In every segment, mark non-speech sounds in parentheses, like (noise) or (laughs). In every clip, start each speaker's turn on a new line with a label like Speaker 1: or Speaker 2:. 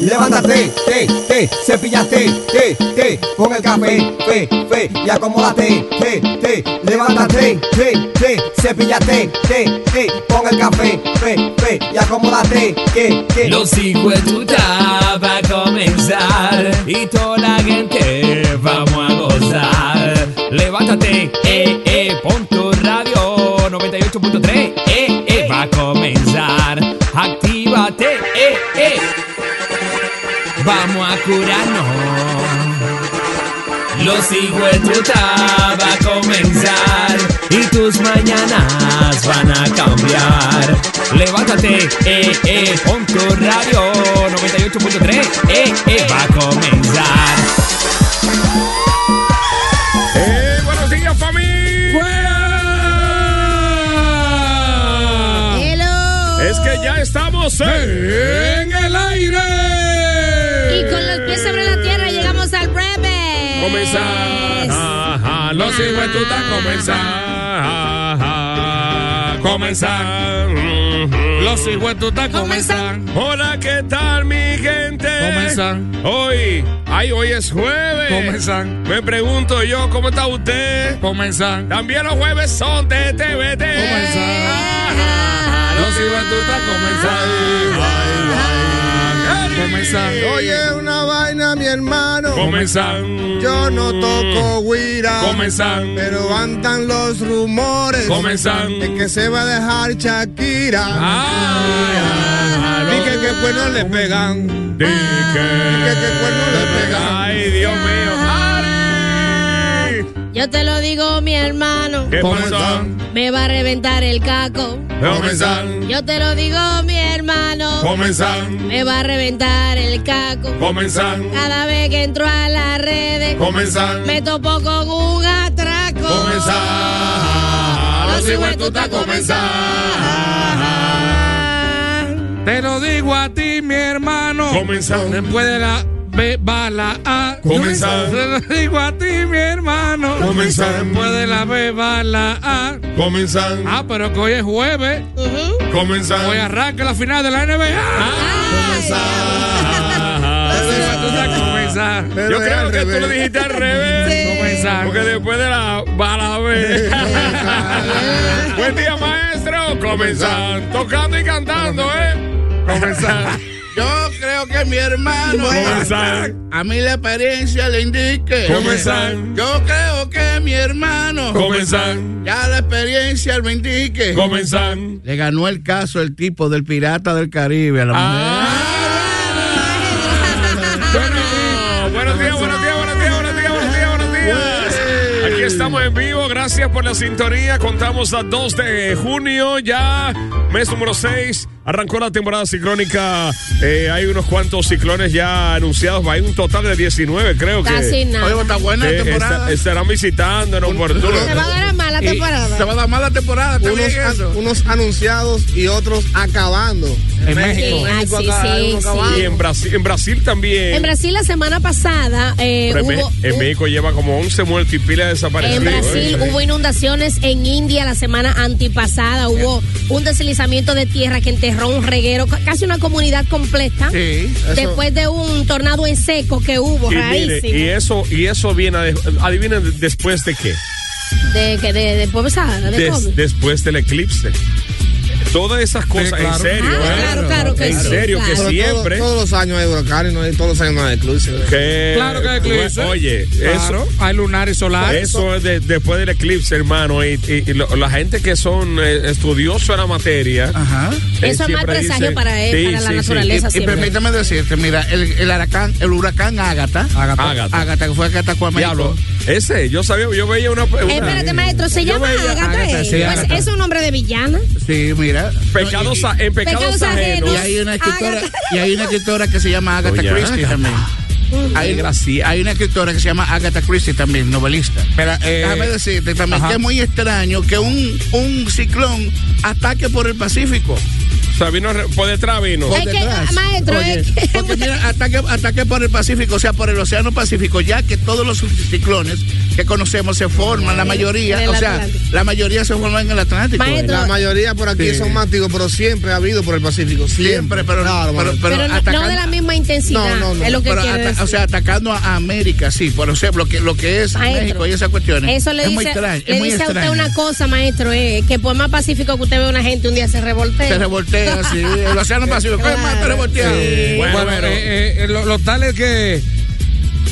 Speaker 1: Levántate, te, te, cepillate, te, te, con el café, fe, fe, y acomódate, te, te, levántate, te, te, cepillate, te, te, con el café, fe, fe, y acomódate, que, que.
Speaker 2: Los hijos va a comenzar y toda la gente vamos a gozar. Levántate, eh, eh, pon tu radio 98.3, eh, eh, va a comenzar. Actívate, eh, eh, vamos a curarnos. Los hijos va a comenzar y tus mañanas van a cambiar. Levántate, eh, eh, pon tu radio 98.3, eh, eh, va a comenzar.
Speaker 3: ¡Eh, buenos días, familia! Es que ya estamos en el aire.
Speaker 4: Y con los pies sobre la tierra llegamos al breve.
Speaker 3: Comenzar. ajá, Los hijueputas comenzar. ajá, Comenzar. Los hijueputas comenzar. Hola, ¿qué tal, mi gente?
Speaker 5: Comenzar.
Speaker 3: Hoy, ay, hoy es jueves.
Speaker 5: Comenzar.
Speaker 3: Me pregunto yo, ¿cómo está usted?
Speaker 5: Comenzar.
Speaker 3: También los jueves son de TVT.
Speaker 5: Comenzar.
Speaker 3: Los hijueputas comenzar.
Speaker 5: Comenzar.
Speaker 6: Oye, una vaina, mi hermano.
Speaker 3: Comenzar.
Speaker 6: Yo no toco guira.
Speaker 3: Comenzar.
Speaker 6: Pero andan los rumores.
Speaker 3: Comenzar.
Speaker 6: De que se va a dejar Shakira.
Speaker 3: Ay,
Speaker 6: Y que que cuernos le pegan.
Speaker 3: que
Speaker 6: Y que que cuernos le pegan.
Speaker 3: Ay, Dios mío. Ari.
Speaker 4: Yo te lo digo, mi hermano.
Speaker 3: ¿Qué pasó?
Speaker 4: Me va a reventar el caco.
Speaker 3: Comenzar.
Speaker 4: Yo te lo digo, mi hermano.
Speaker 3: Comenzar.
Speaker 4: Me va a reventar el caco.
Speaker 3: Comenzar.
Speaker 4: Cada vez que entro a las redes,
Speaker 3: Comenzar.
Speaker 4: me topo con un atraco.
Speaker 3: Comenzar. Los hijueputas comenzar.
Speaker 5: Te lo digo a ti, mi hermano.
Speaker 3: Comenzar.
Speaker 5: Después de la B va la A.
Speaker 3: Comenzar.
Speaker 5: Te lo digo a ti, mi hermano.
Speaker 3: Comenzar.
Speaker 5: Después de la B va la A.
Speaker 3: Comenzar.
Speaker 5: Ah, pero que hoy es jueves.
Speaker 4: Ujú.
Speaker 3: Comenzar.
Speaker 5: Hoy arranca la final de la
Speaker 3: Ah,
Speaker 5: NBA.
Speaker 3: Comenzar.
Speaker 5: Comenzar.
Speaker 6: Pero
Speaker 3: Yo
Speaker 6: es
Speaker 3: creo
Speaker 6: al
Speaker 3: que tú
Speaker 6: revés.
Speaker 3: lo dijiste al revés.
Speaker 5: Comenzar.
Speaker 3: Porque después de la bala B. Buen día, maestro. Comenzar. Tocando y cantando, ¿eh? Comenzar.
Speaker 7: Yo creo que mi hermano,
Speaker 3: Comenzar.
Speaker 7: a mí la apariencia le indique.
Speaker 3: Comenzar.
Speaker 7: Yo creo que mi hermano,
Speaker 3: Comenzar.
Speaker 7: ya la experiencia lo indique.
Speaker 3: Comenzar.
Speaker 7: Le ganó el caso el tipo del pirata del Caribe a la
Speaker 2: Ah.
Speaker 3: Bueno, buenos días, buenos días, buenos días, buenos días, buenos días, buenos días. Aquí estamos en vivo, gracias por la sintonía. Contamos a 2 de junio, ya mes número 6. Arrancó la temporada ciclónica. Eh, hay unos cuantos ciclones ya anunciados. Hay un total de 19, creo que.
Speaker 7: mujer. Oye,
Speaker 4: Casi nada.
Speaker 7: está buena la
Speaker 3: que
Speaker 7: temporada.
Speaker 3: esta- estarán visitándonos por todo.
Speaker 4: Se va a durar más mala
Speaker 7: Y
Speaker 4: temporada.
Speaker 7: Se va a dar mala temporada también
Speaker 6: Unos,
Speaker 7: eso.
Speaker 6: an- unos anunciados y otros acabando.
Speaker 2: En México.
Speaker 4: Sí, ah, sí,
Speaker 6: acá,
Speaker 4: sí,
Speaker 6: uno
Speaker 4: sí.
Speaker 6: acabando.
Speaker 2: Y en Brasil, en Brasil también.
Speaker 4: En Brasil la semana pasada eh,
Speaker 2: Pero en,
Speaker 4: hubo,
Speaker 2: Me- en México lleva como 11 muertos y pila desaparecidos. ¿eh?
Speaker 4: En Brasil hubo inundaciones en India la semana antipasada. Hubo un deslizamiento de tierra que enterró un reguero, ca- casi una comunidad completa.
Speaker 7: Sí,
Speaker 6: eso-
Speaker 4: Después de un tornado en seco que hubo,
Speaker 2: Y, mire,
Speaker 4: rarísimo.
Speaker 2: y eso, y eso viene, a de- adivinen de- después de qué.
Speaker 4: de, que de, de Pobezada, de
Speaker 2: Des-
Speaker 4: COVID.
Speaker 2: después del eclipse. Todas esas cosas,
Speaker 7: claro.
Speaker 2: en serio,
Speaker 4: Ah,
Speaker 2: ¿eh?
Speaker 4: claro, claro que
Speaker 2: en
Speaker 4: sí,
Speaker 2: serio, que
Speaker 4: claro.
Speaker 6: Pero todo-
Speaker 2: siempre.
Speaker 6: todos los años hay huracanes, no hay todos los años no hay eclipse.
Speaker 2: que-
Speaker 5: Claro que hay eclipse.
Speaker 2: Eh, Oye,
Speaker 5: Claro,
Speaker 2: eso.
Speaker 5: hay lunares solares.
Speaker 2: Eso es de- después del eclipse, hermano. Y, y- y lo- la gente que son eh, estudiosos en la materia.
Speaker 7: Ajá.
Speaker 2: eh,
Speaker 4: Eso es mal
Speaker 2: siempre
Speaker 4: presagio
Speaker 2: dicen-
Speaker 4: para él,
Speaker 2: Sí,
Speaker 4: para la
Speaker 2: sí, sí.
Speaker 7: Y,
Speaker 4: naturaleza
Speaker 7: y
Speaker 4: siempre.
Speaker 7: permítame decirte, mira, el, el, huracán, el huracán Ágata.
Speaker 6: Ágata.
Speaker 2: Ágata.
Speaker 7: Ágata, que fue que atacó a México.
Speaker 2: Diablo. Ese, yo sabía, yo veía una. una-
Speaker 4: Espérate, maestro, se
Speaker 2: Yo
Speaker 4: llama
Speaker 2: veía-
Speaker 4: Agatha.
Speaker 7: Agatha,
Speaker 4: eh.
Speaker 7: sí,
Speaker 4: pues
Speaker 7: Agatha.
Speaker 4: es un nombre de villana.
Speaker 7: Sí, mira.
Speaker 2: pecados a- en pecados,
Speaker 4: Pecados
Speaker 2: ajenos.
Speaker 4: ajenos.
Speaker 7: Y hay una escritora,
Speaker 4: Ágata.
Speaker 7: y hay una escritora que se llama Agatha
Speaker 2: Doña
Speaker 7: Christie
Speaker 2: Ágata.
Speaker 7: también. Hay, hay una escritora que se llama Agatha Christie también, novelista.
Speaker 5: Espera, eh,
Speaker 7: Déjame decirte también
Speaker 5: ajá.
Speaker 7: que es muy extraño que un, un ciclón ataque por el Pacífico.
Speaker 2: O sea, vino re- por detrás vino.
Speaker 7: por
Speaker 4: Es que,
Speaker 7: detrás.
Speaker 4: maestro,
Speaker 7: Oye,
Speaker 4: es que-
Speaker 7: porque mira, ataque, ataque por el Pacífico, o sea, por el Océano Pacífico, ya que todos los ciclones que conocemos se forman, la mayoría,
Speaker 4: En el
Speaker 7: o sea,
Speaker 4: Atlántico.
Speaker 7: la mayoría se forman en el Atlántico.
Speaker 4: Maestro,
Speaker 6: La mayoría por aquí
Speaker 7: Sí.
Speaker 6: son máticos, pero siempre ha habido por el Pacífico. Siempre,
Speaker 7: Siempre, pero, pero, pero,
Speaker 4: pero no,
Speaker 7: atacando-
Speaker 4: no de la misma intensidad.
Speaker 6: No, no, no,
Speaker 4: es lo que
Speaker 7: pero
Speaker 4: quiero
Speaker 7: ata-
Speaker 4: decir.
Speaker 7: o sea, atacando a América, sí, por ejemplo, lo que, lo que es
Speaker 4: Maestro,
Speaker 7: México y esas cuestiones.
Speaker 4: Eso le
Speaker 7: es
Speaker 4: dice,
Speaker 7: muy extraño,
Speaker 4: le
Speaker 7: es muy
Speaker 4: dice a usted
Speaker 7: extraño.
Speaker 4: una cosa, maestro, eh, que por más pacífico que usted ve una gente, un día se revoltea.
Speaker 7: Se revoltea,
Speaker 4: (laughs)
Speaker 7: sí, el océano Pacífico, ¿qué
Speaker 4: Claro.
Speaker 7: más está revolteado?
Speaker 5: Bueno, eh, eh, lo, lo tal es que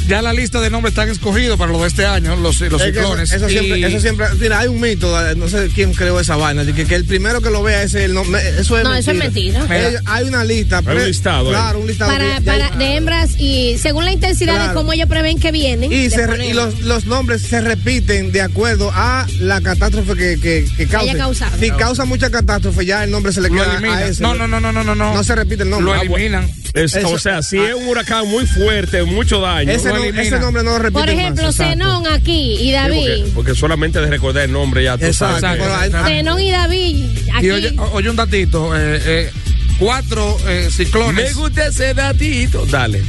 Speaker 5: ya la lista de nombres están escogidos para lo de este año, los, los
Speaker 6: Es que eso-
Speaker 5: ciclones.
Speaker 6: Eso,
Speaker 5: y-
Speaker 6: siempre, eso siempre. Mira, hay un mito, eh, no sé quién creó esa vaina, de que, que el primero que lo vea es el. No, me- eso es
Speaker 4: No, eso es mentira.
Speaker 5: Mira.
Speaker 6: Ellos- hay una lista.
Speaker 2: Hay un listado, eh.
Speaker 6: Claro, un listado.
Speaker 4: para,
Speaker 6: que- ya
Speaker 4: para-
Speaker 6: hay-
Speaker 4: de hembras y según la intensidad de
Speaker 6: Claro.
Speaker 4: cómo ellos prevén que vienen.
Speaker 6: y
Speaker 4: le
Speaker 6: se re-
Speaker 4: ponen-
Speaker 6: y los, los nombres se repiten de acuerdo a la catástrofe que, que, que cause.
Speaker 4: haya causado.
Speaker 6: Si causa mucha catástrofe, ya el nombre se le
Speaker 5: Lo
Speaker 6: queda a
Speaker 5: eliminan.
Speaker 6: ese.
Speaker 5: No, no, no, no, no, no, no.
Speaker 6: No se repite el nombre.
Speaker 5: Lo
Speaker 6: Ah, bueno.
Speaker 5: eliminan.
Speaker 2: Es-
Speaker 6: eso- Ah.
Speaker 2: o sea, si es un huracán muy fuerte, mucho daño.
Speaker 6: Ese,
Speaker 5: lo
Speaker 6: no- ese
Speaker 5: eliminan.
Speaker 6: nombre no lo repite.
Speaker 4: por ejemplo, Zenón aquí y
Speaker 2: Sí,
Speaker 4: David.
Speaker 2: porque, porque solamente de recordar el nombre ya tú
Speaker 6: Exacto.
Speaker 2: sabes que-
Speaker 6: Pero hay- Ah.
Speaker 4: Zenón y David Este, aquí.
Speaker 5: Y oye,
Speaker 2: oh.
Speaker 5: o- oye un datito, eh, eh, cuatro eh, ciclones.
Speaker 2: Me gusta ese datito. Dale.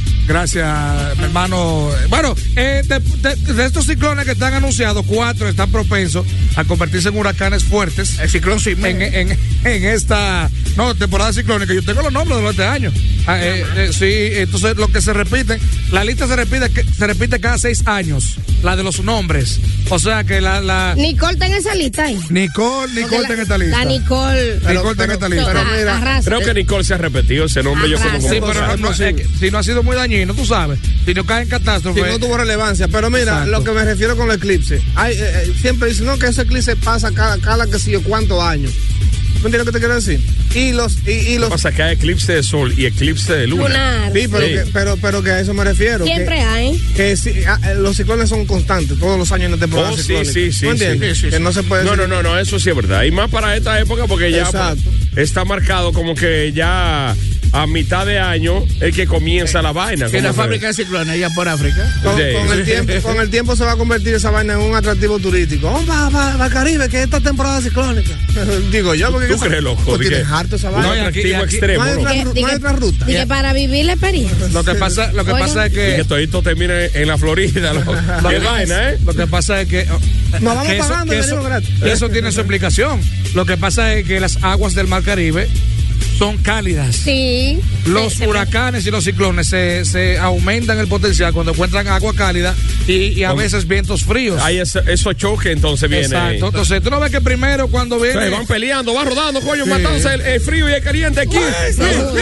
Speaker 5: Gracias, mi hermano. Bueno, eh, de, de- de estos ciclones que están anunciados, cuatro están propensos a convertirse en huracanes fuertes.
Speaker 7: El ciclón sí,
Speaker 5: En, en- en esta no, temporada ciclónica, yo tengo los nombres de los de este año. Ah, eh, eh, sí, entonces lo que se repite, la lista se repite que- se repite cada seis años, la de los nombres. O sea que la, la-
Speaker 4: Nicole está en esa lista ahí.
Speaker 5: Nicole, Nicole
Speaker 4: Porque
Speaker 5: está
Speaker 4: la-
Speaker 5: en esta lista.
Speaker 4: La Nicole.
Speaker 5: Nicole está en esta lista.
Speaker 4: pero mira, arrasa.
Speaker 2: Creo que Nicole se ha repetido ese nombre. Yo como,
Speaker 4: Arrasa.
Speaker 2: como
Speaker 5: Sí, pero no- no, es que si no ha sido muy dañino, tú sabes. Si no cae en
Speaker 6: Si
Speaker 5: catástrofe.
Speaker 6: no tuvo relevancia, pero mira,
Speaker 5: Exacto.
Speaker 6: lo que me refiero con el eclipse. Hay, eh, eh, siempre dicen, no, que ese eclipse pasa cada, cada que sé yo cuántos años. ¿Me entiendes lo que te quiero decir? Y los... Y, y
Speaker 2: Lo
Speaker 6: los
Speaker 2: que pasa es que hay eclipse de sol y eclipse de luna.
Speaker 4: Lunar.
Speaker 6: sí, pero,
Speaker 2: Sí.
Speaker 6: Que, pero, pero que a eso me refiero. que-
Speaker 4: Siempre hay.
Speaker 6: Que sí, ah, eh, los ciclones son constantes, todos los años en este la temporada
Speaker 2: Oh, sí,
Speaker 6: ciclónica.
Speaker 2: sí, sí,
Speaker 6: ¿Me entiendes?
Speaker 7: sí, sí, sí.
Speaker 6: Que no se puede
Speaker 2: No, no,
Speaker 6: decir-
Speaker 2: no, no, eso sí es verdad. Y más para esta época porque ya
Speaker 6: Exacto.
Speaker 2: pa- está marcado como que ya a mitad de año es que comienza la vaina.
Speaker 7: que
Speaker 2: como
Speaker 7: la
Speaker 2: que-
Speaker 7: fábrica de ciclones, allá por África.
Speaker 6: Con,
Speaker 2: Sí.
Speaker 6: con el tiempo, con el tiempo se va a convertir esa vaina en un atractivo turístico. Oh, va, va, va al Caribe, que es esta temporada ciclónica. (laughs) Digo yo, porque...
Speaker 2: ¿Tú crees, loco?
Speaker 6: Tú
Speaker 2: Di
Speaker 6: tienes
Speaker 2: que-
Speaker 6: harto esa
Speaker 2: un
Speaker 6: vaina.
Speaker 5: No, y aquí-
Speaker 2: atractivo
Speaker 5: y aquí-
Speaker 2: extremo.
Speaker 6: No hay
Speaker 2: ¿no?
Speaker 6: otra-
Speaker 4: Dije-
Speaker 6: no
Speaker 4: dije-
Speaker 6: hay otra ruta.
Speaker 4: Dije para vivir la experiencia.
Speaker 5: Lo que pasa, lo que
Speaker 4: Oigan.
Speaker 5: pasa es
Speaker 2: Y
Speaker 5: que.
Speaker 2: que todito termina en la Florida. loco. Qué vaina, ¿eh?
Speaker 5: (laughs) Lo que pasa es que. Nos
Speaker 6: vamos pagando y venimos gratis.
Speaker 5: Eso tiene su explicación. Lo que pasa es que las aguas del Mar Caribe son cálidas.
Speaker 4: Sí.
Speaker 5: Los
Speaker 4: Se- se-
Speaker 5: huracanes y los ciclones se, se aumentan el potencial cuando encuentran agua cálida y, y a
Speaker 2: Con-
Speaker 5: veces vientos fríos.
Speaker 2: Ahí es- esos choques entonces vienen. ahí.
Speaker 5: Exacto. Entonces, tú no ves que primero cuando viene.
Speaker 2: Ustedes van peleando, van rodando, coño, matándose el, el frío y el caliente aquí.
Speaker 5: (laughs)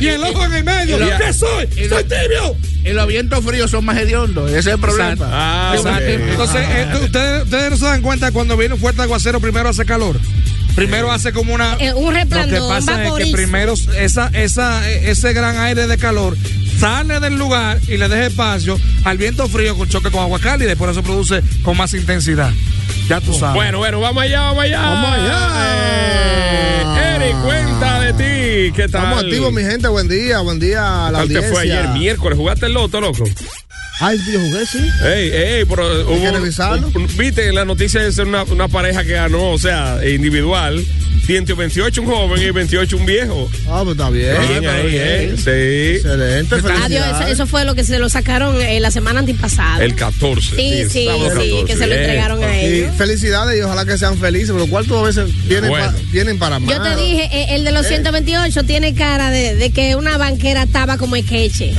Speaker 5: y el ojo en el medio.
Speaker 2: Y-
Speaker 5: ¿Qué soy?
Speaker 7: y-
Speaker 5: ¡Soy tibio!
Speaker 7: Y los vientos fríos son más hediondos, ese es el
Speaker 5: Exacto.
Speaker 7: problema.
Speaker 2: Ah,
Speaker 5: Exacto.
Speaker 2: ok.
Speaker 5: Entonces, eh, tú- ustedes, ustedes no se dan cuenta cuando viene un fuerte aguacero, primero hace calor. Primero hace como una.
Speaker 4: Eh, un
Speaker 5: Lo que
Speaker 4: resplandor, un
Speaker 5: pasa es que
Speaker 4: vaporizo.
Speaker 5: primero esa, esa, eh, ese gran aire de calor sale del lugar y le deja espacio al viento frío con choque con agua cálida y por eso produce con más intensidad. Ya tú sabes.
Speaker 2: Oh, Bueno, bueno, vamos allá, vamos allá.
Speaker 6: Vamos allá.
Speaker 2: Eh, Eric, cuenta de ti. ¿Qué tal?
Speaker 6: Estamos activos, mi gente. Buen día, buen día a la
Speaker 2: ¿Cuál te
Speaker 6: audiencia.
Speaker 2: fue ayer? Miércoles, ¿jugaste el loto, loco?
Speaker 6: Ah, es videojugué, sí.
Speaker 2: Ey, ey, pero hubo
Speaker 6: que
Speaker 2: un-
Speaker 6: revisarlo.
Speaker 2: un- un- Viste, en la noticia es una, una pareja que ganó, o sea, individual. 128 un joven y 28 un viejo.
Speaker 6: Ah, pues está bien.
Speaker 2: Bien
Speaker 6: está
Speaker 2: ahí,
Speaker 6: bien.
Speaker 2: ¿eh? Sí.
Speaker 6: Excelente,
Speaker 4: Adiós, eso,
Speaker 6: felicidades.
Speaker 4: eso fue lo que se lo sacaron eh, la semana antipasada.
Speaker 2: El 14.
Speaker 4: Sí,
Speaker 2: el
Speaker 4: sí,
Speaker 2: sábado
Speaker 4: sí, que se lo
Speaker 2: bien.
Speaker 4: entregaron a
Speaker 6: Y
Speaker 4: ellos.
Speaker 6: felicidades y ojalá que sean felices, pero ¿cuál tú a veces vienen,
Speaker 2: Bueno.
Speaker 6: pa- vienen para más?
Speaker 4: Yo te dije, eh, el de los 128 tiene cara de, de que una banquera estaba
Speaker 6: (laughs)
Speaker 4: como esqueche,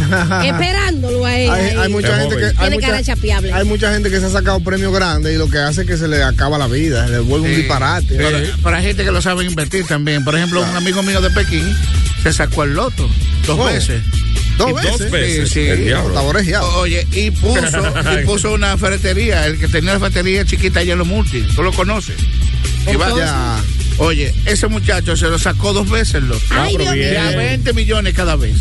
Speaker 4: esperándolo a él.
Speaker 6: Hay,
Speaker 4: ahí.
Speaker 6: hay mucha
Speaker 2: Es
Speaker 6: gente que
Speaker 2: joven.
Speaker 6: hay
Speaker 4: Tiene cara
Speaker 6: mucha,
Speaker 4: chapeable.
Speaker 6: hay mucha gente que se ha sacado premios grandes y lo que hace es que se le acaba la vida, se le vuelve un disparate.
Speaker 7: Pero, pero hay gente que lo sabe invertir también. Por ejemplo, un amigo mío de Pekín se sacó el loto dos
Speaker 6: Oh.
Speaker 7: veces.
Speaker 6: Dos
Speaker 2: Y
Speaker 6: veces.
Speaker 2: dos veces.
Speaker 7: Sí, sí.
Speaker 2: El diablo.
Speaker 6: Está borejeado.
Speaker 7: Oye, y
Speaker 2: (laughs)
Speaker 7: puso, y puso una ferretería, el que tenía la ferretería chiquita allá en los multi, tú lo conoces. Y va-
Speaker 6: Ya.
Speaker 7: Oye, ese muchacho se lo sacó dos veces, lo.
Speaker 2: Ah,
Speaker 4: Ay,
Speaker 2: pero
Speaker 4: Dios mío.
Speaker 7: A
Speaker 2: bien.
Speaker 7: 20 millones cada vez.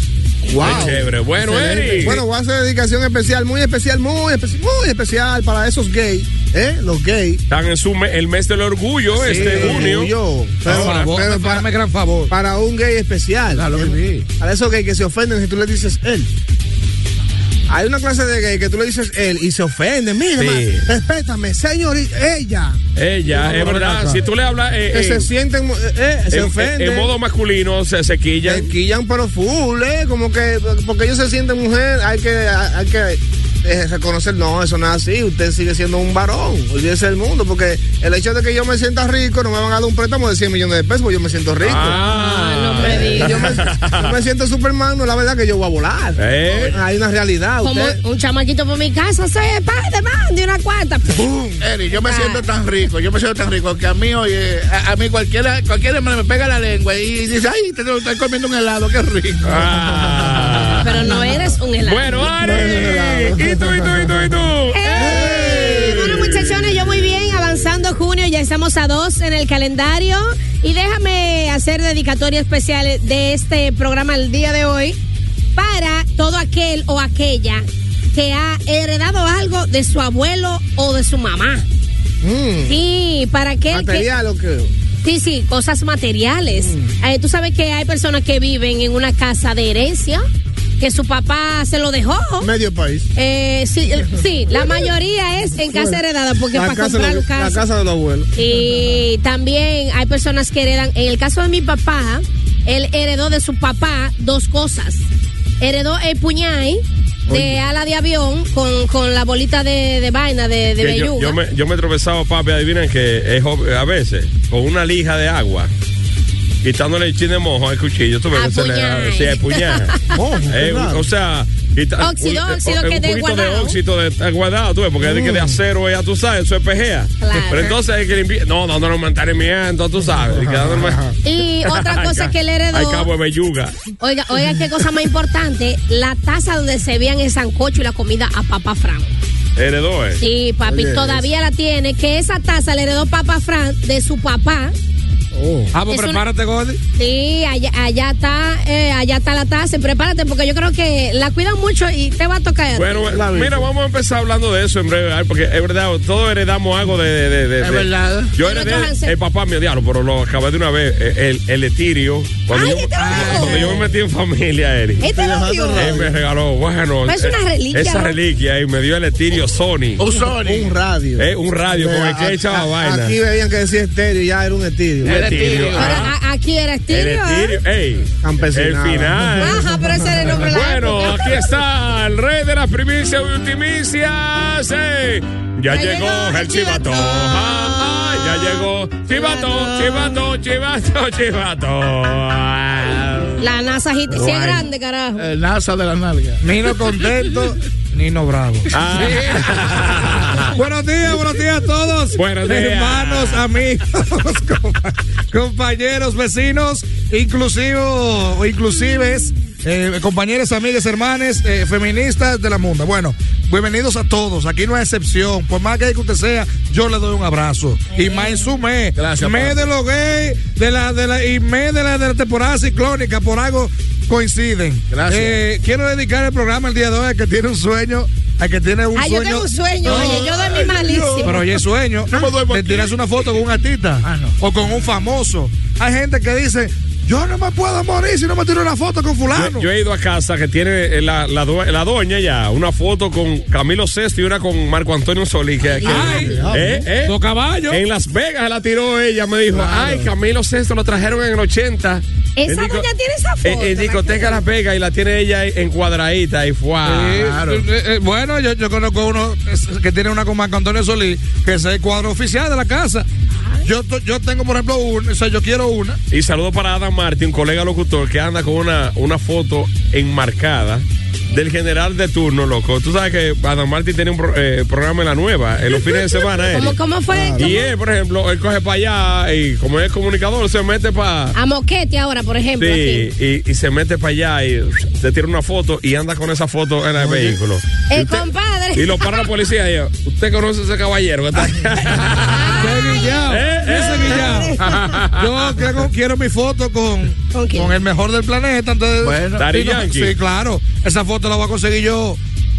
Speaker 6: Wow.
Speaker 2: Qué chévere. Bueno,
Speaker 6: Excelente.
Speaker 2: Eric.
Speaker 6: Bueno, voy a hacer dedicación especial, muy especial, muy especial, muy especial para esos gays, ¿eh? Los gays.
Speaker 2: Están en su me- el mes del orgullo, este junio.
Speaker 6: Yo, pero, pero para,
Speaker 5: Hazme gran favor.
Speaker 6: para un gay especial.
Speaker 7: Claro que
Speaker 6: Eh,
Speaker 7: sí.
Speaker 6: Para esos gays que se ofenden si tú le dices él. Hay una clase de gay que tú le dices él y se ofenden. Mira,
Speaker 2: Sí.
Speaker 6: ma, respétame, señor, y- ella.
Speaker 2: Ella, es verdad. Si tú le hablas eh,
Speaker 6: Que
Speaker 2: eh,
Speaker 6: se sienten, eh, eh, se
Speaker 2: en,
Speaker 6: ofenden.
Speaker 2: en modo masculino, se, se quillan.
Speaker 6: Se quillan pero full, ¿eh? Como que porque ellos se sienten mujer, hay que, hay que eh, reconocer, no, eso no es así, usted sigue siendo un varón, olvídese del mundo, porque el hecho de que yo me sienta rico no me van a dar un préstamo de 100 millones de pesos, porque yo me siento rico. Eh,
Speaker 2: Ah,
Speaker 4: Ah, no me digas.
Speaker 6: Yo me, yo me siento Superman, no es la verdad que yo voy a volar.
Speaker 2: Eh.
Speaker 6: Hay una realidad.
Speaker 4: Como
Speaker 6: Usted,
Speaker 4: un chamaquito por mi casa, soy el padre man, de una cuarta.
Speaker 7: Eri, yo me
Speaker 4: Ah.
Speaker 7: siento tan rico, yo me siento tan rico que a mí, oye, a, a mí cualquiera, cualquiera me, me pega la lengua y dice, ay, te te estoy comiendo un helado, qué rico.
Speaker 2: ah.
Speaker 4: Pero no eres un helado.
Speaker 2: Bueno, Ari. ¿Y tú, y tú, y tú, y tú?
Speaker 4: ¡Ey! Bueno, muchachones, yo muy bien, avanzando junio, ya estamos a dos en el calendario. Y déjame hacer dedicatoria especial de este programa el día de hoy para todo aquel o aquella que ha heredado algo de su abuelo o de su mamá.
Speaker 6: mm,
Speaker 4: Sí, para aquel que...
Speaker 6: material o qué.
Speaker 4: Sí, sí, cosas materiales.
Speaker 6: Mm.
Speaker 4: Eh, Tú sabes que hay personas que viven en una casa de herencia, que su papá se lo dejó.
Speaker 6: Medio país.
Speaker 4: Eh,
Speaker 6: (laughs)
Speaker 4: sí, el- sí, la mayoría es en casa heredada, porque para
Speaker 6: casa de
Speaker 4: comprar
Speaker 6: los-
Speaker 4: casa.
Speaker 6: la casa de los abuelos.
Speaker 4: Y también hay personas que heredan, en el caso de mi papá, él heredó de su papá dos cosas. Heredó el puñal de ala de avión con, con la bolita de, de vaina de, de
Speaker 2: Que yo,
Speaker 4: belluga.
Speaker 2: yo me, yo me he tropezado, papi, adivinen que es jo- a veces con una lija de agua, quitándole el chin de mojo al cuchillo, tú ves que se le
Speaker 4: Apuñal.
Speaker 2: sí,
Speaker 4: (laughs)
Speaker 2: apuñal.
Speaker 6: Mojo,
Speaker 2: Eh,
Speaker 6: claro.
Speaker 2: o sea, quita-
Speaker 4: Óxido, óxido
Speaker 2: eh,
Speaker 4: que de
Speaker 2: un poquito de
Speaker 4: guardado.
Speaker 2: óxido de, está guardado, tú ves, porque es de que
Speaker 6: Mm.
Speaker 2: de acero ya tú sabes, eso es PGA.
Speaker 4: Claro.
Speaker 2: Pero entonces hay que limpiar, no, no, no, no, mantenimiento, tú sabes. y quedándome-
Speaker 4: Y
Speaker 6: (laughs)
Speaker 4: otra cosa que él heredó.
Speaker 2: Hay cabo de belluga.
Speaker 4: Oiga, oiga, qué cosa más importante, la taza donde se veían el sancocho y la comida a Papá Fran.
Speaker 2: Heredó, eh.
Speaker 4: Sí, papi,
Speaker 6: Oye,
Speaker 4: todavía la tiene, que esa taza la heredó Papá Fran de su papá.
Speaker 6: Oh.
Speaker 5: Ah, pues
Speaker 4: Es una-
Speaker 5: prepárate, Gordy.
Speaker 4: Sí, allá, allá está, eh, allá está la taza, prepárate porque yo creo que la cuidan mucho y te va a tocar.
Speaker 2: Bueno,
Speaker 6: La vi.
Speaker 2: mira, vamos a empezar hablando de eso en breve, ay, porque es verdad, todos heredamos algo de... de- de- de-
Speaker 7: Es
Speaker 2: de-
Speaker 7: verdad.
Speaker 2: Yo
Speaker 4: De nuestros
Speaker 2: heredé
Speaker 4: ancestros.
Speaker 2: el papá mío, diablo, pero lo acabé de una vez, eh, el, el etirio. Cuando,
Speaker 4: Ay,
Speaker 2: yo,
Speaker 4: ¿qué te lo dijo?
Speaker 2: cuando yo me metí en familia, Eric.
Speaker 4: Este lo dio.
Speaker 2: Él me regaló, bueno.
Speaker 4: Pero es una
Speaker 2: eh,
Speaker 4: reliquia,
Speaker 2: Esa
Speaker 4: ¿no?
Speaker 2: reliquia, y me dio el etirio Sony.
Speaker 7: Un Sony.
Speaker 6: Un radio.
Speaker 2: Eh, un radio con el que echaba
Speaker 6: a-
Speaker 2: vaina.
Speaker 6: Aquí veían que decía estéreo y ya era un estéreo.
Speaker 2: El etirio.
Speaker 4: Pero
Speaker 2: ah,
Speaker 4: a- aquí era
Speaker 2: El
Speaker 4: estéreo. ¿eh?
Speaker 2: etirio, ey. El
Speaker 6: Campesinada.
Speaker 2: final.
Speaker 4: Ajá, pero ese era el nombre de la
Speaker 2: Bueno,
Speaker 4: época.
Speaker 2: aquí está el rey de las primicias y ultimicias. eh. Ya,
Speaker 4: Ya
Speaker 2: llegó
Speaker 4: llegó
Speaker 2: el
Speaker 4: el
Speaker 2: chivato.
Speaker 4: chivato.
Speaker 2: Ah, ah, ya llegó chivato, chivato, chivato, chivato. Ah.
Speaker 4: La NASA hit- sí
Speaker 2: Guay.
Speaker 4: es grande, carajo.
Speaker 7: El NASA de la nalga.
Speaker 5: Nino
Speaker 2: (laughs)
Speaker 5: contento, Nino bravo.
Speaker 2: Ah.
Speaker 5: Buenos días, buenos días a todos.
Speaker 2: Buenos días.
Speaker 5: Hermanos, amigos, (laughs) compa- compañeros, vecinos, inclusivo, inclusives, eh, compañeros, amigas, hermanes, eh, feministas de la mundo. Bueno, bienvenidos a todos. Aquí no hay excepción. Por más gay que usted sea, yo le doy un abrazo. Y más en su mes.
Speaker 7: Eh. Gracias,
Speaker 5: Mes
Speaker 7: papá.
Speaker 5: de los gays de la, de la, y mes de la, de la temporada ciclónica. Por algo coinciden.
Speaker 7: Gracias.
Speaker 5: Eh, quiero dedicar el programa el día de hoy al que tiene un sueño, al que tiene un
Speaker 4: Ay, Ah, yo
Speaker 5: sueño.
Speaker 4: tengo un sueño, oye, yo dormí malísimo.
Speaker 5: Pero oye, sueño.
Speaker 7: me duermo
Speaker 5: Te
Speaker 7: aquí.
Speaker 5: tiras una foto con un artista
Speaker 7: Ah, no.
Speaker 5: o con un famoso. Hay gente que dice, Yo no me puedo morir si no me tiro una foto con fulano.
Speaker 2: Yo, yo he ido a casa que tiene eh, la, la, due- la doña ya una foto con Camilo Sesto y una con Marco Antonio Solís. Que, que-
Speaker 5: Ay,
Speaker 2: eh, eh,
Speaker 5: los caballos.
Speaker 2: En Las Vegas la tiró ella. Me dijo, ay, Camilo Sesto lo trajeron en el 80.
Speaker 4: Esa
Speaker 2: En
Speaker 4: doña tiene esa foto,
Speaker 2: En, en
Speaker 4: la
Speaker 2: discoteca Las Vegas y la tiene ella encuadradita. Y fue.
Speaker 5: Eh, eh, eh, bueno, yo, yo conozco uno es- que tiene una con Marco Antonio Solís, que es el cuadro oficial de la casa. Yo, to- yo tengo, por ejemplo, una, o sea, yo quiero una.
Speaker 2: Y saludo para Adam Martín, colega locutor, que anda con una, una foto enmarcada del general de turno, loco. Tú sabes que Adam Martín tiene un pro- eh, programa en la nueva, en los fines de semana. él.
Speaker 4: (laughs) ¿Cómo, cómo fue?
Speaker 2: Y él, por ejemplo, él coge para allá y como es comunicador, se mete para...
Speaker 4: A Moquete ahora, por ejemplo.
Speaker 2: Sí,
Speaker 4: así.
Speaker 2: y, y se mete para allá y se tira una foto y anda con esa foto en el vehículo.
Speaker 4: Eh,
Speaker 2: Y usted-
Speaker 4: compadre.
Speaker 2: Y lo para la policía y yo, ¿usted conoce a ese caballero que está aquí?"
Speaker 5: Qué guillao,
Speaker 2: Eh, eh.
Speaker 5: ese
Speaker 2: (laughs)
Speaker 5: guillao. Yo quiero, quiero mi foto con,
Speaker 4: ¿Con quién?
Speaker 5: con el mejor del planeta. Entonces,
Speaker 7: Bueno.
Speaker 2: Daddy
Speaker 5: Sí, no,
Speaker 2: Yankee.
Speaker 5: sí, claro. Esa foto la voy a conseguir yo,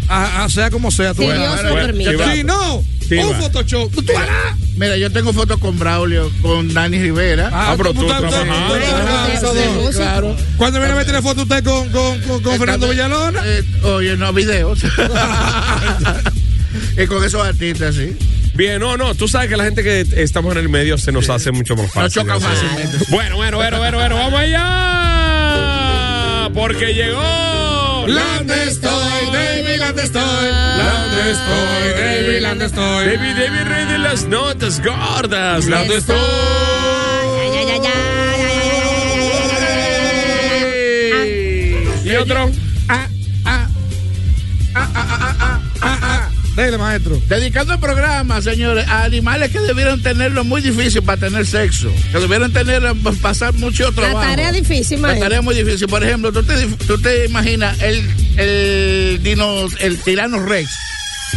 Speaker 5: a- a- sea como sea. Tú
Speaker 4: Sí,
Speaker 5: verás.
Speaker 4: Dios lo
Speaker 2: bueno,
Speaker 4: permite.
Speaker 2: sí, va.
Speaker 5: Sí, no,
Speaker 2: Sí,
Speaker 5: un
Speaker 2: va.
Speaker 5: Photoshop. Tú verás.
Speaker 7: Mira, yo tengo fotos con Braulio, con Dani Rivera.
Speaker 2: Ah, pero
Speaker 5: ¿cómo
Speaker 2: tú
Speaker 5: está usted?
Speaker 2: trabajando.
Speaker 5: ¿Cómo está
Speaker 4: Bueno,
Speaker 5: trabajando?
Speaker 4: sí, sí, sí.
Speaker 7: claro.
Speaker 5: ¿Cuándo viene a meter foto usted con, con, con, con Fernando Villalona?
Speaker 7: Eh, oye,
Speaker 5: (laughs)
Speaker 7: no, videos. (laughs) y con esos artistas, sí.
Speaker 2: (laughs) Bien, no, no, tú sabes que la gente que estamos en el medio se nos hace mucho más
Speaker 7: Nos
Speaker 2: fácil.
Speaker 7: chocan
Speaker 2: ¿no?
Speaker 7: fácilmente.
Speaker 2: Bueno, bueno, bueno, bueno, bueno, vamos allá. Porque llegó.
Speaker 5: ¿Dónde estoy, David? ¿Dónde estoy? ¿Dónde estoy, David? ¿Dónde estoy?
Speaker 2: David, David, rey de las notas gordas. La de estoy.
Speaker 4: Ay, ay, ay, ay, ay, ay, ay, ay, ay, ay, ay, ay, ay, ay, ay.
Speaker 2: Y otro.
Speaker 5: Ah, ah, ah, ah, ah, ah, ah. Dele, maestro.
Speaker 7: Dedicando el programa, señores, a animales que debieron tenerlo muy difícil para tener sexo. Que debieron tener, eh, pasar mucho
Speaker 4: La
Speaker 7: trabajo.
Speaker 4: tarea difícil,
Speaker 7: La
Speaker 4: maestro.
Speaker 7: tarea es muy difícil. Por ejemplo, tú te, tú te imaginas el, el, dino, el tirano Rex.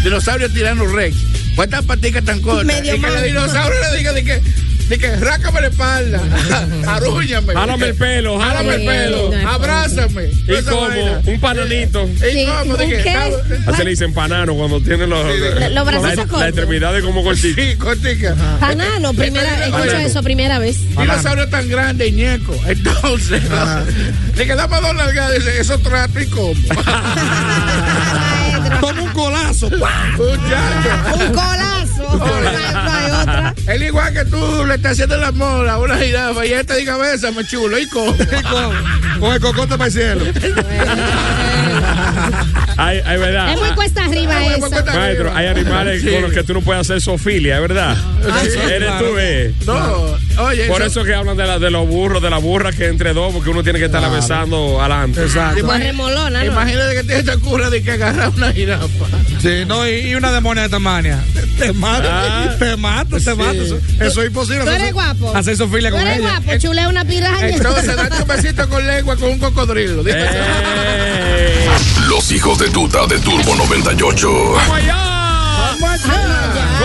Speaker 7: Dinosaurio tirano Rex. ¿Cuántas paticas tan cortas?
Speaker 4: Medio
Speaker 7: y que
Speaker 4: mal.
Speaker 7: el dinosaurio le diga de que, de que rácame la espalda. (laughs) Arúñame.
Speaker 2: Jálame el pelo, jálame el
Speaker 4: Ay,
Speaker 2: pelo.
Speaker 4: no es
Speaker 7: Abrázame.
Speaker 2: Y
Speaker 7: Esa
Speaker 2: como
Speaker 7: vaina.
Speaker 2: un pananito.
Speaker 7: ¿Y
Speaker 4: Sí,
Speaker 7: cómo?
Speaker 4: ¿un
Speaker 7: De que,
Speaker 4: qué?
Speaker 7: ah,
Speaker 2: Así le dicen panano cuando tiene los.
Speaker 4: Los
Speaker 2: la-
Speaker 4: brazos
Speaker 2: la,
Speaker 4: cortos.
Speaker 2: la extremidad de como cortito.
Speaker 7: Sí, cortica.
Speaker 4: Panano, Ah, primera, escucho
Speaker 7: Panano.
Speaker 4: eso, primera vez.
Speaker 7: Dinosaurio tan grande y ñeco. (laughs) Entonces, le quedamos dos largadas. Dice, eso trato y
Speaker 5: (laughs)
Speaker 7: como.
Speaker 5: Toma un colazo.
Speaker 7: Muchacho.
Speaker 4: Un colazo. No hay otra.
Speaker 7: Él igual que tú le estás haciendo la mola a una jirafa y él te diga me chulo y
Speaker 5: (laughs)
Speaker 7: como.
Speaker 5: Con- Con el cocote para el cielo.
Speaker 4: Ah,
Speaker 2: Ay, ay, verdad.
Speaker 4: Es muy cuesta arriba
Speaker 7: Bueno,
Speaker 4: eso.
Speaker 7: pues, cuenta
Speaker 2: Maestro,
Speaker 7: arriba.
Speaker 2: hay animales
Speaker 7: Sí.
Speaker 2: con los que tú no puedes hacer sofilia, es verdad.
Speaker 5: sí,
Speaker 2: Eres
Speaker 5: claro.
Speaker 2: tú, eh.
Speaker 7: No, oye,
Speaker 2: Por eso que hablan de, la, de los burros, de la burra que entre dos, porque uno tiene que estar besando adelante.
Speaker 5: Exacto.
Speaker 4: Con remolona, ¿no?
Speaker 7: Imagínate que te ocurre de que agarrar una
Speaker 1: (laughs)
Speaker 7: jirafa.
Speaker 5: Sí, no, y, y una demonia de Tasmania. (laughs) Te, te mato,
Speaker 2: Ah.
Speaker 5: te mato, te mato. Eso, eso es imposible.
Speaker 4: Tú
Speaker 5: hacer
Speaker 4: eres
Speaker 5: so-
Speaker 4: guapo.
Speaker 5: Hacer sofilia
Speaker 4: Tú
Speaker 5: con
Speaker 4: eres
Speaker 5: ella.
Speaker 4: guapo, chulea una piraña.
Speaker 7: Entonces, date un besito con lengua con un cocodrilo. Dime.
Speaker 2: ¡Ey!
Speaker 8: Eh. Los hijos de tuta de Turbo 98.
Speaker 2: ¡Vamos allá!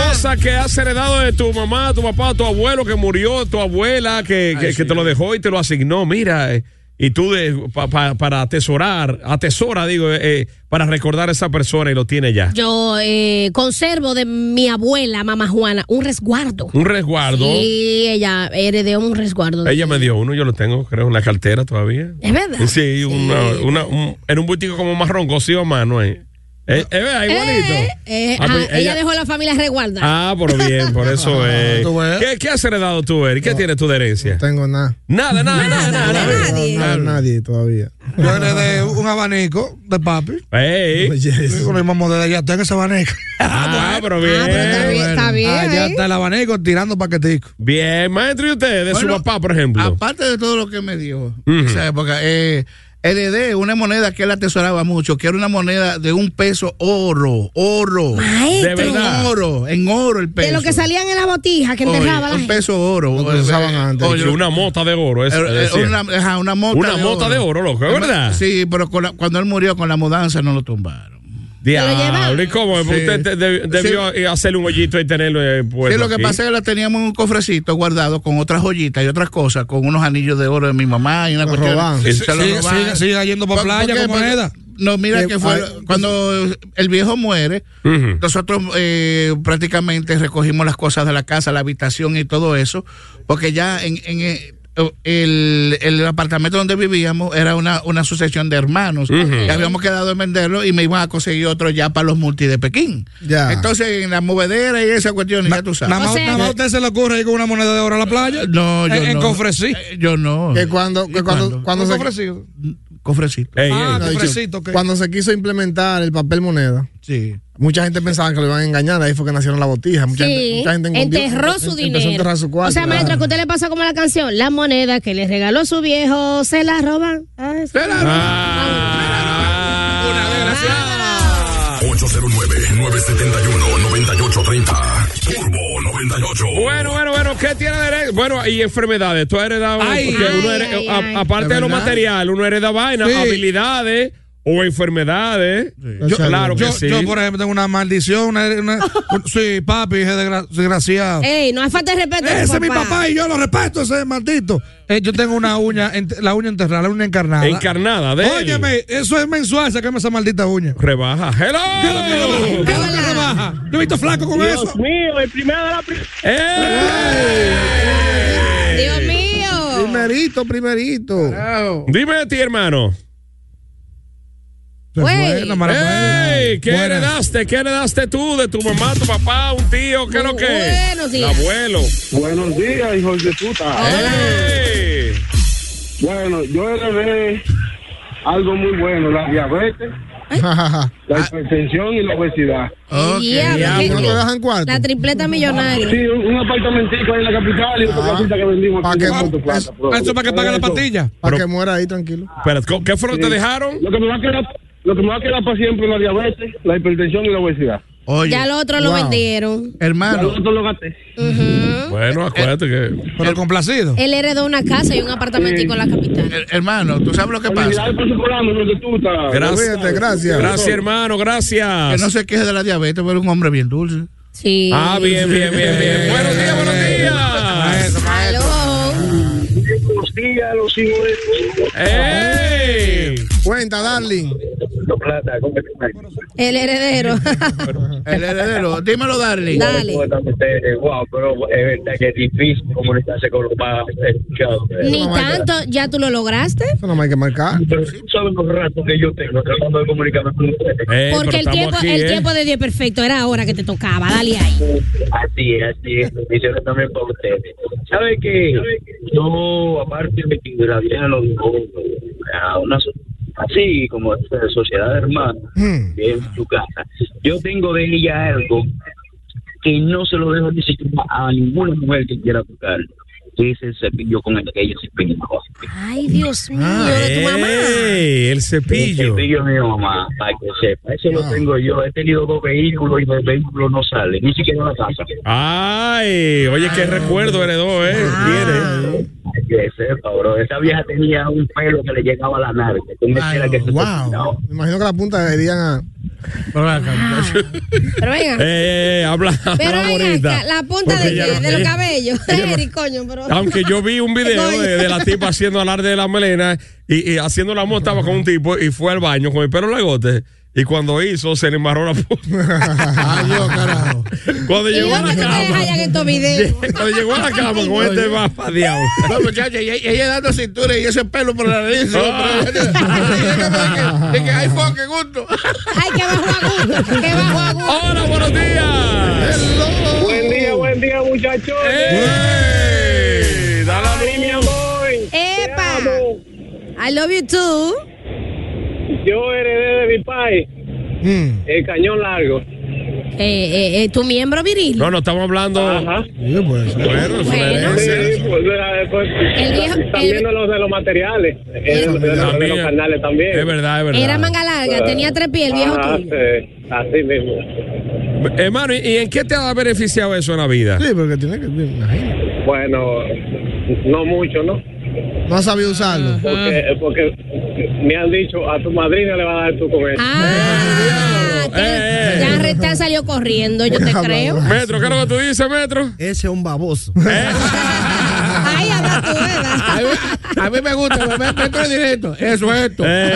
Speaker 2: Cosa que has heredado de tu mamá, tu papá, tu abuelo que murió, tu abuela que, que- que te lo dejó y te lo asignó. Mira, eh, y tú de- pa- pa- para atesorar, atesora, digo, eh, eh, para recordar a esa persona y lo tiene ya.
Speaker 4: Yo eh, conservo de mi abuela, mamá Juana, un resguardo.
Speaker 2: Un resguardo.
Speaker 4: Y ella heredó un resguardo. de-
Speaker 2: Ella me dio uno, yo lo tengo, creo, en la cartera todavía.
Speaker 4: ¿Es verdad?
Speaker 2: Sí, una, una- un- era un bultico como marrón, cocido a mano. Eh. Eh, eh, vea, igualito.
Speaker 4: Eh, eh,
Speaker 2: Ah,
Speaker 4: ajá,
Speaker 2: pues
Speaker 4: ella, dejó la familia resguardada.
Speaker 2: Ah, por bien, por eso es.
Speaker 5: tú ves.
Speaker 2: ¿Qué, qué has heredado tú, Eri? ¿Qué tienes tú de herencia?
Speaker 9: Tengo nada.
Speaker 2: Nada, nada, nada, nada. nada.
Speaker 9: Nadie. nadie todavía.
Speaker 5: Yo le de un abanico de papi.
Speaker 2: Ey.
Speaker 5: Con mi mamá de allá, tengo ese abanico.
Speaker 2: (laughs) Ah, pero bien.
Speaker 4: Ah, pero está bien, está bien.
Speaker 5: Allá
Speaker 4: ¿eh?
Speaker 5: Ah, está el abanico tirando paquetico. ah,
Speaker 2: Bien, maestro, ¿y usted? De su
Speaker 7: Bueno,
Speaker 2: papá, por ejemplo.
Speaker 7: Aparte de todo lo que me dio, en esa época, eh, heredé una moneda que él atesoraba mucho, que era una moneda de un peso oro, oro.
Speaker 4: Maestro.
Speaker 2: De verdad.
Speaker 7: En oro, en oro el peso.
Speaker 4: De lo que salían en la botija que
Speaker 7: Oye,
Speaker 4: enterraba la
Speaker 7: Un
Speaker 4: gente.
Speaker 7: peso oro.
Speaker 9: Lo que usaban
Speaker 7: Eh,
Speaker 9: antes.
Speaker 7: oye,
Speaker 2: Y una mota de oro, eso.
Speaker 7: Eh, eh,
Speaker 2: decía.
Speaker 7: Una, ajá, una mota,
Speaker 2: Una mota de oro, loco, ¿es
Speaker 7: Eh,
Speaker 2: verdad?
Speaker 7: Sí, pero con la- cuando él murió con la mudanza no lo tumbaron.
Speaker 2: Diablo, ¿y cómo?
Speaker 7: Sí.
Speaker 2: Usted de- de- debió eh, hacerle un hoyito y tenerlo eh, puesto
Speaker 7: sí, lo que
Speaker 2: aquí.
Speaker 7: pasa es que la teníamos en un cofrecito guardado con otras joyitas y otras cosas, con unos anillos de oro de mi mamá y una
Speaker 9: Lo
Speaker 7: cuestión.
Speaker 9: robaban.
Speaker 7: Se
Speaker 5: Sí,
Speaker 7: lo
Speaker 5: sigue-
Speaker 7: robaban.
Speaker 5: sigue- sigue yendo pa'
Speaker 7: ¿Por-
Speaker 5: playa
Speaker 7: por qué?
Speaker 5: con
Speaker 7: Porque-
Speaker 5: moneda.
Speaker 7: No, mira
Speaker 9: Eh,
Speaker 7: que fue
Speaker 9: ay,
Speaker 7: cuando el viejo muere,
Speaker 2: Ujú.
Speaker 7: nosotros eh, prácticamente recogimos las cosas de la casa, la habitación y todo eso, porque ya en, en, eh, el, el apartamento donde vivíamos era una, una sucesión de hermanos.
Speaker 9: Ujú.
Speaker 7: Y habíamos quedado en venderlo y me iban a conseguir otro ya para los multi de Pekín.
Speaker 5: Ya.
Speaker 7: Entonces, en la movedera y esa cuestión, ya tú sabes.
Speaker 5: Nada más, nada más a usted se le ocurre ir con una moneda de oro a la playa.
Speaker 7: No, yo
Speaker 5: En, en
Speaker 7: no. Eh,
Speaker 5: cofre sí.
Speaker 7: Yo no.
Speaker 9: Que cuando, que cuando, cuando,
Speaker 5: Un
Speaker 9: se,
Speaker 5: cofrecito.
Speaker 7: Cofrecito.
Speaker 5: Ah,
Speaker 9: no,
Speaker 5: cofrecito, ok.
Speaker 9: cuando se quiso implementar el papel moneda,
Speaker 7: Sí.
Speaker 9: mucha gente pensaba que lo iban a engañar. Ahí fue que nacieron la botija. Mucha gente,
Speaker 4: Sí,
Speaker 9: mucha gente escondió-
Speaker 4: enterró su
Speaker 9: empezó a
Speaker 4: dinero.
Speaker 9: enterrar su cuarto,
Speaker 4: o sea,
Speaker 9: claro.
Speaker 4: maestro, que usted le pasó como la canción. La moneda que le regaló su viejo, se la roban. Ay,
Speaker 7: Se la-
Speaker 2: Ah,
Speaker 8: 809-971-9830. Turbo 98.
Speaker 2: Bueno, bueno, bueno, ¿qué tiene derecho? Bueno, y enfermedades, tú has heredado,
Speaker 5: Ay.
Speaker 2: porque uno
Speaker 4: Ay,
Speaker 2: here-
Speaker 4: ay,
Speaker 2: a-
Speaker 4: ay.
Speaker 2: aparte de lo material, uno hereda vainas,
Speaker 5: Sí.
Speaker 2: habilidades o enfermedades. Yo- claro que
Speaker 5: Yo,
Speaker 2: sí.
Speaker 5: yo, por ejemplo, tengo una maldición. una-
Speaker 4: (laughs)
Speaker 5: una- un- sí, papi, es desgra- desgraciado.
Speaker 4: Ey, no hay falta de respeto. a su
Speaker 5: ese es mi papá y yo lo respeto, ese maldito. Eh, yo tengo una uña, ent- la uña enterrada, la uña encarnada.
Speaker 2: Encarnada, de él.
Speaker 5: Óyeme, eso es mensual, sacame esa maldita uña.
Speaker 2: Rebaja.
Speaker 5: ¿Qué es lo que
Speaker 2: ¡Hello!
Speaker 5: rebaja? ¿Qué es lo que rebaja? Yo he visto flaco con eso.
Speaker 10: ¡Eh!
Speaker 2: ¡Ey!
Speaker 4: Dios mío.
Speaker 9: Primerito, primerito.
Speaker 2: Dime de ti, hermano.
Speaker 5: Pues
Speaker 4: Güey.
Speaker 5: buena, mala buena.
Speaker 2: ¡Ey! ¿Qué
Speaker 5: Buena.
Speaker 2: heredaste? ¿Qué heredaste tú de tu mamá, tu papá, un tío? ¿Qué es lo que?
Speaker 4: Buenos
Speaker 2: El
Speaker 4: días.
Speaker 2: abuelo.
Speaker 1: Buenos días, hijos de puta.
Speaker 2: ¡Ey!
Speaker 1: Bueno, yo heredé algo muy bueno, la diabetes, la hipertensión y la obesidad.
Speaker 7: Ah. Ok.
Speaker 4: Diablo, ¿qué-
Speaker 9: ¿No te
Speaker 4: qué-
Speaker 9: dejan cuarto?
Speaker 4: La tripleta millonaria.
Speaker 1: Sí, un, un apartamentico ahí en la capital y
Speaker 7: Ah.
Speaker 1: otra casita que vendimos
Speaker 9: Pa'
Speaker 1: aquí
Speaker 9: que-
Speaker 1: en Puerto Plata,
Speaker 5: Eso
Speaker 1: bro.
Speaker 5: eso es para que pague la
Speaker 1: Eso.
Speaker 5: pastilla.
Speaker 9: Para que muera ahí tranquilo.
Speaker 2: Espera, ¿co- ¿qué fue lo que te dejaron?
Speaker 1: Lo que me va a quedar, lo que me va a quedar para siempre es la diabetes, la hipertensión y la obesidad.
Speaker 7: Oye,
Speaker 4: Ya lo otro lo
Speaker 9: Wow.
Speaker 4: vendieron.
Speaker 1: Ya
Speaker 7: hermano.
Speaker 1: lo otro lo gasté.
Speaker 4: Ujú.
Speaker 2: Bueno, acuérdate que.
Speaker 5: Pero complacido.
Speaker 4: Él heredó una casa y un apartamentico en la capital.
Speaker 7: her- hermano, tú sabes lo que pasa.
Speaker 1: Felicidades por su programa, hijos de puta.
Speaker 9: Cuídate, gracias.
Speaker 2: Gracias, hermano,
Speaker 7: Que
Speaker 2: gracias.
Speaker 7: no se queje de la diabetes, pero es un hombre bien dulce.
Speaker 4: Sí.
Speaker 2: Ah, bien, bien, bien, bien. Buenos días, buenos días.
Speaker 4: Aló.
Speaker 1: Buenos días, los hijos de puta.
Speaker 2: ¡Ey!
Speaker 9: Cuenta, darling.
Speaker 1: Puerto Plata, ¿cómo estás?
Speaker 4: El heredero.
Speaker 7: El heredero. Dímelo, darling.
Speaker 4: Dale.
Speaker 1: Wow, pero es verdad que es difícil comunicarse con los más escuchados.
Speaker 4: (laughs) Ni tanto, ya tú lo lograste.
Speaker 9: Eso no me hay que marcar.
Speaker 1: Pero sí saben los ratos que yo tengo tratando de comunicarme con ustedes.
Speaker 2: Ey, pero
Speaker 4: Porque el
Speaker 2: estamos
Speaker 4: tiempo,
Speaker 2: aquí,
Speaker 4: el
Speaker 2: ¿eh?
Speaker 4: tiempo de Dios perfecto era ahora que te tocaba. Dale ahí.
Speaker 1: Así es, así es. Bendiciones también para ustedes. ¿Sabe qué? Yo, aparte de que la vida lo dijo, a una so- así como esta sociedad hermana,
Speaker 10: Hmm.
Speaker 1: en su casa, yo tengo de ella algo que no se lo dejo ni siquiera a ninguna mujer que quiera tocar, que es el cepillo con el que ella se peina.
Speaker 4: Ay, Dios mío,
Speaker 1: eh.
Speaker 4: de tu mamá.
Speaker 2: ¡Ey! El cepillo. Ah.
Speaker 1: El cepillo de mi mamá, para que sepa. Eso lo tengo yo. He tenido dos vehículos y los vehículos no salen, ni siquiera a la casa.
Speaker 2: Ay, oye, qué recuerdo heredó, ¿eh? Tiene.
Speaker 1: Para que sepa, bro. Esa vieja tenía un pelo que le llegaba a la nave. Tú me quieras que se
Speaker 9: Wow. Me imagino que la punta irían a.
Speaker 4: Pero
Speaker 1: Eh,
Speaker 4: venga.
Speaker 2: Ey, ey, ey, Eh, habla,
Speaker 4: Pero
Speaker 2: habla
Speaker 4: venga,
Speaker 2: bonita.
Speaker 4: acá, la punta de,
Speaker 2: Porque ella
Speaker 4: qué?
Speaker 2: no-
Speaker 4: de los
Speaker 2: ella-
Speaker 4: cabellos.
Speaker 2: (laughs) ella no-
Speaker 4: Eri, coño, pero.
Speaker 2: Aunque yo vi un video
Speaker 4: Coño.
Speaker 2: de, de la tipa haciendo alarde de la melena y, y haciendo la amor estaba con un tipo y fue al baño con el pelo lagote. Y cuando hizo, se le embarró la puta. Cuando
Speaker 4: ¿Y
Speaker 2: llegó a la
Speaker 4: dónde tú te
Speaker 2: cama.
Speaker 4: dejas ya en
Speaker 2: (laughs)
Speaker 4: estos videos?
Speaker 2: Cuando llegó a la cama con este mapa, diablo.
Speaker 7: No, muchacha, y y ella dando cintura y ese pelo por la nariz.
Speaker 2: Ah.
Speaker 4: (laughs)
Speaker 7: De que hay fuck, qué gusto.
Speaker 4: Ay, que bajo a gusto, que bajo a gusto.
Speaker 2: Hola, buenos días.
Speaker 1: Buen día, buen día, muchachos.
Speaker 2: ¡Ey! Da la luz.
Speaker 1: Ay, mi amor. Te
Speaker 4: ¡Epa!
Speaker 1: amo.
Speaker 4: I love you too.
Speaker 1: Yo heredé de mi país
Speaker 10: Hmm.
Speaker 1: el cañón largo.
Speaker 4: Eh, eh, eh, tu miembro viril.
Speaker 2: No, no estamos hablando.
Speaker 1: Ajá.
Speaker 10: pues,
Speaker 2: Bueno, es una
Speaker 4: Bueno.
Speaker 2: herencia.
Speaker 1: Sí, pues, eh, pues,
Speaker 4: El viejo-
Speaker 1: también
Speaker 4: el-
Speaker 1: de los de los materiales, eh, de los- de los de los canales también.
Speaker 2: Es verdad, es verdad. Ah,
Speaker 4: Era manga larga, tenía tres pies, el viejo
Speaker 1: Ajá,
Speaker 4: tuyo.
Speaker 1: sí, así mismo.
Speaker 2: Hermano, ¿y- ¿y en qué te ha beneficiado eso en la vida?
Speaker 9: Sí, porque tiene que. me imagino.
Speaker 1: Bueno, no mucho, ¿no?
Speaker 9: No ha sabido usarlo.
Speaker 1: Porque, porque me han dicho a tu madrina le va a dar tú con eso.
Speaker 4: Ah,
Speaker 2: diablo. Eh, eh.
Speaker 4: que ya Restán salió corriendo, yo te
Speaker 9: Diablo.
Speaker 4: creo.
Speaker 2: Metro, ¿qué es lo que tú dices, Metro?
Speaker 11: Ese es un baboso.
Speaker 4: Ahí habla tu
Speaker 7: A
Speaker 4: ¿verdad?
Speaker 7: mí, a mí me gusta, me, me, me entro en directo. Eso es esto.
Speaker 2: Eh,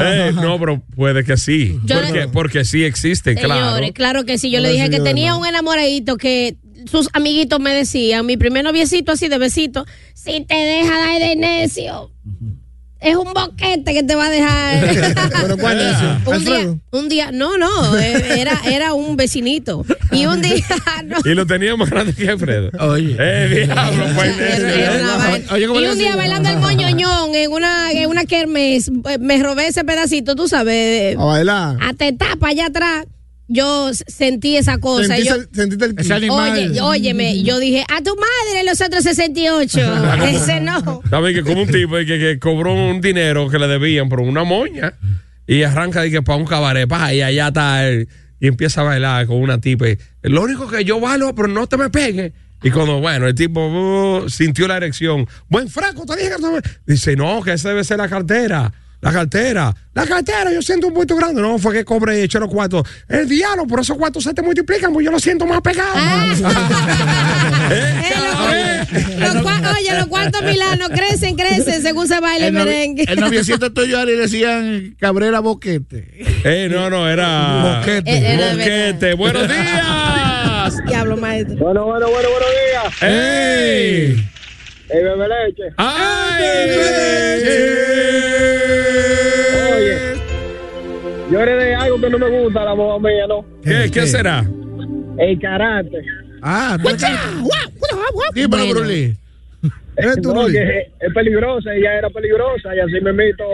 Speaker 2: eh, no, pero puede que sí.
Speaker 4: Yo-
Speaker 2: Porque, porque sí existen,
Speaker 4: Señores,
Speaker 2: claro.
Speaker 4: claro. que sí. Yo le dije que tenía un enamoradito que sus amiguitos me decían, mi primer noviecito así de besito, si te deja dar de necio, es un boquete que te va
Speaker 2: (laughs)
Speaker 4: a dejar.
Speaker 6: ¿Pero cuál es
Speaker 7: Ah.
Speaker 6: eso?
Speaker 4: un, día, un día, no, no, eh, era, era un vecinito. Y un
Speaker 3: (laughs)
Speaker 4: día, no,
Speaker 2: Y lo tenía más grande que Alfredo.
Speaker 3: Oye.
Speaker 2: Eh, diablo, pues.
Speaker 3: Oye, ¿cómo
Speaker 4: y
Speaker 3: le
Speaker 4: un día
Speaker 3: decimos?
Speaker 4: bailando el moñoñón en una, en una kermés, eh, me robé ese pedacito, tú sabes, de-
Speaker 3: Ah,
Speaker 6: A bailar.
Speaker 4: hasta etapa allá atrás, yo s- sentí esa cosa.
Speaker 6: Sentiste,
Speaker 4: yo-
Speaker 6: el- sentiste el
Speaker 3: Ese animal.
Speaker 4: Oye, óyeme, yo dije, a tu madre los
Speaker 3: (laughs)
Speaker 4: otros 68. Ese no.
Speaker 2: Saben que como un tipo y que, que cobró un dinero que le debían por una moña y arranca de que para un cabaret, pa, y allá está él, y empieza a bailar con una tipa. y, Lo único que yo bailo, pero no te me pegues. Y cuando, bueno, el tipo uh, sintió la erección. Buen fraco, te dije que no me-". Dice, no, que esa debe ser la cartera. La cartera, la cartera, yo siento un puesto grande. No, fue que cobre hecho los cuartos. El diablo, por esos cuartos se te multiplican, pues yo lo siento más pegado.
Speaker 5: (laughs)
Speaker 4: Eh, los- los cua- Oye, los cuartos milanos crecen, crecen según se baila el
Speaker 3: El, novi-
Speaker 4: merengue.
Speaker 3: el noviecito tuyo Ari le decían Cabrera Boquete.
Speaker 2: Eh, no, no, era.
Speaker 4: Eh, era de
Speaker 2: Boquete. Buenos días.
Speaker 4: Diablo, maestro.
Speaker 12: Bueno, bueno, bueno, buenos días.
Speaker 2: ¡Ey!
Speaker 12: El bebé leche.
Speaker 2: ¡Ay!
Speaker 12: Oye, yo heredé algo que no me gusta, la moda mía, ¿no?
Speaker 2: ¿Qué, qué será?
Speaker 12: El carácter.
Speaker 3: Ah, tú Dímelo,
Speaker 4: Bueno.
Speaker 12: (laughs)
Speaker 3: Brulí.
Speaker 6: ¿Eres tú,
Speaker 12: No,
Speaker 6: Luis?
Speaker 12: que es- es peligrosa, ella era peligrosa y así me meto.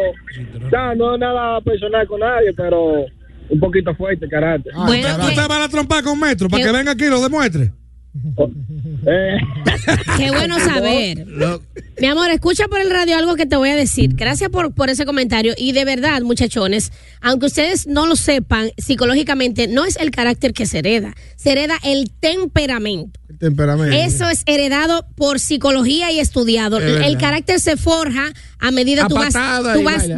Speaker 12: No, no es nada personal con nadie, pero un poquito fuerte el carácter.
Speaker 5: Ah,
Speaker 4: Bueno,
Speaker 5: ¿Usted
Speaker 4: qué,
Speaker 5: va a la trompa con Metro para
Speaker 4: ¿Qué?
Speaker 5: que venga aquí y lo demuestre?
Speaker 12: Eh,
Speaker 4: qué bueno saber.
Speaker 3: Lo-
Speaker 4: Mi amor, escucha por el radio algo que te voy a decir. Gracias por, por ese comentario. Y de verdad, muchachones, aunque ustedes no lo sepan, psicológicamente no es el carácter que se hereda. Se hereda el temperamento.
Speaker 6: El temperamento.
Speaker 4: Eso es heredado por psicología y estudiado.
Speaker 3: Es
Speaker 4: el
Speaker 3: verdad.
Speaker 4: carácter se forja a medida
Speaker 3: A
Speaker 4: tú vas,
Speaker 3: patada
Speaker 4: tú
Speaker 3: y
Speaker 4: vas
Speaker 3: baila.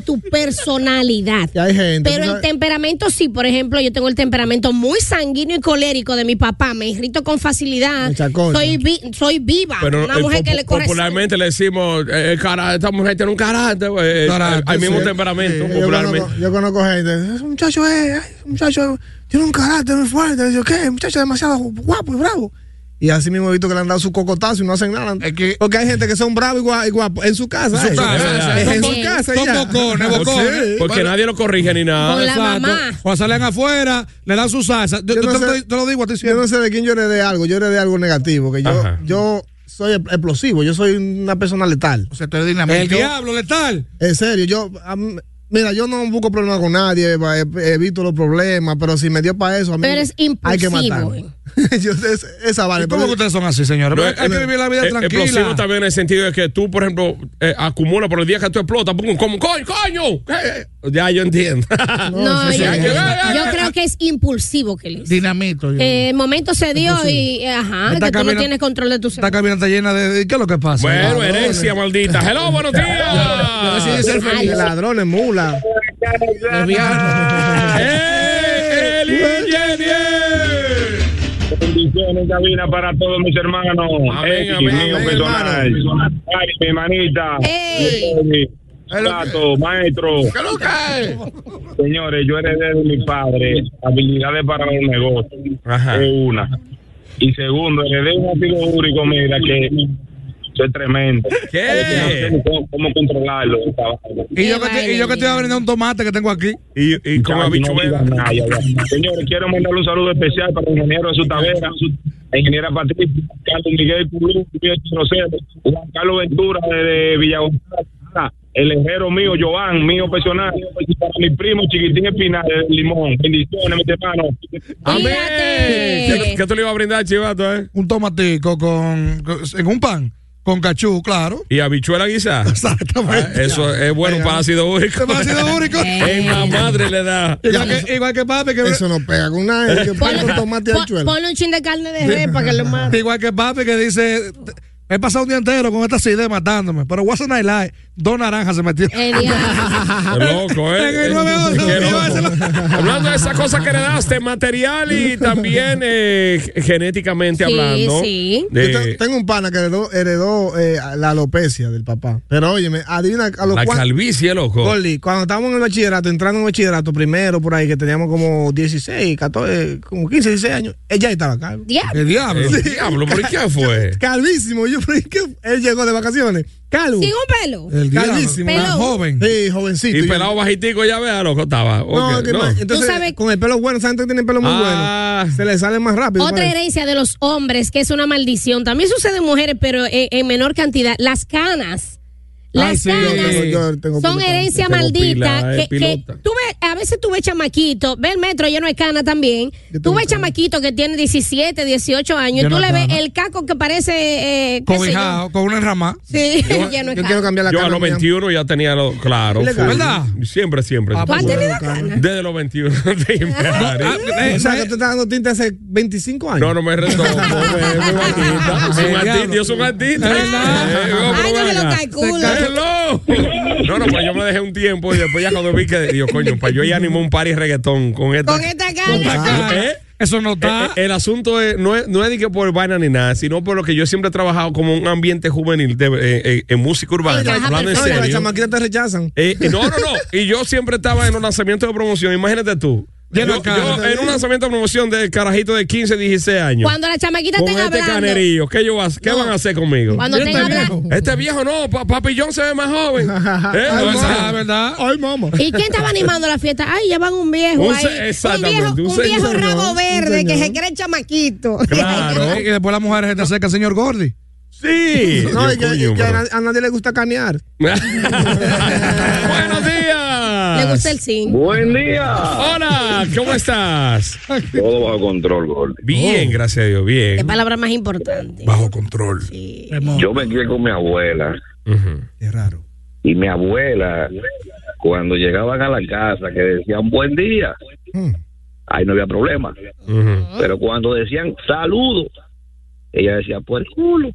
Speaker 6: (laughs)
Speaker 4: tu personalidad.
Speaker 6: Ya hay gente.
Speaker 4: Pero el temperamento sí, por ejemplo, yo tengo el temperamento muy sanguíneo y colérico de mi papá. Me irrito con facilidad.
Speaker 6: Mucha cosa.
Speaker 4: Soy, vi- soy viva.
Speaker 2: Pero
Speaker 4: una
Speaker 2: eh,
Speaker 4: mujer que
Speaker 2: popu-
Speaker 4: le corre.
Speaker 2: popularmente le decimos, eh, eh, cara- esta mujer tiene un carácter, eh, eh,
Speaker 5: Carácter,
Speaker 2: hay mismo
Speaker 5: sí.
Speaker 2: temperamento,
Speaker 6: yo,
Speaker 2: popularmente.
Speaker 6: conozco, yo conozco gente. Ese muchacho es, ay, ese muchacho tiene un carácter muy fuerte. Dice, ¿qué? Muchacho demasiado guapo y bravo. Y así mismo he visto que le han dado su cocotazo y no hacen nada.
Speaker 3: Es que-
Speaker 6: Porque hay gente que son bravos y gua- y guapos en su casa.
Speaker 5: En su
Speaker 6: ay.
Speaker 5: casa.
Speaker 6: Es Ah, en
Speaker 4: Son-
Speaker 6: su casa.
Speaker 5: Son
Speaker 6: ya.
Speaker 5: bocones, bocones.
Speaker 2: Porque nadie lo corrige ni nada.
Speaker 4: Con la mamá.
Speaker 5: O salen afuera, le dan su salsa. Yo,
Speaker 6: Yo no
Speaker 5: te-
Speaker 6: sé-
Speaker 5: te, te lo digo a ti
Speaker 6: Yo no
Speaker 5: siempre.
Speaker 6: sé de quién yo heredé algo. Yo heredé algo negativo. Que yo,
Speaker 2: Ajá.
Speaker 6: yo soy e- explosivo. Yo soy una persona letal.
Speaker 3: O sea, tú eres dinamita.
Speaker 5: El diablo letal.
Speaker 6: En serio, yo. a mí- Mira, yo no busco problemas con nadie, eh, va, ev- evito los problemas, pero si me dio para eso, a mí
Speaker 4: Pero eres
Speaker 6: hay que
Speaker 4: impulsivo. eh.
Speaker 6: matar. (laughs) yo, es- esa vale.
Speaker 5: ¿Y ¿Cómo
Speaker 6: pero-
Speaker 5: que ustedes son así, señores?
Speaker 2: No,
Speaker 5: Hay que
Speaker 2: eh,
Speaker 5: vivir la vida
Speaker 2: eh, Explosivo
Speaker 5: tranquila.
Speaker 2: también en el sentido de que tú, por ejemplo, eh, acumulas por el día que tú explotas, pum, como, coño, coño. ¿qué?". Ya yo entiendo.
Speaker 4: No,
Speaker 6: Sí,
Speaker 4: yo,
Speaker 6: sí.
Speaker 4: yo creo que es impulsivo que le
Speaker 3: Dinamito. yo.
Speaker 4: Eh, el momento se dio y eh, ajá,
Speaker 5: Está
Speaker 4: que tú no
Speaker 5: caminando-
Speaker 4: tienes control de tus
Speaker 5: Esta cabina está llena de. de- ¿Qué es lo que pasa?
Speaker 2: bueno, herencia maldita. Hello, buenos
Speaker 3: Así
Speaker 2: días.
Speaker 3: es el
Speaker 6: Ay,
Speaker 3: feliz.
Speaker 6: ladrones, mula.
Speaker 12: (laughs)
Speaker 3: Lesbiano.
Speaker 2: ¡Eh, el ingeniero!
Speaker 12: Bendiciones, Gabina, para todos mis hermanos.
Speaker 2: Amén,
Speaker 12: X,
Speaker 2: amén,
Speaker 12: mío
Speaker 2: amén,
Speaker 12: personal. Ay, mi manita.
Speaker 4: Ey.
Speaker 12: Ey.
Speaker 3: Es lo que-
Speaker 12: Tato, maestro.
Speaker 3: ¿Qué lo cae?
Speaker 12: Señores, yo heredé de mi padre habilidades para los negocios.
Speaker 2: Ajá.
Speaker 12: Es una. Y segundo, heredé un ácido úrico, mira, que soy tremendo.
Speaker 2: ¿Qué?
Speaker 12: Que no sé cómo, cómo controlarlo.
Speaker 5: Y yo, que
Speaker 4: Qué
Speaker 5: te, y yo que te iba a brindar un tomate que tengo aquí.
Speaker 2: Y, y con
Speaker 12: Ya,
Speaker 2: habichuela.
Speaker 12: no digas nada, ya, ya. Señores, eh? quiero mandarle un saludo especial para el ingeniero de su tavera, la ingeniera Patricia, Carlos Miguel Pulú, Miguel Rosero, Juan Carlos Ventura de Villagonzala, el herrero mío, Joan, mío personal, y para mi primo chiquitín Espinal de Limón. Bendiciones, mis hermanos.
Speaker 2: Amén.
Speaker 4: Fíjate.
Speaker 2: ¿Qué, qué tú le ibas a brindar, chivato, eh?
Speaker 5: Un tomatico con. con- en un pan. Con cachú, claro.
Speaker 2: Y
Speaker 5: (laughs)
Speaker 2: habichuela guisada. Ah,
Speaker 5: Exactamente.
Speaker 2: Eso es bueno para ácido úrico.
Speaker 5: Ha sido
Speaker 2: (laughs)
Speaker 5: único.
Speaker 4: Eh,
Speaker 2: En la madre
Speaker 5: (laughs)
Speaker 2: le da.
Speaker 5: Igual que, igual que papi, que
Speaker 6: Eso no pega con nada. Yo pongo
Speaker 4: Ponle,
Speaker 6: tomate y
Speaker 4: pon-
Speaker 6: habichuela.
Speaker 5: (laughs) Ah.
Speaker 4: ponle un chin de carne de res para que lo mate.
Speaker 5: igual que papi que dice, "Te- He pasado un día entero con esta idea matándome. Pero What's Night Live, dos naranjas se metieron.
Speaker 4: Eh,
Speaker 2: Qué loco,
Speaker 5: En el
Speaker 2: ¿eh?
Speaker 5: 9-11,
Speaker 2: Qué loco.
Speaker 5: llévaselo.
Speaker 2: Hablando de esa cosa que heredaste, material y también eh, genéticamente hablando. de-
Speaker 9: Yo te- tengo un pana que heredó, heredó, eh, la alopecia del papá. Pero óyeme, adivina a los
Speaker 2: La
Speaker 9: cuan-
Speaker 2: calvicie, loco.
Speaker 9: Gordy, cuando estábamos en el bachillerato, entrando en el bachillerato primero por ahí, que teníamos como 16, 14, como 15, 16 años, ella estaba calvo.
Speaker 4: Diablo.
Speaker 5: El diablo.
Speaker 2: El diablo, ¿por qué fue?
Speaker 9: (laughs) Calvísimo, yo pero ¿y qué? él llegó de vacaciones. Calvo.
Speaker 4: Sin un pelo.
Speaker 5: El diablo.
Speaker 9: Calvísimo.
Speaker 5: Tan
Speaker 4: Pelón.
Speaker 5: joven.
Speaker 9: Sí, jovencito.
Speaker 2: Y
Speaker 9: Yo-
Speaker 2: pelado bajitico, ya vea, loco, estaba.
Speaker 9: No,
Speaker 2: Ok,
Speaker 9: que
Speaker 2: no.
Speaker 9: ma- entonces,
Speaker 4: Tú sabes-
Speaker 9: con el pelo bueno, ¿saben que tiene pelo muy
Speaker 2: Ah.
Speaker 9: bueno? Se le sale más rápido.
Speaker 4: Otra
Speaker 9: parece.
Speaker 4: herencia de los hombres, que es una maldición. También sucede en mujeres, pero eh, en menor cantidad. Las canas. Las
Speaker 5: Ay, sí,
Speaker 4: canas
Speaker 5: yo-
Speaker 9: yo tengo
Speaker 4: son
Speaker 9: pila de
Speaker 4: herencia
Speaker 2: canas. Tengo
Speaker 4: maldita.
Speaker 2: pila de
Speaker 4: que, que
Speaker 2: pilota.
Speaker 4: tú ves- a veces tú ves chamaquito, ve el metro lleno de canas
Speaker 9: Yo
Speaker 4: también. Tú
Speaker 9: tengo
Speaker 4: ves
Speaker 9: canas.
Speaker 4: chamaquito que tiene 17, 18 años y
Speaker 5: Lleno
Speaker 4: tú
Speaker 5: de
Speaker 4: le ves
Speaker 5: canas.
Speaker 4: el caco que parece. Eh, qué sé yo.
Speaker 5: Cobijado, (laughs) con una enramada.
Speaker 4: Sí, (laughs)
Speaker 9: Yo
Speaker 4: lleno de
Speaker 9: quiero
Speaker 4: canas.
Speaker 9: cambiar la
Speaker 2: Yo
Speaker 9: cara
Speaker 2: a los
Speaker 9: mía.
Speaker 2: 21 ya tenía lo claro.
Speaker 9: Legal.
Speaker 2: full.
Speaker 5: ¿Verdad?
Speaker 2: Siempre, siempre.
Speaker 5: Ah,
Speaker 4: ¿Tú has
Speaker 5: pues,
Speaker 4: tenido canas?
Speaker 2: Desde los 21 te
Speaker 5: Ah,
Speaker 2: imaginas.
Speaker 5: eh,
Speaker 9: O sea, que
Speaker 5: eh,
Speaker 9: tú estás dando tinte hace 25 años.
Speaker 2: No, no me retomo. me- me bajita. Soy un
Speaker 5: El
Speaker 2: artista,
Speaker 5: Ah, diablo.
Speaker 2: yo soy un artista.
Speaker 5: Es verdad.
Speaker 2: Eh, digo,
Speaker 4: Ay,
Speaker 2: pero
Speaker 4: no se
Speaker 2: ven
Speaker 4: lo
Speaker 2: acá.
Speaker 4: calcula.
Speaker 2: Hello. No, no, pero yo me dejé un tiempo y después ya cuando vi que, Dios coño, para yo ya animé un party reggaetón con esta.
Speaker 4: Con esta cana.
Speaker 5: ah,
Speaker 2: ¿Eh?
Speaker 5: Eso no
Speaker 2: Eh,
Speaker 5: está.
Speaker 2: eh, el asunto es, no es, no es de que por vaina ni nada, sino por lo que yo siempre he trabajado como un ambiente juvenil de- eh, eh, en música urbana.
Speaker 4: Ay, trabaja
Speaker 2: hablando en
Speaker 9: No,
Speaker 4: perfecto.
Speaker 9: ya las
Speaker 2: serio.
Speaker 9: chamaquitas te rechazan.
Speaker 2: Eh, eh, no, no, no. Y yo siempre estaba en los lanzamientos de promoción. Imagínate tú. Yo,
Speaker 5: Lleno de cara.
Speaker 2: yo en un lanzamiento de promoción de carajito de 15, 16 años.
Speaker 4: Cuando la chamaquita
Speaker 2: con
Speaker 4: estén
Speaker 2: este
Speaker 4: hablando.
Speaker 2: canerillo, ¿qué, yo, vas- qué van a hacer conmigo?
Speaker 4: Cuando
Speaker 5: Yo
Speaker 4: estén
Speaker 5: estoy
Speaker 4: hablando.
Speaker 5: viejo.
Speaker 2: Este viejo no, pa- papi John se ve más
Speaker 5: (laughs)
Speaker 2: joven. Eh,
Speaker 5: Ah,
Speaker 2: no,
Speaker 5: ¿verdad?
Speaker 2: esa-
Speaker 5: ¿Verdad?
Speaker 9: Ay, mamá.
Speaker 4: ¿Y quién estaba animando la fiesta? Ay, ya van un viejo
Speaker 2: Un se-
Speaker 4: ahí. Un
Speaker 2: exactamente,
Speaker 4: viejo,
Speaker 2: un
Speaker 4: un
Speaker 2: señor.
Speaker 4: viejo rabo
Speaker 9: Un
Speaker 4: verde que
Speaker 9: señor.
Speaker 4: se cree chamaquito.
Speaker 2: Claro.
Speaker 5: Eh, Y después las mujeres se te acercan, señor Gordy.
Speaker 6: (laughs)
Speaker 2: Sí.
Speaker 9: (laughs) No,
Speaker 2: Dios
Speaker 9: y que,
Speaker 2: coño,
Speaker 9: y que a,
Speaker 2: bro.
Speaker 9: na- a nadie le gusta canear.
Speaker 2: Buenos días.
Speaker 4: (laughs) Le gusta el zinc.
Speaker 1: Buen día.
Speaker 2: Hola, ¿cómo estás?
Speaker 1: Todo bajo control, Gordy.
Speaker 5: Oh.
Speaker 2: Bien, gracias a Dios,
Speaker 4: Qué
Speaker 2: bien.
Speaker 4: palabra más importante.
Speaker 5: Bajo control.
Speaker 1: Yo me crié con mi abuela.
Speaker 2: Ujú.
Speaker 9: Es raro.
Speaker 1: Y mi abuela, cuando llegaban a la casa, que decían buen día,
Speaker 9: Hmm.
Speaker 1: ahí no había problema.
Speaker 2: Ujú.
Speaker 1: Pero cuando decían saludo, ella decía, por el culo.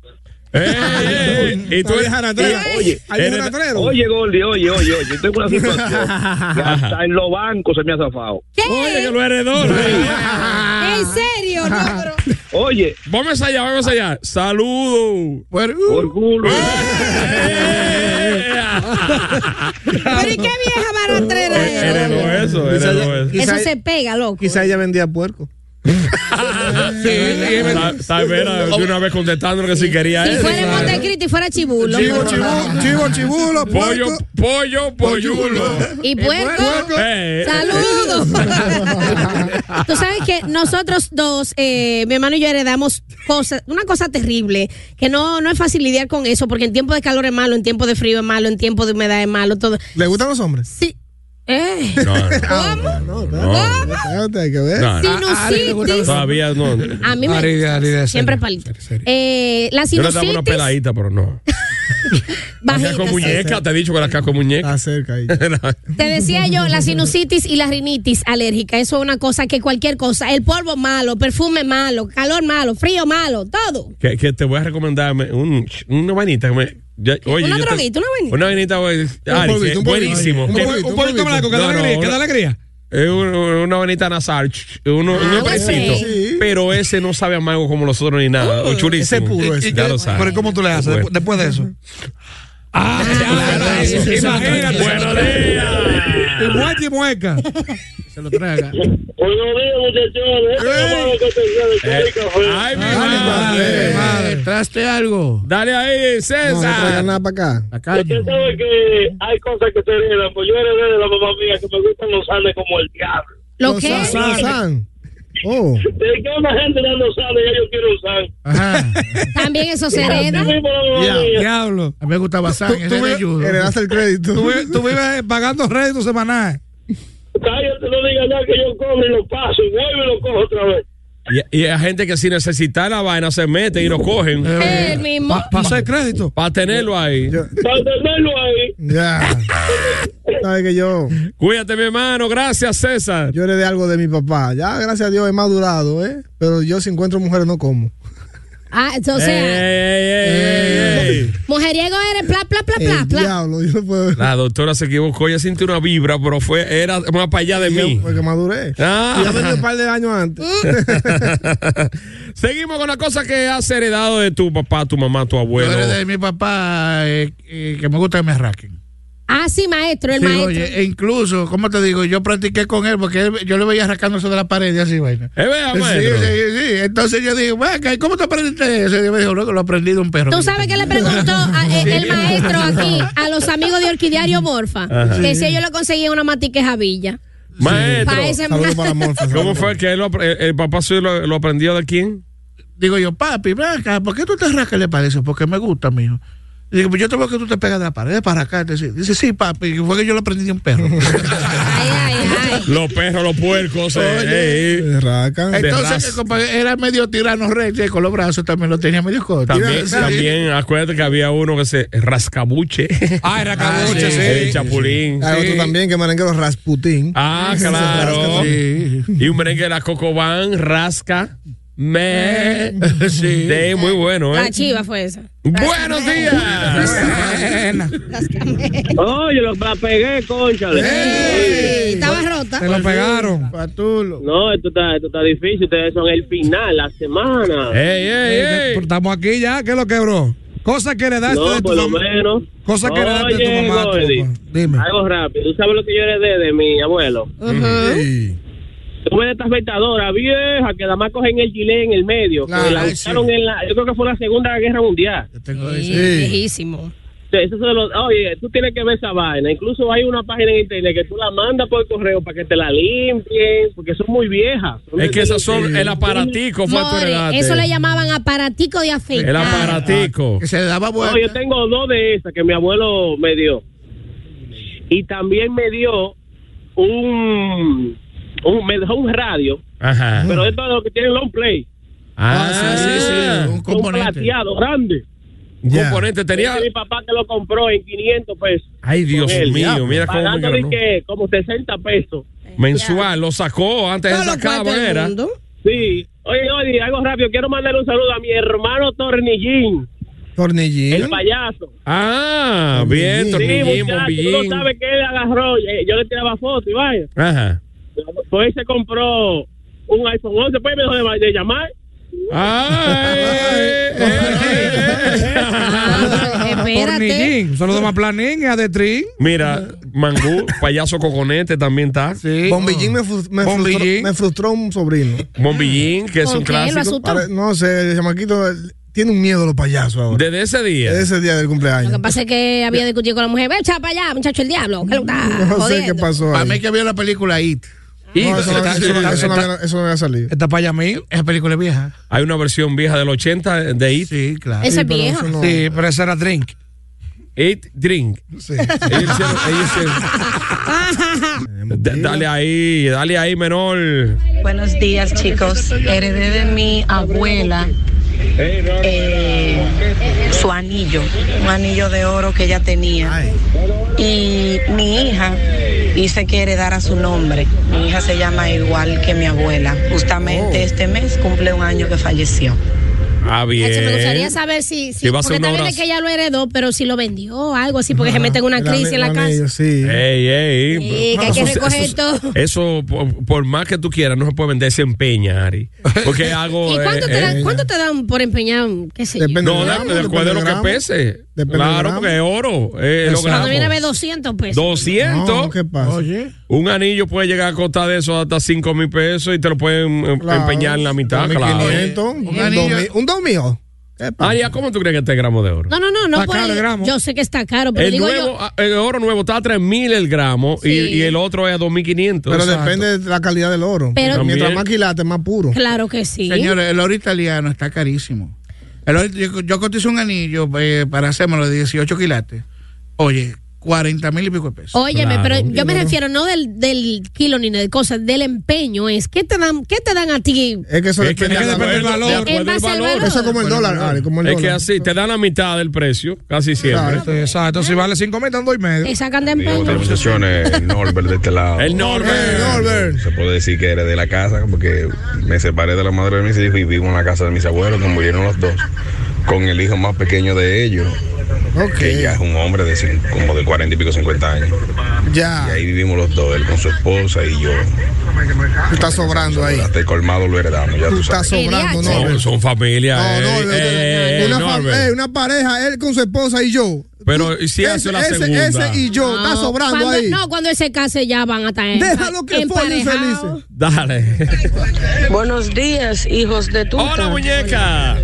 Speaker 2: Eh, eh, eh, ¿Y tú
Speaker 9: Hay vieja ratrera.
Speaker 1: Oye,
Speaker 9: Hay vieja
Speaker 2: eres-
Speaker 9: ratrera.
Speaker 1: Oye, Gordy, oye, oye, oye, yo tengo una situación.
Speaker 2: (laughs)
Speaker 1: que hasta en los bancos se me ha zafado.
Speaker 4: ¿Qué?
Speaker 2: Oye, que lo heredó. lo heredó.
Speaker 9: Ah.
Speaker 4: ¿En serio? No, pero...
Speaker 1: Oye,
Speaker 2: Vamos allá, vamos allá. Saludo.
Speaker 5: Bueno,
Speaker 1: por culo.
Speaker 2: Eh,
Speaker 4: pero ¿y qué vieja baratrera es?
Speaker 2: Heredó eso,
Speaker 9: Quizá
Speaker 2: heredó
Speaker 9: ya-
Speaker 2: eso.
Speaker 9: quizá-
Speaker 4: Eso se pega, loco.
Speaker 9: Quizá ella vendía puerco.
Speaker 2: Ta- Tal vez era de una vez contestando lo que si quería
Speaker 4: Si
Speaker 2: eso.
Speaker 4: fuera en Montecristi y fuera chibulo.
Speaker 5: chivo, chivo, chivo, chibulo,
Speaker 2: Pollo,
Speaker 5: puerco.
Speaker 2: pollo, pollulo.
Speaker 4: Y puerco.
Speaker 2: Eh, eh,
Speaker 4: Saludos.
Speaker 9: (laughs)
Speaker 4: Tú sabes que nosotros dos, eh, mi hermano y yo heredamos cosas, una cosa terrible, que no, no es fácil lidiar con eso, porque en tiempo de calor es malo, en tiempo de frío es malo, en tiempo de humedad es malo, todo.
Speaker 9: ¿Le gustan los hombres?
Speaker 4: Sí. Eh.
Speaker 2: No, no,
Speaker 4: ¿Cómo?
Speaker 9: No,
Speaker 2: no,
Speaker 9: espérate, hay que ver.
Speaker 2: no, no.
Speaker 4: Sinusitis.
Speaker 2: Todavía no.
Speaker 9: Ah,
Speaker 4: A mí me.
Speaker 5: Aridia, Aridia,
Speaker 4: Siempre
Speaker 5: serio,
Speaker 4: palito.
Speaker 5: serio, serio.
Speaker 4: Eh, la
Speaker 2: Yo le daba una
Speaker 4: sinusitis.
Speaker 2: peladita, pero no.
Speaker 4: bajita,
Speaker 2: Casco
Speaker 4: sí.
Speaker 2: muñeca, te he dicho que la casco muñeca.
Speaker 9: Acerca ahí.
Speaker 4: Te decía yo, la sinusitis y la rinitis alérgica, eso es una cosa que cualquier cosa, el polvo malo, perfume malo, calor malo, frío malo, todo.
Speaker 2: (laughs) Que, que te voy a recomendar me- un, una vainita. que me- ya- oye,
Speaker 4: Una
Speaker 2: yo te-
Speaker 4: droguita, una vainita.
Speaker 2: Una vainita, güey, Ari, que
Speaker 9: polvito, un polvito.
Speaker 2: buenísimo.
Speaker 9: Un
Speaker 5: Un
Speaker 2: Que-
Speaker 5: polvito, un polvito blanco, que da
Speaker 2: No, no,
Speaker 5: alegría, que
Speaker 2: una-
Speaker 5: da alegría.
Speaker 2: Es un- una vainita nasal, ch- uno- un hombrecito.
Speaker 4: ok.
Speaker 9: Sí.
Speaker 2: Pero ese no sabe amargo como los otros ni nada. o chulísimo.
Speaker 9: ese es puro, ese.
Speaker 2: Ya lo sabes.
Speaker 5: Pero ¿cómo tú le haces
Speaker 2: Bueno.
Speaker 5: despu- después de eso? Ah,
Speaker 2: Ah,
Speaker 5: ya,
Speaker 2: eso.
Speaker 5: imagínate.
Speaker 2: Buenos días.
Speaker 5: Y mueca y mueca. Se lo traga.
Speaker 1: Buenos días,
Speaker 2: Eh. Ay, mi madre.
Speaker 9: Eh,
Speaker 5: madre.
Speaker 7: ¿Traste algo?
Speaker 2: Dale ahí,
Speaker 9: No, no traigan
Speaker 2: César.
Speaker 9: nada para acá.
Speaker 7: Acá.
Speaker 1: Usted sabe que hay cosas que se heredan, pues yo heredé de la mamá mía que me gustan los sales como el diablo.
Speaker 4: Lo
Speaker 9: Los
Speaker 4: que
Speaker 9: san- los san. Oh,
Speaker 1: Desde que una gente ya no sale, ya yo quiero usar.
Speaker 7: Ajá.
Speaker 4: también eso se hereda.
Speaker 1: Así mismo la mamá
Speaker 7: Ya.
Speaker 1: mía.
Speaker 5: Diablo.
Speaker 7: A mí me gustaba San,
Speaker 5: tú
Speaker 7: ese
Speaker 5: me-
Speaker 7: de judo.
Speaker 9: heredaste el crédito.
Speaker 5: Tú, vi- tú vives eh, pagando rédito semanal.
Speaker 1: Cállate, no digas nada que yo cobro y lo paso y vuelvo y lo cojo otra vez.
Speaker 2: Y, y hay gente que si necesita la vaina se mete y lo cogen
Speaker 1: Eh,
Speaker 4: El mismo.
Speaker 5: Pa- Pasa el crédito.
Speaker 2: para tenerlo ahí.
Speaker 1: Para eh. tenerlo ahí.
Speaker 9: Ya. Sabes que yo,
Speaker 2: Cuídate, mi hermano. Gracias, César.
Speaker 9: yo heredé algo de mi papá. Ya, gracias a Dios, he madurado, ¿eh? Pero yo si encuentro mujeres no como.
Speaker 4: Ah, entonces.
Speaker 2: Eh.
Speaker 4: Mujeriego eres pla, pla, pla, pla, pla.
Speaker 2: La doctora se equivocó, ella sintió una vibra, pero fue, era más para allá de
Speaker 5: (laughs)
Speaker 2: mí.
Speaker 9: Porque maduré.
Speaker 2: Ah.
Speaker 9: Y Ya venía un par de años antes.
Speaker 4: Mm.
Speaker 2: Seguimos con la cosa que has heredado de tu papá, tu mamá, tu abuelo.
Speaker 7: Yo de mi papá eh, eh, que me gusta que me rasquen.
Speaker 4: Ah, sí, maestro, el
Speaker 7: Sí,
Speaker 4: maestro.
Speaker 7: oye, e incluso, ¿cómo te digo? Yo practiqué con él porque él- yo le veía rascándose de la pared y así, vaina.
Speaker 2: Eh, vea,
Speaker 7: Sí,
Speaker 2: maestro.
Speaker 7: sí, sí. Entonces yo digo, "Ven acá, ¿y ¿cómo te aprendiste eso? Y yo me dijo, loco, lo aprendí de un perro.
Speaker 4: Tú sabes que le preguntó a- eh, el maestro aquí a los amigos de Orquidiario Morfa
Speaker 2: Ajá.
Speaker 4: que
Speaker 2: Sí.
Speaker 4: si ellos le conseguían una matica Javilla.
Speaker 2: Maestro.
Speaker 4: Pa' ese- Saludos para Morfa, ¿eh?
Speaker 2: ¿Cómo fue que él lo apre- el, el papá suyo lo, lo aprendió de quién?
Speaker 7: Digo yo, papi, ven acá, ¿por qué tú te rascas la pared? Dice, Porque me gusta, mijo. Y Digo, pues yo te veo que tú te pegas de la pared para acá. Dice, sí, papi, fue que yo lo aprendí de un perro.
Speaker 4: (laughs)
Speaker 2: Los perros, los puercos. eh,
Speaker 7: Oye.
Speaker 2: eh, eh. De
Speaker 7: Entonces,
Speaker 2: raza.
Speaker 7: compadre, era medio tirano rey, che, con los brazos también lo tenía medio corto.
Speaker 2: También,
Speaker 7: Sí.
Speaker 2: también, acuérdate que había uno que se rascabuche.
Speaker 5: Ah, era cabuche, sí. Ah,
Speaker 2: El chapulín.
Speaker 9: Hay otro también que merenguero Rasputín. (laughs)
Speaker 2: Ah,
Speaker 9: Se rasca
Speaker 2: claro.
Speaker 9: también.
Speaker 2: Y un merengue de la Cocoban, rasca. Me. Sí. muy bueno,
Speaker 4: La
Speaker 2: ¿eh?
Speaker 4: chiva fue esa.
Speaker 2: Buenos días.
Speaker 10: Oye, lo, la pegué, conchale.
Speaker 4: Estaba rota.
Speaker 5: Te lo pegaron.
Speaker 9: Patulo.
Speaker 10: No, esto está, esto está difícil. Ustedes son el final, la semana.
Speaker 5: Eh, que- Estamos aquí ya, ¿qué es lo que, bro? Cosa que heredaste
Speaker 10: No,
Speaker 5: de tu
Speaker 10: por lo
Speaker 5: mamá.
Speaker 10: menos.
Speaker 5: Cosa que heredaste de
Speaker 10: Oye,
Speaker 5: tu mamá. tu
Speaker 10: Gordy,
Speaker 5: papá. Dime.
Speaker 10: algo rápido. ¿Tú sabes lo que yo heredé de mi abuelo?
Speaker 5: Sí.
Speaker 10: Tuve de estas vetadoras viejas que nada más cogen el chile en el medio. que
Speaker 7: Claro,
Speaker 10: la
Speaker 7: ay,
Speaker 10: usaron
Speaker 7: sí.
Speaker 10: en la, yo creo que fue la Segunda Guerra Mundial.
Speaker 7: Tengo
Speaker 4: Sí,
Speaker 7: ese.
Speaker 4: Viejísimo.
Speaker 10: O sea, eso se lo- oye, tú tienes que ver esa vaina. Incluso hay una página en internet que tú la mandas por correo para que te la limpien, porque son muy viejas. Son
Speaker 2: Es
Speaker 10: de-
Speaker 2: que esas son el aparatico, fue tu heredaste.
Speaker 4: More, eso le llamaban aparatico de afeitar.
Speaker 2: El aparatico.
Speaker 7: Que se le daba
Speaker 10: No,
Speaker 7: vuelta.
Speaker 10: yo tengo dos de esas que mi abuelo me dio. Y también me dio un, un me dejó un radio,
Speaker 2: Ajá.
Speaker 10: pero esto es lo que tiene long play,
Speaker 2: Ah,
Speaker 7: Ah, sí, sí, sí, un
Speaker 10: un
Speaker 7: componente.
Speaker 10: plateado grande.
Speaker 2: Un componente tenía.
Speaker 10: Ese mi papá que lo compró en 500 pesos.
Speaker 2: Ay, Dios
Speaker 10: Con él,
Speaker 2: mío, mira cómo me
Speaker 10: Pagándole
Speaker 2: ganó.
Speaker 10: que como 60 pesos.
Speaker 2: Mensual, lo sacó antes de
Speaker 4: Todos los
Speaker 2: sacar,
Speaker 4: cuartos del
Speaker 2: era.
Speaker 4: mundo.
Speaker 10: Sí. Oye, oye, algo rápido. Quiero mandarle un saludo a mi hermano Tornillín, el
Speaker 9: Tornillín.
Speaker 10: payaso.
Speaker 2: Ah, bien,
Speaker 9: Sí,
Speaker 2: tornillín,
Speaker 10: muchacho, tú no
Speaker 2: bombillín.
Speaker 10: sabes que él agarró. eh, Yo le tiraba fotos y vaya.
Speaker 2: Ajá.
Speaker 10: Pues él se compró un iPhone 11, pues me dejó de, de llamar.
Speaker 4: (laughs)
Speaker 2: Ay, eh, eh, eh.
Speaker 4: Espérate.
Speaker 5: Tornillín. Saludos más planín y a Detrin.
Speaker 2: Mira, Mangú, payaso coconete también está.
Speaker 7: Sí.
Speaker 9: Bombillín me, frus- me
Speaker 5: Bombillín.
Speaker 9: Frustró, me frustró un sobrino.
Speaker 2: Bombillín, que es
Speaker 4: ¿Por
Speaker 2: un
Speaker 4: qué? ¿Lo
Speaker 2: clásico.
Speaker 4: asustó?
Speaker 9: Pare- no sé, el chamaquito eh, tiene un miedo a los payasos ahora.
Speaker 2: Desde ese día.
Speaker 9: Desde ese día del
Speaker 4: Lo
Speaker 6: (laughs)
Speaker 4: que
Speaker 9: cumpleaños.
Speaker 4: pasa es que había discutido con la mujer. Ve, echa para allá, muchacho, el diablo. que lo está
Speaker 9: (laughs) No sé qué
Speaker 4: jodiendo.
Speaker 9: pasó
Speaker 7: Para
Speaker 9: ahí.
Speaker 7: mí que vio la película It.
Speaker 2: Y
Speaker 9: No, eso no-
Speaker 2: está-
Speaker 9: eso
Speaker 2: está-
Speaker 9: no- eso no
Speaker 2: está-
Speaker 9: había- eso no había salido.
Speaker 5: Está para allá mío.
Speaker 7: Esa película es vieja.
Speaker 2: hay una versión vieja del 80 de It,
Speaker 7: Sí, claro.
Speaker 4: Eso es
Speaker 9: pero
Speaker 4: viejo.
Speaker 9: eso no-
Speaker 5: Sí, pero ese era Drink.
Speaker 2: It Drink.
Speaker 9: Sí.
Speaker 2: Ellos hicieron- ellos
Speaker 4: (laughs)
Speaker 2: hicieron- Da- dale ahí, dale ahí, menor.
Speaker 13: Buenos días, chicos. Heredé de mi abuela eh, su anillo, un anillo de oro que ella tenía. Y mi hija hice que heredara su nombre. Mi hija se llama igual que mi abuela.
Speaker 2: Oh.
Speaker 13: Justamente este mes cumple un año que falleció.
Speaker 2: Ah, bien.
Speaker 4: Nacho, me
Speaker 9: Eh,
Speaker 4: gustaría saber si, si
Speaker 2: Sí, va a ser
Speaker 4: porque
Speaker 2: una
Speaker 4: tal vez
Speaker 2: obra-
Speaker 4: es que ella lo heredó, pero si lo vendió o algo así, porque se mete en una
Speaker 9: El
Speaker 4: crisis en la
Speaker 9: anillo,
Speaker 4: casa.
Speaker 9: Sí.
Speaker 2: Ey, ey.
Speaker 4: Sí, que hay que
Speaker 2: Eso-
Speaker 4: recoger
Speaker 2: eso-
Speaker 4: todo.
Speaker 2: Eso, por, por más que tú quieras, no se puede vender se empeña, Ari. Porque es algo.
Speaker 4: ¿Y cuánto,
Speaker 2: eh,
Speaker 4: te dan,
Speaker 2: eh,
Speaker 4: cuánto te dan por empeñar? ¿Qué sé yo?
Speaker 9: Depende
Speaker 2: No,
Speaker 9: del
Speaker 2: de,
Speaker 9: gramo,
Speaker 2: de acuerdo
Speaker 9: depende
Speaker 2: a lo
Speaker 9: del
Speaker 2: que
Speaker 9: gramo.
Speaker 2: pese.
Speaker 9: Depende del
Speaker 2: claro,
Speaker 9: gramo.
Speaker 2: porque es oro. eh, lo
Speaker 9: Exacto.
Speaker 4: Cuando viene a ver
Speaker 2: gramos.
Speaker 4: 200 pesos.
Speaker 2: 200.
Speaker 9: No, ¿qué pasa?
Speaker 7: Oye.
Speaker 2: Un anillo puede llegar a costar de eso hasta 5 mil pesos y te lo pueden eh,
Speaker 9: Claro.
Speaker 2: empeñar en la mitad, claro.
Speaker 9: 2500,
Speaker 7: Un
Speaker 9: un
Speaker 7: anillo.
Speaker 9: domi- Un dominio.
Speaker 2: Ari, ¿a ¿cómo tú crees que este gramo de oro?
Speaker 4: No, no, no, no
Speaker 5: Está
Speaker 4: por
Speaker 5: caro el gramo.
Speaker 4: Yo sé que está caro, pero
Speaker 2: el,
Speaker 4: digo
Speaker 2: nuevo,
Speaker 4: yo.
Speaker 2: ah, el oro nuevo está a 3 mil el gramo y-
Speaker 4: Sí.
Speaker 2: y, el otro es a 2500.
Speaker 9: Pero
Speaker 2: Exacto.
Speaker 9: depende de la calidad del oro.
Speaker 4: Pero-
Speaker 9: Porque mientras
Speaker 2: También.
Speaker 9: más quilate, más puro.
Speaker 4: Claro que sí.
Speaker 7: Señores, el oro italiano está carísimo. El oro- yo, yo cotizo un anillo eh, para hacérmelo de 18 quilates. Oye, 40 mil y pico de pesos.
Speaker 4: Óyeme, pero yo me refiero no del, del kilo ni de cosas, del empeño es. ¿Qué te dan, qué te dan a ti?
Speaker 2: Eh,
Speaker 6: Es que eso
Speaker 2: Es
Speaker 6: depende
Speaker 2: que tiene que
Speaker 6: del
Speaker 2: depender del valor.
Speaker 4: En base al valor.
Speaker 6: Eso es como el dólar, Ale, como el
Speaker 2: Es
Speaker 6: dólar.
Speaker 2: que así, te dan la mitad del precio, casi siempre.
Speaker 5: Exacto, exacto.
Speaker 4: Ah,
Speaker 5: Si vale 5 mil, dan 2 y medio.
Speaker 4: Te sacan de empeño.
Speaker 12: Otra obsesión es el Norbert de este lado.
Speaker 2: El Norbert.
Speaker 12: Se puede decir que eres de la casa porque me separé de la madre de mis hijos y vivo en la casa de mis abuelos, que murieron los dos, con el hijo más pequeño de ellos, que ya es un hombre de cin- como de 40 y pico, 50 años.
Speaker 6: Ya.
Speaker 12: Y ahí vivimos los dos, él con su esposa y yo.
Speaker 6: Tú estás sobrando ahí.
Speaker 12: Hasta el colmado lo heredamos, ya tú
Speaker 6: Estás
Speaker 12: sabes.
Speaker 6: sobrando,
Speaker 2: Son-
Speaker 6: Norbert.
Speaker 2: pues Son familias. eh, eh, eh,
Speaker 6: una, fam-
Speaker 2: Norbert.
Speaker 6: eh, una pareja, él con su esposa y yo.
Speaker 2: Pero ¿y si hace la
Speaker 6: ese-
Speaker 2: segunda.
Speaker 6: ese y yo, está sobrando
Speaker 4: cuando,
Speaker 6: ahí.
Speaker 4: No, cuando él se case ya van a estar
Speaker 6: Déjalo que follen
Speaker 4: emparejados.
Speaker 2: Dale.
Speaker 1: Buenos días, hijos de tu.
Speaker 2: Hola, muñeca.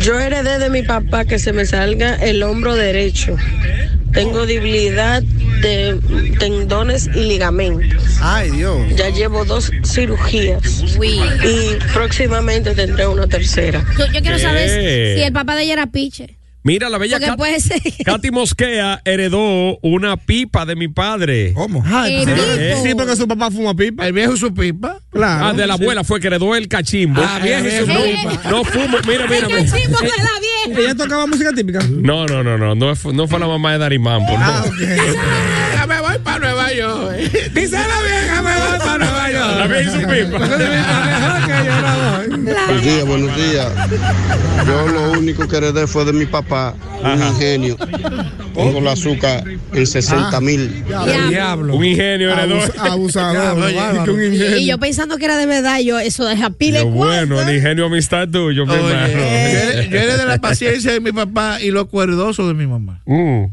Speaker 1: Yo heredé de mi papá que se me salga el hombro derecho. Tengo debilidad de tendones y ligamentos.
Speaker 6: Ay, Dios.
Speaker 1: Ya llevo dos cirugías. Y próximamente tendré una tercera.
Speaker 4: Yo, yo quiero
Speaker 2: ¿Qué?
Speaker 4: saber si si el papá de ella era piche.
Speaker 2: Mira, la bella
Speaker 4: Porque
Speaker 2: Kat-
Speaker 4: puede ser.
Speaker 2: (laughs) Katy Mosquea heredó una pipa de mi padre.
Speaker 5: ¿Cómo?
Speaker 6: Ah,
Speaker 4: El
Speaker 2: Eh,
Speaker 4: tipo.
Speaker 2: sí,
Speaker 6: porque su papá fuma pipa.
Speaker 7: El viejo y su pipa.
Speaker 6: Claro.
Speaker 2: Ah, de la abuela fue que heredó el cachimbo.
Speaker 7: Ah,
Speaker 2: Vieja y su-
Speaker 7: vieja y su
Speaker 2: no, no fumo. Mira, mira.
Speaker 4: El
Speaker 2: mira.
Speaker 4: cachimbo de la vieja.
Speaker 6: Ella tocaba música típica.
Speaker 2: No, no, no, no. No fue, no fue la mamá de Darimambo. No.
Speaker 7: Ya me voy para Nueva York. Dice la vieja, me voy para Nueva York.
Speaker 2: La vieja y su pipa.
Speaker 10: Buenos días, buenos días. Yo lo único que heredé fue de mi papá, un ingenio. Tengo el azúcar en 60 mil.
Speaker 5: Diablo.
Speaker 2: Un ingenio heredó.
Speaker 6: Abus-
Speaker 4: ah,
Speaker 6: abusador.
Speaker 7: Diablo, oye,
Speaker 6: bárbaro.
Speaker 4: Y yo pensando que era de verdad, yo eso deja pila
Speaker 2: Yo,
Speaker 4: de
Speaker 2: bueno, el ingenio amistad tuyo, mi
Speaker 7: Oye,
Speaker 2: hermano.
Speaker 7: yo era- yo era de la paciencia de mi papá y lo cuerdoso de mi mamá.
Speaker 2: Uh.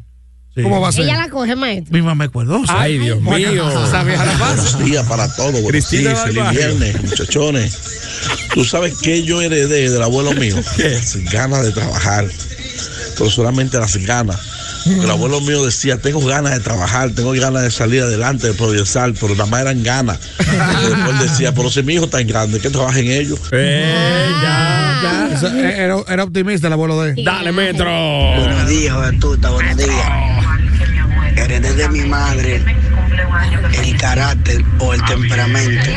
Speaker 7: Sí.
Speaker 5: ¿Cómo va a ser?
Speaker 4: Ella la coge, maestro.
Speaker 7: Mi mamá es cuerdosa.
Speaker 2: Ay, Dios mío.
Speaker 5: Esa vieja la pasa.
Speaker 8: Buenos días para todos. Buenos
Speaker 2: Cristina
Speaker 8: días,
Speaker 2: del
Speaker 8: feliz
Speaker 2: barrio.
Speaker 8: viernes, muchachones. Tú sabes que yo heredé del abuelo
Speaker 2: (laughs)
Speaker 8: mío. Sin ganas de trabajar. Pero solamente las ganas. Porque El abuelo mío decía, tengo ganas de trabajar, tengo ganas de salir adelante, de progresar, pero nada más eran ganas. Y después decía, pero si mi hijo tan grande, que trabajen ellos.
Speaker 2: Eh, ya.
Speaker 5: Eso, eh, Era, era optimista el abuelo de él.
Speaker 2: Dale, metro.
Speaker 9: Buenos días, Bertuta, buenos días. Heredé de mi madre el carácter o el temperamento.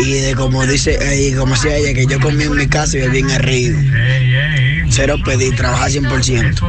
Speaker 9: Y de como dice, eh, y como decía ella, que yo comí en mi casa y bebí en el río. Cero pedí, trabajar 100%.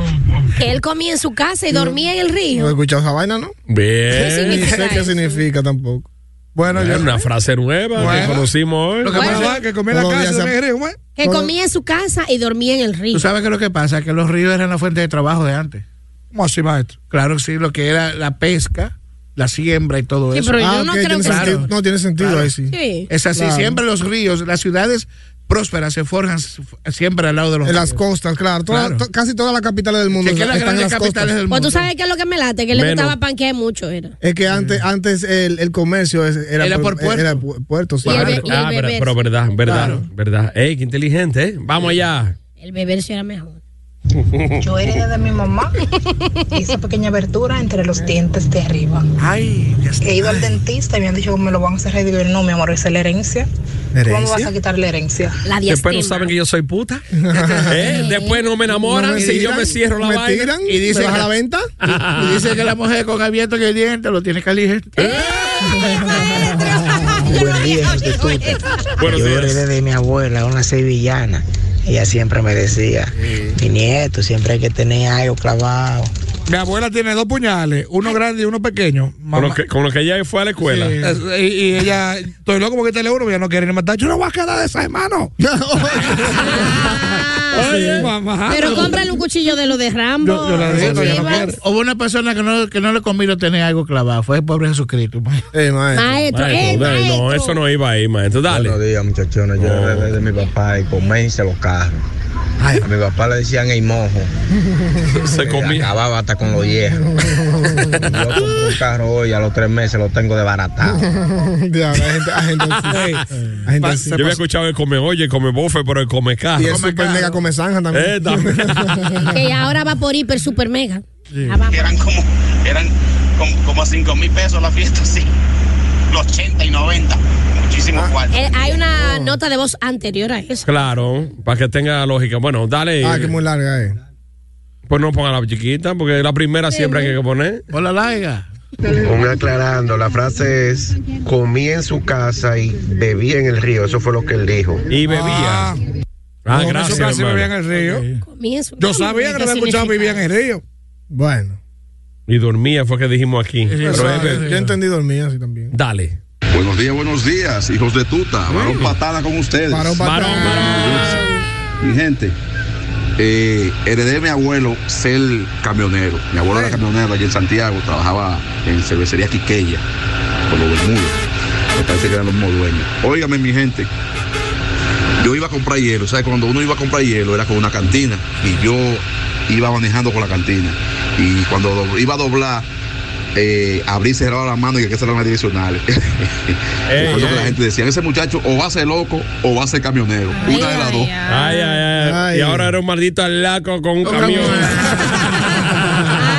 Speaker 4: Que él comía en su casa y dormía en el
Speaker 6: No he
Speaker 4: río.
Speaker 6: escuchado esa vaina, ¿no?
Speaker 2: Eh, Bien.
Speaker 6: Ni
Speaker 4: significa
Speaker 6: sé qué
Speaker 4: eso?
Speaker 6: significa tampoco. Bueno,
Speaker 2: Era
Speaker 6: yo.
Speaker 2: una frase nueva que
Speaker 5: Bueno.
Speaker 2: conocimos hoy.
Speaker 5: Lo que
Speaker 4: Bueno.
Speaker 5: pasa es que comía en la
Speaker 6: Todos los
Speaker 5: casa,
Speaker 6: días
Speaker 5: no
Speaker 6: se-
Speaker 5: me río, ¿cómo es?
Speaker 4: Que comía en su casa y dormía en el río.
Speaker 7: Tú sabes que lo que pasa es que los ríos eran la fuente de trabajo de antes.
Speaker 5: ¿Cómo así, maestro?
Speaker 7: Claro que sí, lo que era la pesca, la siembra y todo
Speaker 4: Sí,
Speaker 7: eso.
Speaker 4: pero
Speaker 6: Ah,
Speaker 4: yo no
Speaker 6: ok,
Speaker 4: creo
Speaker 6: tiene
Speaker 4: que
Speaker 6: sentido.
Speaker 7: sea.
Speaker 6: No tiene sentido ahí sí.
Speaker 4: Sí.
Speaker 7: Es así,
Speaker 6: Claro.
Speaker 7: siempre los ríos, las ciudades prósperas se forjan s- siempre al lado de los
Speaker 6: En
Speaker 7: ríos.
Speaker 6: las costas, claro. Toda-
Speaker 7: Claro.
Speaker 6: to- casi todas las capitales del mundo
Speaker 7: Sí, que las
Speaker 6: están en
Speaker 7: grandes
Speaker 6: las costas.
Speaker 7: capitales del
Speaker 4: Pues
Speaker 7: mundo.
Speaker 4: tú sabes que es lo que me late, que le
Speaker 2: Menos.
Speaker 4: gustaba panquear mucho, era.
Speaker 6: Es que antes, antes el, el comercio es- era,
Speaker 7: Era por puerto.
Speaker 6: Era pu- puerto, sí.
Speaker 4: Y el
Speaker 2: Ah,
Speaker 4: be- y el
Speaker 2: ah, pero,
Speaker 4: beber.
Speaker 2: pero verdad, verdad,
Speaker 7: Claro.
Speaker 2: verdad. Ey, qué inteligente, ¿eh? Vamos allá.
Speaker 4: El beber sí era mejor.
Speaker 2: Mm.
Speaker 1: Yo heredé de mi mamá esa
Speaker 4: (laughs)
Speaker 1: pequeña abertura entre los dientes de arriba.
Speaker 7: Ay, ya está.
Speaker 1: He ido al dentista y me han dicho que me lo van a cerrar. Y digo, no, mi amor, esa es la herencia. ¿Cómo vas a quitar la herencia?
Speaker 2: Después no
Speaker 4: La (laughs) diastima.
Speaker 2: saben que yo soy puta. ¿Eh? Después no me enamoran
Speaker 6: No me
Speaker 2: si yo
Speaker 6: tiran,
Speaker 2: me cierro la
Speaker 6: me
Speaker 2: vaina.
Speaker 6: tiran,
Speaker 7: Y dice
Speaker 6: me baja
Speaker 7: que-
Speaker 6: la venta.
Speaker 7: (laughs) Y dice que la (laughs) mujer con abierto que el diente lo tiene caliente.
Speaker 6: ¿Eh?
Speaker 9: Buen día, hijos de tuta.
Speaker 2: Buenos
Speaker 9: Yo
Speaker 2: días.
Speaker 9: heredé de mi abuela, una sevillana. Ella siempre me decía, mi nieto, siempre hay que tener algo clavado.
Speaker 5: Mi abuela tiene dos puñales, uno grande y uno pequeño.
Speaker 2: Con
Speaker 5: Mamá-
Speaker 2: lo, que, con lo que ella fue a la escuela.
Speaker 5: Es- y, y ella, estoy loco porque te le uno, ya no quiere ni matar. Yo no voy a quedar de esa, hermano.
Speaker 2: Oye.
Speaker 5: mamá.
Speaker 4: Pero cómprale un cuchillo de lo de Rambo.
Speaker 5: Yo- yo la dejo,
Speaker 4: Sí,
Speaker 5: ya no
Speaker 4: vas.
Speaker 5: quiero.
Speaker 7: Hubo una persona que no, que no le convino tener algo clavado, fue el pobre Jesucristo. (laughs)
Speaker 6: Eh, maestro.
Speaker 4: Maestro, eh,
Speaker 2: Maestro,
Speaker 4: maestro.
Speaker 2: no, eso no iba ahí, maestro. Dale.
Speaker 10: Buenos días, muchachones. Yo
Speaker 2: Oh.
Speaker 10: heredé de mi papá y comencé los carros. A mi papá le decían el mojo.
Speaker 2: Se
Speaker 10: que
Speaker 2: comía.
Speaker 10: Acababa hasta con
Speaker 14: (laughs)
Speaker 10: los viejos. Yo compro un carro hoy, a los tres meses lo tengo desbaratado.
Speaker 6: (laughs) Diablo, hay gente, hay gente así. Hay gente así.
Speaker 2: Yo había escuchado el come oye, come bofe, pero el come carro.
Speaker 6: Y el
Speaker 7: Oh
Speaker 6: super mega come zanja también.
Speaker 2: Eh, también.
Speaker 4: (laughs) Que ahora va por hiper super mega. Ah, va.
Speaker 15: eran como eran como, como 5 mil pesos la fiesta, (laughs) sí. Los 80 y 90. Muchísimo
Speaker 7: Ah,
Speaker 8: Ah.
Speaker 15: cuarto.
Speaker 4: Eh, hay una
Speaker 2: Oh.
Speaker 4: nota de voz anterior a eso.
Speaker 2: Claro, para que tenga lógica. Bueno, dale.
Speaker 6: Ah, que muy larga, eh.
Speaker 2: Pues no ponga la chiquita, porque la primera siempre hay que poner.
Speaker 7: Hola, Laiga.
Speaker 16: Un aclarando, la frase es, comí en su casa y bebí en el río. Eso fue lo que él dijo.
Speaker 2: Y bebía. Ah,
Speaker 16: Comí en su
Speaker 2: gracias.
Speaker 5: casa y
Speaker 2: hermano.
Speaker 5: bebía en el río.
Speaker 4: Comienzo.
Speaker 5: Yo sabía que lo había escuchado vivía en el río.
Speaker 2: Bueno. Y dormía, fue que dijimos aquí. Pero es bebé.
Speaker 6: Yo entendí dormir así también.
Speaker 2: Dale.
Speaker 8: Buenos días, buenos días, hijos de tuta. Varón patada con ustedes.
Speaker 6: Varón patada. Varón,
Speaker 8: Mi gente, eh, heredé a mi abuelo ser camionero. Mi abuelo era camionero allí en Santiago, trabajaba en cervecería Quiqueya, por los Bermudos. Me parece que eran los mismos dueños. Óigame, mi gente. Yo iba a comprar hielo, ¿sabes? Cuando uno iba a comprar hielo era con una cantina y yo iba manejando con la cantina. Y cuando do- iba a doblar, eh, abrí y cerraba la mano y que cerrar las (laughs) direccionales. Recuerdo que la gente decía, ese muchacho o va a ser loco o va a ser camionero. una de las dos.
Speaker 2: Ay, ay, ay, Y ahora era un maldito alaco con un camión. (laughs)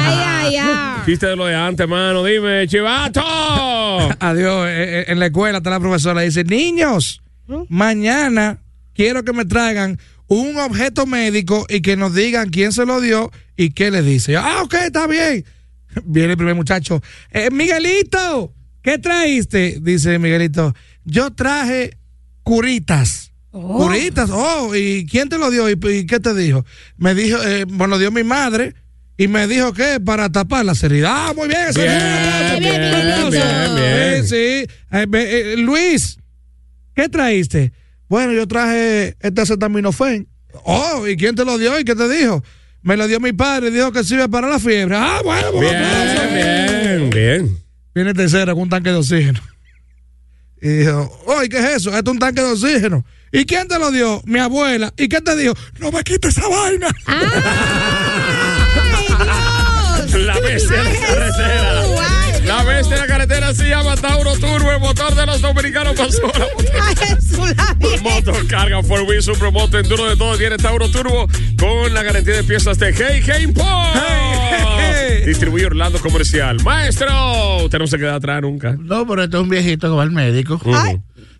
Speaker 4: Ay, ay, ay.
Speaker 2: Chiste de lo de antes, mano. Dime, chivato.
Speaker 5: (laughs) Adiós. Eh, eh, En la escuela está la profesora y dice, niños, mañana quiero que me traigan un objeto médico y que nos digan quién se lo dio y qué le dice. Yo, ah, ok, está bien. (laughs) Viene el primer muchacho. "Eh, Miguelito, ¿qué traíste? Dice Miguelito, yo traje curitas. Curitas, oh, ¿y quién te lo dio? ¿Y, y qué te dijo? Me dijo, eh, me lo dio mi madre y me dijo que para tapar la seriedad. Ah, muy bien, eso es un aplauso,
Speaker 2: bien,
Speaker 5: un aplauso.
Speaker 2: bien,
Speaker 5: Sí,
Speaker 2: bien.
Speaker 5: sí. Eh, ve, eh, Luis, ¿qué traíste? Bueno, yo traje este acetaminofén. Oh, ¿y quién te lo dio y qué te dijo? Me lo dio mi padre, dijo que sirve para la fiebre. Ah, bueno, un aplauso.
Speaker 2: Bien, bien.
Speaker 5: Viene el tercero con un tanque de oxígeno. Y dijo, oye, ¿qué es eso? Esto es un tanque de oxígeno. ¿Y quién te lo dio? Mi abuela. ¿Y qué te dijo? No me quites esa vaina.
Speaker 2: La bestia de la carretera. La bestia de la carretera se llama Tauro Turbo, el motor de los dominicanos pasó a la Motor carga por Wii Supermoto Enduro de todo tiene Tauro Turbo con la garantía de piezas de Hey Hey Import. Distribuye Orlando Comercial. Maestro, usted no se queda atrás nunca.
Speaker 7: No, pero este es un viejito que va al médico.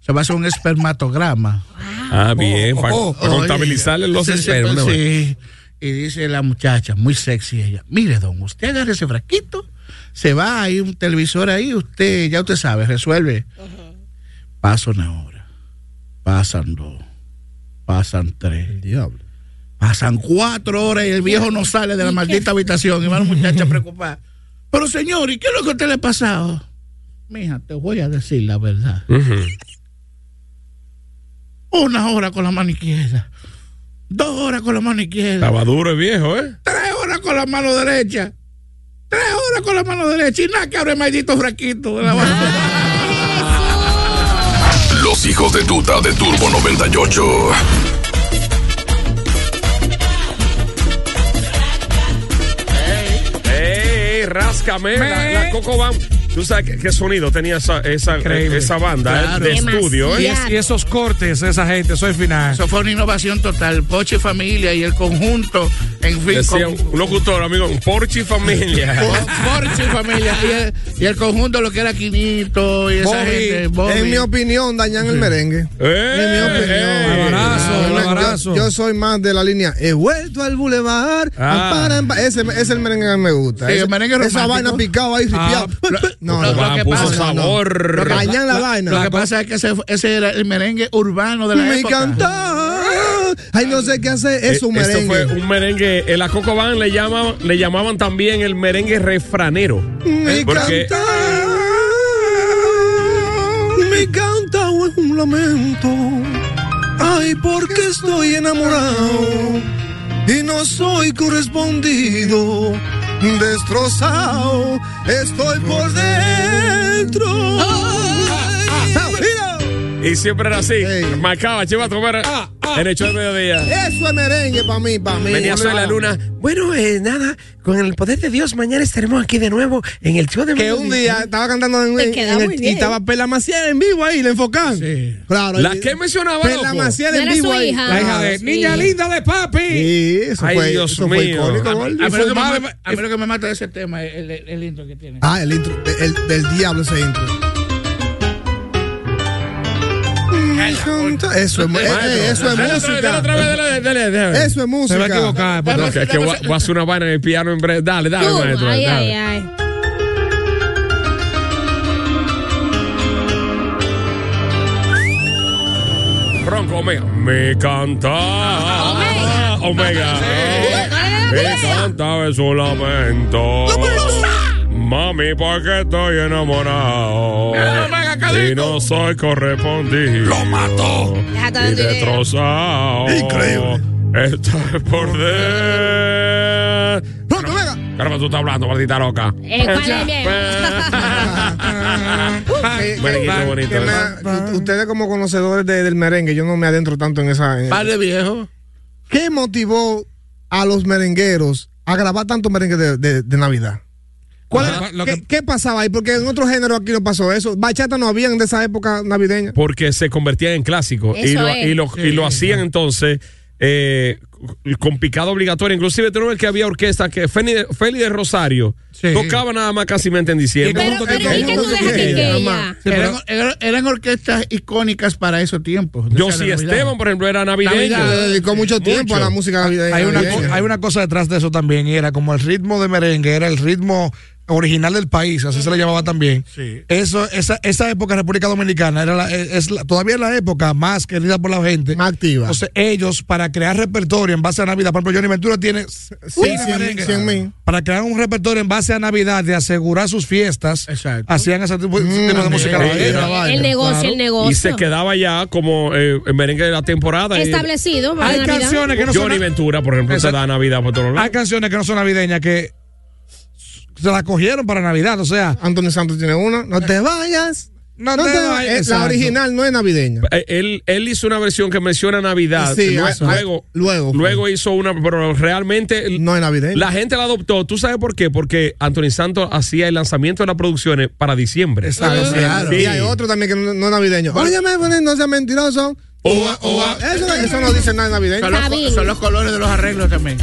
Speaker 7: Se va a hacer un espermatograma. Oh,
Speaker 2: Ah, bien, para- para contabilizarle los
Speaker 7: Sí, sí,
Speaker 2: espermas,
Speaker 7: pues,
Speaker 2: ¿no?
Speaker 7: sí. Y dice la muchacha, muy sexy ella. Mire, don, usted agarre ese fraquito, se va ahí un televisor ahí, usted, ya usted sabe, resuelve. Pasa una hora, pasan dos, pasan tres. diablo. Pasan cuatro horas y el viejo no sale de la maldita habitación. Y va la muchacha preocupada. Pero señor, ¿y qué es lo que a usted le ha pasado? Mija, te voy a decir la verdad. Una hora con la mano izquierda. Dos horas con la mano izquierda.
Speaker 2: Estaba duro el viejo, ¿eh?
Speaker 7: Tres horas con la mano derecha. Tres horas con la mano derecha. Y nada que abre el maldito fraquito. de la mano.
Speaker 8: Los hijos de tuta de Turbo 98.
Speaker 2: ¡Ey, ráscame! La, la Coco Bam. ¿Tú sabes qué, qué sonido tenía esa, esa,
Speaker 5: Increíble.
Speaker 2: esa banda eh, de estudio?
Speaker 5: Y,
Speaker 2: ¿eh?
Speaker 5: es- y esos cortes, esa gente, soy final.
Speaker 7: Eso fue una innovación total. Poche Familia y el conjunto, en fin.
Speaker 2: Decía
Speaker 7: con-
Speaker 2: un un locutor, amigo, un Porchi Familia.
Speaker 7: Poche Familia y el, y el conjunto, lo que era Quinito y esa gente. Bobby.
Speaker 6: En mi Eh, opinión, dañan el merengue.
Speaker 7: Eh.
Speaker 6: En mi opinión.
Speaker 5: Lavarazo,
Speaker 6: Yo-
Speaker 5: lavarazo.
Speaker 6: Yo, yo soy más de la línea. He vuelto al bulevar. pam,
Speaker 5: Ah.
Speaker 6: param, pa- Ese ese es el merengue que me gusta.
Speaker 7: Sí, el
Speaker 6: Ese-
Speaker 7: merengue
Speaker 6: esa
Speaker 7: romántico. Ah,
Speaker 6: vaina picada ahí, ripiado. (laughs) No,
Speaker 7: Lo-
Speaker 6: no,
Speaker 7: lo
Speaker 6: no,
Speaker 7: que
Speaker 6: no, no,
Speaker 7: pasa-
Speaker 6: no. Lo que- Dañan la vaina.
Speaker 7: Lo que pasa es que ese, ese era el merengue urbano de la
Speaker 6: Me
Speaker 7: época.
Speaker 6: encanta. Ay, no sé qué hacer. Es
Speaker 2: Eh,
Speaker 6: un
Speaker 2: esto
Speaker 6: merengue.
Speaker 2: fue un merengue. En la Coco Band le, llama- le llamaban también el merengue refranero.
Speaker 6: Me
Speaker 2: Eh, porque
Speaker 6: encanta. Me canta es un lamento. Ay, porque estoy enamorado y no soy correspondido. Destrozado, estoy por dentro. Mira,
Speaker 2: Y siempre era así. Marcaba, chiva a tomar
Speaker 9: Ah,
Speaker 2: en el show de mediodía.
Speaker 6: eso es merengue para mí, para mí.
Speaker 2: Venía soy la luna.
Speaker 14: Bueno, eh, nada, con el poder de Dios, mañana estaremos aquí de nuevo en el show de
Speaker 6: Que un día estaba cantando en,
Speaker 14: Te
Speaker 6: en-
Speaker 14: queda
Speaker 6: en el-
Speaker 14: muy
Speaker 6: y
Speaker 14: bien.
Speaker 6: estaba Pela Maciel en vivo ahí, le enfocan. Claro.
Speaker 2: La
Speaker 6: y-
Speaker 2: que mencionaba,
Speaker 6: Pela
Speaker 2: loco.
Speaker 6: Maciel
Speaker 2: No
Speaker 6: en
Speaker 2: era
Speaker 6: vivo
Speaker 2: su
Speaker 6: ahí.
Speaker 2: hija. La hija de Sí. Niña Linda
Speaker 5: de Papi.
Speaker 6: Sí, eso
Speaker 2: Ay,
Speaker 6: fue,
Speaker 2: Dios
Speaker 6: eso fue
Speaker 2: mío. Ah,
Speaker 6: icónico.
Speaker 7: A mí,
Speaker 6: ¿no?
Speaker 7: a mí lo que me
Speaker 6: Infumable.
Speaker 7: mata- a mí lo que me mata de ese tema es el, el- el intro que tiene.
Speaker 6: Ah, el intro, el, del diablo ese intro.
Speaker 9: Eso es, eso es
Speaker 6: eh,
Speaker 9: música. Eso es música.
Speaker 2: Se va a equivocar. No, que, que voy, a- voy a hacer una vaina en el piano en breve. Dale, dale,
Speaker 4: Tú,
Speaker 2: maestro.
Speaker 4: ay,
Speaker 2: dale.
Speaker 4: ay, ay.
Speaker 2: Ronco Omega. Me canta. Omega. Me canta de su lamento. Mami, porque estoy enamorado. Y no soy correspondido. Lo mato.
Speaker 4: Déjate
Speaker 2: Y
Speaker 4: de dinero.
Speaker 2: destrozado. Increíble. Esto es por dentro. Caramba, tú estás hablando, maldita loca.
Speaker 4: Eh, ¿cuál es bien?
Speaker 2: (laughs)
Speaker 9: Que-
Speaker 2: Merenguito
Speaker 9: que-
Speaker 2: bonito,
Speaker 9: que me- u- ustedes como conocedores de- del merengue, yo no me adentro tanto en esa. en-
Speaker 7: Par de viejo.
Speaker 9: ¿Qué motivó a los merengueros a grabar tanto merengue de, de- de Navidad? ¿Cuál era- qué, qué pasaba ahí? Porque en otro género aquí no pasó eso. Bachata no habían de esa época navideña.
Speaker 2: porque se convertía en clásico y
Speaker 9: Eso
Speaker 2: lo,
Speaker 9: es.
Speaker 2: y lo- y lo hacían entonces eh, con picado obligatorio. Inclusive tú no ves que había orquesta que Feli de, Feli de Rosario tocaba nada más casi mente en diciembre.
Speaker 7: Eran, eran- eran orquestas icónicas para esos tiempos.
Speaker 2: Yo
Speaker 7: sí
Speaker 2: sí, Esteban, por ejemplo, era navideño.
Speaker 5: Hay una, co- hay una cosa detrás de eso también, y era como el ritmo de merengue, era el ritmo original del país, así se le llamaba también. Eso, esa, esa época en República Dominicana era la- e, es es la- todavía la época más querida por la gente. Más
Speaker 9: activa.
Speaker 5: Entonces, ellos, para crear repertorio en base a Navidad, por ejemplo, Johnny Ventura tiene
Speaker 9: cien mil, cien mil.
Speaker 5: Para crear un repertorio en base a Navidad, de asegurar sus fiestas, hacían ese tipo,
Speaker 9: Mm,
Speaker 5: tipo de música.
Speaker 2: Sí,
Speaker 5: navideña.
Speaker 2: era-
Speaker 4: El negocio, el negocio.
Speaker 2: Y se quedaba ya como eh, el merengue de la temporada. y-
Speaker 4: Establecido. para
Speaker 5: Hay
Speaker 4: Navidad.
Speaker 5: canciones que no son
Speaker 2: Johnny
Speaker 5: na-
Speaker 2: Ventura, por ejemplo, se
Speaker 5: Exacto.
Speaker 2: da a Navidad por todos lados.
Speaker 5: Hay canciones que no son navideñas que se las cogieron para Navidad, o sea.
Speaker 9: Antonio Santos tiene una. No te vayas.
Speaker 5: No,
Speaker 9: te
Speaker 5: te
Speaker 9: va-
Speaker 5: vayas.
Speaker 9: eh, La
Speaker 5: Exacto.
Speaker 9: original no es navideña.
Speaker 2: Eh, Él, él hizo una versión que menciona Navidad.
Speaker 9: Sí,
Speaker 2: Lue-
Speaker 9: ah, ah,
Speaker 2: luego, luego, hizo una, pero realmente.
Speaker 9: No es navideña.
Speaker 2: La gente la adoptó. ¿Tú sabes por qué? Porque Anthony Santos hacía el lanzamiento de las producciones para diciembre. Ah,
Speaker 9: Claro, claro.
Speaker 2: Sí.
Speaker 9: Y hay otro también que no, no es navideño. Óyeme, Bonnie, no seas mentiroso. Eso, eso no dice nada navideño.
Speaker 7: Son los, son los colores de los arreglos también.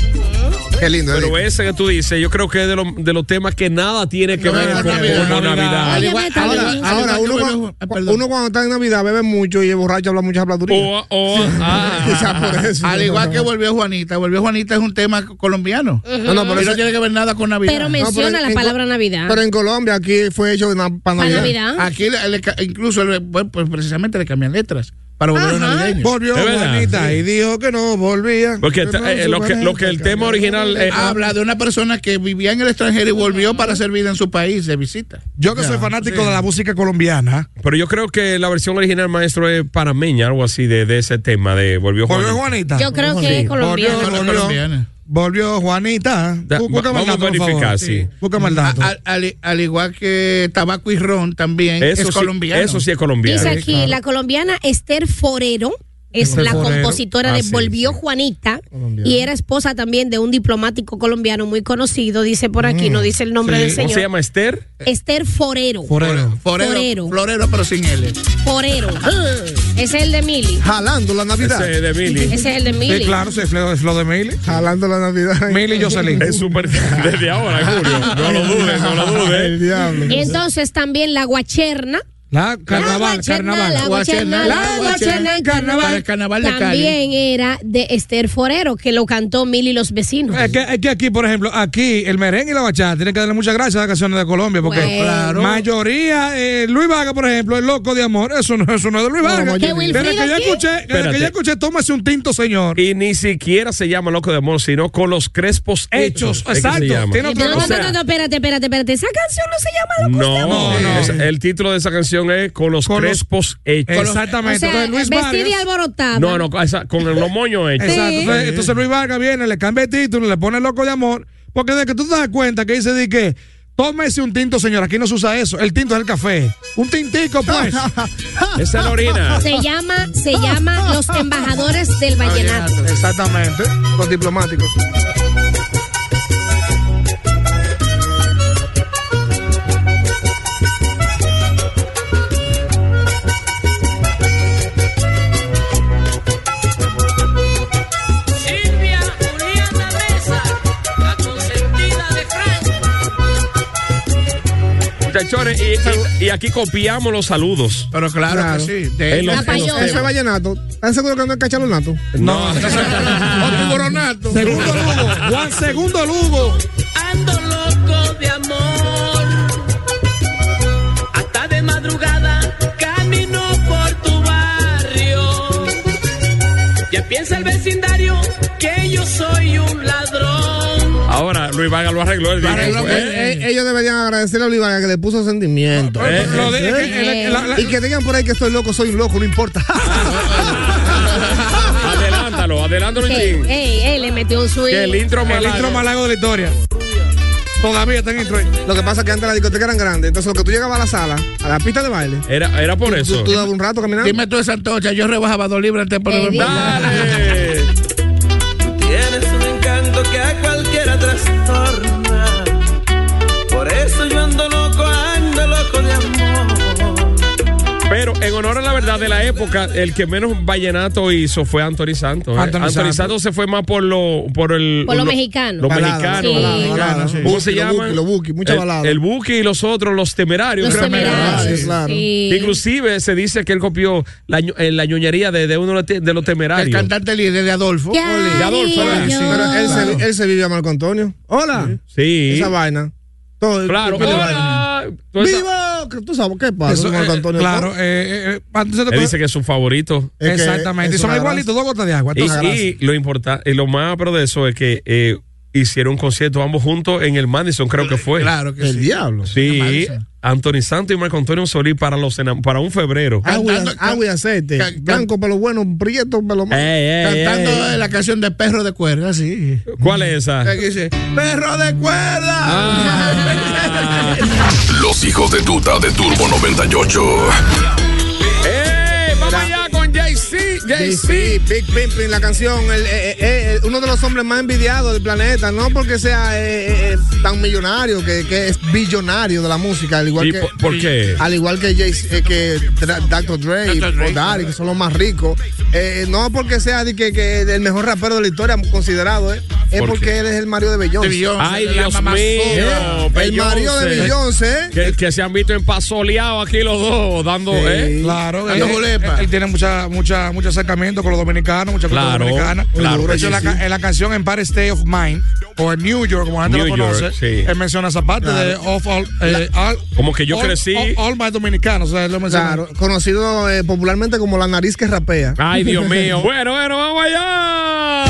Speaker 9: Qué lindo.
Speaker 2: Pero ese que tú dices, yo creo que es de, lo- de los temas que nada tiene que ver con, con Navidad.
Speaker 7: Al igual-
Speaker 9: Ahora,
Speaker 7: al igual-
Speaker 9: ahora
Speaker 7: al
Speaker 9: uno,
Speaker 7: igual-
Speaker 9: cuando, uno cuando está en Navidad bebe mucho y es borracho, habla muchas habladurías.
Speaker 2: Oh,
Speaker 6: (laughs)
Speaker 2: oh,
Speaker 5: (laughs)
Speaker 2: ah.
Speaker 9: Quizás por eso.
Speaker 7: Al igual que volvió Juanita. Volvió Juanita es un tema colombiano.
Speaker 4: Ujú. No, no, pero
Speaker 7: Y no
Speaker 4: eso-
Speaker 7: tiene que ver nada con Navidad.
Speaker 4: Pero menciona la palabra Navidad.
Speaker 9: Pero en Colombia aquí fue hecho na- para
Speaker 7: Para Navidad.
Speaker 9: Navidad.
Speaker 7: Aquí le- le ca- incluso le- bueno, pues, precisamente le cambian letras para volver
Speaker 5: Ajá.
Speaker 7: navideño.
Speaker 5: Volvió
Speaker 7: Es verdad.
Speaker 5: Juanita y dijo que no volvía.
Speaker 2: Porque
Speaker 5: Que no,
Speaker 2: eh,
Speaker 5: su
Speaker 2: lo que- lo que el
Speaker 5: manita,
Speaker 2: tema original es-
Speaker 7: habla de una persona que vivía en el extranjero y volvió para hacer vida en su país de visita.
Speaker 5: Yo que soy fanático de la música colombiana.
Speaker 2: Pero yo creo que la versión original, maestro, es panameña, algo así de, de ese tema, de Volvió Juanita.
Speaker 5: Volvió Juanita.
Speaker 4: Yo creo que es colombiana.
Speaker 5: Volvió,
Speaker 4: Son
Speaker 5: volvió.
Speaker 7: colombianas.
Speaker 5: Volvió Juanita.
Speaker 2: Da-
Speaker 5: Bú- búscame
Speaker 2: vamos
Speaker 5: el dato,
Speaker 2: a
Speaker 5: por favor.
Speaker 2: verificar, sí.
Speaker 5: Búscame el dato.
Speaker 7: A- al, al- al igual que tabaco y ron también
Speaker 2: Eso
Speaker 7: es
Speaker 2: sí-
Speaker 7: colombiano.
Speaker 2: eso sí es colombiano.
Speaker 4: Dice aquí, la colombiana Esther Forero es
Speaker 7: Esther
Speaker 4: la
Speaker 7: Forero.
Speaker 4: compositora
Speaker 7: Ah,
Speaker 4: de
Speaker 7: sí,
Speaker 4: Volvió Juanita y era esposa también de un diplomático colombiano muy conocido, dice por aquí, no dice el nombre
Speaker 2: Mm. Sí.
Speaker 4: del
Speaker 2: ¿Cómo se
Speaker 4: señor.
Speaker 2: llama Esther?
Speaker 4: Esther Forero.
Speaker 7: Forero. Forero.
Speaker 4: Forero.
Speaker 7: Florero, pero sin L.
Speaker 4: Forero. Ese es el de Mili.
Speaker 9: Ah. Jalando la Navidad.
Speaker 2: Ese es de Mili.
Speaker 4: Ese es el de Mili.
Speaker 5: Sí, claro, sí, es Flo es Flo de Mili.
Speaker 9: Jalando la Navidad.
Speaker 5: Mili y Jocelyn.
Speaker 2: Es súper. (laughs) Desde ahora, Julio. No lo dudes, no lo dudes.
Speaker 9: El diablo.
Speaker 4: Y entonces también la guacherna.
Speaker 5: La carnaval,
Speaker 4: guacherna,
Speaker 5: carnaval.
Speaker 4: La guacherna, la guacherna en carnaval.
Speaker 7: Para el carnaval de Cali.
Speaker 4: También era de Esther Forero, que lo cantó Mili y los vecinos.
Speaker 5: Es que, es que aquí, por ejemplo, aquí el merengue y la bachata tienen que darle muchas gracias a las canciones de Colombia, porque
Speaker 4: Bueno. Claro.
Speaker 5: mayoría, eh, Luis Vaga, por ejemplo, el loco de amor, eso no, eso no es de Luis
Speaker 4: No,
Speaker 5: Vaga.
Speaker 4: mayoría. Que
Speaker 5: desde
Speaker 4: Wilfrido
Speaker 5: que yo
Speaker 4: aquí.
Speaker 5: escuché, desde
Speaker 2: Espérate.
Speaker 5: que yo escuché, tómase un tinto, señor.
Speaker 2: Y ni siquiera se llama Loco de Amor, sino con los crespos
Speaker 5: Hechos,
Speaker 2: hechos. Es que se
Speaker 5: exacto.
Speaker 2: llama.
Speaker 5: Tiene otro
Speaker 4: No,
Speaker 2: O
Speaker 4: no,
Speaker 2: sea,
Speaker 4: no, no, espérate, espérate, espérate. Esa canción no se llama Loco de
Speaker 2: No,
Speaker 4: Amor.
Speaker 2: es- el título de esa canción es Con los crespos hechos.
Speaker 4: O sea, vestida y alborotada.
Speaker 2: No, no, con esa- con los moños hechos.
Speaker 5: Exacto. Entonces, entonces Luis Vargas viene, le cambia el título, le pone loco de amor, porque desde que tú te das cuenta que dice de que tómese un tinto, señor, aquí no se usa eso, el tinto es el café. Un tintico, pues.
Speaker 2: Esa (laughs) es la orina.
Speaker 4: Se llama, se llama Los Embajadores del Vallenato.
Speaker 5: Exactamente.
Speaker 6: Ah,
Speaker 9: Los diplomáticos.
Speaker 12: Silvia Juliana Mesa, la consentida de Frank.
Speaker 2: Muchachones, y, y- y aquí copiamos los saludos.
Speaker 7: Pero claro, que sí.
Speaker 2: De- En los- en los
Speaker 6: Eso es
Speaker 2: temas.
Speaker 6: vallenato. ¿Están seguros que no es cachalonato?
Speaker 2: (laughs) No.
Speaker 3: (laughs)
Speaker 6: O cuboronato.
Speaker 5: Segundo Lugo. Juan Segundo Lugo.
Speaker 3: Ando loco de amor. Hasta de madrugada camino por tu barrio. Ya piensa el vecindario que yo soy un ladrón.
Speaker 2: Ahora, Luis Vaga lo arregló. él dijo,
Speaker 6: Eh, eh, ellos deberían agradecerle a Olivana que le puso sentimiento.
Speaker 2: Eh, lo de- que-
Speaker 4: Eh.
Speaker 2: que- la- la-
Speaker 6: Y que digan por ahí que estoy loco, soy loco, no importa.
Speaker 2: Ah,
Speaker 6: (laughs)
Speaker 2: Adelántalo, adelántalo un
Speaker 4: Ey,
Speaker 2: chin.
Speaker 4: ey, ey, le metió un swing.
Speaker 2: Que el intro
Speaker 5: El
Speaker 2: malago.
Speaker 5: intro malago de la historia.
Speaker 6: Todavía están intro. Lo que pasa es que antes las discotecas eran grandes. Entonces, lo que tú llegabas a la sala, a la pista de baile.
Speaker 2: Era, era por
Speaker 6: tú-
Speaker 2: eso.
Speaker 6: Tú, tú dabas un rato caminando.
Speaker 7: Dime tú de Santocha, yo rebajaba dos libras antes de
Speaker 4: Eh,
Speaker 7: ponerme
Speaker 3: Tienes un encanto que a cualquiera trastorna. Por eso yo ando loco, ando loco de amor.
Speaker 2: Pero en honor a la verdad de la época, el que menos vallenato hizo fue Anthony Santos. ¿eh?
Speaker 5: Anthony
Speaker 2: Anthony
Speaker 5: Santos.
Speaker 2: Santos se fue más por lo por el
Speaker 4: Por lo mexicano.
Speaker 2: Los
Speaker 4: Balada,
Speaker 2: mexicanos.
Speaker 4: balada, Sí.
Speaker 6: balada, sí.
Speaker 2: ¿Cómo
Speaker 6: Buki,
Speaker 2: se
Speaker 6: lo
Speaker 2: llaman?
Speaker 6: Buki, lo Buki, mucha
Speaker 2: el,
Speaker 6: balada.
Speaker 2: El Buki y los otros, los temerarios. Ah,
Speaker 4: Los temerarios,
Speaker 2: Sí.
Speaker 4: claro. Sí.
Speaker 2: Inclusive se dice que él copió la, ñu- eh, la ñoñería de, de uno de los temerarios.
Speaker 7: El cantante líder de Adolfo.
Speaker 4: Ya
Speaker 7: Ole.
Speaker 2: De Adolfo, ¿verdad?
Speaker 7: Sí.
Speaker 6: Pero él se, él se vive a Marco Antonio. Hola.
Speaker 2: Sí.
Speaker 6: Esa vaina. Todo,
Speaker 2: Claro,
Speaker 6: todo-
Speaker 2: hola. Toda esa-
Speaker 6: ¡Vivo! Que Tú sabes qué pasa
Speaker 5: Eso,
Speaker 6: con Marco
Speaker 5: eh,
Speaker 6: Antonio.
Speaker 5: claro, eh, eh, eh, antes de-
Speaker 2: Él dice que es su favorito.
Speaker 6: Es que
Speaker 5: Exactamente. Y
Speaker 6: es
Speaker 5: son
Speaker 6: una
Speaker 5: igualitos, dos gotas de agua.
Speaker 2: Y,
Speaker 5: Entonces,
Speaker 2: y lo importante, y lo más pero de eso es que eh, hicieron un concierto ambos juntos en el Madison, creo que fue.
Speaker 7: Claro que
Speaker 6: El diablo.
Speaker 2: Sí, Anthony Santos y Marco Antonio Solís para los ena- para un febrero.
Speaker 5: Ah,
Speaker 6: Agua, y- agua y aceite. Blanco para los buenos, prieto para los malos.
Speaker 7: Cantando eh, la canción de Perro de Cuerda, sí.
Speaker 2: ¿Cuál es esa?
Speaker 7: Que dice, Perro de
Speaker 2: Ah.
Speaker 7: Cuerda.
Speaker 17: Los hijos de tuta de Turbo 98.
Speaker 2: ¡Eh! Vamos allá con Jay-Z.
Speaker 6: Jay-Z, Big Pimpin, la canción, el, eh, eh, eh, uno de los hombres más envidiados del planeta, no porque sea eh, eh, eh, tan millonario, que, que es billonario de la música, al igual
Speaker 2: ¿Y
Speaker 6: que...
Speaker 2: por- por qué?
Speaker 6: Al igual que, Jay que Dra- Dr. Dre y
Speaker 7: Dr. Dre.
Speaker 6: Bo Daddy, que son los más ricos. Eh, no porque sea de que, que el mejor rapero de la historia considerado, eh, es
Speaker 2: ¿Por
Speaker 6: porque
Speaker 2: qué?
Speaker 6: él es el Mario de
Speaker 7: De
Speaker 6: Beyoncé.
Speaker 7: Beyoncé,
Speaker 2: Ay,
Speaker 7: la
Speaker 2: Dios
Speaker 7: mamazota.
Speaker 2: mío.
Speaker 6: El marido de
Speaker 2: Beyoncé.
Speaker 6: Beyoncé.
Speaker 2: Que, eh, que se han visto en pasoleado aquí los dos, dando, ¿eh?
Speaker 5: Claro,
Speaker 7: Dando
Speaker 5: él,
Speaker 7: julepa.
Speaker 5: él- él tiene mucha, mucha, mucho acercamiento con los dominicanos, mucha cultura
Speaker 2: Claro,
Speaker 5: dominicana.
Speaker 2: claro
Speaker 5: De
Speaker 2: que
Speaker 5: hecho,
Speaker 2: sí,
Speaker 5: la, ca- en la canción Empire State of Mind, o en New York, como la gente
Speaker 2: New
Speaker 5: lo
Speaker 2: York,
Speaker 5: conoce,
Speaker 2: sí.
Speaker 5: él menciona esa parte de of all, eh, all-
Speaker 2: Como que yo
Speaker 5: all-
Speaker 2: crecí.
Speaker 5: All, all my dominicanos, o sea, él lo menciona.
Speaker 6: Claro, conocido eh, popularmente como la nariz que rapea. (laughs)
Speaker 2: Ay, Dios mío. bueno, bueno, vamos allá.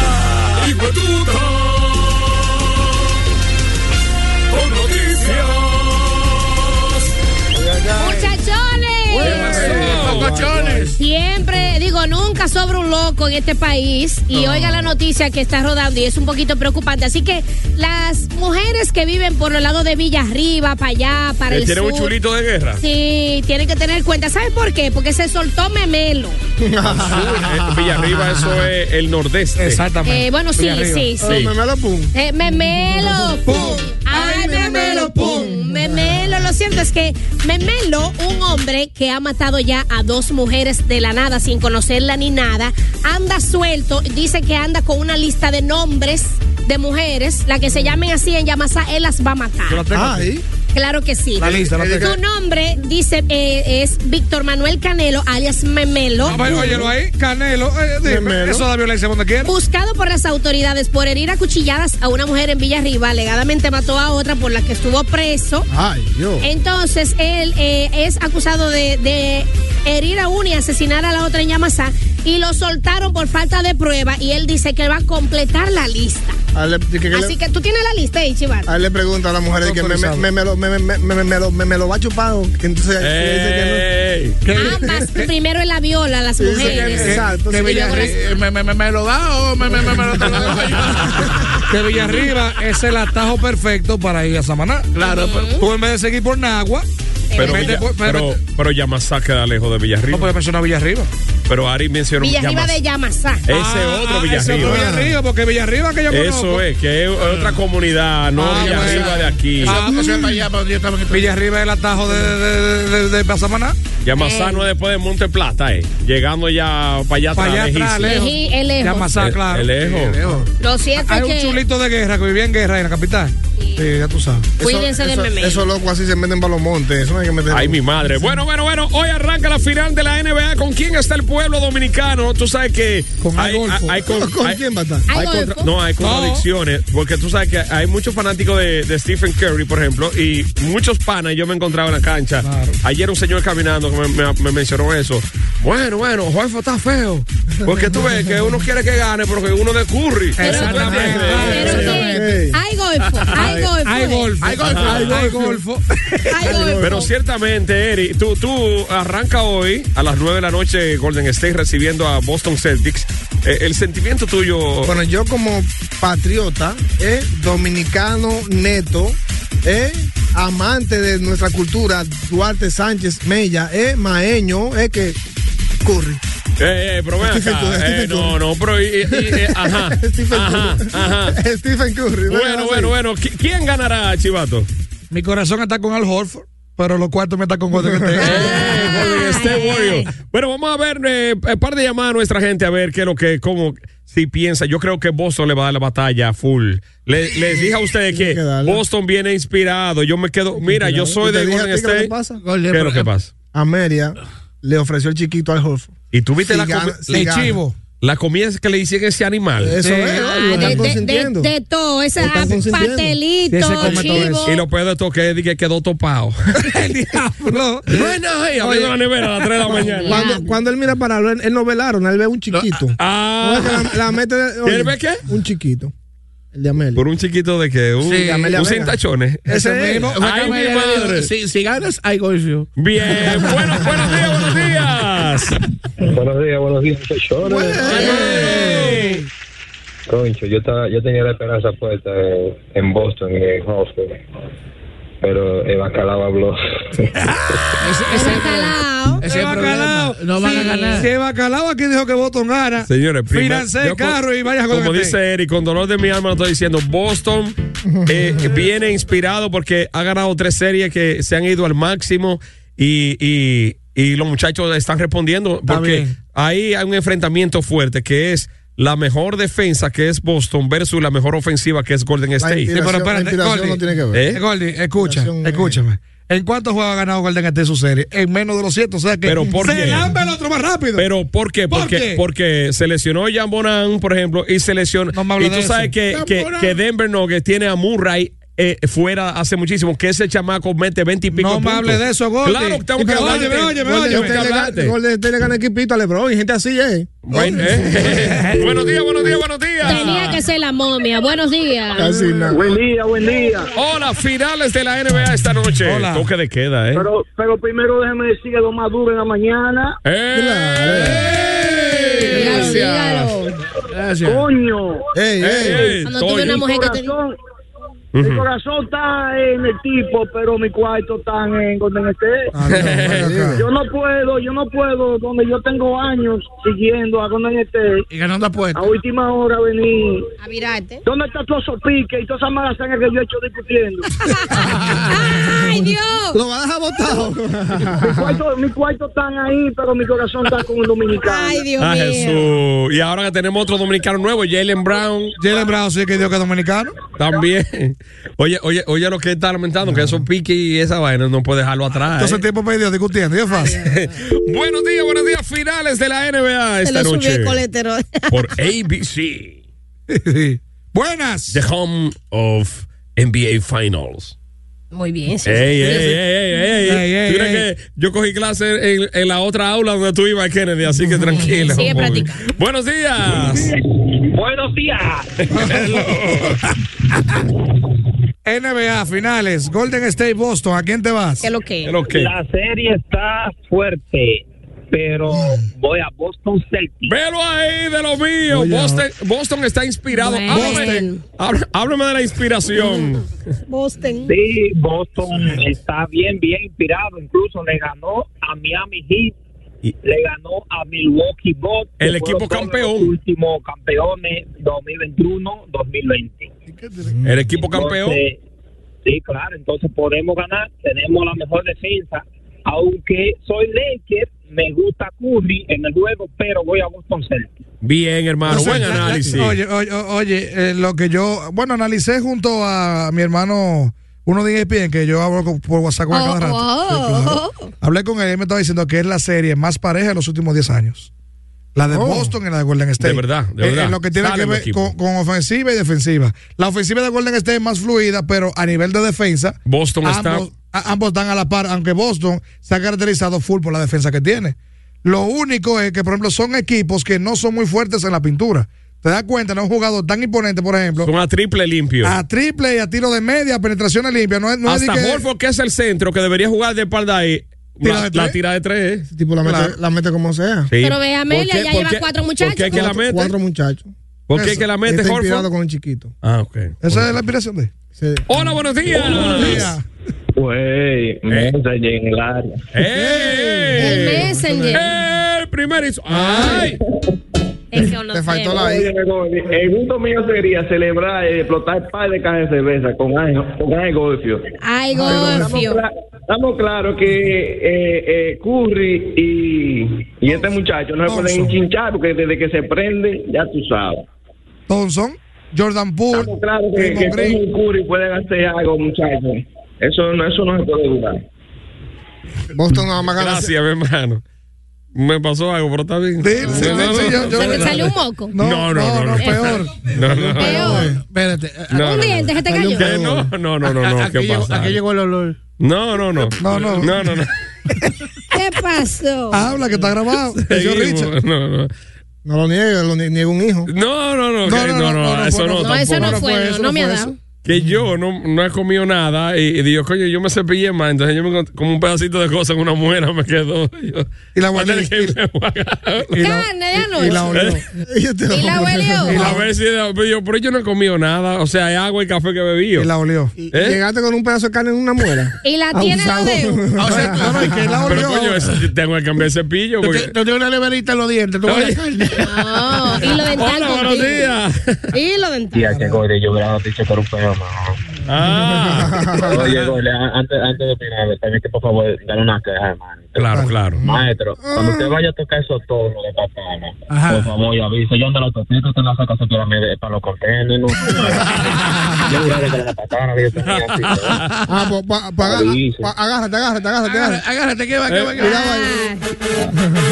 Speaker 4: ¡Muchachones! Siempre, digo, nunca sobra un loco en este país. Y oiga la noticia que está rodando y es un poquito preocupante. Así que las mujeres que viven por los lados de Villa Arriba, para allá, para
Speaker 2: Que
Speaker 4: el
Speaker 2: tiene
Speaker 4: sur.
Speaker 2: un chulito de guerra.
Speaker 4: Sí, tienen que tener cuenta. ¿Sabes por qué? Porque se
Speaker 2: (laughs)
Speaker 4: soltó memelo.
Speaker 2: Eh, Villarriba, eso es el nordeste.
Speaker 4: Exactamente. Eh, bueno, sí, Villarriba. sí, sí.
Speaker 6: Eh, Memelo Pum.
Speaker 4: Eh, memelo, pum. Ay, memelo, pum. Memelo, lo cierto es que Memelo, un hombre que ha matado ya a dos mujeres de la nada sin conocerla ni nada, anda suelto, dice que anda con una lista de nombres de mujeres, la que se llamen así en Yamasa, él las va a matar.
Speaker 5: Yo la tengo aquí.
Speaker 4: Claro que sí.
Speaker 5: La lista, la tengo.
Speaker 4: Su nombre dice eh, es Víctor Manuel Canelo, alias Memelo.
Speaker 5: Ah, bueno, óyelo ahí, Canelo, eh, dime, Uh. eso da violencia cuando quiera.
Speaker 4: Buscado por las autoridades por herir a cuchilladas a una mujer en Villarriba, alegadamente mató a otra por la que estuvo preso.
Speaker 6: Ay, Dios.
Speaker 4: Entonces, él eh, es acusado de, de herir a una y asesinar a la otra en Yamasá y lo soltaron por falta de prueba y él dice que va a completar la lista.
Speaker 6: A él le- que- que le-
Speaker 4: Así que tú tienes la lista, eh, Ichibar.
Speaker 6: (laughs) a él le pregunta a la mujer de que me, me, me, me lo- me, me, me, me- me lo- me- me lo va a chupar. o que Entonces dice
Speaker 2: Ey.
Speaker 6: que no.
Speaker 4: Ambas, primero él la viola a las
Speaker 6: Sí, sí,
Speaker 4: mujeres.
Speaker 6: que- exacto,
Speaker 4: Y
Speaker 7: Que
Speaker 4: luego las-
Speaker 7: Villarri- me, me, me, me lo da o me, me, me, me lo te lo dejo yo?
Speaker 5: Que Villarriba es el atajo perfecto para ir a Samaná. Claro, tú en vez de seguir por Nagua,
Speaker 2: Pero,
Speaker 5: vete
Speaker 2: Villa-
Speaker 5: por- vete-
Speaker 2: pero, pero Yamasá queda lejos de Villarriba.
Speaker 5: no puedes mencionar Villarriba.
Speaker 2: Pero Ari mencionó
Speaker 4: Villarriba de Yamasá.
Speaker 2: Ese
Speaker 5: Ah,
Speaker 2: otro
Speaker 5: ese otro Villarriba, porque Villarriba que yo conozco.
Speaker 2: Eso es, que es otra comunidad, no
Speaker 5: Ah,
Speaker 2: Villarriba
Speaker 5: bueno.
Speaker 2: de aquí.
Speaker 7: Ah, pues yo para allá, para donde yo estaba en el-
Speaker 5: Villarriba es el atajo de, de, de, de Pasamaná.
Speaker 4: Eh.
Speaker 2: Yamasá no es después de Monte Plata, eh. Llegando ya para allá
Speaker 5: Pa' allá atrás,
Speaker 2: lejísimo.
Speaker 5: lejos.
Speaker 4: Ejí- es lejos.
Speaker 5: Yamasá,
Speaker 2: Eh,
Speaker 5: claro.
Speaker 2: es lejos.
Speaker 5: Sí,
Speaker 4: Lo cierto
Speaker 5: Hay
Speaker 4: es
Speaker 5: un
Speaker 4: Ah, pues, que
Speaker 5: chulito de guerra que vivía en guerra en la capital.
Speaker 6: Sí, ya tú sabes.
Speaker 4: Cuídense de
Speaker 6: eso,
Speaker 4: meme.
Speaker 6: Esos locos así se meten para los montes. Eso no hay que meter.
Speaker 2: Ay, mi madre. Eh, Bueno, bueno, bueno. Hoy arranca la final de la NBA. ¿Con quién está el pueblo dominicano? Tú sabes que. Con hay, hay- hay con-
Speaker 6: ¿Con
Speaker 2: hay-
Speaker 6: quién va a estar?
Speaker 2: hay contra- no, hay contradicciones.
Speaker 5: Oh.
Speaker 2: Porque tú sabes que hay muchos fanáticos de, de Stephen Curry, por ejemplo, y muchos panas. Yo me encontraba en la cancha. Ayer un señor caminando que me, me- me mencionó eso. Bueno, bueno, Juanfo está feo. Porque tú ves que uno quiere que gane, pero que uno de Curry.
Speaker 4: Pero sí, hay golfo, hay golfo.
Speaker 5: Hay golfo.
Speaker 4: Hay golfo.
Speaker 5: Hay golfo.
Speaker 2: Pero ciertamente, Eri, tú, tú arranca hoy a las 9 de la noche Golden State recibiendo a Boston Celtics. Eh, el sentimiento tuyo.
Speaker 6: Bueno, yo como patriota, eh, dominicano neto, eh, amante de nuestra cultura, Duarte Sánchez Mella, eh, maeño, eh, que Curry.
Speaker 2: Eh, eh, pero ven
Speaker 6: Stephen
Speaker 2: acá.
Speaker 6: Curry,
Speaker 2: Eh,
Speaker 6: Stephen
Speaker 2: no,
Speaker 6: Curry.
Speaker 2: no, pero. y- y- y- eh, ajá.
Speaker 5: (laughs)
Speaker 6: Stephen
Speaker 2: ajá,
Speaker 6: Curry.
Speaker 2: (laughs) ajá.
Speaker 6: Stephen Curry.
Speaker 2: Bueno, bueno, bueno. ¿Qui- ¿Quién ganará, Chivato?
Speaker 5: Mi corazón está con Al Horford, pero los cuartos me están con
Speaker 2: (laughs)
Speaker 5: Golden
Speaker 2: Eh,
Speaker 5: State.
Speaker 2: Golden State Warriors. este Bueno, vamos a ver, eh, eh, par de llamadas a nuestra gente a ver qué es lo que, cómo, si piensa. Yo creo que Boston le va a dar la batalla full. Le- les dije a ustedes que Boston viene inspirado. Yo me quedo, mira, yo
Speaker 6: eh,
Speaker 2: soy
Speaker 6: ¿Y te
Speaker 2: de
Speaker 6: dije a
Speaker 2: Golden
Speaker 6: ti qué es lo que
Speaker 2: State.
Speaker 6: pasa?
Speaker 2: ¿Qué es lo que pasa?
Speaker 6: Ameria le ofreció el chiquito al Horford.
Speaker 2: Y tú viste
Speaker 6: Si
Speaker 2: la,
Speaker 6: gana-
Speaker 2: comi-
Speaker 6: si
Speaker 2: la-
Speaker 6: gana.
Speaker 2: la comida que le hicieron a ese animal.
Speaker 6: Eso Sí. es,
Speaker 4: Ah, de- de, de, de todo, ese ah, pastelito, chivo.
Speaker 2: Y lo peor de todo que es que quedó topado. (laughs)
Speaker 5: Diablo.
Speaker 2: Bueno, hey, abriendo la nevera a las 3 de la mañana.
Speaker 6: Cuando, cuando él mira para él, él no ve el aro, no, él ve un chiquito.
Speaker 2: Ah.
Speaker 6: No, es que la, la mete, oye,
Speaker 2: ¿Él ve qué?
Speaker 6: Un chiquito. El de Amelia.
Speaker 2: Por un chiquito de que un,
Speaker 6: Sí, Amelia
Speaker 2: un
Speaker 6: Vega.
Speaker 2: sin tachones.
Speaker 6: Ese mismo.
Speaker 2: Ay, mi madre.
Speaker 7: Si, si ganas, hay golfio.
Speaker 2: Bien,
Speaker 7: (laughs)
Speaker 2: bueno, buenos días, buenos días.
Speaker 1: Buenos días, buenos días, muchachones. Concho, yo, estaba, yo tenía la esperanza puesta eh, en Boston y en Houston, pero el bacalao habló.
Speaker 7: Ese
Speaker 5: bacalao.
Speaker 7: No van a ganar.
Speaker 5: Ese bacalao aquí dijo que Boston gana.
Speaker 2: Señores, primer-
Speaker 5: Financé
Speaker 2: yo
Speaker 5: el
Speaker 2: co-
Speaker 5: carro y vaya con
Speaker 2: Como dice Eric, con dolor de mi alma lo estoy diciendo. Boston eh, viene inspirado porque ha ganado tres series que se han ido al máximo y, y- y los muchachos están respondiendo porque
Speaker 5: bien.
Speaker 2: ahí hay un enfrentamiento fuerte que es la mejor defensa que es Boston versus la mejor ofensiva que es Golden State.
Speaker 5: Sí, pero espérate, Goldie,
Speaker 2: este. ¿Eh?
Speaker 5: Eh, Goldie, escucha, escúchame. ¿En cuántos juegos ha ganado Golden State su serie? En menos de los 100, o sea que
Speaker 2: Pero ¿por
Speaker 5: se
Speaker 2: qué?
Speaker 5: lamba el otro más rápido.
Speaker 2: Pero ¿por qué?
Speaker 5: ¿Por
Speaker 2: Porque,
Speaker 5: qué?
Speaker 2: porque se lesionó Jan Bonan, por ejemplo, y se lesionó.
Speaker 5: me hables
Speaker 2: y tú
Speaker 5: de
Speaker 2: sabes
Speaker 5: eso.
Speaker 2: que,
Speaker 5: Jan
Speaker 2: que,
Speaker 5: Moran.
Speaker 2: que Denver Nuggets tiene a Murray. eh, fuera hace muchísimo que ese chamaco mete 20 y pico
Speaker 5: No me
Speaker 2: puntos.
Speaker 5: hables de eso, Goldie.
Speaker 2: Claro, tengo
Speaker 5: Y
Speaker 2: que
Speaker 5: pero
Speaker 2: hablarte.
Speaker 5: óyeme, óyeme,
Speaker 2: Tengo que
Speaker 6: Golden State le gana-
Speaker 2: hablarte.
Speaker 6: Golden State le gana equipito a LeBron y gente así, ¿eh?
Speaker 2: Bueno, eh. buenos días, buenos días, buenos
Speaker 4: Tenía
Speaker 2: días.
Speaker 4: que ser la momia. Buenos días.
Speaker 2: Buen
Speaker 1: día, buen día.
Speaker 2: Hola, finales de la NBA esta noche.
Speaker 1: Hola.
Speaker 2: Toque de queda, ¿eh?
Speaker 1: Pero, pero primero déjeme decir lo más duro en la mañana.
Speaker 2: ¡Eh! Gracias.
Speaker 1: Coño.
Speaker 2: Ey, ey. Ey, Cuando tuve una
Speaker 1: mi
Speaker 2: mujer que te-
Speaker 1: corazón, Mi corazón está en el tipo, pero mi cuarto está en Golden State. (laughs) yo no puedo, yo no puedo, donde yo tengo años siguiendo a Golden State.
Speaker 7: Y ganando apuestas.
Speaker 1: A última hora venir.
Speaker 4: A virarte.
Speaker 1: ¿Dónde está todo esos piques y todas esas malas sangre que yo he hecho discutiendo?
Speaker 4: (laughs) ¡Ay, Dios!
Speaker 1: Lo vas a botado. mi, cuarto, mi cuarto están ahí, pero mi corazón está con un dominicano.
Speaker 4: Ay, Dios
Speaker 2: Ah,
Speaker 4: mío.
Speaker 2: Jesús. Y ahora que tenemos otro dominicano nuevo, Jalen Brown.
Speaker 5: Jalen Brown sí que dijo que es dominicano.
Speaker 2: También. Oye, oye, oye lo que está lamentando, que esos piques y esa vaina no puede dejarlo atrás.
Speaker 5: Entonces
Speaker 2: ¿eh?
Speaker 5: el tiempo perdido discutiendo, y es fácil.
Speaker 2: (laughs) buenos días, buenos días, finales de la NBA esta noche.
Speaker 4: colesterol.
Speaker 2: (laughs) Por ABC.
Speaker 5: Buenas.
Speaker 2: The home of NBA Finals.
Speaker 4: Muy bien. sí.
Speaker 2: Ey, ey, ey, ey, ey,
Speaker 5: Ey, ey,
Speaker 2: Tú crees
Speaker 5: ey.
Speaker 2: que yo cogí clase en, en la otra aula donde tú ibas, Kennedy, así que tranquilo.
Speaker 4: Sigue
Speaker 2: Muy bien.
Speaker 4: practicando.
Speaker 2: Buenos días.
Speaker 1: Buenos días.
Speaker 5: NBA, finales, Golden State, Boston, ¿a quién te vas?
Speaker 4: ¿Qué lo que?
Speaker 1: La serie está fuerte, pero
Speaker 5: Mm.
Speaker 1: voy a Boston Celtics.
Speaker 2: Velo ahí de lo mío.
Speaker 1: Oye,
Speaker 2: Boston, Boston está inspirado.
Speaker 4: Bueno.
Speaker 2: Háblame, háblame- háblame de la inspiración.
Speaker 4: Boston.
Speaker 1: Sí, Boston está bien, bien inspirado. Incluso le ganó a Miami Heat, le ganó a Milwaukee Bucks.
Speaker 2: El
Speaker 1: que
Speaker 2: equipo
Speaker 1: fueron todos
Speaker 2: campeón.
Speaker 1: Los últimos campeones 2021-2020.
Speaker 2: El equipo campeón.
Speaker 1: Entonces, Sí, claro. Entonces podemos ganar. Tenemos la mejor defensa.
Speaker 11: Aunque soy Lakers, me gusta Curry en el juego, pero voy a Boston Celtics.
Speaker 2: Bien, hermano,
Speaker 5: O sea,
Speaker 2: buen
Speaker 5: la- la-
Speaker 2: análisis.
Speaker 5: Oye, oye, oye, eh, lo que yo, bueno, analicé junto a mi hermano, uno de E ESPN, que yo hablo con- por WhatsApp
Speaker 4: Oh,
Speaker 5: con él cada rato. Sí, claro. Hablé con él y él me estaba diciendo que es la serie más pareja de los últimos 10 años. La de
Speaker 2: Oh.
Speaker 5: Boston y la de Golden State.
Speaker 2: De verdad, de
Speaker 5: Eh,
Speaker 2: verdad.
Speaker 5: en lo que tiene
Speaker 2: Salen
Speaker 5: que
Speaker 2: los
Speaker 5: ver
Speaker 2: equipos.
Speaker 5: con, con ofensiva y defensiva. La ofensiva de Golden State es más fluida, pero a nivel de defensa.
Speaker 2: Boston está-
Speaker 5: ambos- a- ambos están a la par, aunque Boston se ha caracterizado full por la defensa que tiene. Lo único es que, por ejemplo, son equipos que no son muy fuertes en la pintura. ¿Te das cuenta? No es un jugador tan imponente, por ejemplo.
Speaker 2: Con a triple limpio.
Speaker 5: A triple y a tiro de media, penetraciones limpias. No es, no es
Speaker 2: Hasta
Speaker 5: de que-
Speaker 2: Horford, que es el centro, que debería jugar de espalda ahí.
Speaker 5: Tira
Speaker 2: la,
Speaker 5: de
Speaker 2: la
Speaker 5: tres.
Speaker 2: tira de tres.
Speaker 6: Ese tipo la mete, la mete como sea.
Speaker 4: Pero ve a Amelia, ya lleva cuatro muchachos.
Speaker 2: qué es que la mete?
Speaker 6: Cuatro muchachos.
Speaker 2: ¿Por qué es que la mete,
Speaker 6: Está
Speaker 2: Horford?
Speaker 6: inspirado con el chiquito.
Speaker 2: Ah, ok.
Speaker 5: Esa es la inspiración
Speaker 2: (laughs)
Speaker 5: de.
Speaker 2: Hola, buenos días.
Speaker 6: Buenos días.
Speaker 2: Eh.
Speaker 1: Güey, Messenger en el área.
Speaker 2: El
Speaker 4: Messenger.
Speaker 2: El primer hizo. ¡Ay!
Speaker 4: Te faltó la I.
Speaker 1: El gusto mío sería celebrar eh, explotar par de cajas de cerveza con Ángel- con Ángel Golfio.
Speaker 4: Ay,
Speaker 1: Estamos,
Speaker 4: Golfio.
Speaker 1: cla- estamos claros que eh, eh, Curry y, y este muchacho no se pueden enchinchar porque desde que se prende, ya tú sabes.
Speaker 5: Thompson, Jordan Poole,
Speaker 1: Estamos claros que, que
Speaker 5: Draymond
Speaker 1: Curry
Speaker 5: Green.
Speaker 1: y Curry pueden hacer algo, muchachos. Eso, no- eso no se puede dudar.
Speaker 6: Boston nada más gana.
Speaker 2: Gracias, mi hermano. Me pasó algo, pero está bien.
Speaker 5: sí, sí, yo- yo-
Speaker 4: ¿Se te salió un moco?
Speaker 2: No, no, no, no.
Speaker 5: peor.
Speaker 2: No, no,
Speaker 4: Peor.
Speaker 7: Espérate.
Speaker 2: no, no,
Speaker 4: Un
Speaker 2: no.
Speaker 4: diente que te
Speaker 2: Que
Speaker 4: cayó.
Speaker 2: No, no, no, no, no.
Speaker 7: Aquí
Speaker 2: ¿Qué
Speaker 7: llegó-
Speaker 2: pasa?
Speaker 7: aquí llegó el olor.
Speaker 2: No, no, no. No, no. No, no, no.
Speaker 4: ¿Qué pasó?
Speaker 5: Habla que está grabado. Yo, Richard.
Speaker 2: Seguimos. No, no.
Speaker 6: No lo niegue, lo nie- niega un hijo.
Speaker 2: No, no, no, que- no, no, eso no,
Speaker 4: No, eso
Speaker 2: tampoco.
Speaker 4: no fue, no, no me ha dado.
Speaker 2: Que yo no, no he comido nada y, y digo, coño, yo me cepillé más, entonces yo me encont- como un pedacito de cosa en una muela me quedó. Yo, y la
Speaker 4: Carne de anoche. Y la
Speaker 2: Y
Speaker 4: huelió.
Speaker 2: la vez sí, pero yo, pero yo no he comido nada, o sea, hay agua y café que ¿Eh? bebí. Y la
Speaker 5: olió.
Speaker 6: Llegaste con un pedazo de carne en una muela.
Speaker 4: Y la
Speaker 6: Abusado.
Speaker 4: tiene los (laughs) dedos.
Speaker 7: O sea, no, no, y que la
Speaker 2: Pero
Speaker 7: olió.
Speaker 2: coño, eso, yo tengo que cambiar el cepillo.
Speaker 7: Tú te-
Speaker 2: Porque...
Speaker 7: tú tienes una neverita en los dientes. Tú vas a la carne.
Speaker 4: No, Ah, y lo dental.
Speaker 2: Hola, buenos
Speaker 4: contigo.
Speaker 2: días.
Speaker 4: Y lo dental.
Speaker 1: Tía, que gore, yo hubiera noticia por un pedo, mano.
Speaker 2: Ah.
Speaker 1: Oye, Gole, antes, antes de terminar, permite por favor dar una queja, hermano.
Speaker 2: Claro, claro.
Speaker 1: Maestro, cuando usted vaya a tocar esos tonos de papana,
Speaker 2: Ajá.
Speaker 1: por favor, yo aviso. Yo ando a la autopista, usted no saca su tira media para los contenedores. ¿no? yo juraba que era la patana, Dios mío, así, ¿no?
Speaker 6: Ah, pues, pa, pa, agarra- pa- agárrate, agárrate, agárrate, agárrate. Eh,
Speaker 7: Agárrate, que va, que va, que
Speaker 6: Cuidado
Speaker 7: va.
Speaker 6: ahí.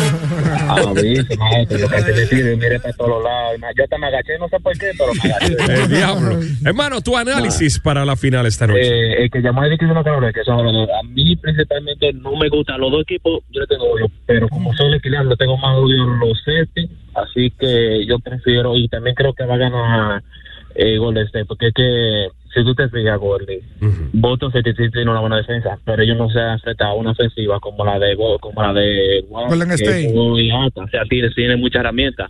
Speaker 1: Aviso, maestro, lo que se decide, mire para todos lados. Yo hasta me agaché, no sé por qué, pero
Speaker 2: (laughs)
Speaker 1: me agaché.
Speaker 2: El diablo. (laughs) Hermano, tu análisis para la final esta noche.
Speaker 1: Eh, el que llamó a Dickinson no creo que son los dos. A mí principalmente no me gustan los dos equipos, yo le tengo odio, pero como soy equilibrado, le tengo más odio a los Celtics, así que yo prefiero, y también creo que va a ganar eh, Golden State, porque es que si tú te fijas, Golden, Boston Celtics sí tiene una buena defensa, pero ellos no se han enfrentado a una ofensiva como la de Go- como la de Warriors,
Speaker 5: Golden
Speaker 1: que
Speaker 5: State.
Speaker 1: es ah, muy alta, o sea, tiene, tiene muchas herramientas.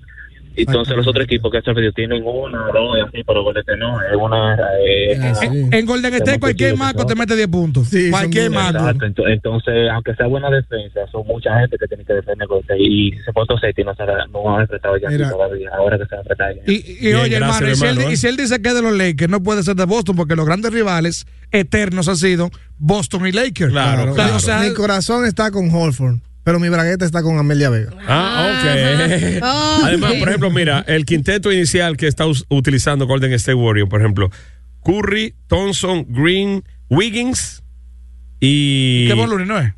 Speaker 1: Entonces los otros equipos que se ofrecen tienen una, dos, y así, pero Golden State no, es una... eh,
Speaker 5: En, en Golden State, cualquier maco te mete 10 puntos. cualquier maco.
Speaker 1: Exacto, ento- entonces, aunque sea buena defensa, son mucha gente que tiene que defender con usted. Y si se pone Seti, no se ha- no ha enfrentado ya
Speaker 5: Mira.
Speaker 1: todavía, ahora que se ha enfrentado ya.
Speaker 5: Y, y oye, hermano, y si,
Speaker 2: ¿eh?
Speaker 5: él, y si él dice que es de los Lakers, no puede ser de Boston, porque los grandes rivales eternos han sido Boston y Lakers.
Speaker 2: Claro,
Speaker 5: O sea, o sea,
Speaker 6: mi corazón está con Holford, pero mi bragueta está con Amelia Vega.
Speaker 2: Ah, ok.
Speaker 6: Ah,
Speaker 2: Además,
Speaker 6: ok.
Speaker 2: por ejemplo, mira, el quinteto inicial que está us- utilizando Golden State Warrior, por ejemplo, Curry, Thompson, Green, Wiggins y.
Speaker 5: Kevon Looney, ¿no es?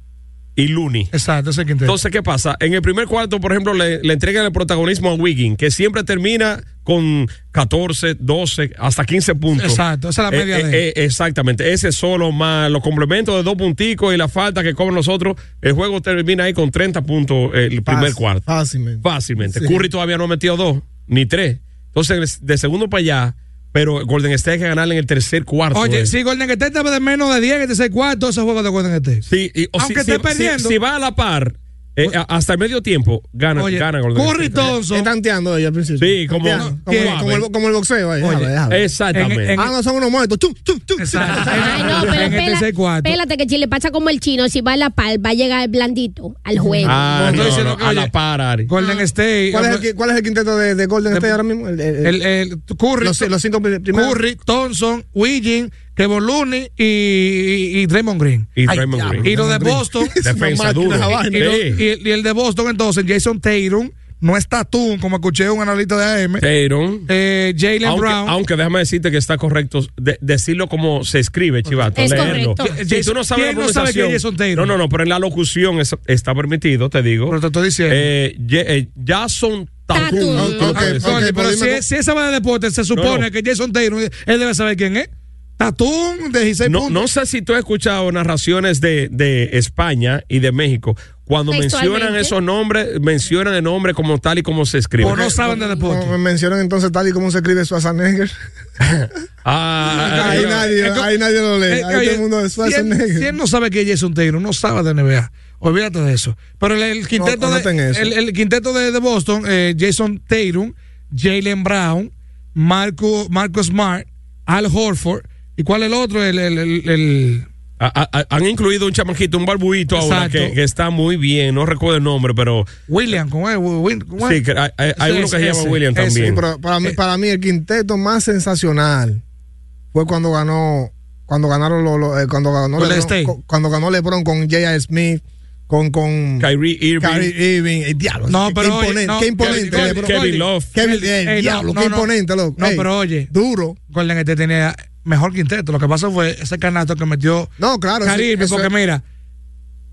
Speaker 2: Y Looney.
Speaker 5: eh? Exacto, ese quinteto.
Speaker 2: Entonces, ¿qué pasa? En el primer cuarto, por ejemplo, le, le entregan el protagonismo a Wiggins, que siempre termina con 14, 12, hasta 15 puntos.
Speaker 5: Exacto, esa es la media de
Speaker 2: eh, Exactamente, ese solo más los complementos de dos punticos y la falta que cobran nosotros, el juego termina ahí con 30 puntos eh, el primer
Speaker 6: Fácil,
Speaker 2: cuarto.
Speaker 6: Fácilmente.
Speaker 2: Fácilmente.
Speaker 6: Sí.
Speaker 2: Curry todavía no ha metido dos, ni tres. Entonces, de segundo para allá, pero Golden State hay que ganarle en el tercer cuarto.
Speaker 5: Oye,
Speaker 2: eh.
Speaker 5: si Golden State está de menos de 10 en el tercer cuarto, ese juego de Golden State.
Speaker 2: Sí, y- o si-
Speaker 5: Aunque
Speaker 2: si,
Speaker 5: esté perdiendo.
Speaker 2: si- si va a la par, eh, a- hasta el medio tiempo, gana,
Speaker 5: Oye,
Speaker 2: gana Golden
Speaker 5: Curry
Speaker 2: State.
Speaker 5: Thompson.
Speaker 6: Está tanteando ella al principio.
Speaker 2: Sí, como-
Speaker 6: Tanteando.
Speaker 2: no,
Speaker 6: como, el-
Speaker 2: suave.
Speaker 6: como el, como el boxeo. ahí, déjalo, déjalo.
Speaker 2: exactamente.
Speaker 6: ah, no, son unos muertos. Chum, chum, chum.
Speaker 4: Ay, no, pero
Speaker 5: En el
Speaker 4: pela-
Speaker 5: tercer cuarto.
Speaker 4: pélate que Chile pacha como el chino. Si va a la par, va a llegar blandito al juego.
Speaker 5: No,
Speaker 2: Ah, no,
Speaker 5: estoy diciendo
Speaker 2: no,
Speaker 5: que,
Speaker 2: a
Speaker 5: oye,
Speaker 2: la par, Ari.
Speaker 5: Golden State.
Speaker 6: Ah. ¿Cuál, es el, qui- cuál es el quinteto de,
Speaker 2: Eh,
Speaker 6: de Golden State ahora mismo? El, el-
Speaker 5: el- el Curry,
Speaker 6: los, los cinco pri- primeros.
Speaker 5: Curry, Thompson, Wiggins, que Boluni y, y, y Draymond Green.
Speaker 2: Y Draymond Green.
Speaker 5: Y lo de
Speaker 2: Draymond (laughs)
Speaker 5: Boston.
Speaker 2: Green. Defensa
Speaker 5: Y-
Speaker 2: duro.
Speaker 5: Y, lo-
Speaker 2: Sí.
Speaker 5: y- y el de Boston, entonces, Jason Tatum. No está tú, como escuché un analista de AM.
Speaker 2: Tatum.
Speaker 5: Jalen
Speaker 2: aunque,
Speaker 5: Eh, Brown.
Speaker 2: Aunque déjame decirte que está correcto de- decirlo como se escribe, Chivato.
Speaker 5: Es
Speaker 2: leerlo.
Speaker 5: correcto.
Speaker 2: Si- Si tú no sabes la
Speaker 5: ¿Quién no sabe
Speaker 2: pronunciación-
Speaker 5: que Jason Tatum?
Speaker 2: No, no, no, pero en la locución es- está permitido, te digo. Pero
Speaker 5: te estoy diciendo.
Speaker 2: Jason Tatum.
Speaker 5: Ok, Ah, coño, pero si, es- si esa va de deporte, se supone que Jason Tatum, él debe saber quién es. Tatum de 16
Speaker 2: no,
Speaker 5: puntos.
Speaker 2: no sé si tú has escuchado narraciones de, de España y de México. Cuando mencionan
Speaker 6: Textualmente.
Speaker 2: esos nombres, mencionan el nombre como tal y como se escribe.
Speaker 6: deporte. me mencionan entonces tal y como se escribe Schwarzenegger.
Speaker 2: Ah,
Speaker 6: ahí
Speaker 2: eh,
Speaker 6: nadie,
Speaker 5: es como-
Speaker 6: ahí nadie lo lee.
Speaker 5: Eh,
Speaker 6: ahí
Speaker 5: oye,
Speaker 6: todo el mundo es
Speaker 5: si él-
Speaker 6: Schwarzenegger.
Speaker 5: Si él no sabe que es Jason Taylor, no sabe de NBA. Olvídate de eso. Pero el, el
Speaker 6: No,
Speaker 5: quinteto,
Speaker 6: anoten
Speaker 5: de,
Speaker 6: eso.
Speaker 5: el, el quinteto de, de Boston, eh, Jason Tatum, Jalen Brown, Marco, Marco Smart, Al Horford. ¿Y cuál es el otro? El, el, el- el-
Speaker 2: A- a- a- han incluido un chamaquito, un barbuito ahora
Speaker 5: Exacto.
Speaker 2: que, que está muy bien, no recuerdo el nombre, pero
Speaker 5: William. ¿Cómo es? Win- ¿cómo es?
Speaker 2: sí, que hay, hay- hay
Speaker 5: Ese
Speaker 2: uno que
Speaker 5: es,
Speaker 2: se llama
Speaker 5: ese,
Speaker 2: William
Speaker 5: ese.
Speaker 2: también. Eh.
Speaker 6: Sí, pero para mí, para mí el quinteto más sensacional fue cuando ganó cuando ganaron los, los, eh, cuando ganó
Speaker 2: Golden
Speaker 6: LeBron,
Speaker 2: State.
Speaker 6: co- cuando ganó LeBron con J.R. Smith con con
Speaker 2: ¿eh? Kyrie Irving.
Speaker 6: Kyrie Irving,
Speaker 5: eh,
Speaker 6: el diablo.
Speaker 5: No,
Speaker 6: qué-
Speaker 5: pero
Speaker 6: qué
Speaker 5: oye,
Speaker 6: imponente,
Speaker 5: no,
Speaker 6: qué imponente
Speaker 5: Kevin-
Speaker 6: LeBron.
Speaker 5: Kevin Love.
Speaker 6: Kevin, el
Speaker 5: Ey, no,
Speaker 6: diablo,
Speaker 5: no,
Speaker 6: qué
Speaker 5: no.
Speaker 6: imponente, loco.
Speaker 5: No,
Speaker 6: Ey,
Speaker 5: pero oye.
Speaker 6: Duro.
Speaker 5: Golden State tenía mejor quinteto. Lo que pasó fue ese canasto que metió
Speaker 6: No, claro, sí,
Speaker 5: Caribe,
Speaker 6: eso
Speaker 5: porque
Speaker 6: es-
Speaker 5: mira,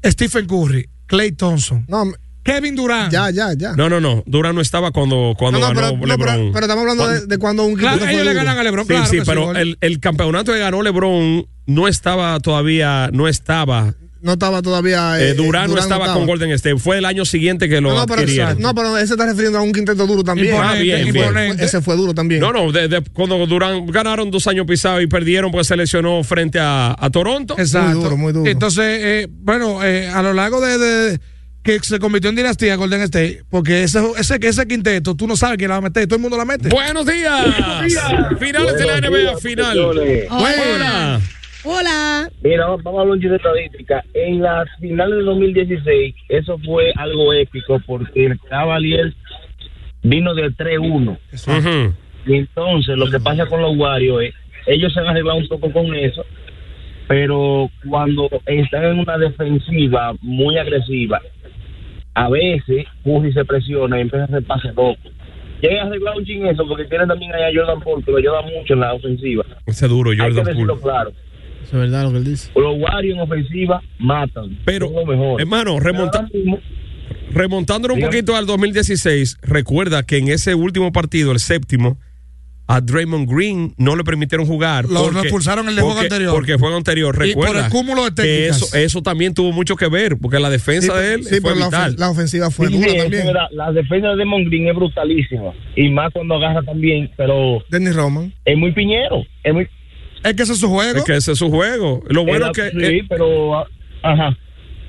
Speaker 5: Stephen Curry, Clay Thompson, Kevin Durant.
Speaker 6: Ya, ya, ya.
Speaker 2: No, no, no, Durán no estaba cuando, cuando
Speaker 6: No, no,
Speaker 2: ganó
Speaker 6: pero, no,
Speaker 2: LeBron.
Speaker 6: pero, pero estamos hablando de, de cuando un
Speaker 5: Claro,
Speaker 6: quinteto
Speaker 5: ellos
Speaker 6: fue
Speaker 5: le
Speaker 6: duro.
Speaker 5: ganan a LeBron,
Speaker 2: Sí,
Speaker 5: claro.
Speaker 2: sí,
Speaker 5: que
Speaker 2: pero
Speaker 5: gol.
Speaker 2: el, el campeonato que ganó LeBron no estaba todavía, no estaba.
Speaker 6: No estaba todavía
Speaker 2: eh,
Speaker 6: eh,
Speaker 2: Durán, no estaba con Golden State. Fue el año siguiente que lo
Speaker 6: No, no, pero,
Speaker 2: adquirieron.
Speaker 6: no, pero ese está refiriendo a un quinteto duro también.
Speaker 2: Ah, bien, bien.
Speaker 6: Ese fue duro también.
Speaker 2: No, no, de- de- cuando Durán ganaron dos años pisados y perdieron porque se lesionó frente a, a Toronto.
Speaker 5: Exacto. Entonces, eh, bueno, eh, a lo largo de, de- que se convirtió en dinastía Golden State, porque ese, ese, ese quinteto, tú no sabes quién la va a meter, todo el mundo la mete.
Speaker 2: Buenos días. Finales de la NBA, final.
Speaker 12: Hola.
Speaker 4: Hola.
Speaker 1: Mira, vamos a hablar un chiste de estadística. En las finales de 2016, eso fue algo épico porque el Cavaliers vino de 3-1. Y entonces lo que pasa con los Warriors es, ellos se han arreglado un poco con eso, pero cuando están en una defensiva muy agresiva, a veces Curry se presiona y empieza a hacer pase loco. Ya han arreglado un ching eso porque tienen también allá a Jordan Poole, que lo ayuda mucho en la ofensiva.
Speaker 2: Ese duro,
Speaker 1: Hay que
Speaker 2: Jordan Poole.
Speaker 1: decirlo claro.
Speaker 7: Eso es verdad lo que él dice.
Speaker 1: Los Warriors en ofensiva matan.
Speaker 2: Pero, hermano, remonta- remontándolo un
Speaker 1: Dígame.
Speaker 2: poquito al 2016, recuerda que en ese último partido, el séptimo, a Draymond Green no le permitieron jugar.
Speaker 5: Lo expulsaron el de juego
Speaker 2: porque-
Speaker 5: anterior.
Speaker 2: Porque juego anterior,
Speaker 5: Y por
Speaker 2: recuerda.
Speaker 5: el cúmulo de
Speaker 2: que
Speaker 5: técnicas.
Speaker 2: eso, eso también tuvo mucho que ver, porque la defensa de él fue
Speaker 6: la,
Speaker 2: vital.
Speaker 6: ofen- la ofensiva fue
Speaker 1: Sí,
Speaker 6: dura
Speaker 1: eso
Speaker 6: también.
Speaker 1: era- la defensa de Mongreen es brutalísima. Y más cuando agarra también, pero.
Speaker 6: Dennis Roman.
Speaker 1: Es muy piñero. Es, muy...
Speaker 5: es que ese es su juego.
Speaker 2: Es que ese es su juego. Lo bueno
Speaker 1: Era-
Speaker 2: es que. eh,
Speaker 1: sí, pero. ah, Ajá.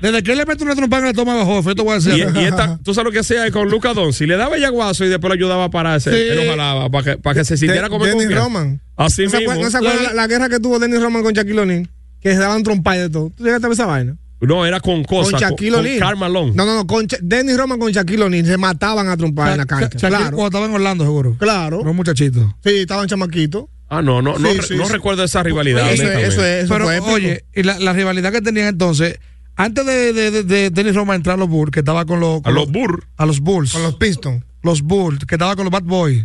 Speaker 5: Desde que él le mete una trompa en la toma bajo, yo te voy a
Speaker 2: Y,
Speaker 5: decir.
Speaker 2: y esta, tú sabes lo que hacía con Luca Doncic, le daba yaguazo y después lo ayudaba a pararse,
Speaker 6: Sí.
Speaker 2: él lo jalaba para que, para que se sintiera como en
Speaker 6: Dennis
Speaker 2: confianza.
Speaker 6: Roman.
Speaker 2: Así
Speaker 6: ¿No se
Speaker 2: mismo.
Speaker 6: acuer- ¿No se acuerdan la, la guerra que tuvo Dennis Roman con Shaquille O'Neal? Que se daban trompadas y de todo. ¿Tú llegaste a ver esa vaina?
Speaker 2: No, era con cosas.
Speaker 6: con Shaquille
Speaker 2: con,
Speaker 6: O'Neal.
Speaker 2: Karl Malone.
Speaker 6: No, no, no. Con Sha- Dennis Roman con Shaquille O'Neal se mataban a trompadas en la cancha.
Speaker 5: Shaquille
Speaker 6: claro.
Speaker 5: cuando estaba en Orlando, seguro.
Speaker 6: Claro.
Speaker 5: Los muchachitos.
Speaker 6: Sí, estaban chamaquitos.
Speaker 2: Ah, no, no, no,
Speaker 6: Sí,
Speaker 2: re-
Speaker 6: sí,
Speaker 2: no
Speaker 6: sí.
Speaker 2: recuerdo esa
Speaker 6: Eso
Speaker 2: rivalidad.
Speaker 6: es-
Speaker 2: honestamente.
Speaker 6: eso es- eso
Speaker 5: Pero,
Speaker 6: fue épico.
Speaker 5: oye, y la, la rivalidad que tenían entonces, antes de, de, de- de Dennis Roma entrar a los Bulls, que estaba con los.
Speaker 2: A los Bulls.
Speaker 5: A los Bulls.
Speaker 6: Con los Pistons.
Speaker 5: Los Bulls, que estaba con los Bad Boys.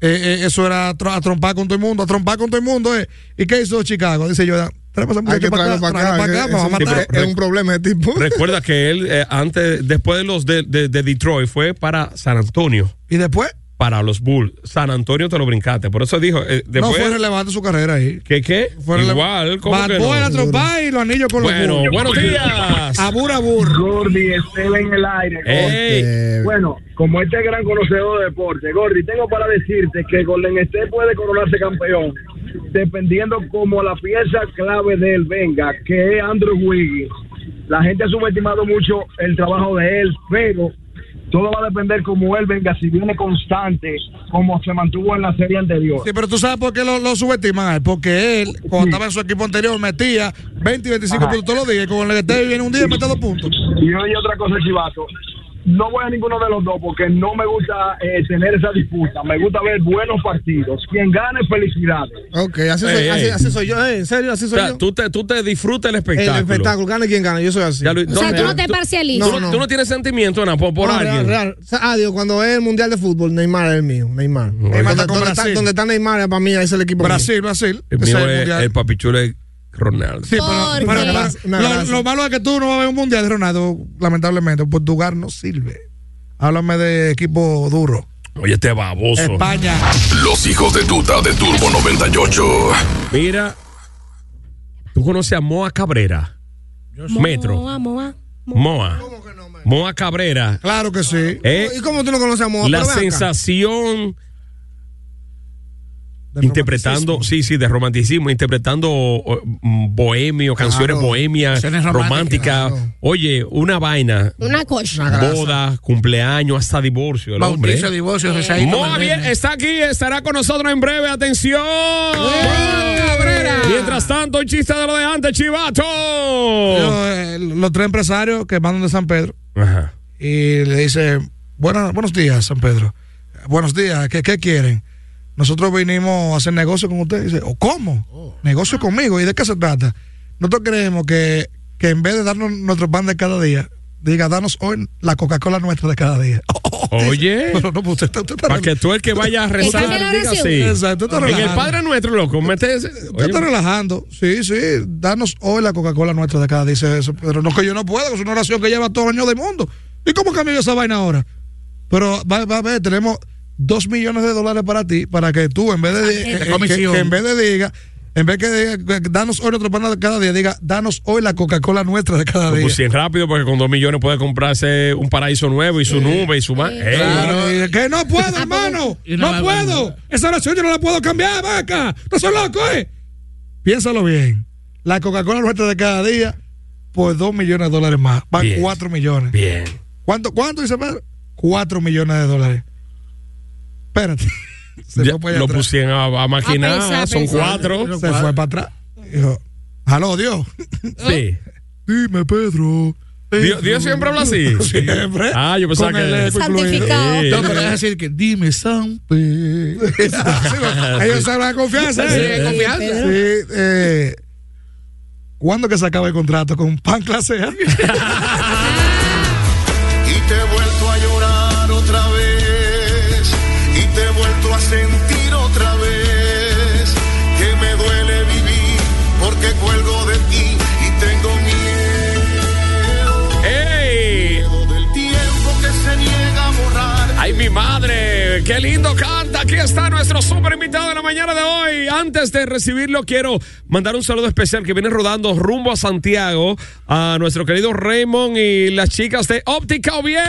Speaker 5: Eh, eh, eso era a tro- a trompar con todo el mundo, a trompar con todo el mundo. eh. ¿Y qué hizo Chicago? Dice yo, trae esa
Speaker 6: Hay que
Speaker 5: muchacha para acá,
Speaker 6: traerlo para
Speaker 5: tráela
Speaker 6: acá.
Speaker 5: para acá,
Speaker 6: es-
Speaker 5: vamos a
Speaker 6: es un-
Speaker 5: matar.
Speaker 6: Es un problema ese tipo.
Speaker 2: Recuerda que él, eh, antes, después de los de, de- de Detroit, fue para San Antonio.
Speaker 5: ¿Y después?
Speaker 2: Para los Bulls. San Antonio te lo brincaste. Por eso dijo. eh,
Speaker 5: No
Speaker 2: después,
Speaker 5: fue relevante su carrera ahí.
Speaker 2: ¿Qué qué?
Speaker 5: Fue rele-
Speaker 2: Igual, ¿cómo
Speaker 5: Bad
Speaker 2: que
Speaker 5: Boy
Speaker 2: no?
Speaker 5: la trompa y los anillos con
Speaker 2: Bueno,
Speaker 5: los Bulls.
Speaker 2: buenos días.
Speaker 5: Abur, abur.
Speaker 3: Gordy, Estela en el aire.
Speaker 2: Ey.
Speaker 3: Bueno, como este gran conocedor de deporte, Gordy, tengo para decirte que Golden State puede coronarse campeón dependiendo como la pieza clave de él venga, que es Andrew Wiggins. La gente ha subestimado mucho el trabajo de él, pero todo va a depender como él venga, si viene constante, como se mantuvo en la serie anterior.
Speaker 5: Sí, pero tú sabes por qué lo, lo subestiman a él. Porque él, cuando estaba en su equipo anterior, metía 20 y 25
Speaker 3: Ajá.
Speaker 5: puntos todos los días. Y con el que viene un día y mete dos puntos.
Speaker 3: Y hoy otra cosa, Chivato. No voy a ninguno de los dos porque no me gusta eh, tener esa disputa. Me gusta ver buenos partidos. Quien gane, felicidades.
Speaker 6: Ok, así soy,
Speaker 2: Ey,
Speaker 6: así,
Speaker 2: ey.
Speaker 6: así soy yo, eh, en serio, así
Speaker 2: O
Speaker 6: soy
Speaker 2: sea,
Speaker 6: yo.
Speaker 2: tú te, tú te disfrutas el espectáculo.
Speaker 6: El espectáculo, gane quien gane, yo soy así.
Speaker 2: Ya, Luis,
Speaker 4: O sea, tú no te parcializas.
Speaker 2: tú no- tú no tienes sentimiento, Ana, por, por
Speaker 6: No, real,
Speaker 2: alguien.
Speaker 6: real. O sea, ah, Dios, cuando es el mundial de fútbol, Neymar es el mío. Neymar.
Speaker 2: Neymar
Speaker 6: donde,
Speaker 2: está con
Speaker 6: donde está,
Speaker 2: Brasil.
Speaker 6: donde está Neymar, eh, para mí, ese es el equipo.
Speaker 5: Brasil, Brasil.
Speaker 2: El,
Speaker 5: Ese
Speaker 2: mío
Speaker 5: es el
Speaker 2: es-
Speaker 5: mundial.
Speaker 2: el papichulo es Ronaldo.
Speaker 5: Sí, pero, pero- pero- lo, lo malo es que tú no vas a ver un mundial de Ronaldo, lamentablemente. Portugal no sirve. Háblame de equipo duro.
Speaker 2: Oye, este baboso.
Speaker 5: España.
Speaker 18: Los hijos de tuta de Turbo 98.
Speaker 2: Mira, tú conoces a Moa Cabrera. Metro.
Speaker 4: Moa, Moa.
Speaker 2: Moa. Moa Cabrera.
Speaker 6: Claro que sí.
Speaker 2: Eh,
Speaker 6: ¿Y cómo tú no conoces a Moa?
Speaker 2: La
Speaker 6: Pero ven acá.
Speaker 2: sensación. Interpretando, sí, sí, de romanticismo, interpretando o, mm, bohemio, canciones
Speaker 6: Claro,
Speaker 2: bohemias,
Speaker 6: canciones
Speaker 2: románticas.
Speaker 6: románticas,
Speaker 2: Oye, una vaina,
Speaker 4: Una cosa.
Speaker 2: boda, cumpleaños, hasta divorcio. El hombre.
Speaker 7: Bautizo,
Speaker 2: ¿eh?
Speaker 7: divorcio, rezaíto,
Speaker 2: Moa
Speaker 7: malvete.
Speaker 2: bien, está aquí, estará con nosotros en breve. Atención. Mientras tanto, un chiste de lo de antes, chivato.
Speaker 5: Yo, eh, los tres empresarios que mandan de San Pedro
Speaker 2: Ajá.
Speaker 5: y le dice, "Buena- buenos días, San Pedro. Buenos días, ¿qué, qué quieren? Nosotros vinimos a hacer negocio con ustedes. Dice, "¿O ¿cómo? ¿Negocio conmigo? ¿Y de qué se trata? Nosotros creemos que, que en vez de darnos nuestro pan de cada día, diga, danos hoy la Coca-Cola nuestra de cada día.
Speaker 2: Oye.
Speaker 5: (laughs) Pero no, pues usted está- usted está-
Speaker 2: Para que tú el que vaya a
Speaker 5: Usted
Speaker 2: rezar
Speaker 5: está-
Speaker 2: diga así.
Speaker 5: Exacto, usted está
Speaker 2: en el
Speaker 5: relajando.
Speaker 2: Padre Nuestro, loco, mete ese-
Speaker 5: Usted
Speaker 2: Oye,
Speaker 5: está relajando. Sí, sí. Danos hoy la Coca-Cola nuestra de cada dice eso. Pero no que yo no puedo, es una oración que lleva todo el año del mundo. ¿Y cómo cambio yo esa vaina ahora? Pero va, va a ver, tenemos dos millones de dólares para ti, para que tú, en vez de,
Speaker 7: Ah,
Speaker 5: eh,
Speaker 7: de
Speaker 5: que-
Speaker 7: comisión.
Speaker 5: que en vez de diga, en vez que diga, que danos hoy nuestro pan de cada día, diga, danos hoy la Coca-Cola nuestra de cada
Speaker 2: Pues
Speaker 5: día.
Speaker 2: pusieron rápido porque con dos millones puede comprarse un paraíso nuevo y su nube y su ma- Ey.
Speaker 5: Claro, Ah, y- que no (laughs) puedo, hermano. No puedo. Esa oración yo no la puedo cambiar, vaca. No soy loco, eh. Piénsalo bien. La Coca-Cola nuestra de cada día por 2 millones de dólares más. Va
Speaker 2: Bien.
Speaker 5: 4 millones.
Speaker 2: Eh, Bien.
Speaker 5: ¿Cuánto, cuánto dice Pedro? 4 millones de dólares. Espérate. Se
Speaker 2: Ya
Speaker 5: fue para allá
Speaker 2: lo
Speaker 5: atrás.
Speaker 2: pusieron a, a maquinar,
Speaker 5: A pensar,
Speaker 2: Ah, son
Speaker 5: pensar.
Speaker 2: cuatro.
Speaker 5: Se fue para atrás. Dijo, aló, Dios.
Speaker 2: (laughs) Sí.
Speaker 5: Dime, Pedro.
Speaker 2: Dios, Dios siempre habla así.
Speaker 5: (laughs) Siempre.
Speaker 2: Ah, yo pensaba
Speaker 5: Con
Speaker 2: que.
Speaker 5: el eco incluido. Santificado.
Speaker 2: Sí.
Speaker 7: No, pero es decir que dime, San
Speaker 5: (laughs) Ellos
Speaker 2: (laughs)
Speaker 5: hablan de confianza.
Speaker 7: Sí,
Speaker 5: ¿eh?
Speaker 7: de confianza.
Speaker 5: Sí, eh, ¿Cuándo que se acaba el contrato con Pan Clase A?
Speaker 10: (laughs) Y te he vuelto a llorar otra vez. Y te he vuelto a sentir otra vez. Que me duele vivir porque cuelgo de ti y tengo miedo. Miedo del tiempo que se niega a borrar.
Speaker 2: ¡Ay, mi madre! ¡Qué lindo canta! Aquí está nuestro super invitado de la mañana de hoy. Antes de recibirlo, quiero mandar un saludo especial que viene rodando rumbo a Santiago a nuestro querido Raymond y las chicas de Óptica Bien.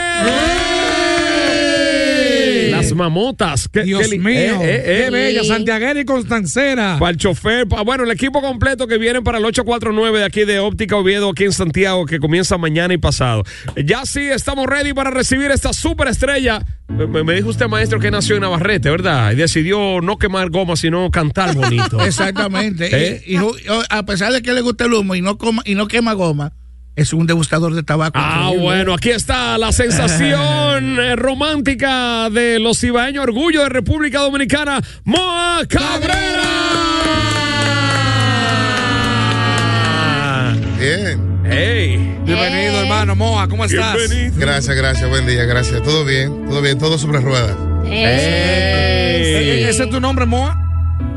Speaker 2: Las mamotas. Qué,
Speaker 5: Dios
Speaker 2: qué li-
Speaker 5: mío.
Speaker 2: Eh, eh, eh.
Speaker 5: Qué bella, Santiaguera y Constancera.
Speaker 2: Para el chofer, pa- bueno, el equipo completo que viene para el 849 de aquí de Óptica Oviedo, aquí en Santiago, que comienza mañana y pasado. Ya sí, estamos ready para recibir esta superestrella. Me, me- me dijo usted, maestro, que nació en Navarrete, ¿verdad? Y decidió no quemar goma, sino cantar
Speaker 7: (laughs)
Speaker 2: bonito.
Speaker 7: Exactamente.
Speaker 2: ¿Eh?
Speaker 7: Y, y ju- y a pesar de que le gusta el humo y no, coma, y no quema goma, es un degustador de tabaco.
Speaker 2: Ah,
Speaker 7: increíble.
Speaker 2: bueno, aquí está la sensación eh, romántica de los cibaeños, orgullo de República Dominicana, Moa
Speaker 7: Ah,
Speaker 2: Cabrera.
Speaker 19: Bien.
Speaker 2: Hey.
Speaker 19: Bienvenido, hermano.
Speaker 5: Moa, ¿cómo
Speaker 19: estás? Gracias, gracias. Buen día, gracias. Todo bien, todo bien, todo sobre ruedas. Eh,
Speaker 5: ¿E- e- ¿Ese es tu nombre, Moa?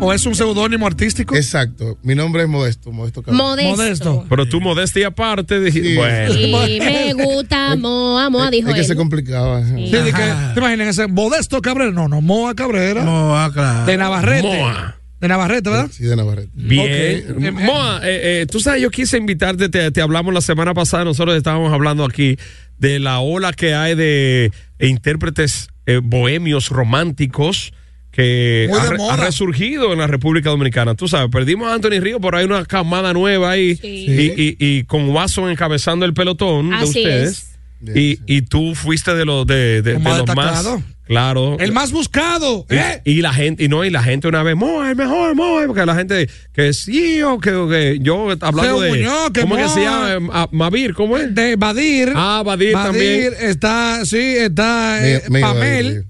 Speaker 5: ¿O es un seudónimo artístico?
Speaker 19: Exacto. Mi nombre es Modesto, Modesto Cabrera.
Speaker 4: Modesto. Modesto.
Speaker 2: Pero tú modestia aparte, dije, bueno.
Speaker 4: (laughs) Y me gusta, Moa, Moa, dijo
Speaker 19: Es que se
Speaker 4: él.
Speaker 19: complicaba.
Speaker 5: Sí, de que, ¿Te imaginas ese Modesto Cabrera? No, no, Moa Cabrera.
Speaker 7: Moa, claro.
Speaker 5: De Navarrete.
Speaker 2: Moa.
Speaker 5: De Navarrete, ¿verdad?
Speaker 19: Sí, de Navarrete.
Speaker 2: Bien.
Speaker 5: Em,
Speaker 2: Eh, Moa, eh, eh, tú sabes, yo quise invitarte, te, te hablamos la semana pasada, nosotros estábamos hablando aquí de la ola que hay de intérpretes eh, bohemios románticos que
Speaker 5: Muy de
Speaker 2: ha, re-
Speaker 5: moda.
Speaker 2: ha resurgido en la República Dominicana. Tú sabes, perdimos a Anthony Río, pero hay una camada nueva ahí y, y- y con Watson encabezando el pelotón
Speaker 4: Así
Speaker 2: de ustedes. Y, y tú fuiste de los de, de-
Speaker 5: Como
Speaker 2: de los más
Speaker 5: destacado.
Speaker 2: Claro.
Speaker 5: El más buscado.
Speaker 2: Y,
Speaker 5: ¿eh?
Speaker 2: y la gente, y no, y la gente una vez, Moa, el mejor, Moa, porque la gente, que sí, o que, o que yo hablando
Speaker 5: Teo
Speaker 2: de.
Speaker 5: Muñoz, que
Speaker 2: ¿Cómo que se
Speaker 5: Moa.
Speaker 2: llama? Ah, Mavir, ¿cómo es?
Speaker 5: De Badir.
Speaker 2: Ah, Badir también.
Speaker 5: está, sí, está eh,
Speaker 2: Mío, mío,
Speaker 5: Pamel.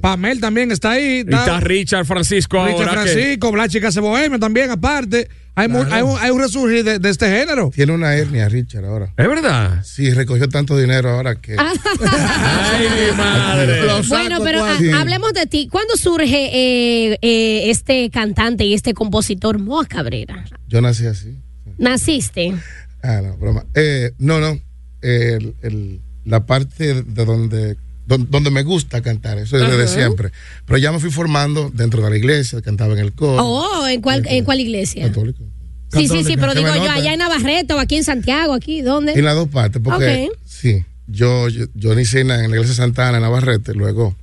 Speaker 5: Pamel también está ahí.
Speaker 2: Y está Richard Francisco
Speaker 5: Richard
Speaker 2: ahora. que-
Speaker 5: Francisco, Blachi Casa Bohemia también, aparte. Hay, mu- hay un, hay un resurgir de, de este género.
Speaker 19: Tiene una hernia, Richard, ahora.
Speaker 2: ¿Es verdad?
Speaker 19: Sí, recogió tanto dinero ahora que.
Speaker 2: ¡Ay, mi madre!
Speaker 4: (laughs) Bueno, pero ha-
Speaker 19: Sí.
Speaker 4: hablemos de ti. ¿Cuándo surge eh, eh, este cantante y este compositor Moa Cabrera?
Speaker 19: Yo nací así.
Speaker 4: ¿Naciste?
Speaker 19: Ah, no, broma. Eh, no, no. Eh, el- el- la parte de donde, don- donde me gusta cantar, eso es desde
Speaker 4: Ajá.
Speaker 19: siempre. Pero ya me fui formando dentro de la iglesia, cantaba en el coro.
Speaker 4: Oh, ¿en cuál, en cuál iglesia?
Speaker 19: Católico.
Speaker 4: Sí, sí, sí,
Speaker 19: Católica.
Speaker 4: pero
Speaker 19: Que
Speaker 4: digo
Speaker 19: me
Speaker 4: yo,
Speaker 19: note.
Speaker 4: allá en Navarrete o aquí en Santiago, aquí, ¿dónde?
Speaker 19: En las dos partes, porque
Speaker 4: Ok.
Speaker 19: sí, yo, yo, yo hice en la en la iglesia Santana, en Navarrete, luego,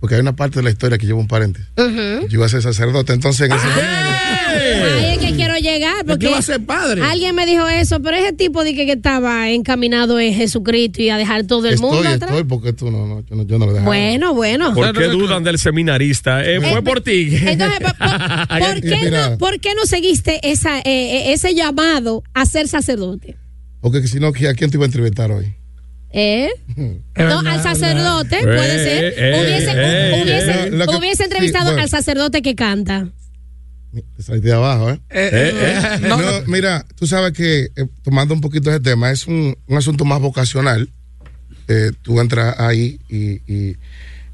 Speaker 19: porque hay una parte de la historia que llevo un paréntesis.
Speaker 4: Ujú.
Speaker 19: Yo iba a ser sacerdote, entonces en ese
Speaker 4: Ah, Ahí es que quiero llegar porque
Speaker 19: va a ser padre?
Speaker 4: alguien me dijo eso, pero ese tipo de que, que estaba encaminado en Jesucristo y a dejar todo el
Speaker 19: estoy,
Speaker 4: mundo atrás.
Speaker 19: estoy, porque tú no, no, yo no, yo no lo dejaba.
Speaker 4: Bueno, bueno.
Speaker 2: ¿Por qué dudan del seminarista? Eh, fue por ti. (laughs)
Speaker 4: Entonces,
Speaker 19: (laughs)
Speaker 4: ¿Por qué, no, por qué no seguiste esa, eh, eh, ese llamado a ser sacerdote?
Speaker 19: Porque si no, ¿a quién te iba a entrevistar hoy?
Speaker 4: ¿Eh? No, al sacerdote,
Speaker 19: Eh,
Speaker 4: puede ser.
Speaker 19: eh,
Speaker 4: hubiese
Speaker 19: eh,
Speaker 4: hubiese-
Speaker 19: eh, lo que-
Speaker 4: hubiese
Speaker 19: sí,
Speaker 4: entrevistado
Speaker 19: bueno.
Speaker 4: al sacerdote que canta.
Speaker 19: Te saliste de abajo, ¿eh?
Speaker 2: eh, eh.
Speaker 19: No, mira, tú sabes que eh, tomando un poquito ese tema, es un, un asunto más vocacional. Eh, tú entras ahí y, y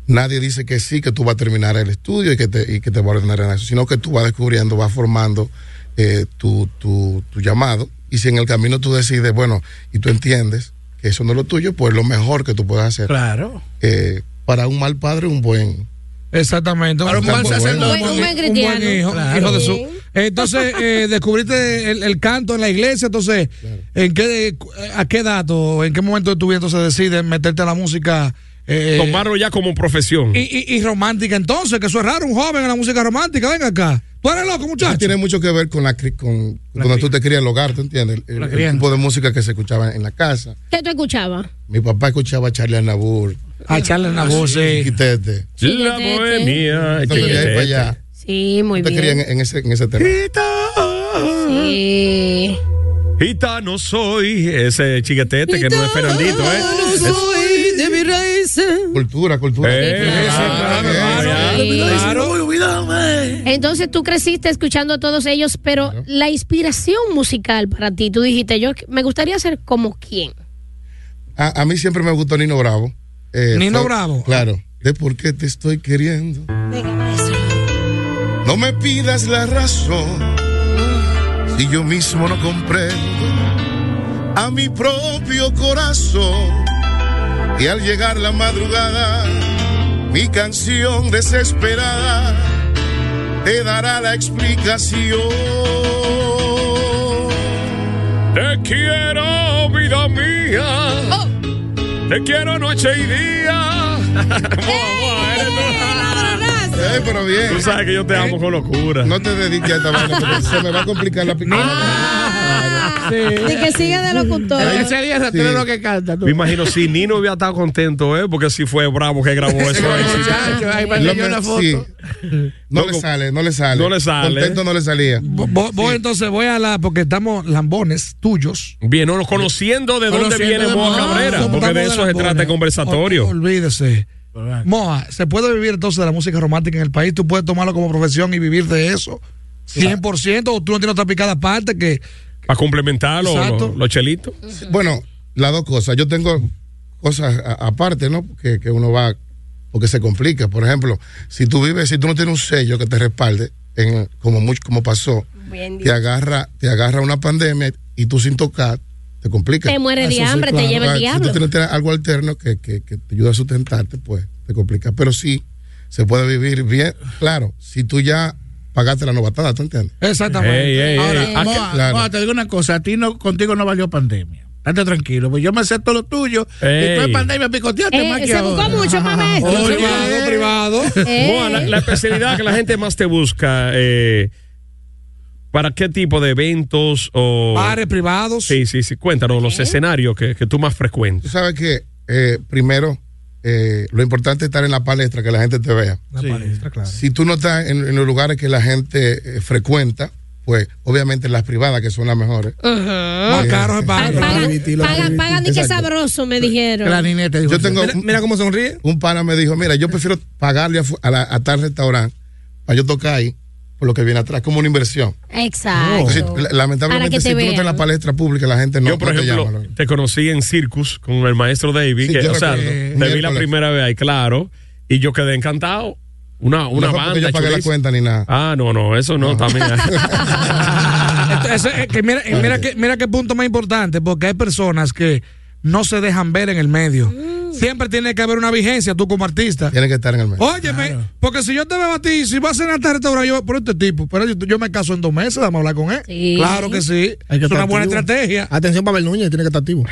Speaker 19: nadie dice que sí, que tú vas a terminar el estudio y que te, y que te va a ordenar en eso, sino que tú vas descubriendo, vas formando eh, tu, tu- tu llamado. Y si en el camino tú decides, bueno, y tú entiendes que eso no es lo tuyo, pues lo mejor que tú puedes hacer.
Speaker 7: Claro.
Speaker 19: Eh, para un mal padre, un buen.
Speaker 5: Exactamente.
Speaker 19: Para un buen sacerdote.
Speaker 5: Un buen-
Speaker 19: Un buen
Speaker 5: un
Speaker 19: cristiano.
Speaker 5: buen hijo,
Speaker 19: Claro.
Speaker 5: hijo de su. Entonces,
Speaker 19: (laughs)
Speaker 5: eh, descubriste el, el canto en la iglesia. Entonces, ¿en qué, ¿a qué dato, en qué momento de tu vida entonces decides meterte a la música? eh,
Speaker 2: Tomarlo ya como profesión.
Speaker 5: y, y- y romántica entonces, que eso es raro, un joven en la música romántica, venga acá. Tú eres loco, muchacho.
Speaker 19: Tiene mucho que ver con la cri- con cuando tú te querías el hogar, ¿tú entiendes? El,
Speaker 5: La
Speaker 19: el
Speaker 5: crianza.
Speaker 19: tipo de música que se escuchaba en la casa.
Speaker 4: ¿Qué tú escuchabas?
Speaker 19: Mi papá escuchaba a Charlie Aznavour. Ah,
Speaker 5: A Ah, Charlie Aznavour, sí.
Speaker 19: Chiquitete.
Speaker 2: La bohemia.
Speaker 19: Entonces, de ahí para allá.
Speaker 4: Sí, muy
Speaker 19: Yo te quería en,
Speaker 4: bien.
Speaker 19: en ese, en ese tema.
Speaker 4: Sí.
Speaker 2: Gitano soy, ese chiquetete que no es Fernandito, ¿eh?
Speaker 12: soy de mi raíz.
Speaker 19: Cultura, cultura.
Speaker 2: Eh,
Speaker 7: ah,
Speaker 2: Ah,
Speaker 4: Entonces tú creciste escuchando a todos ellos, pero la inspiración musical para ti, tú dijiste, yo me gustaría ser como quién.
Speaker 19: A, a mí siempre me gustó Nino Bravo. Eh,
Speaker 5: Nino
Speaker 19: fue-
Speaker 5: Bravo.
Speaker 19: Claro. De por qué te estoy queriendo.
Speaker 4: Venga, maestro.
Speaker 19: No me pidas la razón si yo mismo no comprendo a mi propio corazón. Y al llegar la madrugada, mi canción desesperada te dará la explicación.
Speaker 2: Te quiero, vida mía. Te quiero noche y día.
Speaker 19: Ey, pero bien.
Speaker 2: Tú sabes que yo te amo con locura.
Speaker 19: Eh, No te dediques a esta vaina porque se me va a complicar la picada.
Speaker 4: Y que siga de locutor.
Speaker 7: Ese día
Speaker 19: Sí.
Speaker 7: tú eres lo que canta. tú.
Speaker 2: Me imagino si Nino hubiera estado contento, ¿eh? Porque si fue bravo que grabó eso.
Speaker 5: (laughs)
Speaker 7: Muchacho, ahí mandé yo una foto.
Speaker 19: Sí. No le sale, no le sale.
Speaker 2: No le sale.
Speaker 19: Contento no le salía.
Speaker 5: Vo- vo- Voy entonces, voy a la, porque estamos lambones tuyos.
Speaker 2: Bien, no, conociendo de dónde
Speaker 5: Conociendo
Speaker 2: viene
Speaker 5: de
Speaker 2: Moa
Speaker 5: Moa.
Speaker 2: Cabrera,
Speaker 5: Somos
Speaker 2: porque de
Speaker 5: estamos
Speaker 2: eso
Speaker 5: de
Speaker 2: se trata
Speaker 5: lambones.
Speaker 19: ¿eh?
Speaker 2: el conversatorio.
Speaker 5: Olvídese. Moa, ¿se puede vivir entonces de la música romántica en el país? ¿Tú puedes tomarlo como profesión y vivir de eso? 100% o tú no tienes otra picada aparte que...
Speaker 2: Para complementarlo,
Speaker 5: Exacto.
Speaker 2: los los chelitos.
Speaker 19: Bueno, las dos cosas. Yo tengo cosas a- aparte, ¿no? Que, que uno va, porque se complica. Por ejemplo, si tú vives, si tú no tienes un sello que te respalde, en, como, mucho, como pasó, te agarra, te agarra una pandemia y tú sin tocar, te complica.
Speaker 4: Te muere de
Speaker 19: Eso
Speaker 4: hambre, te lleva el
Speaker 19: Ahora,
Speaker 4: diablo.
Speaker 19: Si tú no tienes algo alterno que, que- que te ayuda a sustentarte, pues te complica. Pero sí, se puede vivir bien. Claro, si tú ya pagaste la novatada, ¿tú entiendes?
Speaker 5: Exactamente.
Speaker 2: Ey, Ah, ey,
Speaker 7: Ahora,
Speaker 2: ey.
Speaker 7: Moa,
Speaker 19: claro.
Speaker 7: Moa, te digo una cosa, a ti no, contigo no valió pandemia. Estate tranquilo, pues yo me acepto lo tuyo.
Speaker 2: Ey.
Speaker 7: Y tú en pandemia picoteaste
Speaker 4: Eh,
Speaker 7: más que
Speaker 4: se buscó
Speaker 7: ahora.
Speaker 4: mucho, mamá.
Speaker 7: Oye,
Speaker 5: Privado, privado.
Speaker 4: Eh.
Speaker 2: Moa, la, la especialidad que la gente más te busca, eh, ¿para qué tipo de eventos o...?
Speaker 5: Bares privados.
Speaker 2: Sí, sí, sí. Cuéntanos los escenarios que, que tú más
Speaker 19: Tú
Speaker 2: frecuentes.
Speaker 19: sabes que, eh, primero, eh, lo importante es estar en la palestra, que la gente te vea.
Speaker 6: La palestra, claro.
Speaker 19: Si tú no estás en, en los lugares que la gente eh, frecuenta, pues obviamente las privadas que son las mejores.
Speaker 4: Ah.
Speaker 19: Eh,
Speaker 4: Más
Speaker 19: caro es
Speaker 4: pagan,
Speaker 19: barato.
Speaker 4: pagan, pagan, pagan y qué sabroso, me dijeron.
Speaker 19: Yo tengo mira, cómo sonríe. Un pana me dijo, mira, yo prefiero pagarle a, fu- a la- a tal restaurante para yo tocar ahí por lo que viene atrás, como una inversión. Entonces,
Speaker 4: Exacto.
Speaker 19: la-
Speaker 4: Para
Speaker 19: lamentablemente,
Speaker 4: que
Speaker 19: si
Speaker 4: te
Speaker 19: tú no estás en
Speaker 4: vean.
Speaker 19: la palestra pública, la gente no,
Speaker 2: Yo, por
Speaker 19: no te
Speaker 2: ejemplo,
Speaker 19: llama.
Speaker 2: te conocí en Circus con el maestro David,
Speaker 19: Sí,
Speaker 2: que,
Speaker 19: yo
Speaker 2: o sea,
Speaker 19: recuerdo.
Speaker 2: te vi la
Speaker 19: Miércoles.
Speaker 2: primera vez ahí, claro, y yo quedé encantado. Una, una
Speaker 19: no fue
Speaker 2: banda.
Speaker 19: porque yo pagué la
Speaker 2: chulísima.
Speaker 19: cuenta ni nada.
Speaker 2: Ah, no, no, eso no, también.
Speaker 19: (laughs)
Speaker 5: Entonces, eh, que mira, eh, mira, que, mira qué punto más importante, porque hay personas que no se dejan ver en el medio. Siempre tiene que haber una vigencia, tú como artista.
Speaker 19: Tienes que estar en el medio.
Speaker 5: Óyeme, porque si yo te veo a ti, si vas a cenar a este restaurante, yo, pero este tipo, pero yo, yo me caso en dos meses, vamos a hablar con él.
Speaker 6: Sí.
Speaker 5: Claro que sí.
Speaker 6: Hay que
Speaker 5: es una
Speaker 6: estar
Speaker 5: buena
Speaker 6: activo.
Speaker 5: estrategia.
Speaker 6: Atención, Pavel Núñez, tiene que estar activo.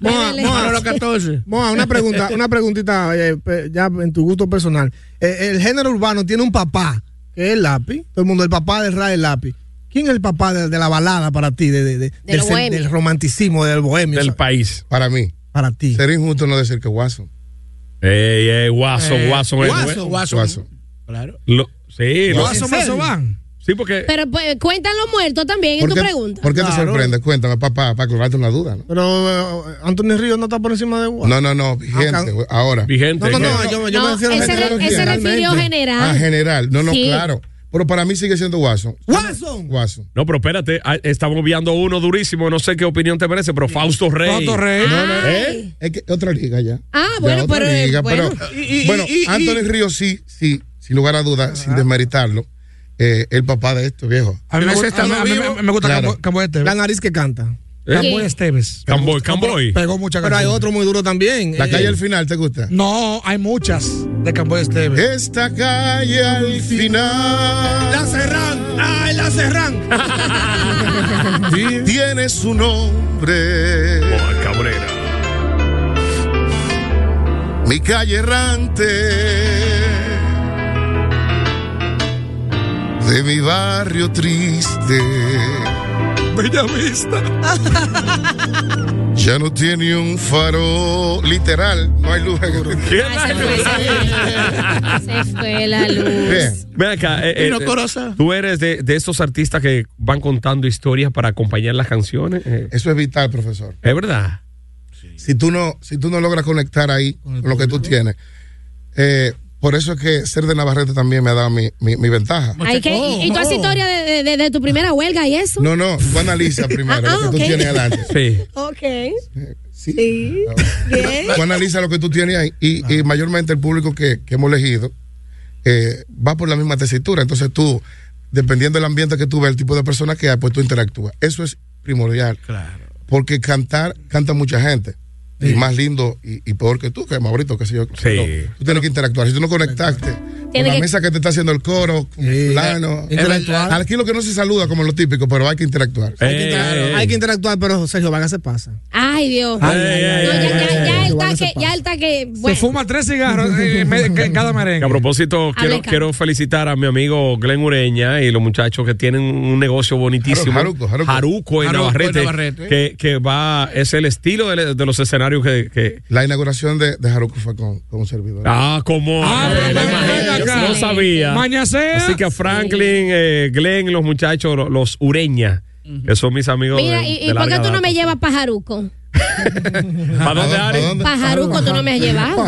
Speaker 7: Moa, Moa, los
Speaker 2: (laughs)
Speaker 7: 14.
Speaker 6: Moa, una pregunta, una preguntita eh, pe- ya en tu gusto personal. Eh, el género urbano tiene un papá, que es el lápiz. Todo el mundo, el papá del Ray el lápiz. ¿Quién es el papá de, de la balada para ti, de- de- de- del, sen-
Speaker 19: bohemio.
Speaker 6: del romanticismo, del bohemio?
Speaker 2: Del país.
Speaker 19: Para mí.
Speaker 6: Para ti.
Speaker 19: Sería injusto no decir que Watson.
Speaker 2: Ey, ey, Watson,
Speaker 19: Eh,
Speaker 2: Watson. eh,
Speaker 19: Watson,
Speaker 2: eh,
Speaker 19: Watson.
Speaker 2: Lo- sí, lo-
Speaker 4: Watson, Watson,
Speaker 5: van.
Speaker 2: Sí, porque.
Speaker 4: Pero pues, cuentan los muertos también, es tu pregunta.
Speaker 19: ¿Por qué te sorprende? Cuéntame, papá, para colgarte una duda. ¿no?
Speaker 6: Pero eh, Anthony Ríos no está por encima de Watson.
Speaker 19: No, no, no, vigente, güey, ahora.
Speaker 2: Vigente.
Speaker 6: No, no, no, ¿qué? yo- yo me refiero
Speaker 4: ese re- ese refirió general.
Speaker 6: (laughs)
Speaker 19: Ah, general. No, no,
Speaker 4: Sí.
Speaker 19: claro. Pero para mí sigue siendo Watson.
Speaker 6: ¡Watson!
Speaker 19: Watson.
Speaker 2: No, pero espérate, ah, estamos viendo uno durísimo, no sé qué opinión te merece, pero Fausto Rey.
Speaker 19: Fausto Rey.
Speaker 2: No, no,
Speaker 19: ¿Eh? Es que otra liga ya.
Speaker 4: Ah,
Speaker 19: Ya
Speaker 4: bueno,
Speaker 19: otra
Speaker 4: pero. eh,
Speaker 19: liga,
Speaker 4: bueno.
Speaker 19: pero- bueno, Anthony Ríos sí, sí, sin lugar a dudas, sin desmeritarlo, eh, el papá de esto, viejo.
Speaker 5: A mí me gusta, a mí- a mí- a mí me gusta
Speaker 19: Claro.
Speaker 5: Cambo- Camboy Esteves.
Speaker 6: La nariz que canta.
Speaker 5: ¿Eh? Camboy Esteves.
Speaker 2: Camboy, Camboy.
Speaker 5: Pegó muchas
Speaker 6: Pero hay
Speaker 5: canciones.
Speaker 6: otro muy duro también.
Speaker 19: La
Speaker 6: eh,
Speaker 19: calle al final, ¿te gusta?
Speaker 5: No, hay muchas de Camboy Esteves.
Speaker 19: Esta calle al final.
Speaker 6: La Serrán. ¡Ay, la Serrán!
Speaker 19: (laughs) Tiene su nombre.
Speaker 2: Moa Cabrera.
Speaker 19: mi calle errante de mi barrio triste. Bella vista. Ya no tiene un farol, literal, no hay luz.
Speaker 4: Se fue la luz.
Speaker 2: Ven acá, eh, eh,
Speaker 4: Pino
Speaker 2: eh,
Speaker 4: Corazón.
Speaker 2: tú eres de, de estos artistas que van contando historias para acompañar las canciones. eh,
Speaker 19: Eso es vital, profesor.
Speaker 2: es
Speaker 4: Ah.
Speaker 2: verdad.
Speaker 19: Si tú no, si tú no logras conectar ahí con, lo que tú tienes, eh, por eso es que ser de Navarrete también me ha dado mi, mi- mi ventaja.
Speaker 4: Hay que,
Speaker 6: Oh,
Speaker 4: y- ¿Y tú haces historia de, de- de- de tu primera huelga y eso?
Speaker 19: No, no, tú analizas primero
Speaker 4: Ah,
Speaker 19: lo que
Speaker 4: ah,
Speaker 19: tú
Speaker 4: ok.
Speaker 19: tienes adelante.
Speaker 2: Sí.
Speaker 4: Ok.
Speaker 19: Sí.
Speaker 4: Bien.
Speaker 19: Tú analizas lo que tú tienes ahí y, y mayormente el público que, que hemos elegido eh, va por la misma tesitura. Entonces tú, dependiendo del ambiente que tú ves, el tipo de persona que hay, pues tú interactúas. Eso es primordial.
Speaker 7: Claro.
Speaker 19: Porque cantar, canta mucha gente. Y más lindo y, y peor que tú, que es más bonito, que sé yo. No, tú tienes que interactuar. Si tú no conectaste con
Speaker 4: Tiene
Speaker 19: la
Speaker 4: que-
Speaker 19: mesa que te está haciendo el coro, con fulano.
Speaker 6: Interactuar.
Speaker 19: Aquí lo que no se saluda como lo típico, pero hay que interactuar.
Speaker 6: Hay
Speaker 4: Eh.
Speaker 6: que, interactuar, hay que interactuar, pero Sergio Vargas se pasa.
Speaker 4: Ay, Dios.
Speaker 6: Ay,
Speaker 4: No,
Speaker 6: ay,
Speaker 4: ya-
Speaker 6: ay,
Speaker 4: ya-
Speaker 6: ay,
Speaker 4: ya-
Speaker 6: ay,
Speaker 4: ya
Speaker 6: ay,
Speaker 4: él
Speaker 6: igual
Speaker 4: está
Speaker 6: no se
Speaker 4: que- ya él está que.
Speaker 5: Se
Speaker 4: Bueno.
Speaker 5: fuma tres cigarros eh, me- que- en cada merengue.
Speaker 2: Que a propósito, quiero,
Speaker 4: Carlos.
Speaker 2: quiero felicitar a mi amigo Glenn Ureña y los muchachos que tienen un negocio bonitísimo.
Speaker 19: Jaruco, Jaruco.
Speaker 2: Jaruco
Speaker 19: Jaruco
Speaker 2: y
Speaker 19: y
Speaker 2: Navarrete.
Speaker 19: Navarrete.
Speaker 2: Que, que va, es el estilo de, de los escenarios que. que-
Speaker 19: La inauguración de, de Haruko fue con, con un servidor.
Speaker 2: ah, como. eh, me imagino,
Speaker 5: acá.
Speaker 2: no sabía.
Speaker 5: Mañasea.
Speaker 2: Así que a Franklin, eh, Glenn, los muchachos, lo- los Ureña, que son mis amigos.
Speaker 4: Mira,
Speaker 2: de-
Speaker 4: ¿y,
Speaker 2: de
Speaker 4: y por qué
Speaker 2: larga
Speaker 4: tú no
Speaker 2: data.
Speaker 4: me llevas pajaruco?
Speaker 2: ¿Para dónde, Ari?
Speaker 4: Pajaruco tú no me has llevado.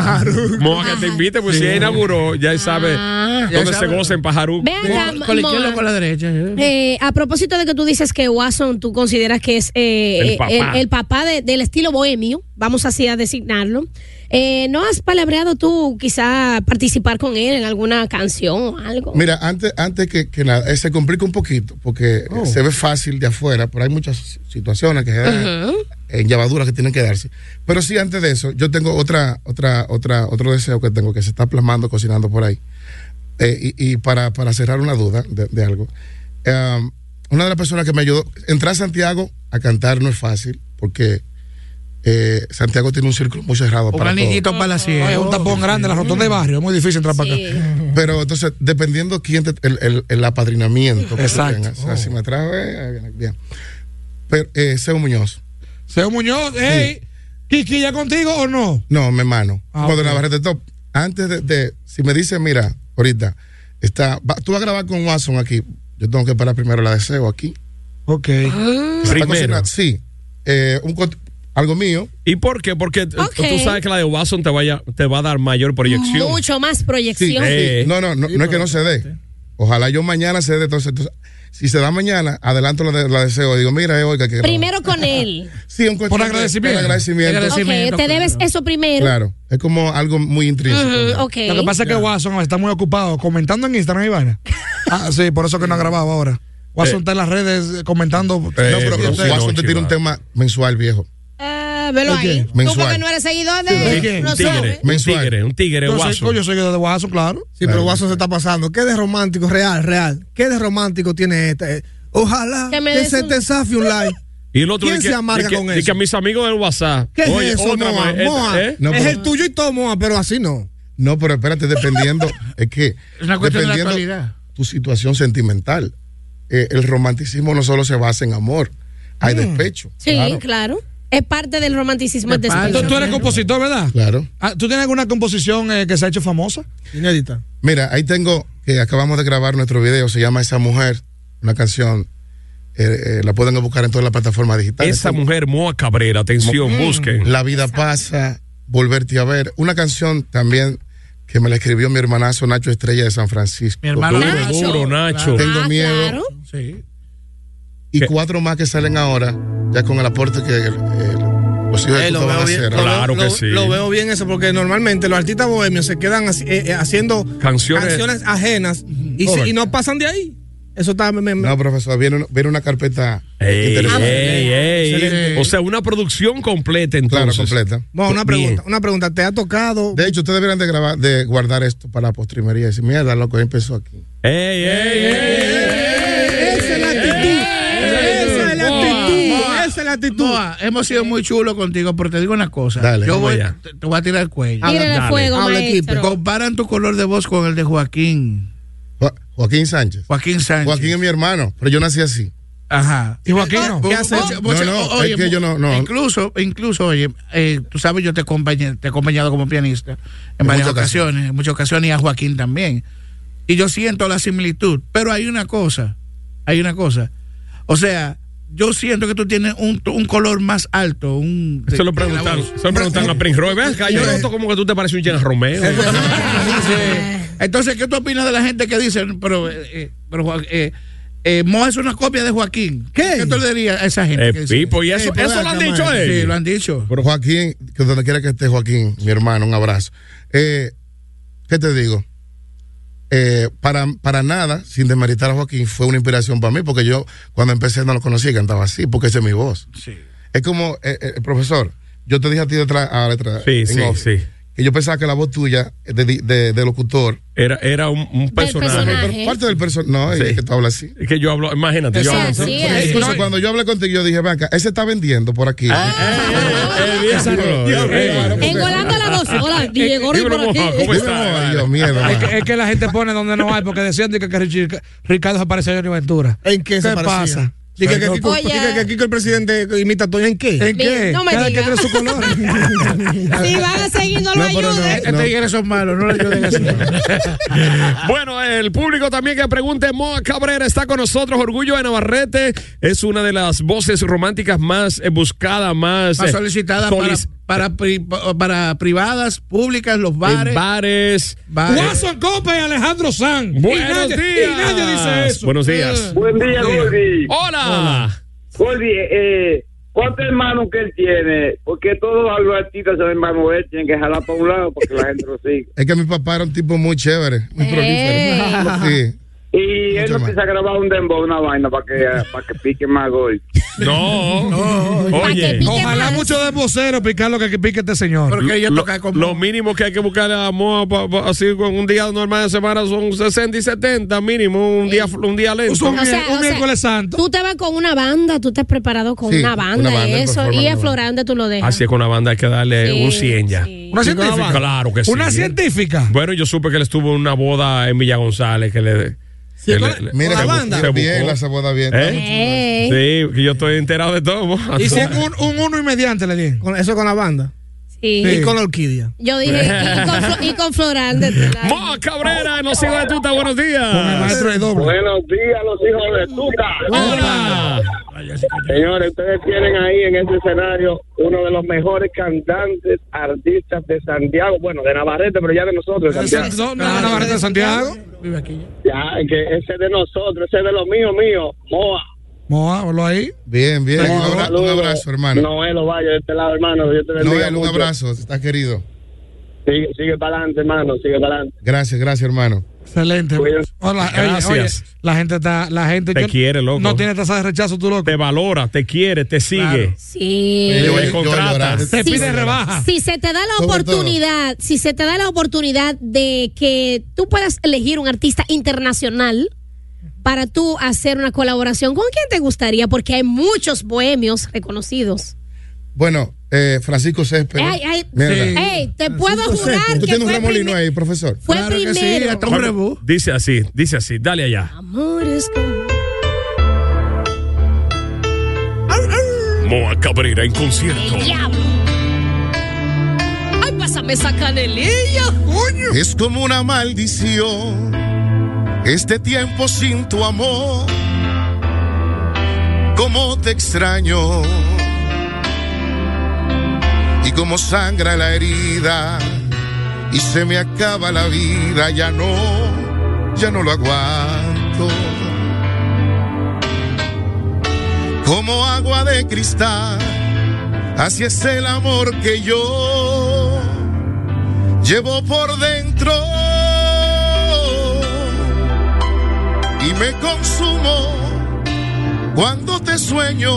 Speaker 2: Moa, que te invite, pues si ella inauguró, ya sabe
Speaker 4: Ah. Ya
Speaker 2: dónde se
Speaker 4: sabe.
Speaker 2: goza en Pajaruco.
Speaker 4: Ve acá, Con- con la Moa. izquierda o con la
Speaker 2: derecha.
Speaker 4: Eh, a propósito de que tú dices que Watson tú consideras que es eh,
Speaker 2: El
Speaker 4: eh,
Speaker 2: papá.
Speaker 4: el, el papá de- del estilo bohemio, vamos así a designarlo, eh, ¿no has palabreado tú quizá participar con él en alguna canción o algo?
Speaker 19: Mira, antes, antes que, que nada, eh, se complica un poquito porque eh,
Speaker 4: Oh.
Speaker 19: se ve fácil de afuera, pero hay muchas si- situaciones que se dan en llavaduras que tienen que darse. Pero sí, antes de eso, yo tengo otra, otra, otra, otro deseo que tengo que se está plasmando, cocinando por ahí. Eh, y y para, para cerrar una duda de, de algo, um, una de las personas que me ayudó, entrar a Santiago a cantar no es fácil porque eh, Santiago tiene un círculo muy cerrado.
Speaker 5: Un
Speaker 19: para todo.
Speaker 5: anillito para la sierra. Es un tapón grande, la rotonda de barrio. Es muy difícil entrar para acá.
Speaker 19: Pero entonces, dependiendo quién te- el, el- el (laughs) apadrinamiento. que
Speaker 5: Exacto.
Speaker 19: tengas. O sea, si me trajo, eh, bien. Pero, eh, Seo Muñoz.
Speaker 5: Seo Muñoz, ey, ¿Kiki ya contigo o no?
Speaker 19: No, mi hermano.
Speaker 5: Ah,
Speaker 19: Cuando
Speaker 5: ok.
Speaker 19: Navarrete Top, antes de, de- si me dice, mira, ahorita, está, va- tú vas a grabar con Watson aquí. Yo tengo que parar primero la deseo aquí.
Speaker 5: Ok.
Speaker 4: Ah.
Speaker 2: Primero.
Speaker 19: Sí. Eh, un cort- algo mío.
Speaker 2: ¿Y por qué? Porque t-
Speaker 4: Ok.
Speaker 2: tú sabes que la de Watson te, vaya, te va a dar mayor proyección. Eh.
Speaker 4: Mucho más proyección.
Speaker 19: Sí, sí. No, no, no, no es que no se dé. Ojalá yo mañana se dé. Entonces, entonces, si se da mañana, adelanto la, de- la deseo. Digo, mira, es hoy que hay que grabar.
Speaker 4: Primero con él.
Speaker 19: (laughs) Sí, un cuestión
Speaker 5: Por
Speaker 19: de-
Speaker 5: agradecimiento.
Speaker 19: por agradecimiento.
Speaker 4: ok, te debes eso primero.
Speaker 19: Claro. Es como algo muy intrínseco.
Speaker 4: Ujú, ok.
Speaker 5: Lo que pasa es que Watson está muy ocupado comentando en Instagram,
Speaker 19: (laughs)
Speaker 5: Ivana. Ah, sí, por eso que no ha grabado ahora. Watson
Speaker 19: Eh.
Speaker 5: está en las redes eh, comentando.
Speaker 19: no, pero, Watson te tira un tema mensual, viejo.
Speaker 4: Ah, velo
Speaker 19: Ok.
Speaker 4: ahí.
Speaker 19: Mensual.
Speaker 4: Tú porque no eres seguidor de
Speaker 19: ¿De
Speaker 4: él,
Speaker 19: quién?
Speaker 4: lo
Speaker 19: Un tigre.
Speaker 4: sabes.
Speaker 19: Mensual.
Speaker 2: un tigre,
Speaker 6: Yo soy-
Speaker 2: Watson.
Speaker 6: yo
Speaker 5: soy de Guaso, claro.
Speaker 6: Sí, pero Guaso se está pasando. ¿Qué de romántico? Real, real. ¿Qué de romántico tiene esta? Eh, Ojalá que,
Speaker 4: Que me des
Speaker 6: se
Speaker 4: un-
Speaker 6: te zafie un like.
Speaker 2: Y el otro
Speaker 6: ¿Quién
Speaker 2: de que,
Speaker 6: se amarga
Speaker 2: de que-
Speaker 6: con
Speaker 2: de
Speaker 6: eso?
Speaker 2: que a mis amigos del WhatsApp.
Speaker 6: ¿Qué
Speaker 2: Oye,
Speaker 6: es eso,
Speaker 2: otra
Speaker 6: Moa?
Speaker 2: vez,
Speaker 6: Moa,
Speaker 2: ¿eh?
Speaker 19: No,
Speaker 6: es
Speaker 19: pero-
Speaker 6: el tuyo y todo, Moa, pero así no.
Speaker 19: No, pero espérate, dependiendo. es que.
Speaker 6: Es una cuestión de la
Speaker 19: dependiendo
Speaker 6: actualidad.
Speaker 19: tu situación sentimental. Eh, el romanticismo no solo se basa en amor, hay despecho.
Speaker 4: Sí, claro. Es parte del romanticismo el despecho.
Speaker 5: Tú, tú eres compositor, ¿verdad?
Speaker 19: Claro.
Speaker 5: Ah, ¿Tú tienes alguna composición eh, que se ha hecho famosa?
Speaker 6: Inédita.
Speaker 19: Mira, ahí tengo que acabamos de grabar nuestro video, se llama Esa Mujer, una canción. eh, eh, la pueden buscar en todas las plataformas digitales.
Speaker 2: Esa mujer, Moa Cabrera, atención,
Speaker 19: Mm.
Speaker 2: busquen.
Speaker 19: La vida pasa, volverte a ver. Una canción también que me la escribió mi hermanazo Nacho Estrella de San Francisco.
Speaker 2: Mi hermano Duro, Nacho. duro, Nacho.
Speaker 19: Tengo
Speaker 2: Ah,
Speaker 19: miedo.
Speaker 2: claro.
Speaker 19: Y cuatro más que salen ahora, ya con el aporte que el- el- los hijos de
Speaker 6: Eh, lo
Speaker 19: Tuta van a
Speaker 6: veo bien,
Speaker 19: hacer.
Speaker 6: lo veo- lo- Lo veo bien eso, porque normalmente los artistas bohemios se quedan así, eh, eh, haciendo
Speaker 19: Canciones.
Speaker 6: ajenas y, se- y no pasan de ahí. Eso está. me- me- me-
Speaker 19: No, profesor, viene, una- viene una carpeta
Speaker 2: Ey,
Speaker 19: interesante.
Speaker 2: ey, ey.
Speaker 19: Excelente.
Speaker 2: O sea, una producción completa entonces. Pues,
Speaker 19: completa.
Speaker 6: Bueno, una pregunta, una pregunta. ¿Te ha tocado?
Speaker 19: De hecho, ustedes deberían de grabar, de guardar esto para la postrimería y decir, mierda, loco, ya empezó aquí.
Speaker 2: Ey, ey, ey,
Speaker 6: Esa es la actitud. Esa es la actitud. Esa es la actitud.
Speaker 7: Moa, hemos sido muy chulos contigo, pero te digo una cosa.
Speaker 19: Dale,
Speaker 7: yo
Speaker 19: vamos
Speaker 7: voy,
Speaker 19: allá.
Speaker 7: te, te voy a tirar el cuello.
Speaker 6: Tírale
Speaker 7: Habla-
Speaker 6: fuego,
Speaker 7: Habla,
Speaker 6: maestro.
Speaker 7: equipo. Comparan tu color de voz con el de Joaquín.
Speaker 19: Jo- Joaquín Sánchez.
Speaker 7: Joaquín Sánchez.
Speaker 19: Joaquín es mi hermano, pero yo nací así.
Speaker 7: Ajá.
Speaker 5: ¿Y Joaquín no?
Speaker 7: ¿Qué hace?
Speaker 19: Ah, No, no, es que yo no- no.
Speaker 7: Incluso, incluso, oye, eh, tú sabes, yo te, acompañé- te he acompañado como pianista en,
Speaker 19: En
Speaker 7: varias
Speaker 19: muchas
Speaker 7: ocasiones, en muchas ocasiones, y a Joaquín también. Y yo siento la similitud, pero hay una cosa, hay una cosa. O sea, yo siento que tú tienes un, un color más alto, un...
Speaker 2: Se lo preguntan, se lo preguntan a Prince Roy. Ven acá, yo noto como que tú te pareces un Jan Romeo.
Speaker 7: Ah, Entonces, ¿qué tú opinas de la gente que dice, pero, eh, eh, pero Joa- eh, eh, Moa es una copia de Joaquín? ¿Qué? ¿Qué tú le dirías a esa gente?
Speaker 2: Eh,
Speaker 7: que dice?
Speaker 2: Pipo, ¿y eso-
Speaker 7: Eh, pues,
Speaker 2: eso lo han
Speaker 7: acá,
Speaker 2: dicho
Speaker 7: man.
Speaker 2: ellos?
Speaker 7: Sí, lo han dicho.
Speaker 19: Pero Joaquín, que donde quiera que esté Joaquín, mi hermano, un abrazo. Eh, ¿Qué te digo? Eh, para, para nada, sin desmeritar a Joaquín, fue una inspiración para mí, porque yo cuando empecé no lo conocía y cantaba así, porque esa es mi voz. Es como, eh, eh, profesor, yo te dije a ti detrás, a detrás
Speaker 2: Sí,
Speaker 19: en
Speaker 2: sí,
Speaker 19: off,
Speaker 2: sí.
Speaker 19: que yo pensaba que la voz tuya eh, de, de- de locutor
Speaker 2: Era, era un, un personaje.
Speaker 19: Pero parte del personaje. No,
Speaker 2: Sí.
Speaker 19: es que tú hablas así.
Speaker 2: Es que yo hablo, imagínate, yo hablo.
Speaker 19: Exacto. Incluso cuando yo hablé contigo, yo dije, venga, ese está vendiendo por aquí.
Speaker 2: Ah.
Speaker 4: Engolando la voz. Hola,
Speaker 5: eh,
Speaker 4: Diego Gordi por aquí.
Speaker 19: Dios, miedo,
Speaker 5: es, que, es que la gente pone donde no hay, porque decían de que, que Richie- que Ricardo se parecía a Johnny Ventura.
Speaker 6: ¿En qué, se parecía?
Speaker 5: pasa?
Speaker 6: Dije que,
Speaker 5: Ay,
Speaker 6: Kiko,
Speaker 5: no.
Speaker 6: dije que Kiko el presidente imita a Toño en qué.
Speaker 5: ¿En qué?
Speaker 4: No me
Speaker 5: Cada quien
Speaker 4: diga.
Speaker 5: tiene su
Speaker 4: (laughs)
Speaker 5: color.
Speaker 4: Si van a seguir, no lo ayuden.
Speaker 6: Este
Speaker 7: Estos tigres son malos, no lo ayuden así.
Speaker 2: (laughs) Bueno, el público también que pregunte, Moa Cabrera está con nosotros, Orgullo de Navarrete, es una de las voces románticas más eh, buscadas, más,
Speaker 7: Más
Speaker 2: eh,
Speaker 7: solicitada
Speaker 2: solic-
Speaker 7: para, para, pri- para privadas, públicas, los
Speaker 2: en
Speaker 7: bares.
Speaker 2: bares.
Speaker 5: Watson Copa y Alejandro Sanz. Y
Speaker 2: Buenos
Speaker 5: nadie-
Speaker 2: días.
Speaker 5: Y nadie
Speaker 6: Ah,
Speaker 5: dice eso. Eh.
Speaker 2: Buenos días.
Speaker 13: Buen día, Gordy.
Speaker 2: Hola.
Speaker 13: Gordy, eh, ¿cuántos hermanos que él tiene? Porque todos los artistas son hermanos
Speaker 1: eh,
Speaker 13: de él, tienen que jalar para un lado porque la gente lo sigue.
Speaker 19: Es que mi papá era un tipo muy chévere, muy prolífero. Sí.
Speaker 13: Y él
Speaker 19: Mucho
Speaker 13: no
Speaker 19: más.
Speaker 13: empieza a grabar un dembow, una vaina para que, para que pique más gol.
Speaker 2: No. Oye.
Speaker 5: Ojalá mucho de vocero picar lo que pique este señor.
Speaker 2: lo, lo mínimo que hay que buscar a Moa pa- pa- así con un día normal de semana son 60 y 70 mínimo,
Speaker 7: Eh,
Speaker 2: un día un día lento.
Speaker 4: O sea, o sea, Tú te vas con una banda, tú estás preparado con
Speaker 2: Sí,
Speaker 4: una banda,
Speaker 2: una banda,
Speaker 4: y eso,
Speaker 2: performance
Speaker 4: y
Speaker 2: de una
Speaker 4: es florante, tú lo dejas.
Speaker 2: Así es que una banda hay que darle
Speaker 4: Sí,
Speaker 2: un 100 ya.
Speaker 5: ¿Una científica?
Speaker 2: Claro que sí.
Speaker 5: ¿Una científica?
Speaker 2: Bueno, yo supe que él estuvo en una boda en Villa González que le Sí,
Speaker 19: con la- con la banda. Bien, la ceboda bien.
Speaker 2: ¿Eh? Sí, que yo estoy enterado de todo. mo.
Speaker 6: Y si un, un uno y mediante le di. Con, eso con la banda.
Speaker 4: Sí.
Speaker 6: Y con la orquídea.
Speaker 4: Yo dije, y con, Flo- y con Floral de tu lado.
Speaker 2: ¡Mo Cabrera, los hijos de tuta, buenos días.
Speaker 20: Buenos días, los hijos de tuta.
Speaker 2: Hola.
Speaker 20: Señores, ustedes tienen ahí en este escenario uno de los mejores cantantes, artistas de Santiago, bueno, de Navarrete, pero ya de nosotros. de Santiago.
Speaker 5: Navarrete de Santiago. Vive aquí.
Speaker 20: Ya, que ese es de nosotros, ese es de los míos, mío, Moa.
Speaker 5: Moa, ponlo ahí.
Speaker 19: Bien, bien. Un,
Speaker 20: Moa,
Speaker 19: abra- un
Speaker 20: saludo.
Speaker 19: abrazo, hermano.
Speaker 20: Noel Ovalle, de este lado, hermano. Dios te bendiga
Speaker 19: Noel, un
Speaker 20: mucho.
Speaker 19: abrazo. Estás querido.
Speaker 20: Sigue, sigue para adelante, hermano, sigue para adelante.
Speaker 19: Gracias, gracias, hermano.
Speaker 5: Excelente. Hola, oye,
Speaker 2: Gracias.
Speaker 5: oye, la gente está, la gente
Speaker 2: Te
Speaker 5: yo-
Speaker 2: quiere, loco.
Speaker 5: No tiene tasa de rechazo, tú loco.
Speaker 2: Te valora, te quiere, te sigue.
Speaker 4: Sí.
Speaker 2: Yo
Speaker 5: Yo- yo
Speaker 2: contrata.
Speaker 5: llorando. Te
Speaker 4: Si-
Speaker 5: pide rebaja.
Speaker 4: Si se te da la
Speaker 5: Sobre todo.
Speaker 4: oportunidad, si se te da la oportunidad de que tú puedas elegir un artista internacional para tú hacer una colaboración, ¿con quién te gustaría? Porque hay muchos bohemios reconocidos.
Speaker 19: Bueno, eh, Francisco Césped.
Speaker 4: Ey, ey,
Speaker 19: Mierda.
Speaker 4: ey, te puedo jurar
Speaker 19: Tú
Speaker 4: que
Speaker 19: tienes un
Speaker 4: fue
Speaker 19: remolino
Speaker 4: primi-
Speaker 19: ahí, profesor.
Speaker 4: fue primero.
Speaker 2: Dice así, dice así, dale allá.
Speaker 4: Amores con-
Speaker 18: Moa Cabrera en concierto.
Speaker 4: El diablo. Ay, pásame esa canelilla, coño.
Speaker 21: Es como una maldición este tiempo sin tu amor. Cómo te extraño y cómo sangra la herida y se me acaba la vida. Ya no, ya no lo aguanto. Como agua de cristal, así es el amor que yo llevo por dentro y me consumo cuando te sueño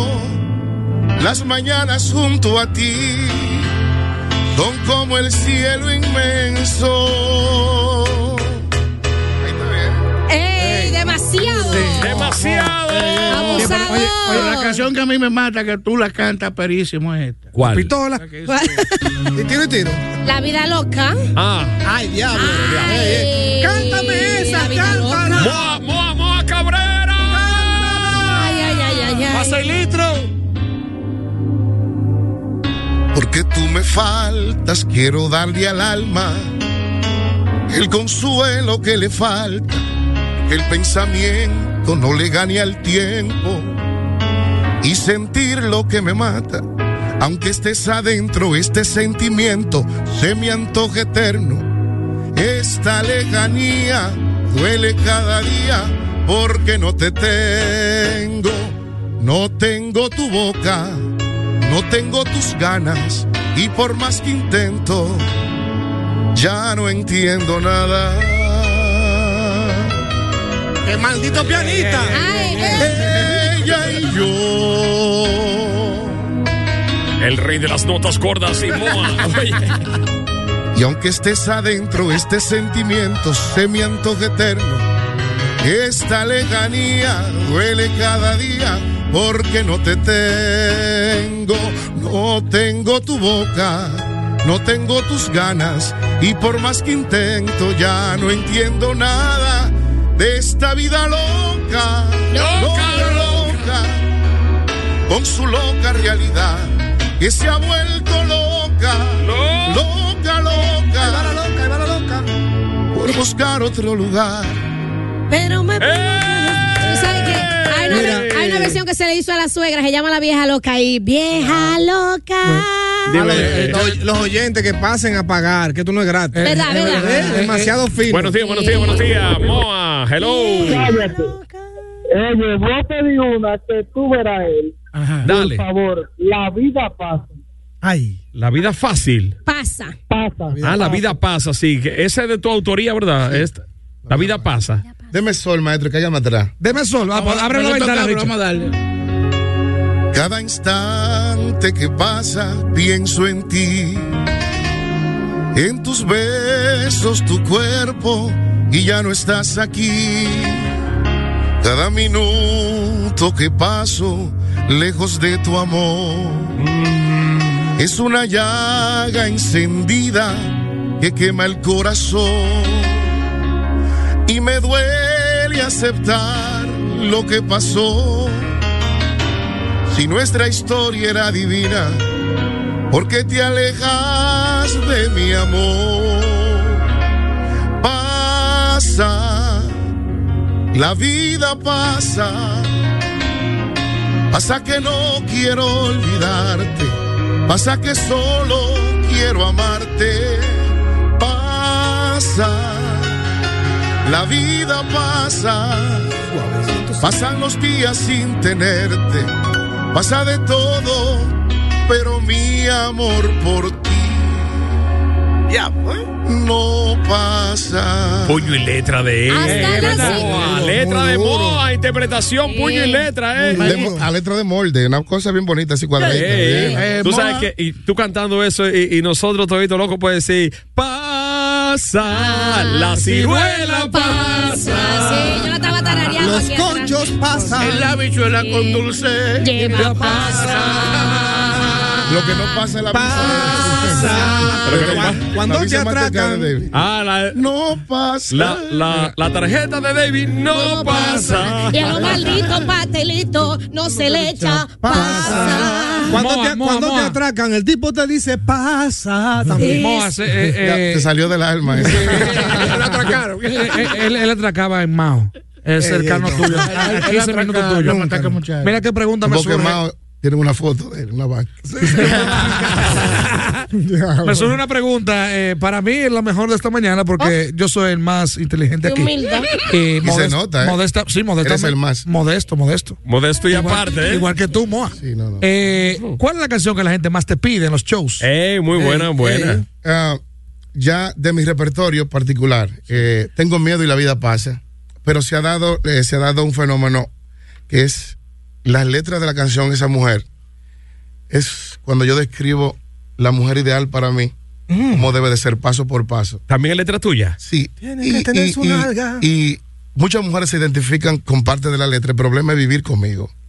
Speaker 21: las mañanas junto a ti son como el cielo inmenso
Speaker 4: ¡Ey, demasiado!
Speaker 2: ¡Demasiado!
Speaker 4: ¡Abusado!
Speaker 7: Oye, oye, la canción que a mí me mata, que tú la cantas perísimo, es esta.
Speaker 2: ¿Cuál?
Speaker 7: Pistola.
Speaker 5: (laughs)
Speaker 7: ¿Y tiro y tiro?
Speaker 4: La vida loca.
Speaker 2: Ah.
Speaker 4: Ay, diablo. Cántame esa,
Speaker 2: Moa, Moa, Moa Cabrera.
Speaker 4: Ay, ay, ay, ay, ay.
Speaker 21: Pasa el Porque tú me faltas, quiero darle al alma el consuelo que le falta, que el pensamiento no le gane al tiempo y sentir lo que me mata. Aunque estés adentro, este sentimiento se me antoja eterno. Esta lejanía duele cada día porque no te tengo, no tengo tu boca. No tengo tus ganas y por más que intento, ya no entiendo nada. ¡Qué maldito pianista! ¡Eh! Ella y yo.
Speaker 2: El rey de las notas gordas y Moa.
Speaker 5: (laughs)
Speaker 2: Oye.
Speaker 21: Y aunque estés adentro, este sentimiento se me antoja eterno. Esta lejanía duele cada día porque no te tengo, no tengo tu boca, no tengo tus ganas y por más que intento ya no entiendo nada de esta vida loca, loca, loca, con su loca realidad que se ha vuelto loca, loca, loca, por buscar otro lugar.
Speaker 4: Pero me. ¿Tú sabes qué? Hay una,
Speaker 21: Mira.
Speaker 4: hay una versión que se le hizo a la suegra, se llama La Vieja Loca y Vieja Loca.
Speaker 6: A los, Ah, los- los oyentes que pasen a pagar, que esto no es gratis.
Speaker 4: Eh, Verdad,
Speaker 6: Es
Speaker 4: verdad.
Speaker 6: verdad, es demasiado fino.
Speaker 2: Eh, Buenos días, buenos días, buenos días. Moa, hello.
Speaker 20: Cállate. Oye, voy a pedir una que tú verás él.
Speaker 2: Dale.
Speaker 20: Por favor, la vida pasa.
Speaker 2: Ay. La vida fácil.
Speaker 4: Pasa.
Speaker 20: Pasa.
Speaker 2: Ah, la vida pasa, sí. que Esa es de tu autoría, ¿verdad? Esta. La vida pasa.
Speaker 19: Deme sol, maestro, que allá me atrás.
Speaker 5: Deme sol, vamos, abre la ventana, Richard.
Speaker 21: Cada instante que pasa pienso en ti, en tus besos, tu cuerpo y ya no estás aquí. Cada minuto que paso lejos de tu amor es una llaga encendida que quema el corazón y me duele y aceptar lo que pasó. Si nuestra historia era divina, ¿por qué te alejas de mi amor? Pasa, la vida pasa, pasa que no quiero olvidarte, pasa que solo quiero amarte, pasa. La vida pasa, pasan los días sin tenerte, pasa de todo, pero mi amor por ti ya no pasa.
Speaker 2: Puño y letra de él.
Speaker 21: Hasta
Speaker 2: Letra
Speaker 21: las
Speaker 2: de
Speaker 21: cinco.
Speaker 2: boa, letra
Speaker 21: Muy
Speaker 2: de
Speaker 21: duro.
Speaker 2: boa, interpretación, puño y letra, eh.
Speaker 19: De mo- a letra de molde, una cosa bien bonita, así cuadradita.
Speaker 2: Ey,
Speaker 19: bien. Eh,
Speaker 2: ey, Eh, tú sabes que y tú cantando eso y, y nosotros todito loco puedes decir pasa la ciruela
Speaker 4: pasa sí yo la estaba tarareando
Speaker 7: Los
Speaker 4: aquí atrás.
Speaker 7: conchos pasan. En la bichuela con dulce.
Speaker 4: Lleva
Speaker 19: Lo que no pasa es la
Speaker 2: Ah, Cuando te atracan. Ah, la,
Speaker 21: no pasa.
Speaker 2: La, la, la tarjeta de David no, pasa.
Speaker 4: Y a los malditos pastelitos no se le echa pasa.
Speaker 6: Cuando, te, cuando te atracan, el tipo te dice, pasa también.
Speaker 5: Moa, se- eh,
Speaker 19: Ya,
Speaker 5: eh,
Speaker 19: te salió del alma. eso.
Speaker 5: (laughs) él, él- él atracaba en Mao. Es
Speaker 19: Ey,
Speaker 5: cercano
Speaker 19: ey,
Speaker 5: tuyo.
Speaker 19: no.
Speaker 5: a
Speaker 19: Él
Speaker 5: 15
Speaker 19: atraca-
Speaker 5: minutos tuyo.
Speaker 19: nunca, no.
Speaker 5: Mira qué pregunta me
Speaker 19: Porque
Speaker 5: surge.
Speaker 19: Mao tiene una foto de él, una vaca.
Speaker 1: (laughs)
Speaker 2: Ah,
Speaker 5: (laughs) Me surge una pregunta. eh, para mí es la mejor de esta mañana porque yo soy el más inteligente
Speaker 4: Oh.
Speaker 5: aquí.
Speaker 4: Qué humilde.
Speaker 5: Eh,
Speaker 2: Y se
Speaker 5: modesto-
Speaker 2: nota, ¿eh?
Speaker 5: Modesta, sí, modesta.
Speaker 2: Eres el
Speaker 5: más. Modesto, modesto.
Speaker 2: Modesto y
Speaker 5: Igual-
Speaker 2: aparte, ¿eh?
Speaker 5: Igual que tú, Moa. Eh, ¿Cuál es la canción que la gente más te pide en los shows?
Speaker 2: Eh, muy buena, buena.
Speaker 4: eh.
Speaker 5: eh.
Speaker 19: Ah, ya de mi repertorio particular, eh, tengo miedo y la vida pasa, pero se ha dado, eh, se ha dado un fenómeno que es las letras de la canción Esa Mujer. Es cuando yo describo la mujer ideal para mí, cómo debe de ser paso por paso.
Speaker 2: ¿También es letra tuya?
Speaker 19: Sí.
Speaker 6: Tiene que tener su nalga.
Speaker 19: y muchas mujeres se identifican con parte de la letra. El problema es vivir conmigo. Oh.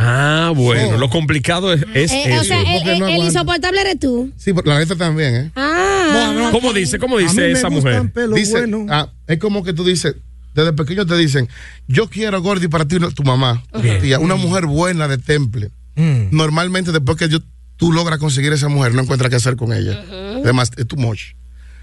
Speaker 2: Ah, bueno, lo complicado es, es
Speaker 4: Eh, o
Speaker 2: eso.
Speaker 4: sea, el, el- el insoportable eres tú.
Speaker 19: Sí, pero la letra también, ¿eh?
Speaker 4: Ah.
Speaker 2: ¿Cómo dice? ¿Cómo
Speaker 19: A mí
Speaker 2: dice
Speaker 19: me
Speaker 2: esa
Speaker 19: gustan
Speaker 2: mujer?
Speaker 19: pelos Dice, ah, es como que tú dices, desde pequeño te dicen, yo quiero Gordy para ti, no- tu mamá, tu
Speaker 2: Bien.
Speaker 19: tía, una mujer buena de temple. Normalmente después que yo- tú logras conseguir esa mujer, no encuentras qué hacer con ella. Además, es too much.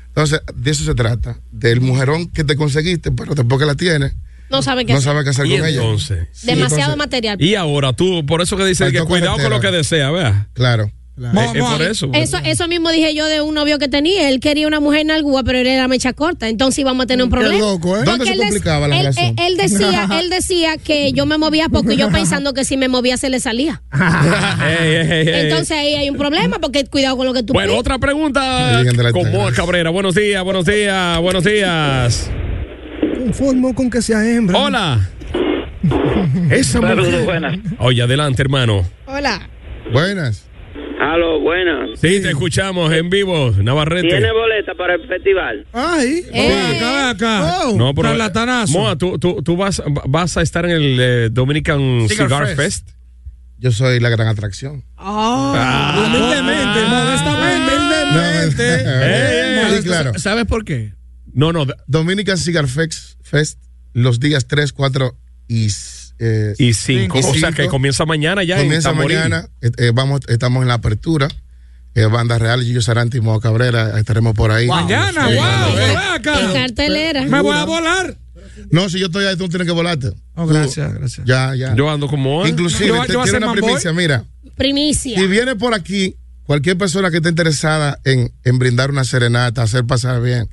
Speaker 19: Entonces, de eso se trata, del mujerón que te conseguiste, pero después que la tienes,
Speaker 4: No sabe qué
Speaker 19: no
Speaker 4: hacer.
Speaker 19: sabes qué hacer
Speaker 2: ¿Y
Speaker 19: con ella.
Speaker 2: entonces?
Speaker 19: Sí,
Speaker 4: Demasiado
Speaker 19: entonces,
Speaker 4: material.
Speaker 2: Y ahora tú, por eso que dice que
Speaker 19: Faltó
Speaker 2: cuidado con lo que
Speaker 19: carretera.
Speaker 2: desea, vea.
Speaker 19: Claro.
Speaker 2: Eh, eh, por eso.
Speaker 4: Eso, eso mismo dije yo de un novio que tenía. Él quería una mujer nalgúa, pero él era mecha corta. Entonces íbamos a tener un
Speaker 19: Qué
Speaker 4: problema.
Speaker 19: loco, ¿eh?
Speaker 4: Porque
Speaker 19: ¿Dónde se
Speaker 4: él dec-
Speaker 19: complicaba la
Speaker 4: él-
Speaker 19: relación?
Speaker 4: Él, él decía,
Speaker 19: (laughs)
Speaker 4: él decía que yo me movía poco y yo pensando que si me movía se le salía.
Speaker 2: (laughs) Ah, Ey, ey, ey, ey.
Speaker 4: Entonces ahí hay un problema porque cuidado con lo que tú
Speaker 2: bueno,
Speaker 4: pides.
Speaker 2: otra pregunta
Speaker 19: Virgen de la
Speaker 2: con Moa
Speaker 19: Altagracia.
Speaker 2: Cabrera. Buenos días, buenos días, buenos días.
Speaker 6: Conformo con que sea hembra. (laughs)
Speaker 2: Hola. Esa mujer. Oye, adelante, hermano.
Speaker 4: Hola.
Speaker 19: Buenas.
Speaker 22: Aló, buenas.
Speaker 2: Sí, te escuchamos en vivo, Navarrete.
Speaker 22: ¿Tiene boleta para el festival?
Speaker 6: Ay,
Speaker 2: Ven acá, ven acá.
Speaker 22: Oh,
Speaker 2: no, pero,
Speaker 5: charlatanazo.
Speaker 2: Moa, tú, tú, tú vas, vas a estar en el eh, Dominican
Speaker 19: Cigar
Speaker 2: Cigar,
Speaker 19: Fest.
Speaker 2: Fest.
Speaker 19: Yo soy la gran atracción.
Speaker 2: Ah.
Speaker 6: Humildemente, modestamente.
Speaker 5: Eh,
Speaker 19: Sí, claro.
Speaker 7: ¿Sabes por qué?
Speaker 2: No, no.
Speaker 19: Dominican Cigar Fest, Fest, los días 3, 4 y, eh,
Speaker 2: Y cinco. O sea, que
Speaker 19: cinco.
Speaker 2: comienza mañana ya. en
Speaker 19: Comienza
Speaker 2: Tamboril.
Speaker 19: mañana. eh, eh, vamos, estamos en la apertura. Eh, Banda Real, Gillo Sarante y Moa Cabrera, estaremos por ahí.
Speaker 5: Mañana,
Speaker 19: Sí.
Speaker 5: wow, eh. ven acá.
Speaker 4: En cartelera.
Speaker 5: Me voy a volar.
Speaker 19: No, si yo estoy ahí, tú tienes que volarte.
Speaker 5: Oh, gracias, gracias.
Speaker 19: Ya, ya.
Speaker 2: Yo ando como.
Speaker 19: Inclusive,
Speaker 5: Yo-
Speaker 19: te-
Speaker 5: yo voy
Speaker 19: tiene
Speaker 5: a ser
Speaker 19: una
Speaker 5: manboy.
Speaker 19: primicia, mira.
Speaker 4: Primicia.
Speaker 19: Si viene por aquí, cualquier persona que esté interesada en, en brindar una serenata, hacer pasar bien,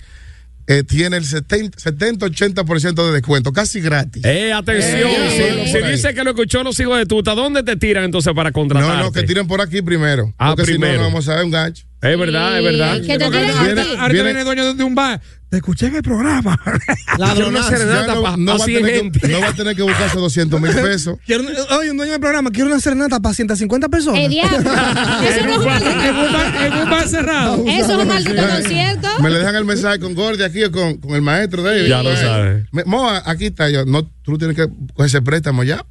Speaker 19: eh, tiene el 70-80% de descuento, casi gratis.
Speaker 2: Eh, atención.
Speaker 19: Eh.
Speaker 2: si si dice que lo escuchó los hijos de tuta, ¿dónde te tiran entonces para contratar?
Speaker 19: No, no, que tiren por aquí primero.
Speaker 2: Ah,
Speaker 19: porque si
Speaker 2: primero.
Speaker 19: no, no vamos a ver un gancho.
Speaker 2: Es verdad, es verdad.
Speaker 4: Que te tiren a ti.
Speaker 5: Ahorita viene el dueño de un bar. Te escuché en el programa.
Speaker 19: Quiero una serenata
Speaker 2: pa-
Speaker 19: no, no, va a
Speaker 2: pa'
Speaker 19: tener
Speaker 2: cien
Speaker 19: que, no va a tener que buscarse 200 (laughs)
Speaker 2: (laughs)
Speaker 19: mil pesos.
Speaker 6: Quiero, un- oye, un dueño del programa, quiero una serenata para 150 personas.
Speaker 4: Eh, diablo. Eso no es un
Speaker 5: En un bar- en un bar cerrado.
Speaker 4: Eso es un maldito concierto.
Speaker 19: Me le dejan el mensaje con Gordy aquí o con, con el maestro David.
Speaker 2: Ya lo
Speaker 19: Eh,
Speaker 2: sabe.
Speaker 19: me- Moa, aquí está yo. No, tú tienes que coger ese préstamo ya.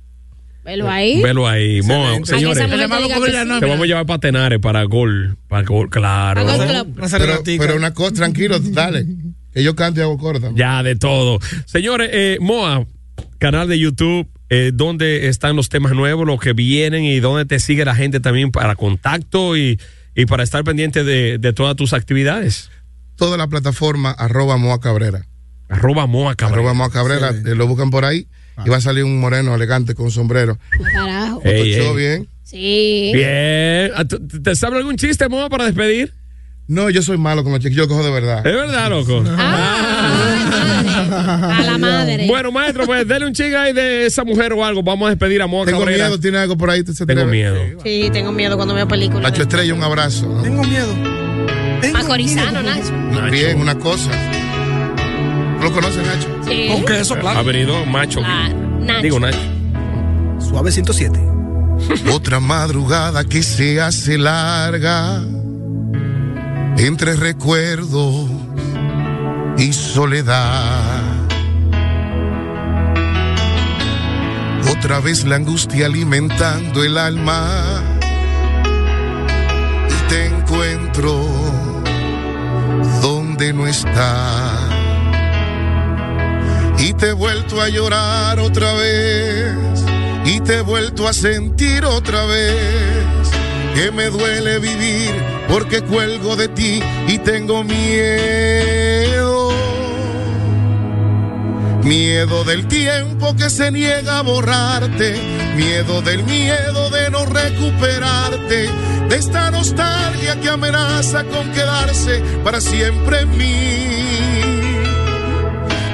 Speaker 4: Velo ahí.
Speaker 2: Velo ahí, Moa.
Speaker 4: Para que esa
Speaker 2: Señores,
Speaker 4: mujer te diga que sí.
Speaker 2: te vamos a llevar para Tenares, para Gol. Para Gol, claro.
Speaker 4: Para Gol Club.
Speaker 19: Pero, pero una cosa, tranquilo, dale. Que yo canto y hago corta.
Speaker 2: Ya, de todo. Señores, eh, Moa, canal de YouTube, eh, dónde están los temas nuevos, los que vienen y dónde te sigue la gente también para contacto y, y para estar pendiente de, de todas tus actividades.
Speaker 19: Toda la plataforma arroba Moa Cabrera.
Speaker 2: Arroba Moa Cabrera.
Speaker 19: Arroba Moa Cabrera, eh, lo buscan por ahí y va a salir un moreno elegante con sombrero.
Speaker 4: Carajo.
Speaker 19: Ey, ey. bien?
Speaker 4: Sí.
Speaker 2: Bien. Ah, ¿Te te sabe algún chiste, Moa, para despedir?
Speaker 19: No, yo soy malo con los chiquillos, yo cojo de verdad.
Speaker 2: ¿Es verdad, loco?
Speaker 4: A la madre.
Speaker 2: Bueno, maestro, pues dele un chinga ahí de esa mujer o algo. Vamos a despedir a Moa
Speaker 19: Tengo
Speaker 2: Cabrera.
Speaker 19: miedo, tiene algo por ahí. ¿Te se
Speaker 2: Tengo
Speaker 19: atreve?
Speaker 2: miedo.
Speaker 4: Sí, tengo miedo cuando veo
Speaker 19: (laughs)
Speaker 4: películas.
Speaker 19: Nacho Estrella, un abrazo.
Speaker 6: Tengo miedo.
Speaker 4: Macorizano, Nacho.
Speaker 19: Bien, una cosa. ¿Tú ¿Lo conoces, Nacho?
Speaker 4: Sí.
Speaker 2: Ha venido macho.
Speaker 4: Ah, Nacho.
Speaker 2: Digo, Nacho.
Speaker 6: Suave 107.
Speaker 21: Otra madrugada que se hace larga entre recuerdos y soledad. Otra vez la angustia alimentando el alma y te encuentro donde no está. Y te he vuelto a llorar otra vez y te he vuelto a sentir otra vez que me duele vivir porque cuelgo de ti y tengo miedo. Miedo del tiempo que se niega a borrarte, miedo del miedo de no recuperarte, de esta nostalgia que amenaza con quedarse para siempre en mí.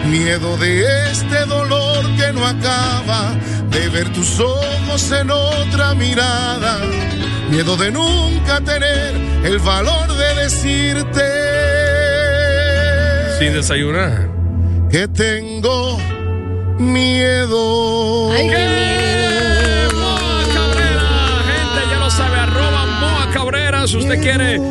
Speaker 21: Miedo de este dolor que no acaba, de ver tus ojos en otra mirada. Miedo de nunca tener el valor de decirte
Speaker 2: Sin desayunar.
Speaker 21: que tengo miedo.
Speaker 2: Gente, ya lo sabe, arroba Moa Cabrera. Si usted quiere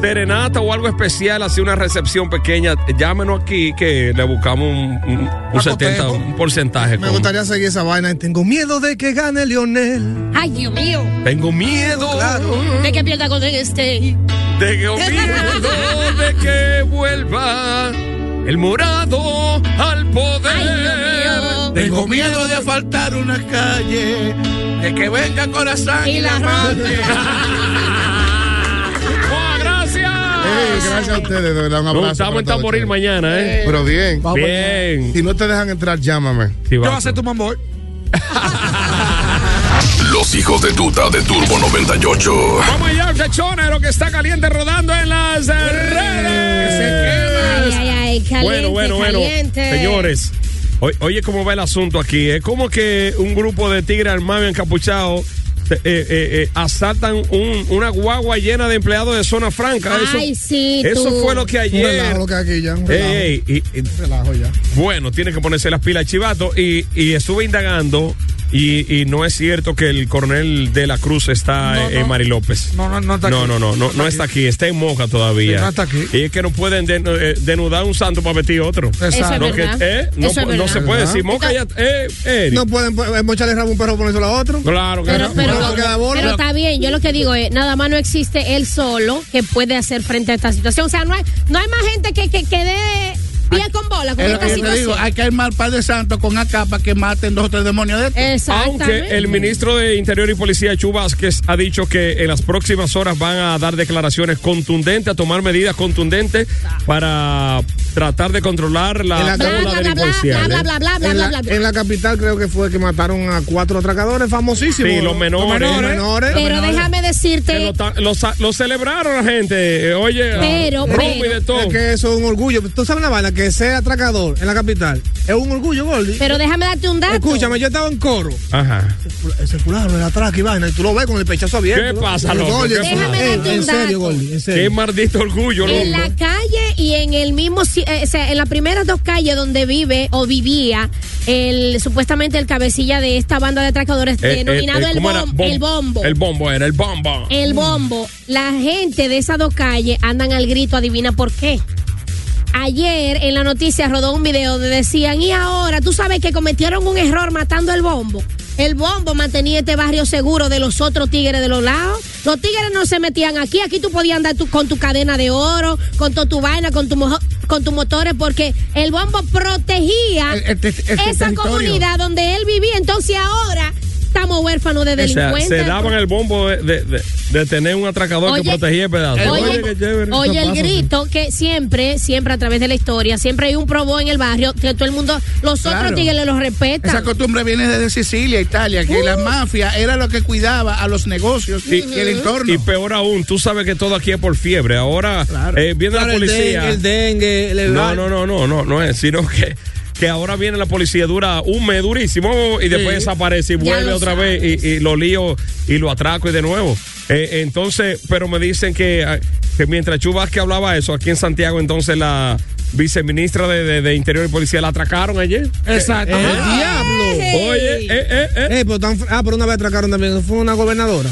Speaker 2: serenata o algo especial, así una recepción pequeña, llámenos aquí que le buscamos un, un- un 70, un porcentaje.
Speaker 6: Me
Speaker 2: con-
Speaker 6: gustaría seguir esa vaina. Tengo miedo de que gane Lionel.
Speaker 4: Ay, Dios mío.
Speaker 2: Tengo miedo
Speaker 4: De que pierda con este.
Speaker 2: de que
Speaker 4: (laughs)
Speaker 2: miedo de que vuelva el morado al poder.
Speaker 7: Tengo miedo de asfaltar una calle, de que venga corazón y, la mate.
Speaker 2: Moa, gracias.
Speaker 19: Ey, gracias a ustedes, de verdad, un abrazo.
Speaker 2: Nos
Speaker 19: para
Speaker 2: estamos en
Speaker 19: todos
Speaker 2: Tamboril
Speaker 19: ustedes.
Speaker 2: mañana, ¿eh?
Speaker 19: Pero bien.
Speaker 2: Vamos Bien.
Speaker 19: Si no te dejan entrar, llámame.
Speaker 2: Yo
Speaker 5: voy a ser tu mamboy.
Speaker 18: Los hijos de tuta de Turbo 98.
Speaker 2: Vamos allá, muchachones, lo que está caliente rodando en las eh, redes.
Speaker 4: Ay, ay, ay, caliente,
Speaker 2: bueno, bueno, bueno.
Speaker 4: caliente.
Speaker 2: Señores, oye, oye cómo va el asunto aquí. Es como que un grupo de tigres armados y encapuchados eh, eh, eh, asaltan un- una guagua llena de empleados de zona franca. Eso,
Speaker 4: Ay, sí,
Speaker 2: eso
Speaker 4: tú.
Speaker 2: fue lo que ayer.
Speaker 6: Un relajo lo que hay aquí ya. Un relajo.
Speaker 2: Ey, ey, y- y-
Speaker 6: Un relajo ya.
Speaker 2: bueno, tiene que ponerse las pilas, chivato. Y, y estuve indagando. Y, y no es cierto que el coronel de la Cruz está
Speaker 5: No,
Speaker 2: en
Speaker 5: no.
Speaker 2: Mari López.
Speaker 5: No, no, no está
Speaker 2: No,
Speaker 5: aquí.
Speaker 2: no, no, no, no está aquí, está en Moca todavía.
Speaker 5: Sí, no está aquí.
Speaker 2: Y es que no pueden den- eh, denudar un santo para meter otro.
Speaker 5: es
Speaker 2: Lo que-
Speaker 4: verdad.
Speaker 2: eh, no,
Speaker 4: Eso es
Speaker 2: po- no se
Speaker 4: verdad.
Speaker 2: puede
Speaker 4: Ajá.
Speaker 2: decir Moca ya. Eh, Eric.
Speaker 6: No pueden pues, mocharle rabo a un perro ponérselo a otro.
Speaker 2: Claro que
Speaker 4: Pero,
Speaker 2: no.
Speaker 4: pero,
Speaker 6: Bueno, queda bola.
Speaker 4: pero está bien, yo lo que digo es, nada más no existe él solo que puede hacer frente a esta situación. O sea, no hay, no hay más gente que, que, que dé pie con bola con
Speaker 7: Es lo
Speaker 4: esta
Speaker 7: que yo te digo,
Speaker 4: situación.
Speaker 7: hay que armar par de santos con acá para que maten dos o tres demonios de estos.
Speaker 4: Exactamente.
Speaker 2: Aunque el ministro de Interior y Policía, Chu Vázquez, ha dicho que en las próximas horas van a dar declaraciones contundentes, a tomar medidas contundentes para tratar de controlar
Speaker 6: En
Speaker 2: la
Speaker 6: la
Speaker 4: Bla,
Speaker 2: ola
Speaker 4: bla, bla, bla,
Speaker 2: delincuencial,
Speaker 4: bla,
Speaker 2: ¿eh?
Speaker 4: bla, bla, bla, bla,
Speaker 6: en, la,
Speaker 4: bla, bla.
Speaker 6: en la capital creo que fue que mataron a cuatro atracadores famosísimos.
Speaker 2: Sí, los menores. ¿eh?
Speaker 6: Los menores.
Speaker 4: Pero déjame
Speaker 2: Que lo,
Speaker 4: decirte,
Speaker 2: ta- lo sa- lo celebraron la gente. eh, Oye,
Speaker 4: Pero,
Speaker 2: rumbo y
Speaker 4: pero.
Speaker 2: de todo.
Speaker 6: Es que eso es un orgullo. Tú sabes la vaina que ser atracador en la capital es un orgullo, Gordy.
Speaker 4: pero déjame darte un dato.
Speaker 6: Escúchame, yo estaba en coro.
Speaker 2: Ajá.
Speaker 6: Ese fulano era atraca y vaina. Y tú lo ves con el pechazo abierto.
Speaker 2: ¿Qué
Speaker 6: ¿no?
Speaker 2: pasa, loco?
Speaker 6: Gordy,
Speaker 2: ¿Qué
Speaker 4: Déjame pasa? darte
Speaker 6: Ey,
Speaker 4: un
Speaker 6: En serio,
Speaker 4: dato.
Speaker 6: Gordy, en
Speaker 2: Qué
Speaker 6: serio.
Speaker 2: maldito orgullo,
Speaker 4: En
Speaker 2: loco.
Speaker 4: la calle y en el mismo, si- eh, o sea, en las primeras dos calles donde vive o vivía el supuestamente el cabecilla de esta banda de atracadores
Speaker 2: Eh, eh,
Speaker 4: denominado
Speaker 2: eh,
Speaker 4: el,
Speaker 2: ¿cómo era?
Speaker 4: Bom-
Speaker 2: Bom-
Speaker 4: el bombo.
Speaker 2: El bombo era, el bombo.
Speaker 4: El bombo. La gente de esas dos calles andan al grito, adivina por qué. Ayer en la noticia rodó un video donde decían, y ahora, tú sabes que cometieron un error matando el bombo. El bombo mantenía este barrio seguro de los otros tigres de los lados. Los tigres no se metían aquí. Aquí tú podías andar tú con tu cadena de oro, con toda tu vaina, con tu mojo- con tus motores porque el bombo protegía
Speaker 7: El- el te- el
Speaker 4: esa
Speaker 7: territorio.
Speaker 4: comunidad donde él vivía. Entonces ahora estamos huérfanos de
Speaker 2: O sea,
Speaker 4: delincuentes.
Speaker 2: se daban el bombo de, de- de- de tener un atracador que
Speaker 4: Oye,
Speaker 2: protegía el pedazo.
Speaker 4: Oye, oye, el grito que siempre, siempre a través de la historia, siempre hay un probó en el barrio que todo el mundo, los
Speaker 7: Claro.
Speaker 4: otros tigres los respetan.
Speaker 7: Esa costumbre viene desde Sicilia, Italia, que
Speaker 2: Uh.
Speaker 7: la mafia era lo que cuidaba a los negocios y, el entorno.
Speaker 2: Y peor aún, tú sabes que todo aquí es por fiebre. Ahora eh, viene
Speaker 23: Claro,
Speaker 2: la
Speaker 23: el
Speaker 2: policía.
Speaker 23: dengue, el dengue, el-
Speaker 2: no, no, no, no, no, no es, sino que. Que ahora viene la policía, dura un mes durísimo y después desaparece y
Speaker 23: Ya
Speaker 2: vuelve
Speaker 23: lo
Speaker 2: otra vez y, y lo lío y lo atraco y de nuevo. Eh, entonces, pero me dicen que, ah, que mientras Chubasque hablaba eso, aquí en Santiago, entonces la viceministra de, de- de Interior y Policía la atracaron ayer.
Speaker 6: Exacto.
Speaker 2: Eh,
Speaker 6: El
Speaker 2: ajá.
Speaker 6: diablo.
Speaker 2: Oye, eh, eh, eh.
Speaker 6: Ey, pero tan- ah, pero una vez atracaron también. Fue una gobernadora.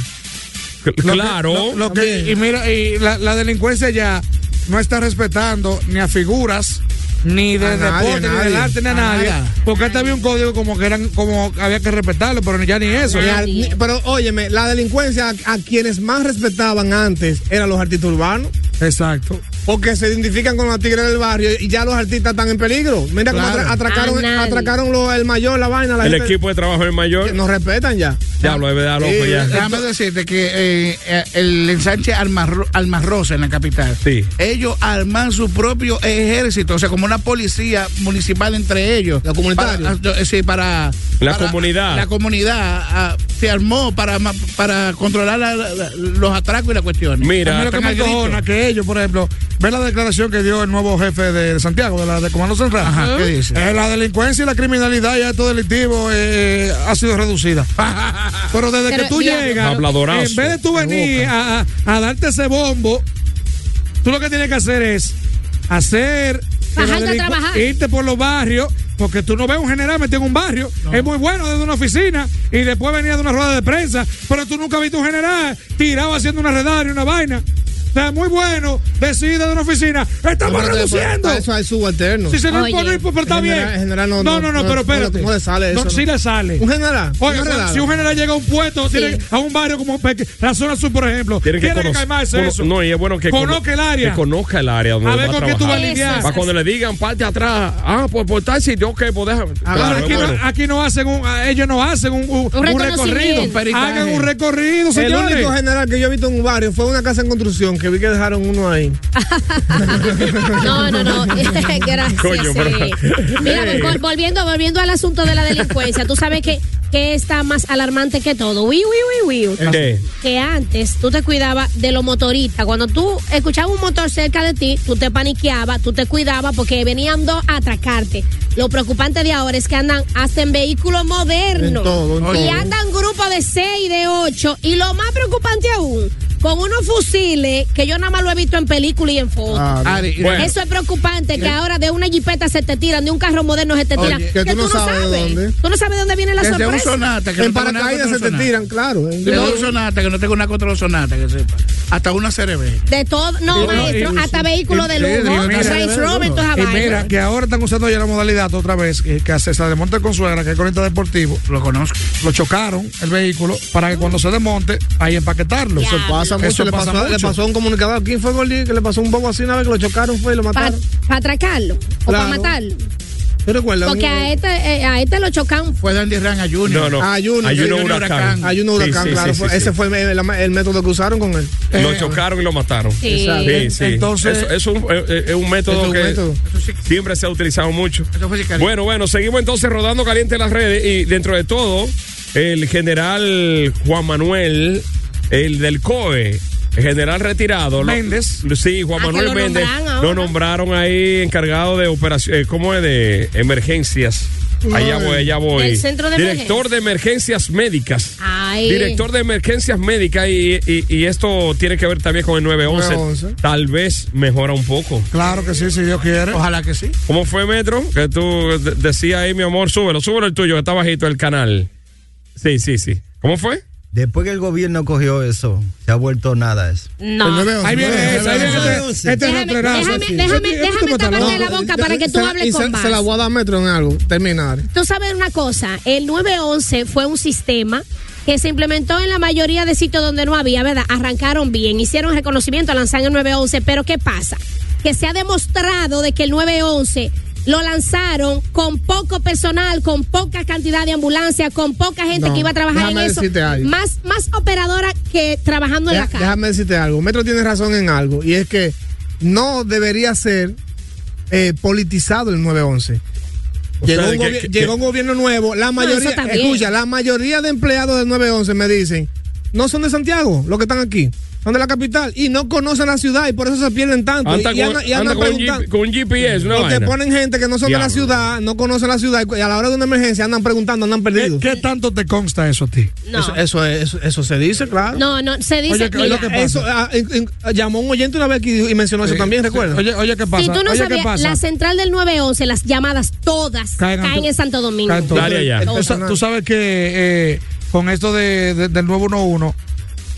Speaker 2: Claro.
Speaker 6: Lo-
Speaker 5: Lo que- y mira, y la, la delincuencia ya no está respetando ni a figuras, ni de
Speaker 6: A nadie,
Speaker 5: deporte, ni
Speaker 6: nadie.
Speaker 5: del arte, ni a
Speaker 6: A
Speaker 5: nadie.
Speaker 6: nada.
Speaker 5: Porque hasta había un código como que eran, como había que respetarlo, pero ya ni eso.
Speaker 2: Ah,
Speaker 6: Ni a- ni- pero óyeme, la delincuencia a, a quienes más respetaban antes eran los artistas urbanos.
Speaker 5: Exacto.
Speaker 6: Porque se identifican con los tigres del barrio y ya los artistas están en peligro. Mira cómo
Speaker 2: Claro.
Speaker 6: atra-
Speaker 2: A
Speaker 6: atracaron,
Speaker 2: nadie.
Speaker 6: atracaron los- el mayor, la vaina, la
Speaker 2: el
Speaker 6: gente-
Speaker 2: equipo de trabajo del mayor.
Speaker 6: Nos respetan ya.
Speaker 2: Diablo, es verdad, loco,
Speaker 7: Eh,
Speaker 2: ya.
Speaker 7: Déjame decirte que eh, eh, el ensanche Almarro- Almarrosa en la capital,
Speaker 2: Sí.
Speaker 7: ellos arman su propio ejército, o sea, como una policía municipal entre ellos. La
Speaker 2: comunitarios.
Speaker 7: sí, para...
Speaker 2: La
Speaker 7: para-
Speaker 2: comunidad.
Speaker 7: La comunidad ah, se armó para, ma- para controlar la- la- los atracos y las
Speaker 5: A
Speaker 7: cuestiones.
Speaker 5: mí lo que
Speaker 7: Están
Speaker 5: me
Speaker 7: al grito.
Speaker 5: encojona que ellos, por ejemplo, ve la declaración que dio el nuevo jefe de Santiago, de la de Comando Central.
Speaker 7: Ajá, ¿qué dice?
Speaker 5: Eh, la delincuencia y la criminalidad y actos delictivos eh, ha sido
Speaker 7: (laughs)
Speaker 5: reducida. Pero desde
Speaker 2: Pero,
Speaker 5: que tú
Speaker 2: mira.
Speaker 5: llegas,
Speaker 2: Habladorazo.
Speaker 5: en vez de tú venir a, a- a darte ese bombo, tú lo que tienes que hacer es hacer... que la
Speaker 4: Bajarte a
Speaker 5: delincu-
Speaker 4: trabajar.
Speaker 5: Irte por los barrios, porque tú no ves un general metido en un barrio. Es muy bueno desde una oficina y después venía de una rueda de prensa, pero tú nunca viste un general tirado haciendo una redaria, una vaina. O sea, muy bueno, decide de una oficina. ¡Estamos
Speaker 6: Pero, ah, pero,
Speaker 5: reduciendo!
Speaker 6: para Eso hay subalterno.
Speaker 5: Si se no impone, pues, pero está
Speaker 6: El
Speaker 5: bien.
Speaker 6: general- el general
Speaker 5: no, no, no, pero espérate.
Speaker 6: ¿Cómo le sale eso?
Speaker 5: No, sí le sale.
Speaker 6: Un general.
Speaker 5: Oiga,
Speaker 6: una redada.
Speaker 5: si un general llega a un puesto, tiene- a un barrio como Peque- la zona sur, por ejemplo, tiene que,
Speaker 2: conocer-
Speaker 5: calmarse
Speaker 2: cono-
Speaker 5: eso.
Speaker 2: No, y es bueno que
Speaker 5: conozca
Speaker 2: cono-
Speaker 5: el área.
Speaker 2: Que conozca el área donde
Speaker 5: A ver
Speaker 2: va
Speaker 5: con qué tú
Speaker 2: trabajar.
Speaker 5: vas a lidiar.
Speaker 2: Para cuando le digan, parte atrás. Ah, pues por tal sitio, ok, pues déjame.
Speaker 5: Ahora,
Speaker 2: Claro,
Speaker 5: aquí,
Speaker 2: es
Speaker 5: no,
Speaker 2: bueno.
Speaker 5: aquí no hacen un, a- ellos no hacen un, un- un recorrido. Hagan un recorrido,
Speaker 6: El
Speaker 5: señores.
Speaker 6: único general que yo he visto en un barrio fue una casa en construcción que vi que dejaron uno ahí.
Speaker 4: (laughs) No, no, (laughs) no. Gracias.
Speaker 6: Coño, pero-
Speaker 4: sí. Mira,
Speaker 6: Ey.
Speaker 4: vol- volviendo, volviendo al asunto de la delincuencia, tú sabes que, que está más alarmante que todo. Uy, uy, uy, uy.
Speaker 2: ¿El qué?
Speaker 4: Que antes tú te cuidabas de los motoristas. Cuando tú escuchabas un motor cerca de ti, tú te paniqueabas, tú te cuidabas porque venían dos a atracarte. Lo preocupante de ahora es que andan hasta en vehículos modernos.
Speaker 6: En todo, en
Speaker 4: y
Speaker 6: todo.
Speaker 4: andan grupos de 6, de 8. Y lo más preocupante aún, con unos fusiles que yo nada más lo he visto en película y en fotos.
Speaker 6: Ah, Ari, bueno.
Speaker 4: Eso es preocupante, que ahora de una jipeta se te tiran, de un carro moderno se te
Speaker 6: Oye,
Speaker 4: tiran.
Speaker 6: que tú no sabes de dónde.
Speaker 4: Tú no sabes de dónde viene la
Speaker 7: Desde un
Speaker 4: sorpresa.
Speaker 7: Sonata, que no
Speaker 6: en
Speaker 7: tengo nada
Speaker 6: paracaídas
Speaker 7: contra
Speaker 6: se
Speaker 7: un
Speaker 6: te
Speaker 7: Sonata.
Speaker 6: tiran, claro. ¿eh? en-
Speaker 7: De dos sonatas, que no tengo nada contra los sonatas, que sepa. Hasta una CRB.
Speaker 4: De todo,
Speaker 7: Y-
Speaker 4: no, maestro,
Speaker 7: y-
Speaker 4: hasta vehículos de
Speaker 7: y-
Speaker 4: lujo,
Speaker 7: y-
Speaker 4: Range
Speaker 7: mira,
Speaker 4: Rover, toda
Speaker 5: Y
Speaker 4: esa vaina.
Speaker 5: mira, que ahora están usando ya la modalidad otra vez, eh, que, que se, se desmonta el consuegra, que es corriente deportivo. Lo conozco. Lo chocaron el vehículo para que cuando se desmonte, ahí empaquetarlo.
Speaker 6: Eso pasa mucho, le, pasó, le pasó a un comunicador. ¿Quién fue Gordy? Que le pasó un bobo así una vez que lo chocaron fue y lo
Speaker 4: Para
Speaker 6: mataron.
Speaker 4: atracarlo o
Speaker 6: Claro.
Speaker 4: para matarlo.
Speaker 6: ¿Tú recuerdas?
Speaker 4: Porque
Speaker 6: Un-
Speaker 4: a este, eh, a este lo chocan.
Speaker 7: Fue Dandy Ran a
Speaker 2: Junior. No, no.
Speaker 6: A Ah, Junior.
Speaker 2: A Junior
Speaker 6: Sí,
Speaker 2: Huracán.
Speaker 6: A Junior
Speaker 2: Sí,
Speaker 6: Huracán,
Speaker 2: sí,
Speaker 6: claro.
Speaker 2: sí,
Speaker 6: fue-
Speaker 2: sí,
Speaker 6: ese
Speaker 2: sí.
Speaker 6: fue el, el- el método que usaron con él.
Speaker 5: Eh.
Speaker 2: Lo chocaron y lo mataron.
Speaker 6: Sí.
Speaker 2: sí. sí.
Speaker 6: Entonces-
Speaker 2: Eso- eso es un- eh, eh, es un método
Speaker 6: Eso es un
Speaker 2: que
Speaker 6: método.
Speaker 2: siempre se ha utilizado mucho.
Speaker 7: fue sicario.
Speaker 2: Bueno, bueno, seguimos entonces rodando caliente las redes y dentro de todo, el general Juan Manuel, el del COE. el General retirado. lo-
Speaker 5: Méndez.
Speaker 2: Sí, Juan
Speaker 5: Ah, que
Speaker 2: Manuel
Speaker 5: lo
Speaker 2: Méndez.
Speaker 5: nombraron ahora.
Speaker 2: Lo nombraron ahí encargado de operaciones, ¿cómo es? De emergencias. Allá
Speaker 4: Ay.
Speaker 2: voy, allá voy.
Speaker 4: El centro de
Speaker 2: Director de emergencias médicas.
Speaker 4: Ay.
Speaker 2: Director de emergencias médicas y, y- y esto tiene que ver también con el 911.
Speaker 5: 911.
Speaker 2: Tal vez mejora un poco.
Speaker 5: Claro que sí, si Dios quiere.
Speaker 7: Ojalá que sí.
Speaker 2: ¿Cómo fue, Metro? Que tú de- decías ahí, mi amor, súbelo, súbelo el tuyo, que está bajito el canal. Sí, sí, sí. ¿Cómo fue?
Speaker 16: Después que el gobierno cogió eso, se ha vuelto nada eso.
Speaker 4: No.
Speaker 5: Ahí viene esa, ahí viene este, este
Speaker 4: Déjame-
Speaker 5: refrenazo.
Speaker 4: déjame- déjame- déjame taparte la boca para que tú
Speaker 6: Eh, Se la-
Speaker 4: hables
Speaker 6: y se-
Speaker 4: con
Speaker 6: Se la
Speaker 4: Bass.
Speaker 6: voy a dar metro en algo. Terminar.
Speaker 4: Tú sabes una cosa, el 911 fue un sistema que se implementó en la mayoría de sitios donde no había, ¿verdad? Arrancaron bien, hicieron reconocimiento, lanzaron el 911, pero ¿qué pasa? que se ha demostrado de que el 911 lo lanzaron con poco personal, con poca cantidad de ambulancia, con poca gente
Speaker 6: No,
Speaker 4: que iba a trabajar en
Speaker 6: déjame
Speaker 4: eso.
Speaker 6: decirte algo.
Speaker 4: Más, más operadora que trabajando en
Speaker 6: Deja-
Speaker 4: la calle.
Speaker 6: Déjame decirte algo. Metro tiene razón en algo. Y es que no debería ser eh, politizado el 911.
Speaker 8: O
Speaker 6: Llegó,
Speaker 8: sea,
Speaker 6: un,
Speaker 8: que-
Speaker 6: gobi-
Speaker 8: que-
Speaker 6: llegó un gobierno nuevo. La
Speaker 8: eso
Speaker 6: mayoría,
Speaker 8: también.
Speaker 6: escucha, la mayoría de empleados del 911 me dicen, no son de Santiago los que están aquí. Son de la capital y no conocen la ciudad y por eso se pierden tanto.
Speaker 2: Anda
Speaker 6: y,
Speaker 2: con- anda con un Jeep- con un GPS, una
Speaker 6: Porque
Speaker 2: vaina.
Speaker 6: ponen gente que no son de la
Speaker 2: Diablo.
Speaker 6: ciudad, no conocen la ciudad y a la hora de una emergencia andan preguntando, andan perdidos. ¿Qué, tanto te consta eso a ti?
Speaker 4: No.
Speaker 6: Eso, eso, es- eso, eso se dice, claro.
Speaker 4: No, no, se dice
Speaker 6: Oye, que-
Speaker 4: mira,
Speaker 6: lo que pasa. Eso, ah, en- en- llamó un oyente una vez aquí y dijo- y mencionó eso
Speaker 5: Sí,
Speaker 6: también,
Speaker 5: sí.
Speaker 6: recuerda.
Speaker 5: Oye, oye, ¿qué
Speaker 4: Si tú no sabías, la central del 911, las llamadas todas
Speaker 5: Caen
Speaker 4: caen,
Speaker 5: ante-
Speaker 4: en Santo Domingo.
Speaker 5: Canto. Tú, sa- tú sabes que eh, con esto de, de- del nuevo 1-1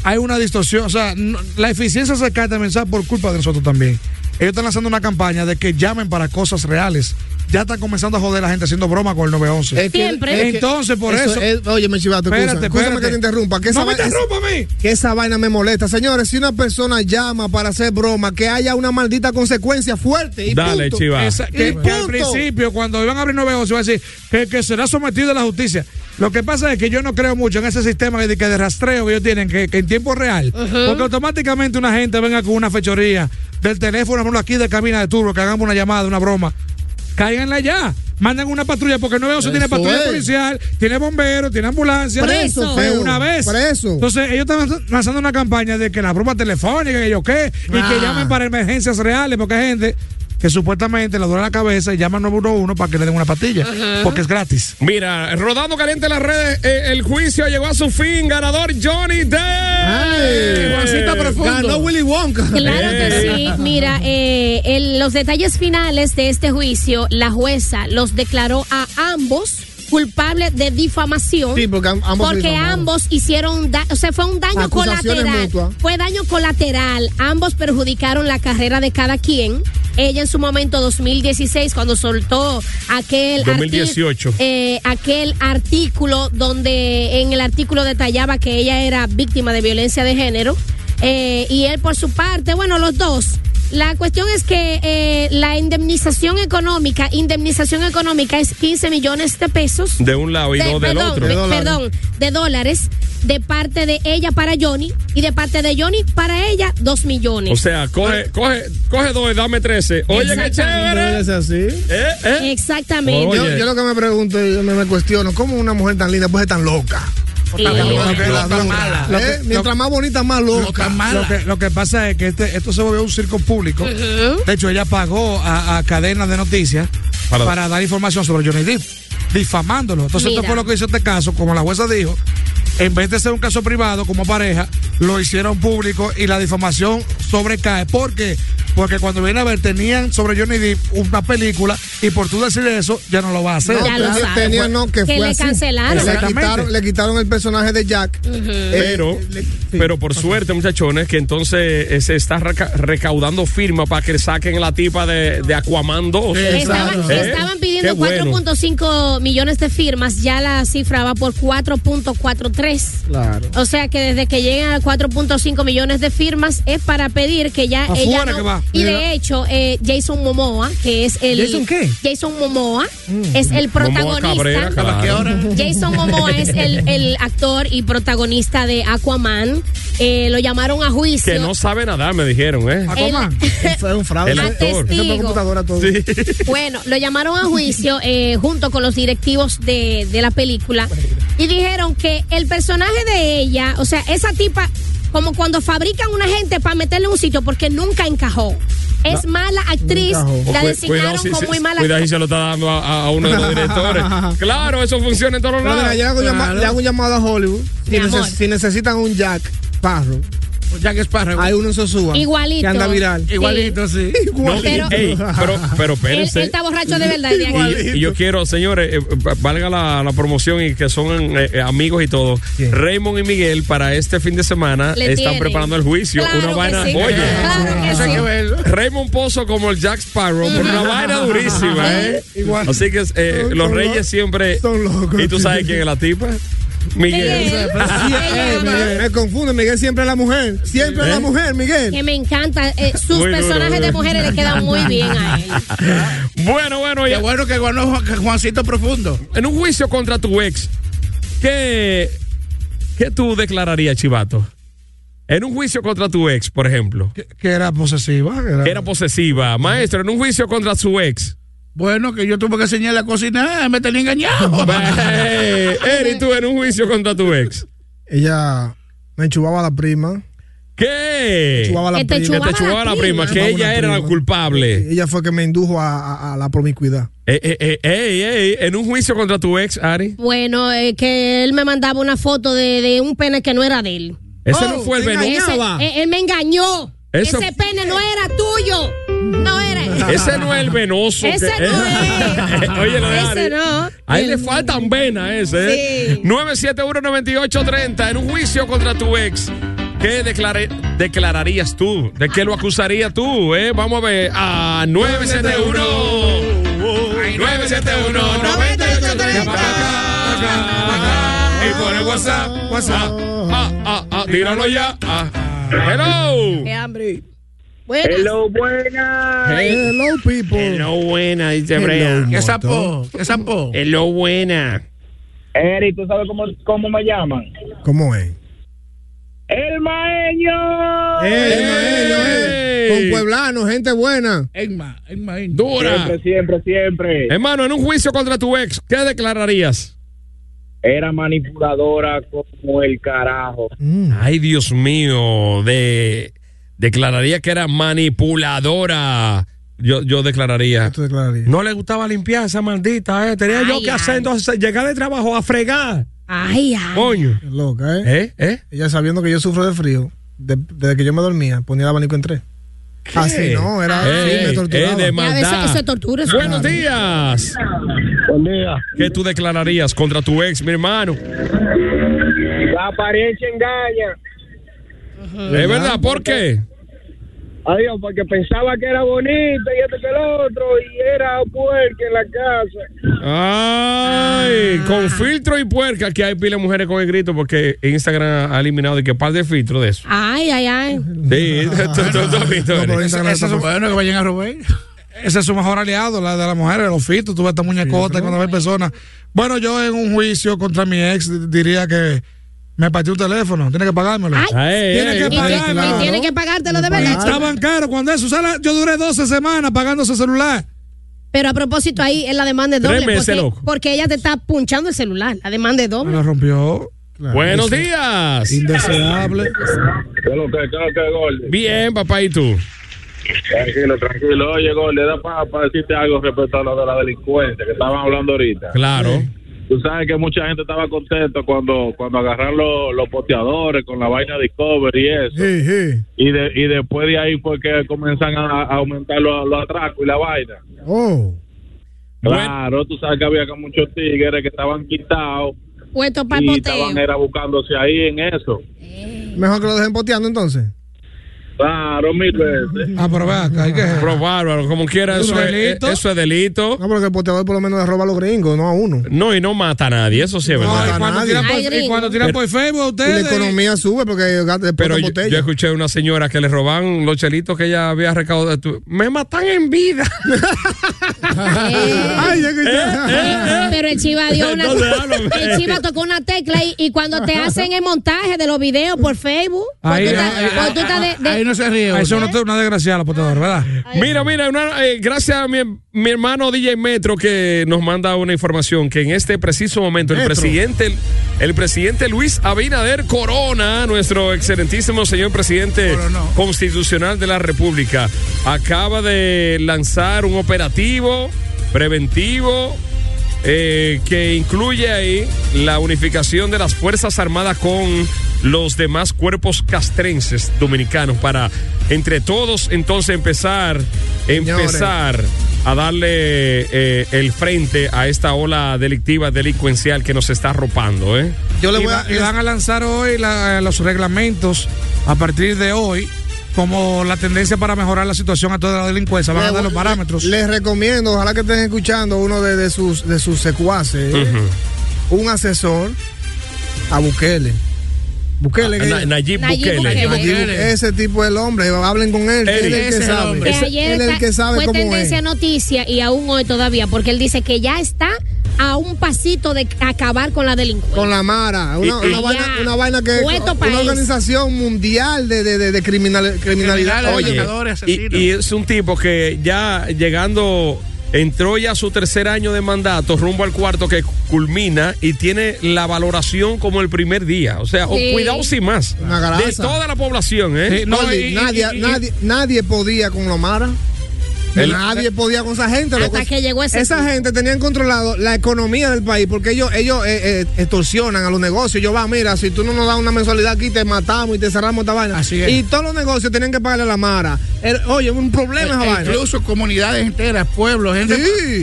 Speaker 5: hay una distorsión. O sea, no- la eficiencia se cae también ¿sabes? por culpa de nosotros también. Ellos están lanzando una campaña de que llamen para cosas reales. Ya están comenzando a joder a la gente haciendo broma con el 911.
Speaker 6: Es que- Siempre. es que-
Speaker 5: Entonces, por
Speaker 6: eso
Speaker 5: eso.
Speaker 6: es- oye, me chivato, excusa,
Speaker 5: Espérate,
Speaker 6: excúsame
Speaker 5: espérate.
Speaker 6: que te interrumpa. Que
Speaker 5: No me
Speaker 6: vai-
Speaker 5: interrumpa a mí.
Speaker 6: Que esa vaina me molesta. Señores, si una persona llama para hacer broma, que haya una maldita consecuencia fuerte. Y
Speaker 2: Dale,
Speaker 6: punto.
Speaker 2: Chiva.
Speaker 6: Esa-
Speaker 5: que,
Speaker 6: y
Speaker 5: que
Speaker 6: punto.
Speaker 5: al principio, cuando iban a abrir 911, iban a decir que, que será sometido a la justicia. Lo que pasa es que yo no creo mucho en ese sistema de, que de rastreo que ellos tienen, que, que en tiempo real, porque automáticamente una gente venga con una fechoría del teléfono, por ejemplo, aquí de cabina de turbo, que hagamos una llamada, una broma. Cáiganla ya. Mandan una patrulla, porque el 911 tiene
Speaker 6: Eso
Speaker 5: patrulla
Speaker 6: es.
Speaker 5: policial, tiene bomberos, tiene ambulancia.
Speaker 6: Preso,
Speaker 5: De
Speaker 6: feo.
Speaker 5: una vez.
Speaker 6: Preso.
Speaker 5: Entonces, ellos están lanzando una campaña de que la broma telefónica, que yo qué, y
Speaker 6: Ah.
Speaker 5: que llamen para emergencias reales, porque hay gente que supuestamente le duele la cabeza y llama al 911 para que le den una pastilla,
Speaker 2: Ajá.
Speaker 5: porque es gratis.
Speaker 2: Mira, rodando caliente en las redes, eh, el juicio llegó a su fin. Ganador Johnny Depp.
Speaker 6: Juancita Profundo. Ganó Willy Wonka.
Speaker 2: Eh.
Speaker 4: Claro que Pues
Speaker 6: (laughs)
Speaker 4: sí. Mira, eh, el- los detalles finales de este juicio, la jueza los declaró a ambos culpables de difamación.
Speaker 6: Sí, porque am- ambos se
Speaker 4: porque
Speaker 6: difamaron.
Speaker 4: ambos hicieron, da- o sea, fue un daño
Speaker 6: Acusaciones
Speaker 4: colateral.
Speaker 6: mutuas.
Speaker 4: Fue daño colateral. Ambos perjudicaron la carrera de cada quien. Ella en su momento 2016 cuando soltó aquel arti-
Speaker 2: 2018.
Speaker 4: eh, aquel artículo donde en el artículo detallaba que ella era víctima de violencia de género eh, y él por su parte, bueno, los dos. La cuestión es que eh, la indemnización económica, indemnización económica es 15 millones de pesos.
Speaker 2: De un lado y
Speaker 4: De-
Speaker 2: dos del
Speaker 4: perdón,
Speaker 2: otro.
Speaker 4: de- perdón, de dólares de parte de ella para Johnny y de parte de Johnny para ella 2 millones.
Speaker 2: O sea, coge, coge, coge dos y dame 13. Oye, qué chévere. Eh,
Speaker 6: Es así.
Speaker 5: ¿Eh?
Speaker 4: Exactamente.
Speaker 6: Yo, yo lo que me pregunto y me, me cuestiono, ¿cómo una mujer tan linda puede ser tan loca?
Speaker 4: Sí.
Speaker 6: Tan
Speaker 5: Loca,
Speaker 6: loca,
Speaker 5: loca,
Speaker 6: tan
Speaker 5: mala.
Speaker 6: loca, ¿eh?
Speaker 5: Loca,
Speaker 6: Mientras más bonita, más loca.
Speaker 5: Lo que, lo que pasa es que este, esto se volvió un circo público. De hecho, ella pagó a, a cadenas de noticias
Speaker 2: Para-
Speaker 5: para, dar información sobre Johnny Depp, difamándolo. Entonces,
Speaker 2: Mira.
Speaker 5: esto fue lo que hizo este caso, como la jueza dijo. En vez de ser un caso privado como pareja, lo hicieron público y la difamación sobrecae. ¿Por qué? Porque cuando viene a ver, tenían sobre Johnny Depp una película y por tú decir eso, ya no lo va a hacer.
Speaker 6: No, tenía- tenía, no, que, fue así. Le
Speaker 5: Exactamente.
Speaker 6: quitaron, le quitaron el personaje de Jack. Eh,
Speaker 2: Pero, pero por suerte, muchachones, que entonces eh, se está reca- recaudando firma para que saquen la tipa de, de Aquaman 2.
Speaker 4: Estaban,
Speaker 2: ¿Eh?
Speaker 4: estaban
Speaker 2: Qué
Speaker 4: pidiendo
Speaker 2: bueno.
Speaker 4: 4.5 millones de firmas, ya la cifra va por 4.43.
Speaker 6: Claro.
Speaker 4: O sea que desde que llegan a 4.5 millones de firmas es para pedir que ya
Speaker 6: Afuera
Speaker 4: ella no-
Speaker 6: que va.
Speaker 4: y
Speaker 6: Mira.
Speaker 4: de hecho eh, Jason Momoa que es el
Speaker 6: ¿Jason qué?
Speaker 4: Jason Momoa es el protagonista.
Speaker 2: Mm. Cabrera, claro. ¿A qué hora?
Speaker 4: Jason Momoa es el, el actor y protagonista de Aquaman. Eh, lo llamaron a juicio.
Speaker 2: Que no sabe nadar, me dijeron, ¿eh?
Speaker 6: Fue un fraude.
Speaker 2: El actor.
Speaker 4: Atestigo.
Speaker 6: Eso fue computadora todo.
Speaker 4: Bueno, lo llamaron a juicio eh, junto con los directivos de, de la película y dijeron que el personaje de ella, o sea, esa tipa, como cuando fabrican una gente para meterle en un sitio porque nunca encajó. Es mala actriz,
Speaker 2: O
Speaker 4: la
Speaker 2: cu-
Speaker 4: designaron
Speaker 2: si-
Speaker 4: como
Speaker 2: si-
Speaker 4: muy mala
Speaker 2: cuidado si
Speaker 4: actriz.
Speaker 2: se lo está dando a, a uno de los
Speaker 6: (laughs)
Speaker 2: directores. claro, eso funciona en todos
Speaker 6: Pero mira,
Speaker 2: lados.
Speaker 6: yo le hago, llama- le hago un llamado a Hollywood. Si,
Speaker 2: Mi
Speaker 6: neces-
Speaker 2: amor.
Speaker 6: si necesitan un Jack Sparrow.
Speaker 5: Jack Sparrow.
Speaker 6: Hay uno en Sosúa.
Speaker 4: Igualito.
Speaker 6: Que anda viral.
Speaker 4: Sí. Igualito,
Speaker 5: sí.
Speaker 2: No,
Speaker 4: Pero-
Speaker 2: ey, pero, pero
Speaker 4: Él,
Speaker 2: espérense.
Speaker 4: él está borracho de verdad. de aquí.
Speaker 2: Y, y yo quiero, señores, eh, va- valga la, la promoción y que son eh, eh, amigos y todo. Raymond y Miguel para este fin de semana
Speaker 4: Le
Speaker 2: están
Speaker 4: tienen.
Speaker 2: preparando el juicio.
Speaker 4: Claro
Speaker 2: una
Speaker 4: que
Speaker 2: vaina.
Speaker 4: sí.
Speaker 2: Oye,
Speaker 4: Claro que
Speaker 2: Eso hay
Speaker 4: sí.
Speaker 2: que verlo. Raymond Pozo como el Jack Sparrow, por una vaina durísima, ¿eh?
Speaker 6: Igual.
Speaker 2: Así que eh,
Speaker 6: Son-
Speaker 2: los
Speaker 6: son
Speaker 2: reyes
Speaker 6: lo-
Speaker 2: siempre.
Speaker 6: son locos.
Speaker 2: ¿Y tú sabes quién es la tipa? Miguel.
Speaker 4: Miguel.
Speaker 6: Ey, Miguel, Me confunde, Miguel siempre es la mujer. Siempre es la
Speaker 2: ¿Eh?
Speaker 6: mujer, Miguel.
Speaker 4: Que me encanta. eh, sus
Speaker 2: Muy duro,
Speaker 4: personajes
Speaker 2: muy
Speaker 4: de
Speaker 2: duro.
Speaker 4: mujeres le quedan muy bien a
Speaker 2: (laughs)
Speaker 4: él.
Speaker 2: Bueno, bueno, ya.
Speaker 7: bueno que ganó Juan- Juancito Profundo.
Speaker 2: En un juicio contra tu ex, ¿qué, qué tú declararías, Chivato? En un juicio contra tu ex, por ejemplo.
Speaker 5: Que era posesiva. Era,
Speaker 2: Era posesiva. Maestro, en un juicio contra su ex.
Speaker 7: Bueno, que yo tuve que enseñarle a cocinar, eh, me tenía engañado.
Speaker 2: Eh, Eri, (laughs) tú en un juicio contra tu ex.
Speaker 6: Ella me enchubaba a la prima.
Speaker 2: ¿Qué?
Speaker 6: Chubaba a la
Speaker 2: Que te
Speaker 6: prima.
Speaker 2: chubaba Que eh, te chubaba a la la prima, prima. que
Speaker 6: Chubaba a
Speaker 2: ella era la culpable.
Speaker 6: Ella fue que me indujo a, a- a la promiscuidad.
Speaker 2: Eh, eh, eh, ey, ey, en un juicio contra tu ex, Ari.
Speaker 4: Bueno, eh, que él me mandaba una foto de, de un pene que no era de él.
Speaker 2: Ese
Speaker 6: Oh,
Speaker 2: no fue el veneno.
Speaker 4: Ese- eh, él me engañó.
Speaker 2: Eso-
Speaker 4: Ese pene no era tuyo. No era.
Speaker 2: Ese eh, no es el venoso.
Speaker 4: Ese no es.
Speaker 2: (laughs) Oye, lo de
Speaker 4: Ese
Speaker 2: Ari.
Speaker 4: no.
Speaker 2: Ahí le faltan venas a ese. ¿eh? 971-9830. En un juicio contra tu ex, ¿qué declaré- declararías tú? ¿De qué lo acusarías tú? eh? Vamos a ver. A 971. 971 Y por el WhatsApp. WhatsApp. Ah, ah, ah. Tíralo ya. Ah. Hello.
Speaker 4: Qué hambre.
Speaker 2: Hello,
Speaker 4: buenas.
Speaker 6: Hello, people.
Speaker 2: Hello, buena, dice
Speaker 6: Hello,
Speaker 2: Brea.
Speaker 6: ¿Qué sapo?
Speaker 7: ¿Qué sapo?
Speaker 2: Hello, buena.
Speaker 11: Eri, ¿tú sabes cómo, cómo me llaman?
Speaker 6: ¿Cómo es?
Speaker 11: ¡El ¡Eh! maeño!
Speaker 6: eh. Con pueblanos, gente buena.
Speaker 7: Enma, Enma, Enma.
Speaker 2: Dura.
Speaker 11: Siempre, siempre, siempre.
Speaker 2: Hermano, en un juicio contra tu ex, ¿qué declararías?
Speaker 11: Era manipuladora como el carajo.
Speaker 2: Ay, Dios mío, de declararía que era manipuladora. Yo, yo declararía.
Speaker 14: No le gustaba limpiar esa maldita, eh. Tenía yo
Speaker 4: Ay,
Speaker 14: que hacer
Speaker 4: ay.
Speaker 14: entonces llegar de trabajo a fregar.
Speaker 4: Ay, ay.
Speaker 2: Coño.
Speaker 6: Es loca, ¿eh?
Speaker 2: ¿Eh? ¿Eh?
Speaker 6: Ella sabiendo que yo sufro de frío, de- desde que yo me dormía, ponía el abanico en tres. Así no, era
Speaker 2: Ey,
Speaker 6: sí, me torturaba.
Speaker 2: ey, de
Speaker 4: Ya,
Speaker 2: maldad.
Speaker 4: eso- eso es tortura, eso
Speaker 2: Buenos
Speaker 4: es-
Speaker 2: días.
Speaker 11: Buen día.
Speaker 2: ¿Qué tú declararías contra tu ex, mi hermano?
Speaker 11: La apariencia engaña.
Speaker 2: Es verdad, ¿por qué?
Speaker 11: Adiós, porque pensaba que era bonita y esto que el otro, y era puerca en la casa.
Speaker 2: Ay, con filtro y puerca que hay pila de mujeres con el grito porque Instagram ha eliminado de que par de filtros de eso.
Speaker 4: Ay, ay, ay.
Speaker 2: Sí, (laughs) tú- tú- tú has visto, Eric.
Speaker 5: Ese- ese es su-
Speaker 7: Bueno, que vayan a robar.
Speaker 5: Ese es su mejor aliado, la de las mujeres, los fitos, tuve esta muñecota cuando ves personas. Bueno, yo en un juicio contra mi ex di- diría que me partió un teléfono, tiene que pagármelo.
Speaker 4: Ay.
Speaker 2: Ay,
Speaker 5: Tiene
Speaker 2: ay,
Speaker 5: que
Speaker 4: Y,
Speaker 5: pagar,
Speaker 4: que- y
Speaker 5: claro.
Speaker 4: tiene que pagártelo de verdad.
Speaker 5: Estaban caros cuando eso, o sea, la- yo duré 12 semanas pagando ese celular.
Speaker 4: Pero a propósito, ahí es la demanda es
Speaker 2: Tres
Speaker 4: doble.
Speaker 2: meses,
Speaker 4: porque,
Speaker 2: loco.
Speaker 4: porque ella te está punchando el celular. La demanda es
Speaker 5: Me
Speaker 4: doble.
Speaker 5: lo rompió.
Speaker 2: Buenos días.
Speaker 5: Indeseable.
Speaker 3: ¿Qué es lo que, qué es lo que, Gordy?
Speaker 2: Bien, papá, ¿y tú?
Speaker 3: Tranquilo, tranquilo. Oye, Gordy, era para decirte algo respecto a lo de la delincuencia que estaban hablando ahorita.
Speaker 2: Claro.
Speaker 3: Tú sabes que mucha gente estaba contenta cuando, cuando agarraron los, los poteadores con la vaina Discovery y eso.
Speaker 6: Sí, sí.
Speaker 3: Y, de, y después de ahí fue que comienzan a, a aumentar los, los atracos y la vaina.
Speaker 6: Oh.
Speaker 3: Claro, tú sabes que había que muchos tigres que estaban quitados
Speaker 4: Puesto para
Speaker 3: y
Speaker 4: poteo.
Speaker 3: estaban era buscándose ahí en eso.
Speaker 6: Mejor que lo dejen poteando entonces.
Speaker 3: Claro, mil veces.
Speaker 5: Ah, pero ve acá, hay que.
Speaker 2: Pero bárbaro, como quiera,
Speaker 5: ¿Es
Speaker 2: eso
Speaker 5: un
Speaker 2: es,
Speaker 5: delito?
Speaker 2: eh, eso es delito.
Speaker 6: No, pero que el poteador por lo menos le roba a los gringos, no a uno.
Speaker 2: No, y no mata a nadie, eso sí es
Speaker 5: No,
Speaker 2: verdad.
Speaker 5: y cuando
Speaker 6: Nadie.
Speaker 5: tiran por, y
Speaker 4: Ay, gringo.
Speaker 5: cuando tiran por Facebook,
Speaker 6: Y la
Speaker 5: ustedes.
Speaker 6: economía sube porque después
Speaker 2: Pero yo,
Speaker 5: eh,
Speaker 6: botella.
Speaker 2: yo escuché a una señora que le roban los chelitos que ella había recaudado. Tú, Me matan en vida.
Speaker 4: Eh,
Speaker 6: Ay, ya escuché.
Speaker 4: eh, pero
Speaker 2: (laughs)
Speaker 4: el chiva dio una.
Speaker 2: Entonces, háblame.
Speaker 4: El chiva tocó una tecla y, y cuando te hacen el montaje de los videos por Facebook.
Speaker 5: Ahí,
Speaker 4: cuando tú
Speaker 5: ahí,
Speaker 4: estás- cuando tú estás de- de-
Speaker 7: (laughs) Ahí no se ríe.
Speaker 5: Eso es una, una desgracia, la potadora, ¿verdad?
Speaker 2: Mira, mira, una- eh, gracias a mi, mi hermano DJ Metro que nos manda una información que en este preciso momento el
Speaker 6: Metro.
Speaker 2: presidente el presidente Luis Abinader Corona, nuestro excelentísimo señor presidente constitucional de la República, acaba de lanzar un operativo preventivo eh, que incluye ahí la unificación de las Fuerzas Armadas con los demás cuerpos castrenses dominicanos para entre todos entonces empezar empezar a darle eh, el frente a esta ola delictiva delincuencial que nos está arropando ¿eh?
Speaker 6: Yo le
Speaker 5: Y
Speaker 6: voy
Speaker 5: va-
Speaker 6: a.
Speaker 5: y van a lanzar hoy la- eh, los reglamentos a partir de hoy como la tendencia para mejorar la situación a toda la delincuencia. Van a dar los parámetros.
Speaker 6: Les recomiendo, ojalá que estén escuchando uno de, de sus de sus secuaces, un ¿eh? asesor a Bukele. Bukele.
Speaker 2: Ah,
Speaker 6: que-
Speaker 2: Na- Nayib
Speaker 6: Nayib
Speaker 2: Bukele.
Speaker 6: Bukele.
Speaker 2: Nayib Bukele.
Speaker 6: Ese tipo del hombre, hablen con él, que él es el que sabe.
Speaker 4: Que ayer
Speaker 6: Él es el que sabe
Speaker 4: fue
Speaker 6: cómo es.
Speaker 4: tendencia noticia y aún hoy todavía, porque él dice que ya está a un pasito de acabar con la delincuencia.
Speaker 6: Con la Mara, una, una vaina, una vaina que
Speaker 4: Cueto país.
Speaker 6: una organización mundial de, de, de, de criminal- criminalidad.
Speaker 2: Oye, y, y es un tipo que ya llegando, entró ya a su tercer año de mandato, rumbo al cuarto que culmina y tiene la valoración como el primer día. O sea, o
Speaker 6: Sí.
Speaker 2: cuidado sin más.
Speaker 6: Una grasa.
Speaker 2: de toda la población, ¿eh?
Speaker 6: Sí, no,
Speaker 2: Oye,
Speaker 6: y-
Speaker 2: y-
Speaker 6: nadie,
Speaker 2: y- y-
Speaker 6: nadie, nadie podía con la Mara.
Speaker 2: El-
Speaker 6: nadie podía con esa gente.
Speaker 4: Hasta
Speaker 6: loco.
Speaker 4: que llegó ese
Speaker 6: Esa
Speaker 4: tipo.
Speaker 6: gente tenían controlado la economía del país porque ellos ellos eh, eh, extorsionan a los negocios. Ellos van, mira, si tú no nos das una mensualidad aquí, te matamos y te cerramos esta vaina.
Speaker 7: Así es.
Speaker 6: Y todos los negocios tenían que pagarle a la Mara. Era- oye, un problema esa
Speaker 7: E-
Speaker 6: vaina.
Speaker 7: Incluso comunidades enteras, pueblos, gente.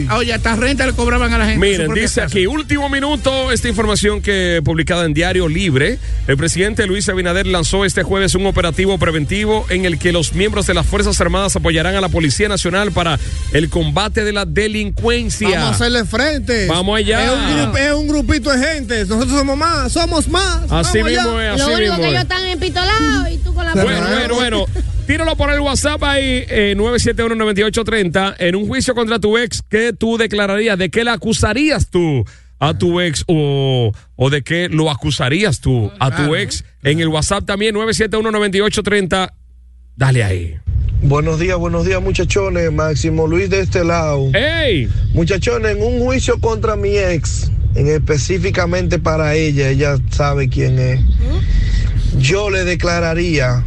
Speaker 7: Ah, Oye, hasta renta le cobraban a la gente.
Speaker 2: Miren, dice aquí, último minuto, esta información que publicada en Diario Libre, el presidente Luis Abinader lanzó este jueves un operativo preventivo en el que los miembros de las Fuerzas Armadas apoyarán a la Policía Nacional para el combate de la delincuencia.
Speaker 6: Vamos a hacerle frente.
Speaker 2: Vamos allá.
Speaker 6: Es un, grup- es un grupito de gente. Nosotros somos más. Somos más.
Speaker 2: Así
Speaker 6: Vamos allá.
Speaker 2: mismo es, así
Speaker 4: Lo único
Speaker 2: mismo
Speaker 4: que
Speaker 2: es.
Speaker 4: ellos están empitolados y tú con la
Speaker 2: Bueno, bueno, bueno. Tíralo por el WhatsApp ahí, eh, 971-9830. En un juicio contra tu ex, ¿qué tú declararías? ¿De qué la acusarías tú a tu ex? ¿O, o de qué lo acusarías tú a tu ex? En el WhatsApp también, 971-9830. Dale ahí.
Speaker 8: Buenos días, buenos días, muchachones. Máximo Luis de este lado.
Speaker 2: ¡Ey!
Speaker 8: Muchachones, en un juicio contra mi ex, en específicamente para ella, ella sabe quién es. Yo le declararía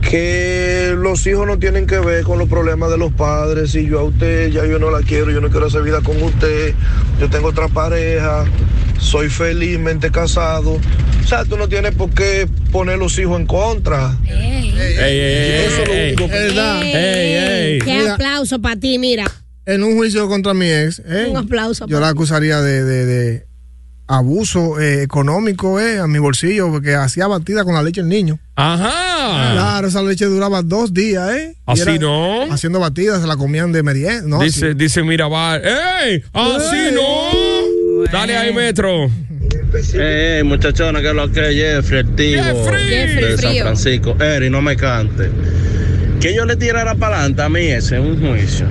Speaker 8: que los hijos no tienen que ver con los problemas de los padres. Si yo a usted, ya yo no la quiero, yo no quiero hacer vida con usted. Yo tengo otra pareja, soy felizmente casado. O sea, tú no tienes por qué poner los hijos en contra.
Speaker 2: Ey, ey, ey,
Speaker 6: Eso es lo
Speaker 2: ey,
Speaker 6: único que-
Speaker 2: ey.
Speaker 6: ¿Verdad?
Speaker 2: Ey, ey.
Speaker 4: Qué
Speaker 6: Mira.
Speaker 4: aplauso para ti, mira.
Speaker 6: En un juicio contra mi ex. eh,
Speaker 4: Un aplauso.
Speaker 6: Yo la acusaría de, de- de abuso eh, económico eh, a mi bolsillo porque hacía batida con la leche del niño.
Speaker 2: Ajá.
Speaker 6: Claro, esa leche duraba dos días, ¿eh? Y
Speaker 2: Así
Speaker 6: era-
Speaker 2: no.
Speaker 6: Haciendo batidas, se la comían de merienda. No,
Speaker 2: dice, dice Mirabal. ¡Ey! ¡Así
Speaker 6: Ey.
Speaker 2: no! Dale ahí, Metro.
Speaker 23: Ey, ey, Eh, muchachona, que lo que es Jeffrey, el tío
Speaker 8: Jeffrey
Speaker 23: de San
Speaker 8: Frío.
Speaker 23: Francisco. Eri, no me cante. Que yo le tirara para adelante a mí ese en un juicio.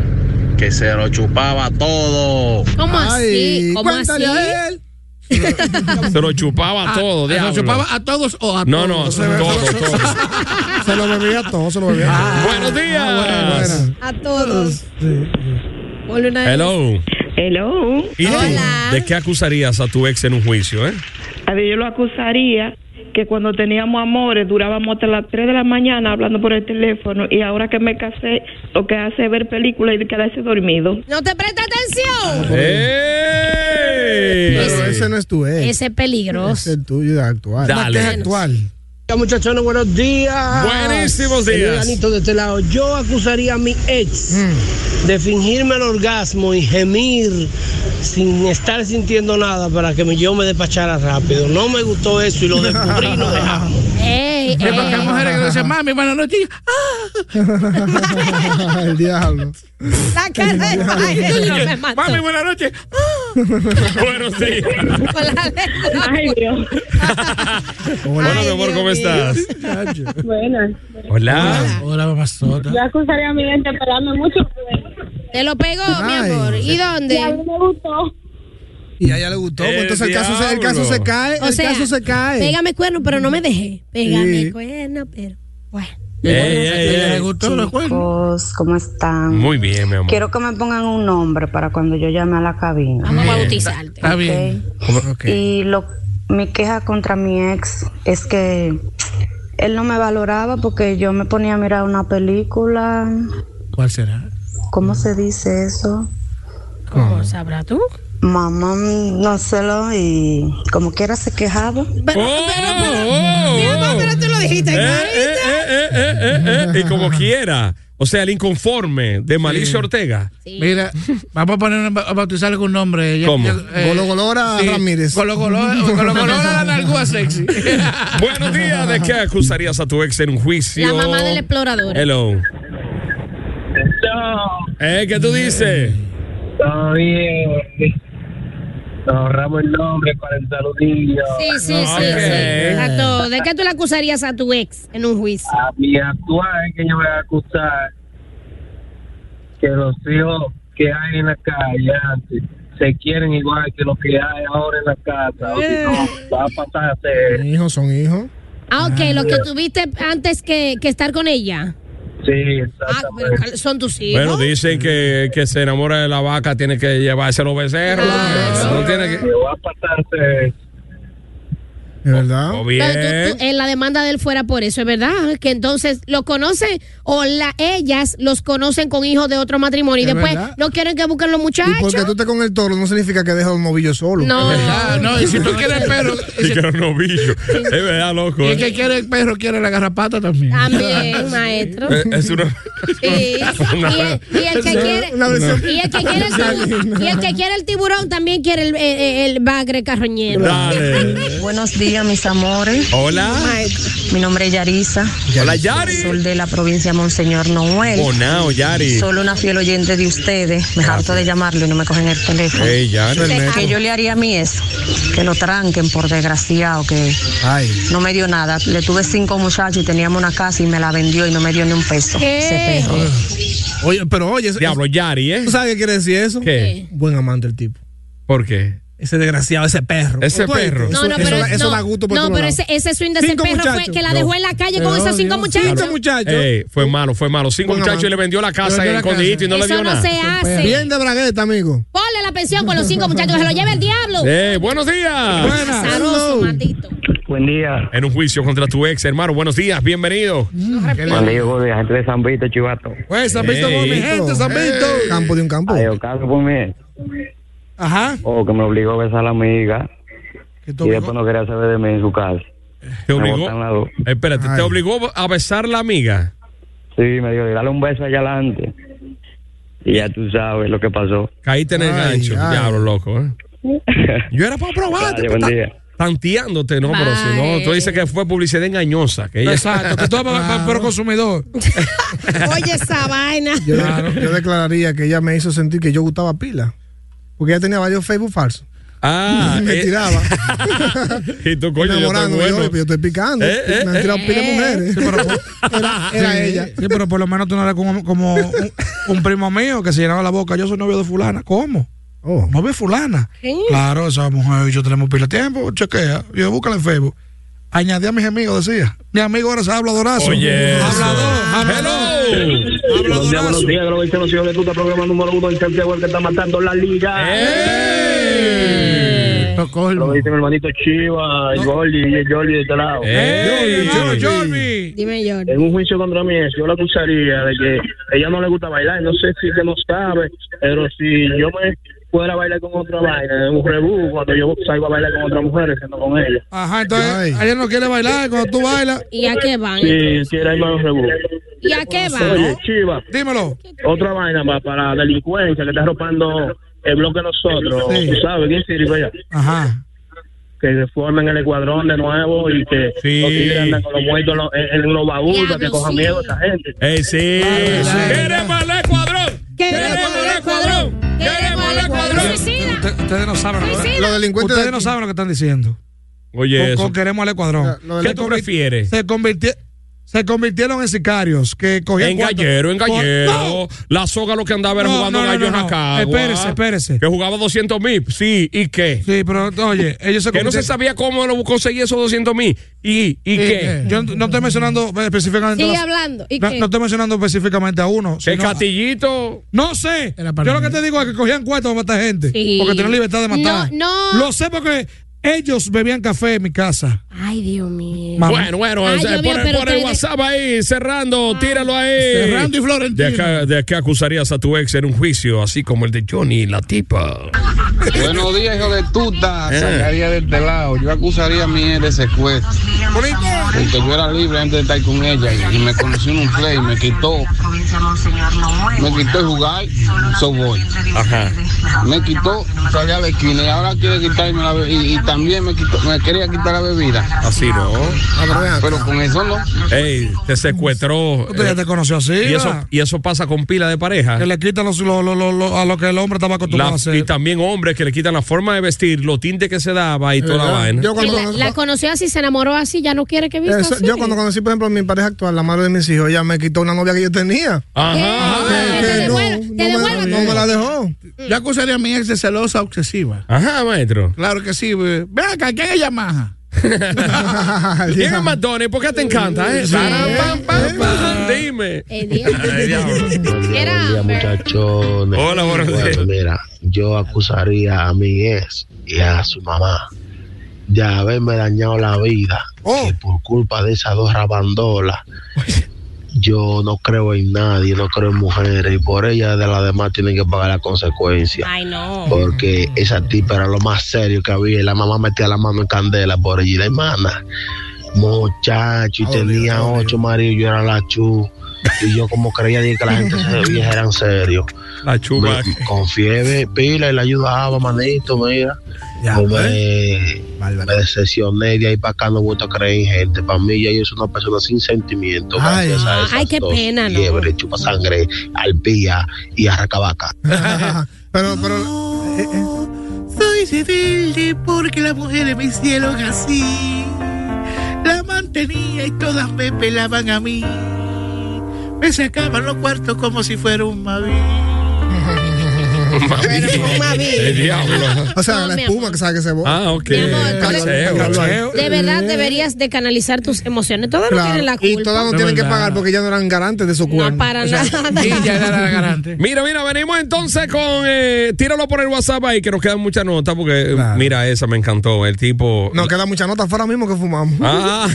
Speaker 23: Que se lo chupaba todo.
Speaker 4: ¿Cómo
Speaker 6: Ay,
Speaker 4: así? ¿Cómo
Speaker 6: cuéntale
Speaker 4: así?
Speaker 6: a
Speaker 2: Se lo chupaba a todo,
Speaker 7: Ah, ¿Se lo
Speaker 2: diablo.
Speaker 7: chupaba a todos o a
Speaker 2: No,
Speaker 7: todos?
Speaker 2: no, todo, todo.
Speaker 6: Se lo bebía todo, se lo bebía
Speaker 5: Ah,
Speaker 6: todo.
Speaker 2: Buenos días. Ah,
Speaker 4: A todos. Ponle una
Speaker 2: Hello.
Speaker 24: Hello.
Speaker 2: ¿Y tú? ¿De qué acusarías a tu ex en un juicio, eh?
Speaker 24: A ver, yo lo acusaría que cuando teníamos amores durábamos hasta las 3 de la mañana hablando por el teléfono y ahora que me casé lo que hace es ver películas y quedarse dormido.
Speaker 4: No te presta
Speaker 6: Ah,
Speaker 4: atención.
Speaker 6: Pero ese no es tu ex.
Speaker 4: Ese es peligroso.
Speaker 6: Ese es el tuyo actual.
Speaker 2: Dale.
Speaker 6: Este es actual.
Speaker 25: Hola, Muchachones, buenos días.
Speaker 2: Buenísimos días.
Speaker 25: Señor Danito, de este lado. Yo acusaría a mi ex
Speaker 2: Mm.
Speaker 25: de fingirme el orgasmo y gemir sin estar sintiendo nada para que me- yo me despachara rápido. No me gustó eso y lo descubrí y lo dejamos.
Speaker 4: Ey,
Speaker 7: Sí, porque hay
Speaker 25: ey.
Speaker 7: mujeres que dicen, mami, buenas noches.
Speaker 6: (laughs)
Speaker 7: ¡Ah!
Speaker 6: el diablo.
Speaker 4: La cara de Maelo me mató.
Speaker 7: Mami, buenas
Speaker 4: (laughs)
Speaker 7: noches.
Speaker 2: Buenos días.
Speaker 24: Ay, Dios.
Speaker 2: (laughs) Hola, mi amor, ¿cómo estás?
Speaker 24: Buenas.
Speaker 2: Hola.
Speaker 7: Hola, mamazota.
Speaker 24: Yo acusaría a mi gente de pegarme mucho.
Speaker 4: Te lo pegó, mi amor. ¿Y dónde?
Speaker 24: a mí me gustó.
Speaker 6: Y a ella le gustó. pues,
Speaker 7: El
Speaker 6: entonces el caso, se, el
Speaker 7: diablo.
Speaker 6: caso se cae.
Speaker 4: O
Speaker 6: el
Speaker 4: sea,
Speaker 6: caso se cae.
Speaker 4: Pégame cuerno, pero no me dejé. Pégame
Speaker 6: Sí.
Speaker 4: cuerno, pero. Bueno.
Speaker 26: Chicos, ¿cómo están?
Speaker 2: Muy bien, mi amor.
Speaker 26: Quiero que me pongan un nombre para cuando yo llame a la cabina.
Speaker 2: Vamos a Bien. bautizarte. Está
Speaker 26: Ok.
Speaker 2: bien. ¿Cómo? Ok.
Speaker 26: Y lo, mi queja contra mi ex es que él no me valoraba porque yo me ponía a mirar una película.
Speaker 7: ¿Cuál será?
Speaker 26: ¿Cómo se dice eso?
Speaker 4: ¿Cómo sabrás tú?
Speaker 26: Mamá, no sé lo, y como quiera se quejaba.
Speaker 3: Oh, (laughs)
Speaker 4: Mi amor, pero tú lo dijiste.
Speaker 2: Eh,
Speaker 4: ¿no?
Speaker 2: eh, eh, eh, eh, eh, eh. Y como quiera. O sea, el inconforme de Malicia Ortega.
Speaker 7: Mira, vamos a poner a bautizarle con un nombre. Yo-
Speaker 2: ¿Cómo?
Speaker 7: yo-
Speaker 2: Golo
Speaker 6: Golora Ramírez.
Speaker 7: Golo
Speaker 2: (laughs)
Speaker 7: Golora, Golo Golora la nalgúa sexy.
Speaker 2: Buenos días. ¿De qué acusarías a tu ex en un juicio?
Speaker 4: La mamá del explorador.
Speaker 2: Hello. Eh, ¿qué tú dices?
Speaker 23: Está bien.
Speaker 1: Nos ahorramos el nombre para el saludillo.
Speaker 4: Sí, sí,
Speaker 2: Ah,
Speaker 4: sí, sí. A todo. ¿De qué tú le acusarías a tu ex en un juicio?
Speaker 1: A mi actual es que yo voy a acusar que los hijos que hay en la calle antes se quieren igual que los que hay ahora en la casa. O si
Speaker 4: Eh.
Speaker 1: no, va a pasar a ser.
Speaker 6: Hijos son hijos.
Speaker 4: Ah, ok, lo que tuviste antes que, que estar con ella.
Speaker 1: Sí,
Speaker 4: Ah, pero ¿cuáles son tus hijos.
Speaker 2: Bueno, dicen que, que se enamora de la vaca, tiene que llevarse los becerros. No tiene que.
Speaker 6: ¿Es verdad?
Speaker 2: O
Speaker 4: Pero
Speaker 2: bien.
Speaker 4: tú- tú- eh, la demanda de él fuera por eso, es verdad. Que entonces lo conocen o la, ellas los conocen con hijos de otro matrimonio y
Speaker 6: Es
Speaker 4: después
Speaker 6: verdad.
Speaker 4: no quieren que busquen los
Speaker 6: Y porque
Speaker 4: muchachos.
Speaker 6: tú estés con el toro no significa que dejas un novillo solo.
Speaker 4: No. Es
Speaker 2: Ah,
Speaker 4: verdad,
Speaker 7: no, y si tú quieres perro,
Speaker 2: Y que era un novillo. Es verdad, loco.
Speaker 7: y el
Speaker 2: ¿eh?
Speaker 7: que quiere el perro quiere la garrapata también. (laughs)
Speaker 4: También, maestro.
Speaker 2: Eh, Es una.
Speaker 4: Sí.
Speaker 6: (laughs)
Speaker 4: Y el- y el que
Speaker 7: No,
Speaker 4: quiere-
Speaker 7: una versión-
Speaker 4: y el que quiere el tiburón- y el que quiere el tiburón también quiere el, el, el bagre carroñero. (laughs)
Speaker 2: Dale.
Speaker 26: Buenos días, mis amores.
Speaker 2: Hola.
Speaker 26: Mi nombre es Yarisa.
Speaker 2: Hola, Yari.
Speaker 26: Soy de la provincia de Monseñor Noel.
Speaker 2: Bonao, Yari.
Speaker 26: Solo una fiel oyente de ustedes. Me harto de llamarlo y no me cogen el teléfono.
Speaker 2: Ey, Yari.
Speaker 26: que yo le haría a mí eso, que lo tranquen por desgraciado, que no me dio nada. Le tuve cinco muchachos y teníamos una casa y me la vendió y no me dio ni un peso.
Speaker 4: ¿Qué?
Speaker 26: Ese perro.
Speaker 2: Ah.
Speaker 6: Oye, pero oye, eso-
Speaker 2: Diablo, Yari, ¿eh?
Speaker 6: ¿tú sabes qué quiere decir eso?
Speaker 2: ¿Qué?
Speaker 6: Buen amante el tipo.
Speaker 2: ¿por qué?
Speaker 6: Ese desgraciado, ese perro.
Speaker 2: Ese
Speaker 6: ¿Tú oíste?
Speaker 2: perro.
Speaker 6: Eso,
Speaker 4: Pues, No, no, pero,
Speaker 6: eso da-
Speaker 4: es-
Speaker 6: eso
Speaker 4: no,
Speaker 6: da gusto por
Speaker 4: no,
Speaker 6: todos
Speaker 4: pero
Speaker 6: lados.
Speaker 4: ese, ese swing de ese
Speaker 6: Cinco
Speaker 4: perro fue
Speaker 6: muchachos.
Speaker 4: que la dejó en la calle con
Speaker 6: Pero,
Speaker 4: esos cinco
Speaker 6: Dios,
Speaker 4: muchachos.
Speaker 6: Cinco muchachos.
Speaker 2: Ey, fue malo, fue malo. Cinco
Speaker 6: Buen
Speaker 2: muchachos y
Speaker 6: amante.
Speaker 2: le vendió la
Speaker 6: Le
Speaker 2: casa
Speaker 6: vendió
Speaker 2: en
Speaker 6: la
Speaker 2: Condito y no le
Speaker 4: Eso
Speaker 2: dio
Speaker 4: no
Speaker 2: nada.
Speaker 4: se hace.
Speaker 6: Bien de bragueta, amigo.
Speaker 4: Ponle la pensión con
Speaker 6: (laughs)
Speaker 4: los cinco muchachos, que se lo lleve el diablo.
Speaker 2: Eh, buenos días.
Speaker 4: Azaroso, maldito.
Speaker 1: Buen día.
Speaker 2: En un juicio contra tu ex, hermano. Buenos días, bienvenido.
Speaker 4: Mm.
Speaker 1: Buen día, Gordy, la gente de San Vito, Chivato.
Speaker 6: Pues, San Vito,
Speaker 2: Ey.
Speaker 6: con mi gente, San Vito. Campo de un campo.
Speaker 1: Ay, Ocasio, pues, mire,
Speaker 6: Ajá.
Speaker 1: oh, que me obligó a besar a la amiga
Speaker 6: Que tú-
Speaker 1: y después no quería saber de mí en su casa.
Speaker 2: Te
Speaker 1: Me
Speaker 2: obligó.
Speaker 1: botaron las dos.
Speaker 2: Espérate, te
Speaker 6: Ay.
Speaker 2: obligó a besar la amiga.
Speaker 1: Sí, me dijo, dale un beso allá adelante. Y ya tú sabes lo que pasó.
Speaker 2: Caíste en el
Speaker 6: Ay,
Speaker 2: gancho.
Speaker 6: ay.
Speaker 2: Diablo,
Speaker 1: (laughs)
Speaker 2: loco, ¿eh? Yo era para
Speaker 1: Dale,
Speaker 2: probarte. pero
Speaker 1: buen
Speaker 2: ta-
Speaker 1: día.
Speaker 2: Tanteándote, ¿no? Pero si no, tú dices que fue publicidad engañosa. Que ella...
Speaker 5: Exacto,
Speaker 2: (laughs)
Speaker 5: que tú eres perro consumidor.
Speaker 4: Oye, esa vaina.
Speaker 6: Yo, yo declararía que ella me hizo sentir que yo gustaba pila. Porque ella tenía varios Facebook falsos.
Speaker 2: Ah,
Speaker 6: (laughs) me
Speaker 2: eh,
Speaker 6: tiraba.
Speaker 2: y tú, (laughs) coño, yo estoy
Speaker 6: enamorándome. Yo, pero
Speaker 2: bueno.
Speaker 6: yo estoy picando.
Speaker 2: Eh, eh,
Speaker 6: me han tirado
Speaker 4: eh.
Speaker 6: pila de mujeres.
Speaker 5: Sí,
Speaker 6: (laughs)
Speaker 5: pero,
Speaker 6: Era, era
Speaker 5: Sí,
Speaker 6: ella.
Speaker 5: Sí, pero por lo menos tú no eres como, como un, un primo mío que se llenaba la boca. Yo soy novio de fulana. ¿Cómo?
Speaker 6: Oh.
Speaker 5: Novio de fulana. Claro, esa mujer y yo tenemos pila de tiempo. Chequea. Yo búscala en Facebook. Añadí a mis amigos, decía. Mi amigo ahora se habla dorazo.
Speaker 2: Oye, eso.
Speaker 5: Hablador, hablador.
Speaker 1: Buenos
Speaker 2: Hello.
Speaker 1: días, buenos
Speaker 5: Habladorazo.
Speaker 1: días, Globo Vicente, los hijos de puta, programa número uno en Santiago, el que está matando la liga.
Speaker 2: ¡Ey!
Speaker 7: Tocó el-
Speaker 1: Lo dice mi hermanito Chiva, el Gordy y el Jordi de este lado.
Speaker 2: ¡Ey!
Speaker 5: Yo, Jordi.
Speaker 4: Dime, Jordi.
Speaker 1: En un juicio contra mí, yo la acusaría de que ella no le gusta bailar. No sé si que no sabe, pero si yo me fuera a bailar con otra vaina, en un rebú, cuando yo salgo a bailar con otra mujer, siendo con ella.
Speaker 5: Ajá, entonces
Speaker 6: Ay.
Speaker 5: ella no quiere bailar. Cuando tú bailas,
Speaker 4: ¿Y a qué van?
Speaker 1: Si quiere ir más a un rebú.
Speaker 4: ¿Y a qué van?
Speaker 1: Oye, Chiva,
Speaker 5: dímelo.
Speaker 1: otra vaina pa- para la delincuencia que está arropando el bloque de nosotros.
Speaker 5: Sí.
Speaker 1: ¿Tú sabes quién sirve ya?
Speaker 5: Ajá.
Speaker 1: que se formen el escuadrón de nuevo y que
Speaker 2: Sí.
Speaker 1: los tigres andan con los muertos en los- en, en los baúles, para que
Speaker 4: Diablo,
Speaker 1: cojan
Speaker 4: sí.
Speaker 1: miedo a esta gente.
Speaker 2: ¡Ey, sí! ¡Queremos el escuadrón!
Speaker 4: Queremos el escuadrón. Queremos el escuadrón. Suicida.
Speaker 5: Ustedes ustedes no saben. lo que-
Speaker 4: Suicida.
Speaker 6: Los delincuentes.
Speaker 5: Ustedes
Speaker 6: de
Speaker 5: no
Speaker 6: aquí.
Speaker 5: saben lo que están diciendo.
Speaker 2: Oye,
Speaker 5: Con-
Speaker 2: eso.
Speaker 5: con queremos al escuadrón.
Speaker 6: Lo de
Speaker 2: ¿Qué tú prefieres?
Speaker 5: se, convirti- se convirtieron en sicarios que cogían
Speaker 2: En
Speaker 5: cuatro-
Speaker 2: gallero, en
Speaker 5: Co-
Speaker 2: gallero.
Speaker 5: ¡No!
Speaker 2: La soga lo que andaba era
Speaker 5: No,
Speaker 2: jugando
Speaker 5: no, no,
Speaker 2: gallos
Speaker 5: no, no.
Speaker 2: acá.
Speaker 5: Espérese, espérese.
Speaker 2: Que jugaba 200 mil. Sí, ¿y qué?
Speaker 5: Sí, pero oye, ellos se
Speaker 2: Que no
Speaker 5: convirtieron-
Speaker 2: se
Speaker 5: Eh,
Speaker 2: sabía cómo lo conseguía esos 200 mil. ¿Y, ¿Y qué?
Speaker 5: Yo no no estoy mencionando eh, pues, específicamente.
Speaker 4: Sigue
Speaker 5: las-
Speaker 4: hablando. ¿Y
Speaker 5: no,
Speaker 4: qué?
Speaker 5: no estoy mencionando específicamente a uno.
Speaker 2: El
Speaker 5: sino-
Speaker 2: catillito.
Speaker 5: No sé.
Speaker 7: Era para
Speaker 5: Yo lo que
Speaker 7: mí.
Speaker 5: te digo es que cogían cuatro para matar gente.
Speaker 4: Sí.
Speaker 5: Porque tenían libertad de matar.
Speaker 4: No, no.
Speaker 5: Lo sé porque ellos bebían café en mi casa.
Speaker 4: Ay, Dios mío.
Speaker 5: Mamá.
Speaker 2: Bueno, bueno,
Speaker 4: Ay,
Speaker 2: o sea,
Speaker 4: Dios mío,
Speaker 2: pon,
Speaker 4: pero
Speaker 2: pon el
Speaker 4: ustedes- Ah.
Speaker 2: WhatsApp ahí, cerrando, tíralo ahí.
Speaker 5: eh,
Speaker 7: Cerrando y Florentino.
Speaker 2: ¿De acá, ¿De acá acusarías a tu ex en un juicio, así como el de Johnny y la tipa?
Speaker 12: Buenos días, hijo de tuta. Sacaría de este lado. Yo acusaría a mi ex de secuestro. Porque yo era libre antes de estar con ella y, y me conoció en un play, me quitó. Me quitó el jugar, softball.
Speaker 2: Ajá.
Speaker 12: Me quitó salir a la esquina y ahora quiere quitarme la bebida. Y, y también me, quitó- me quería quitar la bebida.
Speaker 2: Así no.
Speaker 5: Ah,
Speaker 12: Pero con eso no.
Speaker 2: Ey, te secuestró.
Speaker 5: Usted ya
Speaker 2: eh,
Speaker 5: te conoció así.
Speaker 2: y, eso,
Speaker 5: ¿verdad?
Speaker 2: y eso pasa con pila de pareja.
Speaker 5: Que le quitan los, lo- lo- lo- lo- a lo que el hombre estaba acostumbrado
Speaker 2: La-
Speaker 5: a hacer.
Speaker 2: y también hombres que le quitan la forma de vestir, los tintes que se daba y toda la
Speaker 6: verdad.
Speaker 2: vaina.
Speaker 4: (laughs)
Speaker 6: Yo cuando-
Speaker 4: La, la conoció así, se enamoró así, ya no quiere que viva
Speaker 6: Eso-
Speaker 4: así.
Speaker 6: yo cuando conocí, por ejemplo, a mi pareja actual, la madre de mis hijos, ella me quitó una novia que yo tenía.
Speaker 2: Ajá.
Speaker 6: Que- que no, no me- no me la dejó.
Speaker 7: Yo acusaría a mi ex de celosa obsesiva.
Speaker 2: Mm. Ajá, maestro.
Speaker 7: Claro que sí. Ve Ve acá, ¿quién es
Speaker 2: (laughs)
Speaker 7: Yamaha?
Speaker 2: ¿Quién es Madonna? ¿Y ¿Por qué te encanta? eh? Taram, pam, pam, pam. Dime.
Speaker 4: Eh,
Speaker 2: Ay, diablo.
Speaker 4: Era Amber.
Speaker 23: muchachones.
Speaker 2: Hola, buenos
Speaker 23: Bueno,
Speaker 2: días.
Speaker 23: mira, yo acusaría a mi ex y a su mamá de haberme dañado la vida.
Speaker 2: Oh.
Speaker 23: que por culpa de esas dos rabandolas, yo no creo en nadie, no creo en mujeres. Y por ellas de las demás tienen que pagar la consecuencia.
Speaker 4: Ay, no.
Speaker 23: Porque esa tipa era lo más serio que había. y La mamá metía la mano en candela por allí. La hermana, muchacho, y tenía ocho maridos. Yo era la chu. Y yo, como creía dije que la gente se debía, eran serios.
Speaker 2: La chuba.
Speaker 23: Confié, ve, pila, y le ayudaba, manito, mira. Yo me, me decepcioné de ahí para acá. No gusta creer en gente. Para mí, ya yo soy una persona sin sentimiento.
Speaker 4: Ay.
Speaker 23: gracias a esas
Speaker 4: Ay, qué
Speaker 23: dos
Speaker 4: pena, ¿no?
Speaker 23: Liebres, chupa sangre, alpía y arracabaca.
Speaker 7: Eh,
Speaker 6: pero, pero.
Speaker 7: Soy rebelde porque las mujeres me hicieron así. La mantenía y todas me pelaban a mí. Me sacaban los cuartos como si fuera un mavi.
Speaker 2: (laughs) El diablo.
Speaker 6: O sea, la espuma que sabe que se bota.
Speaker 2: Ah, ok.
Speaker 6: Cacheo. Cacheo.
Speaker 4: De verdad deberías de canalizar tus emociones. Todas
Speaker 6: Claro,
Speaker 4: no tienen la culpa.
Speaker 6: Y todas no tienen que pagar porque ya no eran garantes de su cuerpo.
Speaker 4: para nada.
Speaker 2: Mira, mira, venimos entonces con. eh, tíralo por el WhatsApp ahí, que nos quedan muchas notas, porque eh, mira, esa me encantó. El tipo.
Speaker 6: Nos queda mucha nota fuera mismo que fumamos.
Speaker 2: Ah.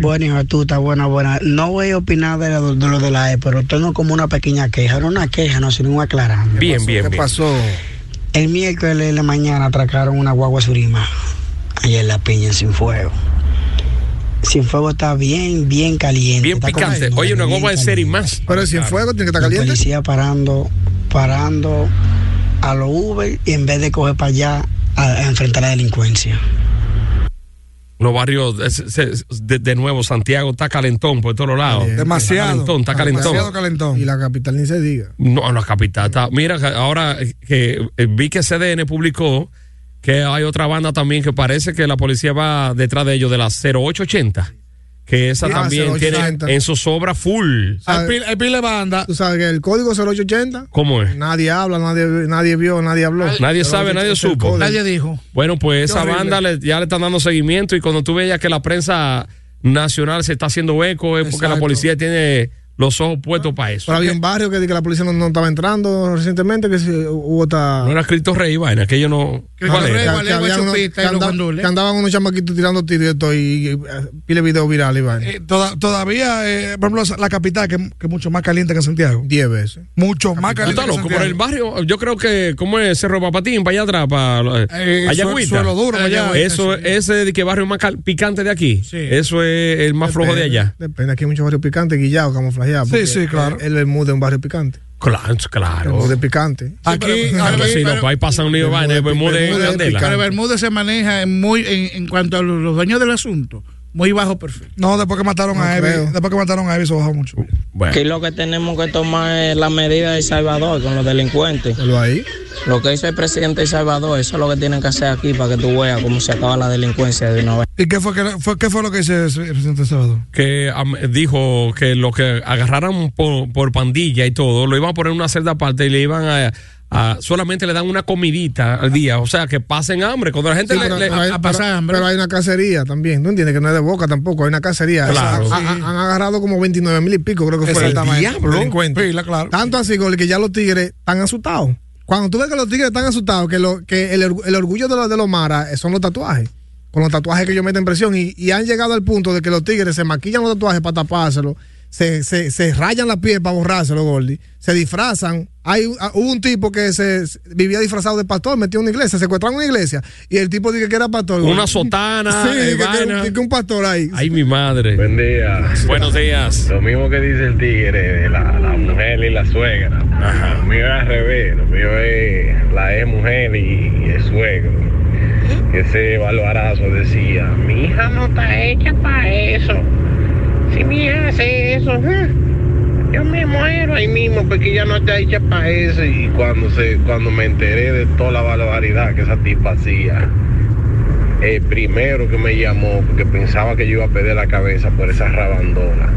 Speaker 9: Bueno, hijo de tuta, buena, buena. No voy a opinar de lo de, lo de la E, pero tengo como una pequeña queja. No una queja, no, sino un aclarante.
Speaker 2: Bien, bien, bien.
Speaker 6: pasó?
Speaker 9: El miércoles en la mañana atracaron una guagua surima. Allá en la piña, en sin fuego. Sin fuego está bien, bien caliente.
Speaker 2: Bien
Speaker 9: está como
Speaker 2: picante.
Speaker 9: fría,
Speaker 2: Oye, una
Speaker 9: bien
Speaker 2: goma de serie más.
Speaker 6: Pero si en fuego tiene que estar
Speaker 9: La
Speaker 6: caliente.
Speaker 9: policía parando, parando a los Uber y en vez de coger para allá a, a enfrentar la delincuencia.
Speaker 2: Los barrios, eh, se- se- de, de nuevo, Santiago está calentón por todos lados.
Speaker 6: Demasiado.
Speaker 2: Está calentón, está calentón.
Speaker 6: Demasiado calentón. Y la capital ni se diga.
Speaker 2: No, la capital está. Mira, que ahora eh, que eh, vi que CDN publicó que hay otra banda también que parece que la policía va detrás de ellos, de la 0880. Que esa
Speaker 6: Ah,
Speaker 2: también
Speaker 6: 0880.
Speaker 2: tiene en sus obras full.
Speaker 6: El pile banda. Tú sabes que el código 0880,
Speaker 2: ¿Cómo es?
Speaker 6: nadie habla, nadie, nadie vio, nadie habló.
Speaker 2: Nadie sabe, nadie supo.
Speaker 6: Nadie dijo.
Speaker 2: Bueno, pues
Speaker 6: Qué
Speaker 2: esa
Speaker 6: horrible.
Speaker 2: banda le- ya le están dando seguimiento y cuando tú veas que la prensa nacional se está haciendo eco es porque la
Speaker 6: Exacto.
Speaker 2: policía tiene los ojos puestos para eso.
Speaker 6: Pero había un barrio que, di que la policía no, no estaba entrando recientemente, que si hubo esta...
Speaker 2: No era Cristo Rey, vaina, que yo no... ¿Cuál
Speaker 6: que-
Speaker 2: era?
Speaker 6: que había unos- que
Speaker 7: y los
Speaker 6: andaba-
Speaker 7: guandules.
Speaker 6: que andaban unos chamaquitos tirando tiros y esto, y, y, eh, pile video viral, Iván.
Speaker 7: Eh, toda- todavía, eh, por ejemplo, la capital, que es mucho más caliente que Santiago.
Speaker 6: Diez veces.
Speaker 7: Mucho más
Speaker 2: Tú
Speaker 7: caliente que
Speaker 2: estás loco, por el
Speaker 7: Santiago.
Speaker 2: barrio, yo creo que, ¿cómo es Cerro Papatín, para allá atrás, para
Speaker 7: Eh,
Speaker 2: Ayagüita?
Speaker 7: suelo- suelo duro, Ayagüita,
Speaker 2: Eso, ese de que barrio más cal- picante de aquí, eso es el más flojo de allá.
Speaker 6: Depende, aquí hay muchos barrios picantes, guillados, camuflajeados.
Speaker 7: Sí,
Speaker 6: porque
Speaker 7: sí, claro.
Speaker 6: El, el Bermuda es un barrio picante.
Speaker 2: Claro,
Speaker 6: El
Speaker 2: claro.
Speaker 6: Bermuda es picante. (laughs)
Speaker 7: Aquí,
Speaker 2: Claro que
Speaker 7: aquí,
Speaker 2: sí,
Speaker 7: pero-
Speaker 2: loco, ahí pasa un lío, vaina, después mude en candela.
Speaker 7: Pero Bermúdez se maneja en muy en, en cuanto a los, los dueños del asunto, muy bajo perfil.
Speaker 6: No, después que mataron
Speaker 7: a Eve,
Speaker 6: después que mataron a Eve se bajó mucho.
Speaker 27: Aquí lo que tenemos que tomar es la medida de El Salvador con los delincuentes. Lo que hizo el presidente de El Salvador, eso es lo que tienen que hacer aquí para que tú veas cómo se acaba la delincuencia de una vez.
Speaker 6: ¿Y qué fue, que, fue, qué fue lo que hizo el presidente Salvador?
Speaker 2: que am, dijo que lo que agarraran por, por pandilla y todo, lo iban a poner en una celda aparte y le iban a, a- solamente le dan una comidita al día, o sea, que pasen hambre. Cuando la gente
Speaker 6: Sí,
Speaker 2: le,
Speaker 6: pero,
Speaker 2: le-
Speaker 6: hay- pero- pero hay una cacería también. No entiendes que no es de boca tampoco. Hay una cacería. Ah,
Speaker 2: Claro.
Speaker 6: O sea, ha- ha- han agarrado como 29 mil y pico, creo que fue
Speaker 7: El
Speaker 6: tamaño.
Speaker 7: diablo.
Speaker 6: Delincuentes. Tanto así, Goli, que ya los tigres están asustados. Cuando tú ves que los tigres están asustados, que, lo, que el, or- el orgullo de los, de los maras eh, son los tatuajes. Con los tatuajes que ellos meten presión. Y, y han llegado al punto de que los tigres se maquillan los tatuajes para tapárselos. Se, se, se rayan la piel para borrárselo, Gordy. Se disfrazan. Hay, un- ah, hubo un tipo que se, se- vivía disfrazado de pastor, metió una iglesia, secuestraron una iglesia. Y el tipo dice que era pastor. Gordy.
Speaker 2: una sotana,
Speaker 6: (laughs) Sí,
Speaker 2: eh,
Speaker 6: que- que-
Speaker 2: vaina.
Speaker 6: que un pastor ahí.
Speaker 2: Ay, mi madre.
Speaker 10: Buen día.
Speaker 2: Buenos días.
Speaker 10: Lo mismo que dice el tigre de la, la mujer y la suegra. Lo mío es al revés. Lo mío es la ex mujer y, y el suegro. Ese balorazo decía, mi hija no está hecha para eso. Si mi hija hace eso, ¿eh? Yo me muero ahí mismo porque ya no está hecha para eso. Y cuando, se, cuando me enteré de toda la barbaridad que esa tipa hacía, el primero que me llamó porque pensaba que yo iba a perder la cabeza por esa rabandola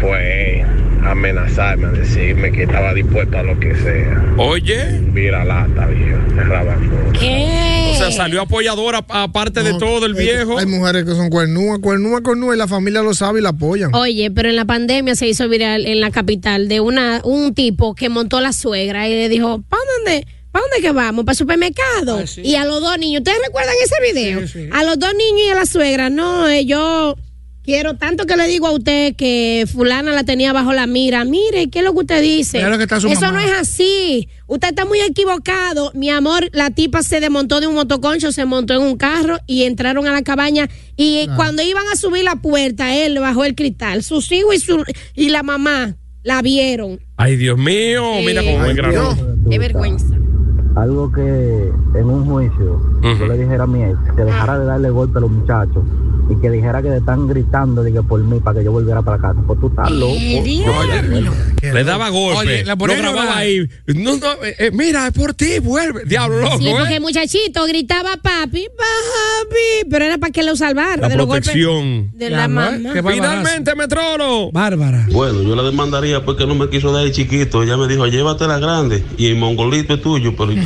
Speaker 10: fue él, amenazarme, a decirme que estaba dispuesto a lo que sea.
Speaker 2: Oye.
Speaker 10: Mira lata, viejo, de rabandola.
Speaker 4: ¿Qué?
Speaker 2: O sea, salió apoyadora aparte de
Speaker 6: No,
Speaker 2: todo el
Speaker 6: hay-
Speaker 2: viejo.
Speaker 6: Hay mujeres que son cuernúas, cuernúas, cuernúas, y la familia lo sabe y la apoyan.
Speaker 2: Oh.
Speaker 4: Oye, pero en la pandemia se hizo viral en la capital de una un tipo que montó la suegra y le dijo, ¿para dónde? ¿Para dónde que vamos? ¿Para supermercado?
Speaker 6: Ah,
Speaker 4: Y a los dos niños, ¿ustedes recuerdan ese video? A los dos niños y a la suegra, no, eh, yo quiero tanto que le digo a usted que fulana la tenía bajo la mira. Mire, ¿qué es lo que usted dice?
Speaker 7: Mira lo que está su
Speaker 4: Eso
Speaker 7: mamá.
Speaker 4: no es así. Usted está muy equivocado. Mi amor, la tipa se desmontó de un motoconcho, se montó en un carro y entraron a la cabaña. Y eh,
Speaker 18: Claro.
Speaker 4: cuando iban a subir la puerta, él bajó el cristal. Sus hijos y, su, y la mamá la vieron.
Speaker 2: Ay, Dios mío, mira cómo es grano.
Speaker 4: Qué vergüenza.
Speaker 13: Algo que en un juicio yo le dijera a mi ex que dejara de darle golpe a los muchachos y que dijera que le están gritando de que por mí para que yo volviera para casa. Pues tú estás loco.
Speaker 2: Le daba golpe.
Speaker 13: Oye, la
Speaker 2: lo
Speaker 13: ponía en
Speaker 2: grababa
Speaker 13: orar.
Speaker 2: ahí. No, no, eh, eh, mira, es por ti, vuelve. Diablo loco,
Speaker 4: Sí, porque
Speaker 2: ¿eh?
Speaker 4: el muchachito gritaba papi, papi, pero era para que lo salvara.
Speaker 2: La
Speaker 4: de los golpes
Speaker 2: protección.
Speaker 4: de la mamá.
Speaker 2: Finalmente, Metrolo.
Speaker 19: Bárbara. Bueno, yo la demandaría porque no me quiso dar el chiquito. Ella me dijo, llévatela grande y el mongolito es tuyo. Pero...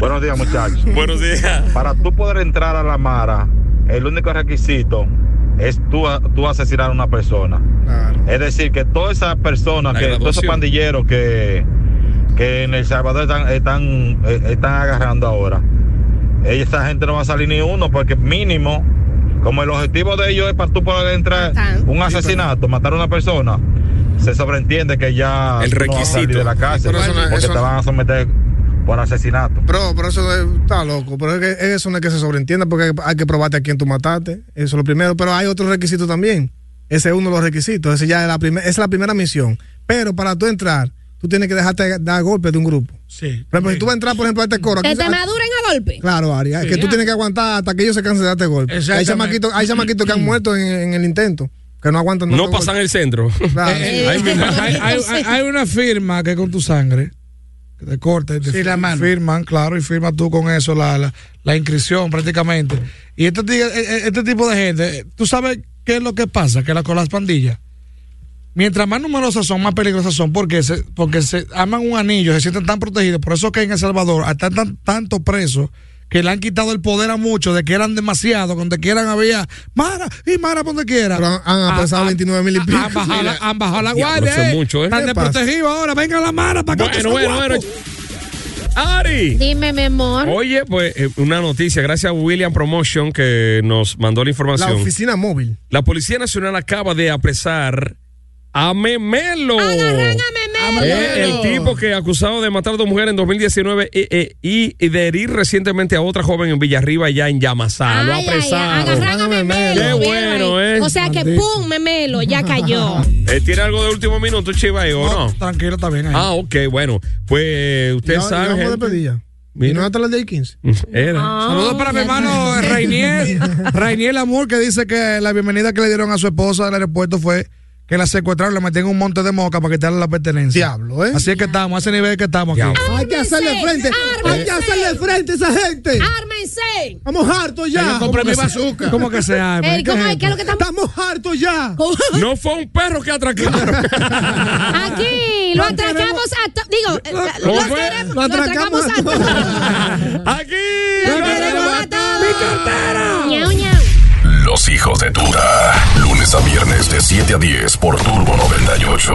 Speaker 22: Buenos días, muchachos.
Speaker 2: Buenos días.
Speaker 22: Para tú poder entrar a la Mara, el único requisito es tú, tú asesinar a una persona. Es decir, que todas esas personas,
Speaker 21: La
Speaker 22: que todos esos
Speaker 21: graduación.
Speaker 22: pandilleros que, que en El Salvador están, están, eh, están agarrando ahora, esa gente no va a salir ni uno, porque mínimo, como el objetivo de ellos es para tú poder entrar un asesinato, matar a una persona, se sobreentiende que ya
Speaker 6: El
Speaker 22: tú no vas a salir
Speaker 6: requisito.
Speaker 22: de la cárcel,
Speaker 6: Pero eso no-
Speaker 22: porque
Speaker 6: eso
Speaker 22: te
Speaker 6: no-
Speaker 22: van a someter por asesinato.
Speaker 6: Pero, pero eso es- está loco. Pero es que eso no es que se sobreentienda porque hay que probarte a quién tú mataste. Eso es lo primero. Pero hay otro requisito también. Ese es uno de los requisitos. Ese ya es la, primer- esa es la primera misión. Pero para tú entrar, tú tienes que dejarte dar golpes de un grupo.
Speaker 7: Sí.
Speaker 6: Por ejemplo, si tú vas a entrar, por ejemplo, a este coro.
Speaker 4: Que
Speaker 6: aquí-
Speaker 4: te maduren a golpe.
Speaker 6: Claro, Ari, es
Speaker 4: Sí,
Speaker 6: que tú
Speaker 4: ya.
Speaker 6: tienes que aguantar hasta que ellos se cansen de darte golpe. Hay
Speaker 2: Exactamente.
Speaker 6: chamaquitos, hay chamaquitos
Speaker 2: (clears throat)
Speaker 6: que han muerto en, en el intento, que no aguantan.
Speaker 2: No
Speaker 6: tanto golpe.
Speaker 2: pasan el centro.
Speaker 6: Eh, eh,
Speaker 2: Ahí mismo.
Speaker 6: eh,
Speaker 5: hay, hay- hay- hay una firma que con tu sangre que te corta y te fir- firman, claro, y firma tú con eso la, la, la inscripción prácticamente. Y este, ti- eh, eh, este tipo de gente, eh, tú sabes qué es lo que pasa, que la, con las pandillas, mientras más numerosas son, más peligrosas son, porque se, porque se aman un anillo, se sienten tan protegidos. Por eso que en El Salvador están tan, tantos presos que le han quitado el poder a muchos de que eran demasiado, donde quieran había Mara y Mara por donde quiera. Ah,
Speaker 6: han apresado 29 mil y pico.
Speaker 5: Han bajado, la- han bajado la
Speaker 6: Diablo,
Speaker 5: guardia.
Speaker 6: eso es
Speaker 5: eh.
Speaker 6: mucho, ¿eh?
Speaker 5: Están
Speaker 6: ¿Qué pasa?
Speaker 5: desprotegidos ahora. Venga la mara para que
Speaker 2: Bueno, bueno, bueno. Ari.
Speaker 4: Dime, mi amor.
Speaker 2: Oye, pues eh, una noticia, gracias a William Promotion que nos mandó la información.
Speaker 6: La oficina móvil.
Speaker 2: La Policía Nacional acaba de apresar a Memelo. Eh, el tipo que acusado de matar a dos mujeres en 2019 y, eh, y- y de herir recientemente a otra joven en Villarriba, ya en Yamasá. Lo
Speaker 4: Ay, ay, ay,
Speaker 2: apresaron.
Speaker 4: agarran a Memelo.
Speaker 2: Qué
Speaker 4: vieron
Speaker 2: bueno,
Speaker 4: ahí.
Speaker 2: ¿eh?
Speaker 4: O sea que, pum, Memelo, ya cayó.
Speaker 2: (laughs) Eh, ¿Tiene algo de último minuto, Chiva, ahí, o no?
Speaker 6: Tranquilo, está bien ahí.
Speaker 2: Ah, ok, bueno. Pues usted
Speaker 6: Ya- ya
Speaker 2: sabe.
Speaker 6: vamos de
Speaker 2: gente.
Speaker 6: pedilla.
Speaker 2: Mira.
Speaker 6: Y no hasta las 10 y 15.
Speaker 2: Era.
Speaker 4: Ah.
Speaker 6: Saludos
Speaker 5: Ah. para
Speaker 3: (laughs)
Speaker 5: mi hermano Reinier, Reinier Amor, que dice que la bienvenida que le dieron a su esposa del aeropuerto fue que la secuestraron, la metieron en un monte de moca para quitarle la pertenencia. Diablo, ¿eh? Así es que estamos, a ese nivel que estamos aquí.
Speaker 6: Hay que hacerle frente. Hay que hacerle frente a esa gente.
Speaker 4: ¡Ármense!
Speaker 6: Estamos hartos ya.
Speaker 5: Ay, yo compré mi bazooka.
Speaker 6: ¿Cómo que se arma?
Speaker 4: Ey, ¿cómo es? ¿Qué es lo que estamos?
Speaker 6: hartos ya.
Speaker 2: No fue un perro que
Speaker 4: (laughs)
Speaker 2: atracaron.
Speaker 4: Aquí lo atracamos a to- Digo, eh, lo,
Speaker 2: ¿Cómo fue?
Speaker 4: queremos- lo atracamos a todos.
Speaker 2: ¡Aquí!
Speaker 4: ¡Lo queremos a todos! ¡Mi cartera! ¡Ñau, ñau!
Speaker 17: Los hijos de Tuta. Lunes a viernes de 7 a 10 por Turbo 98.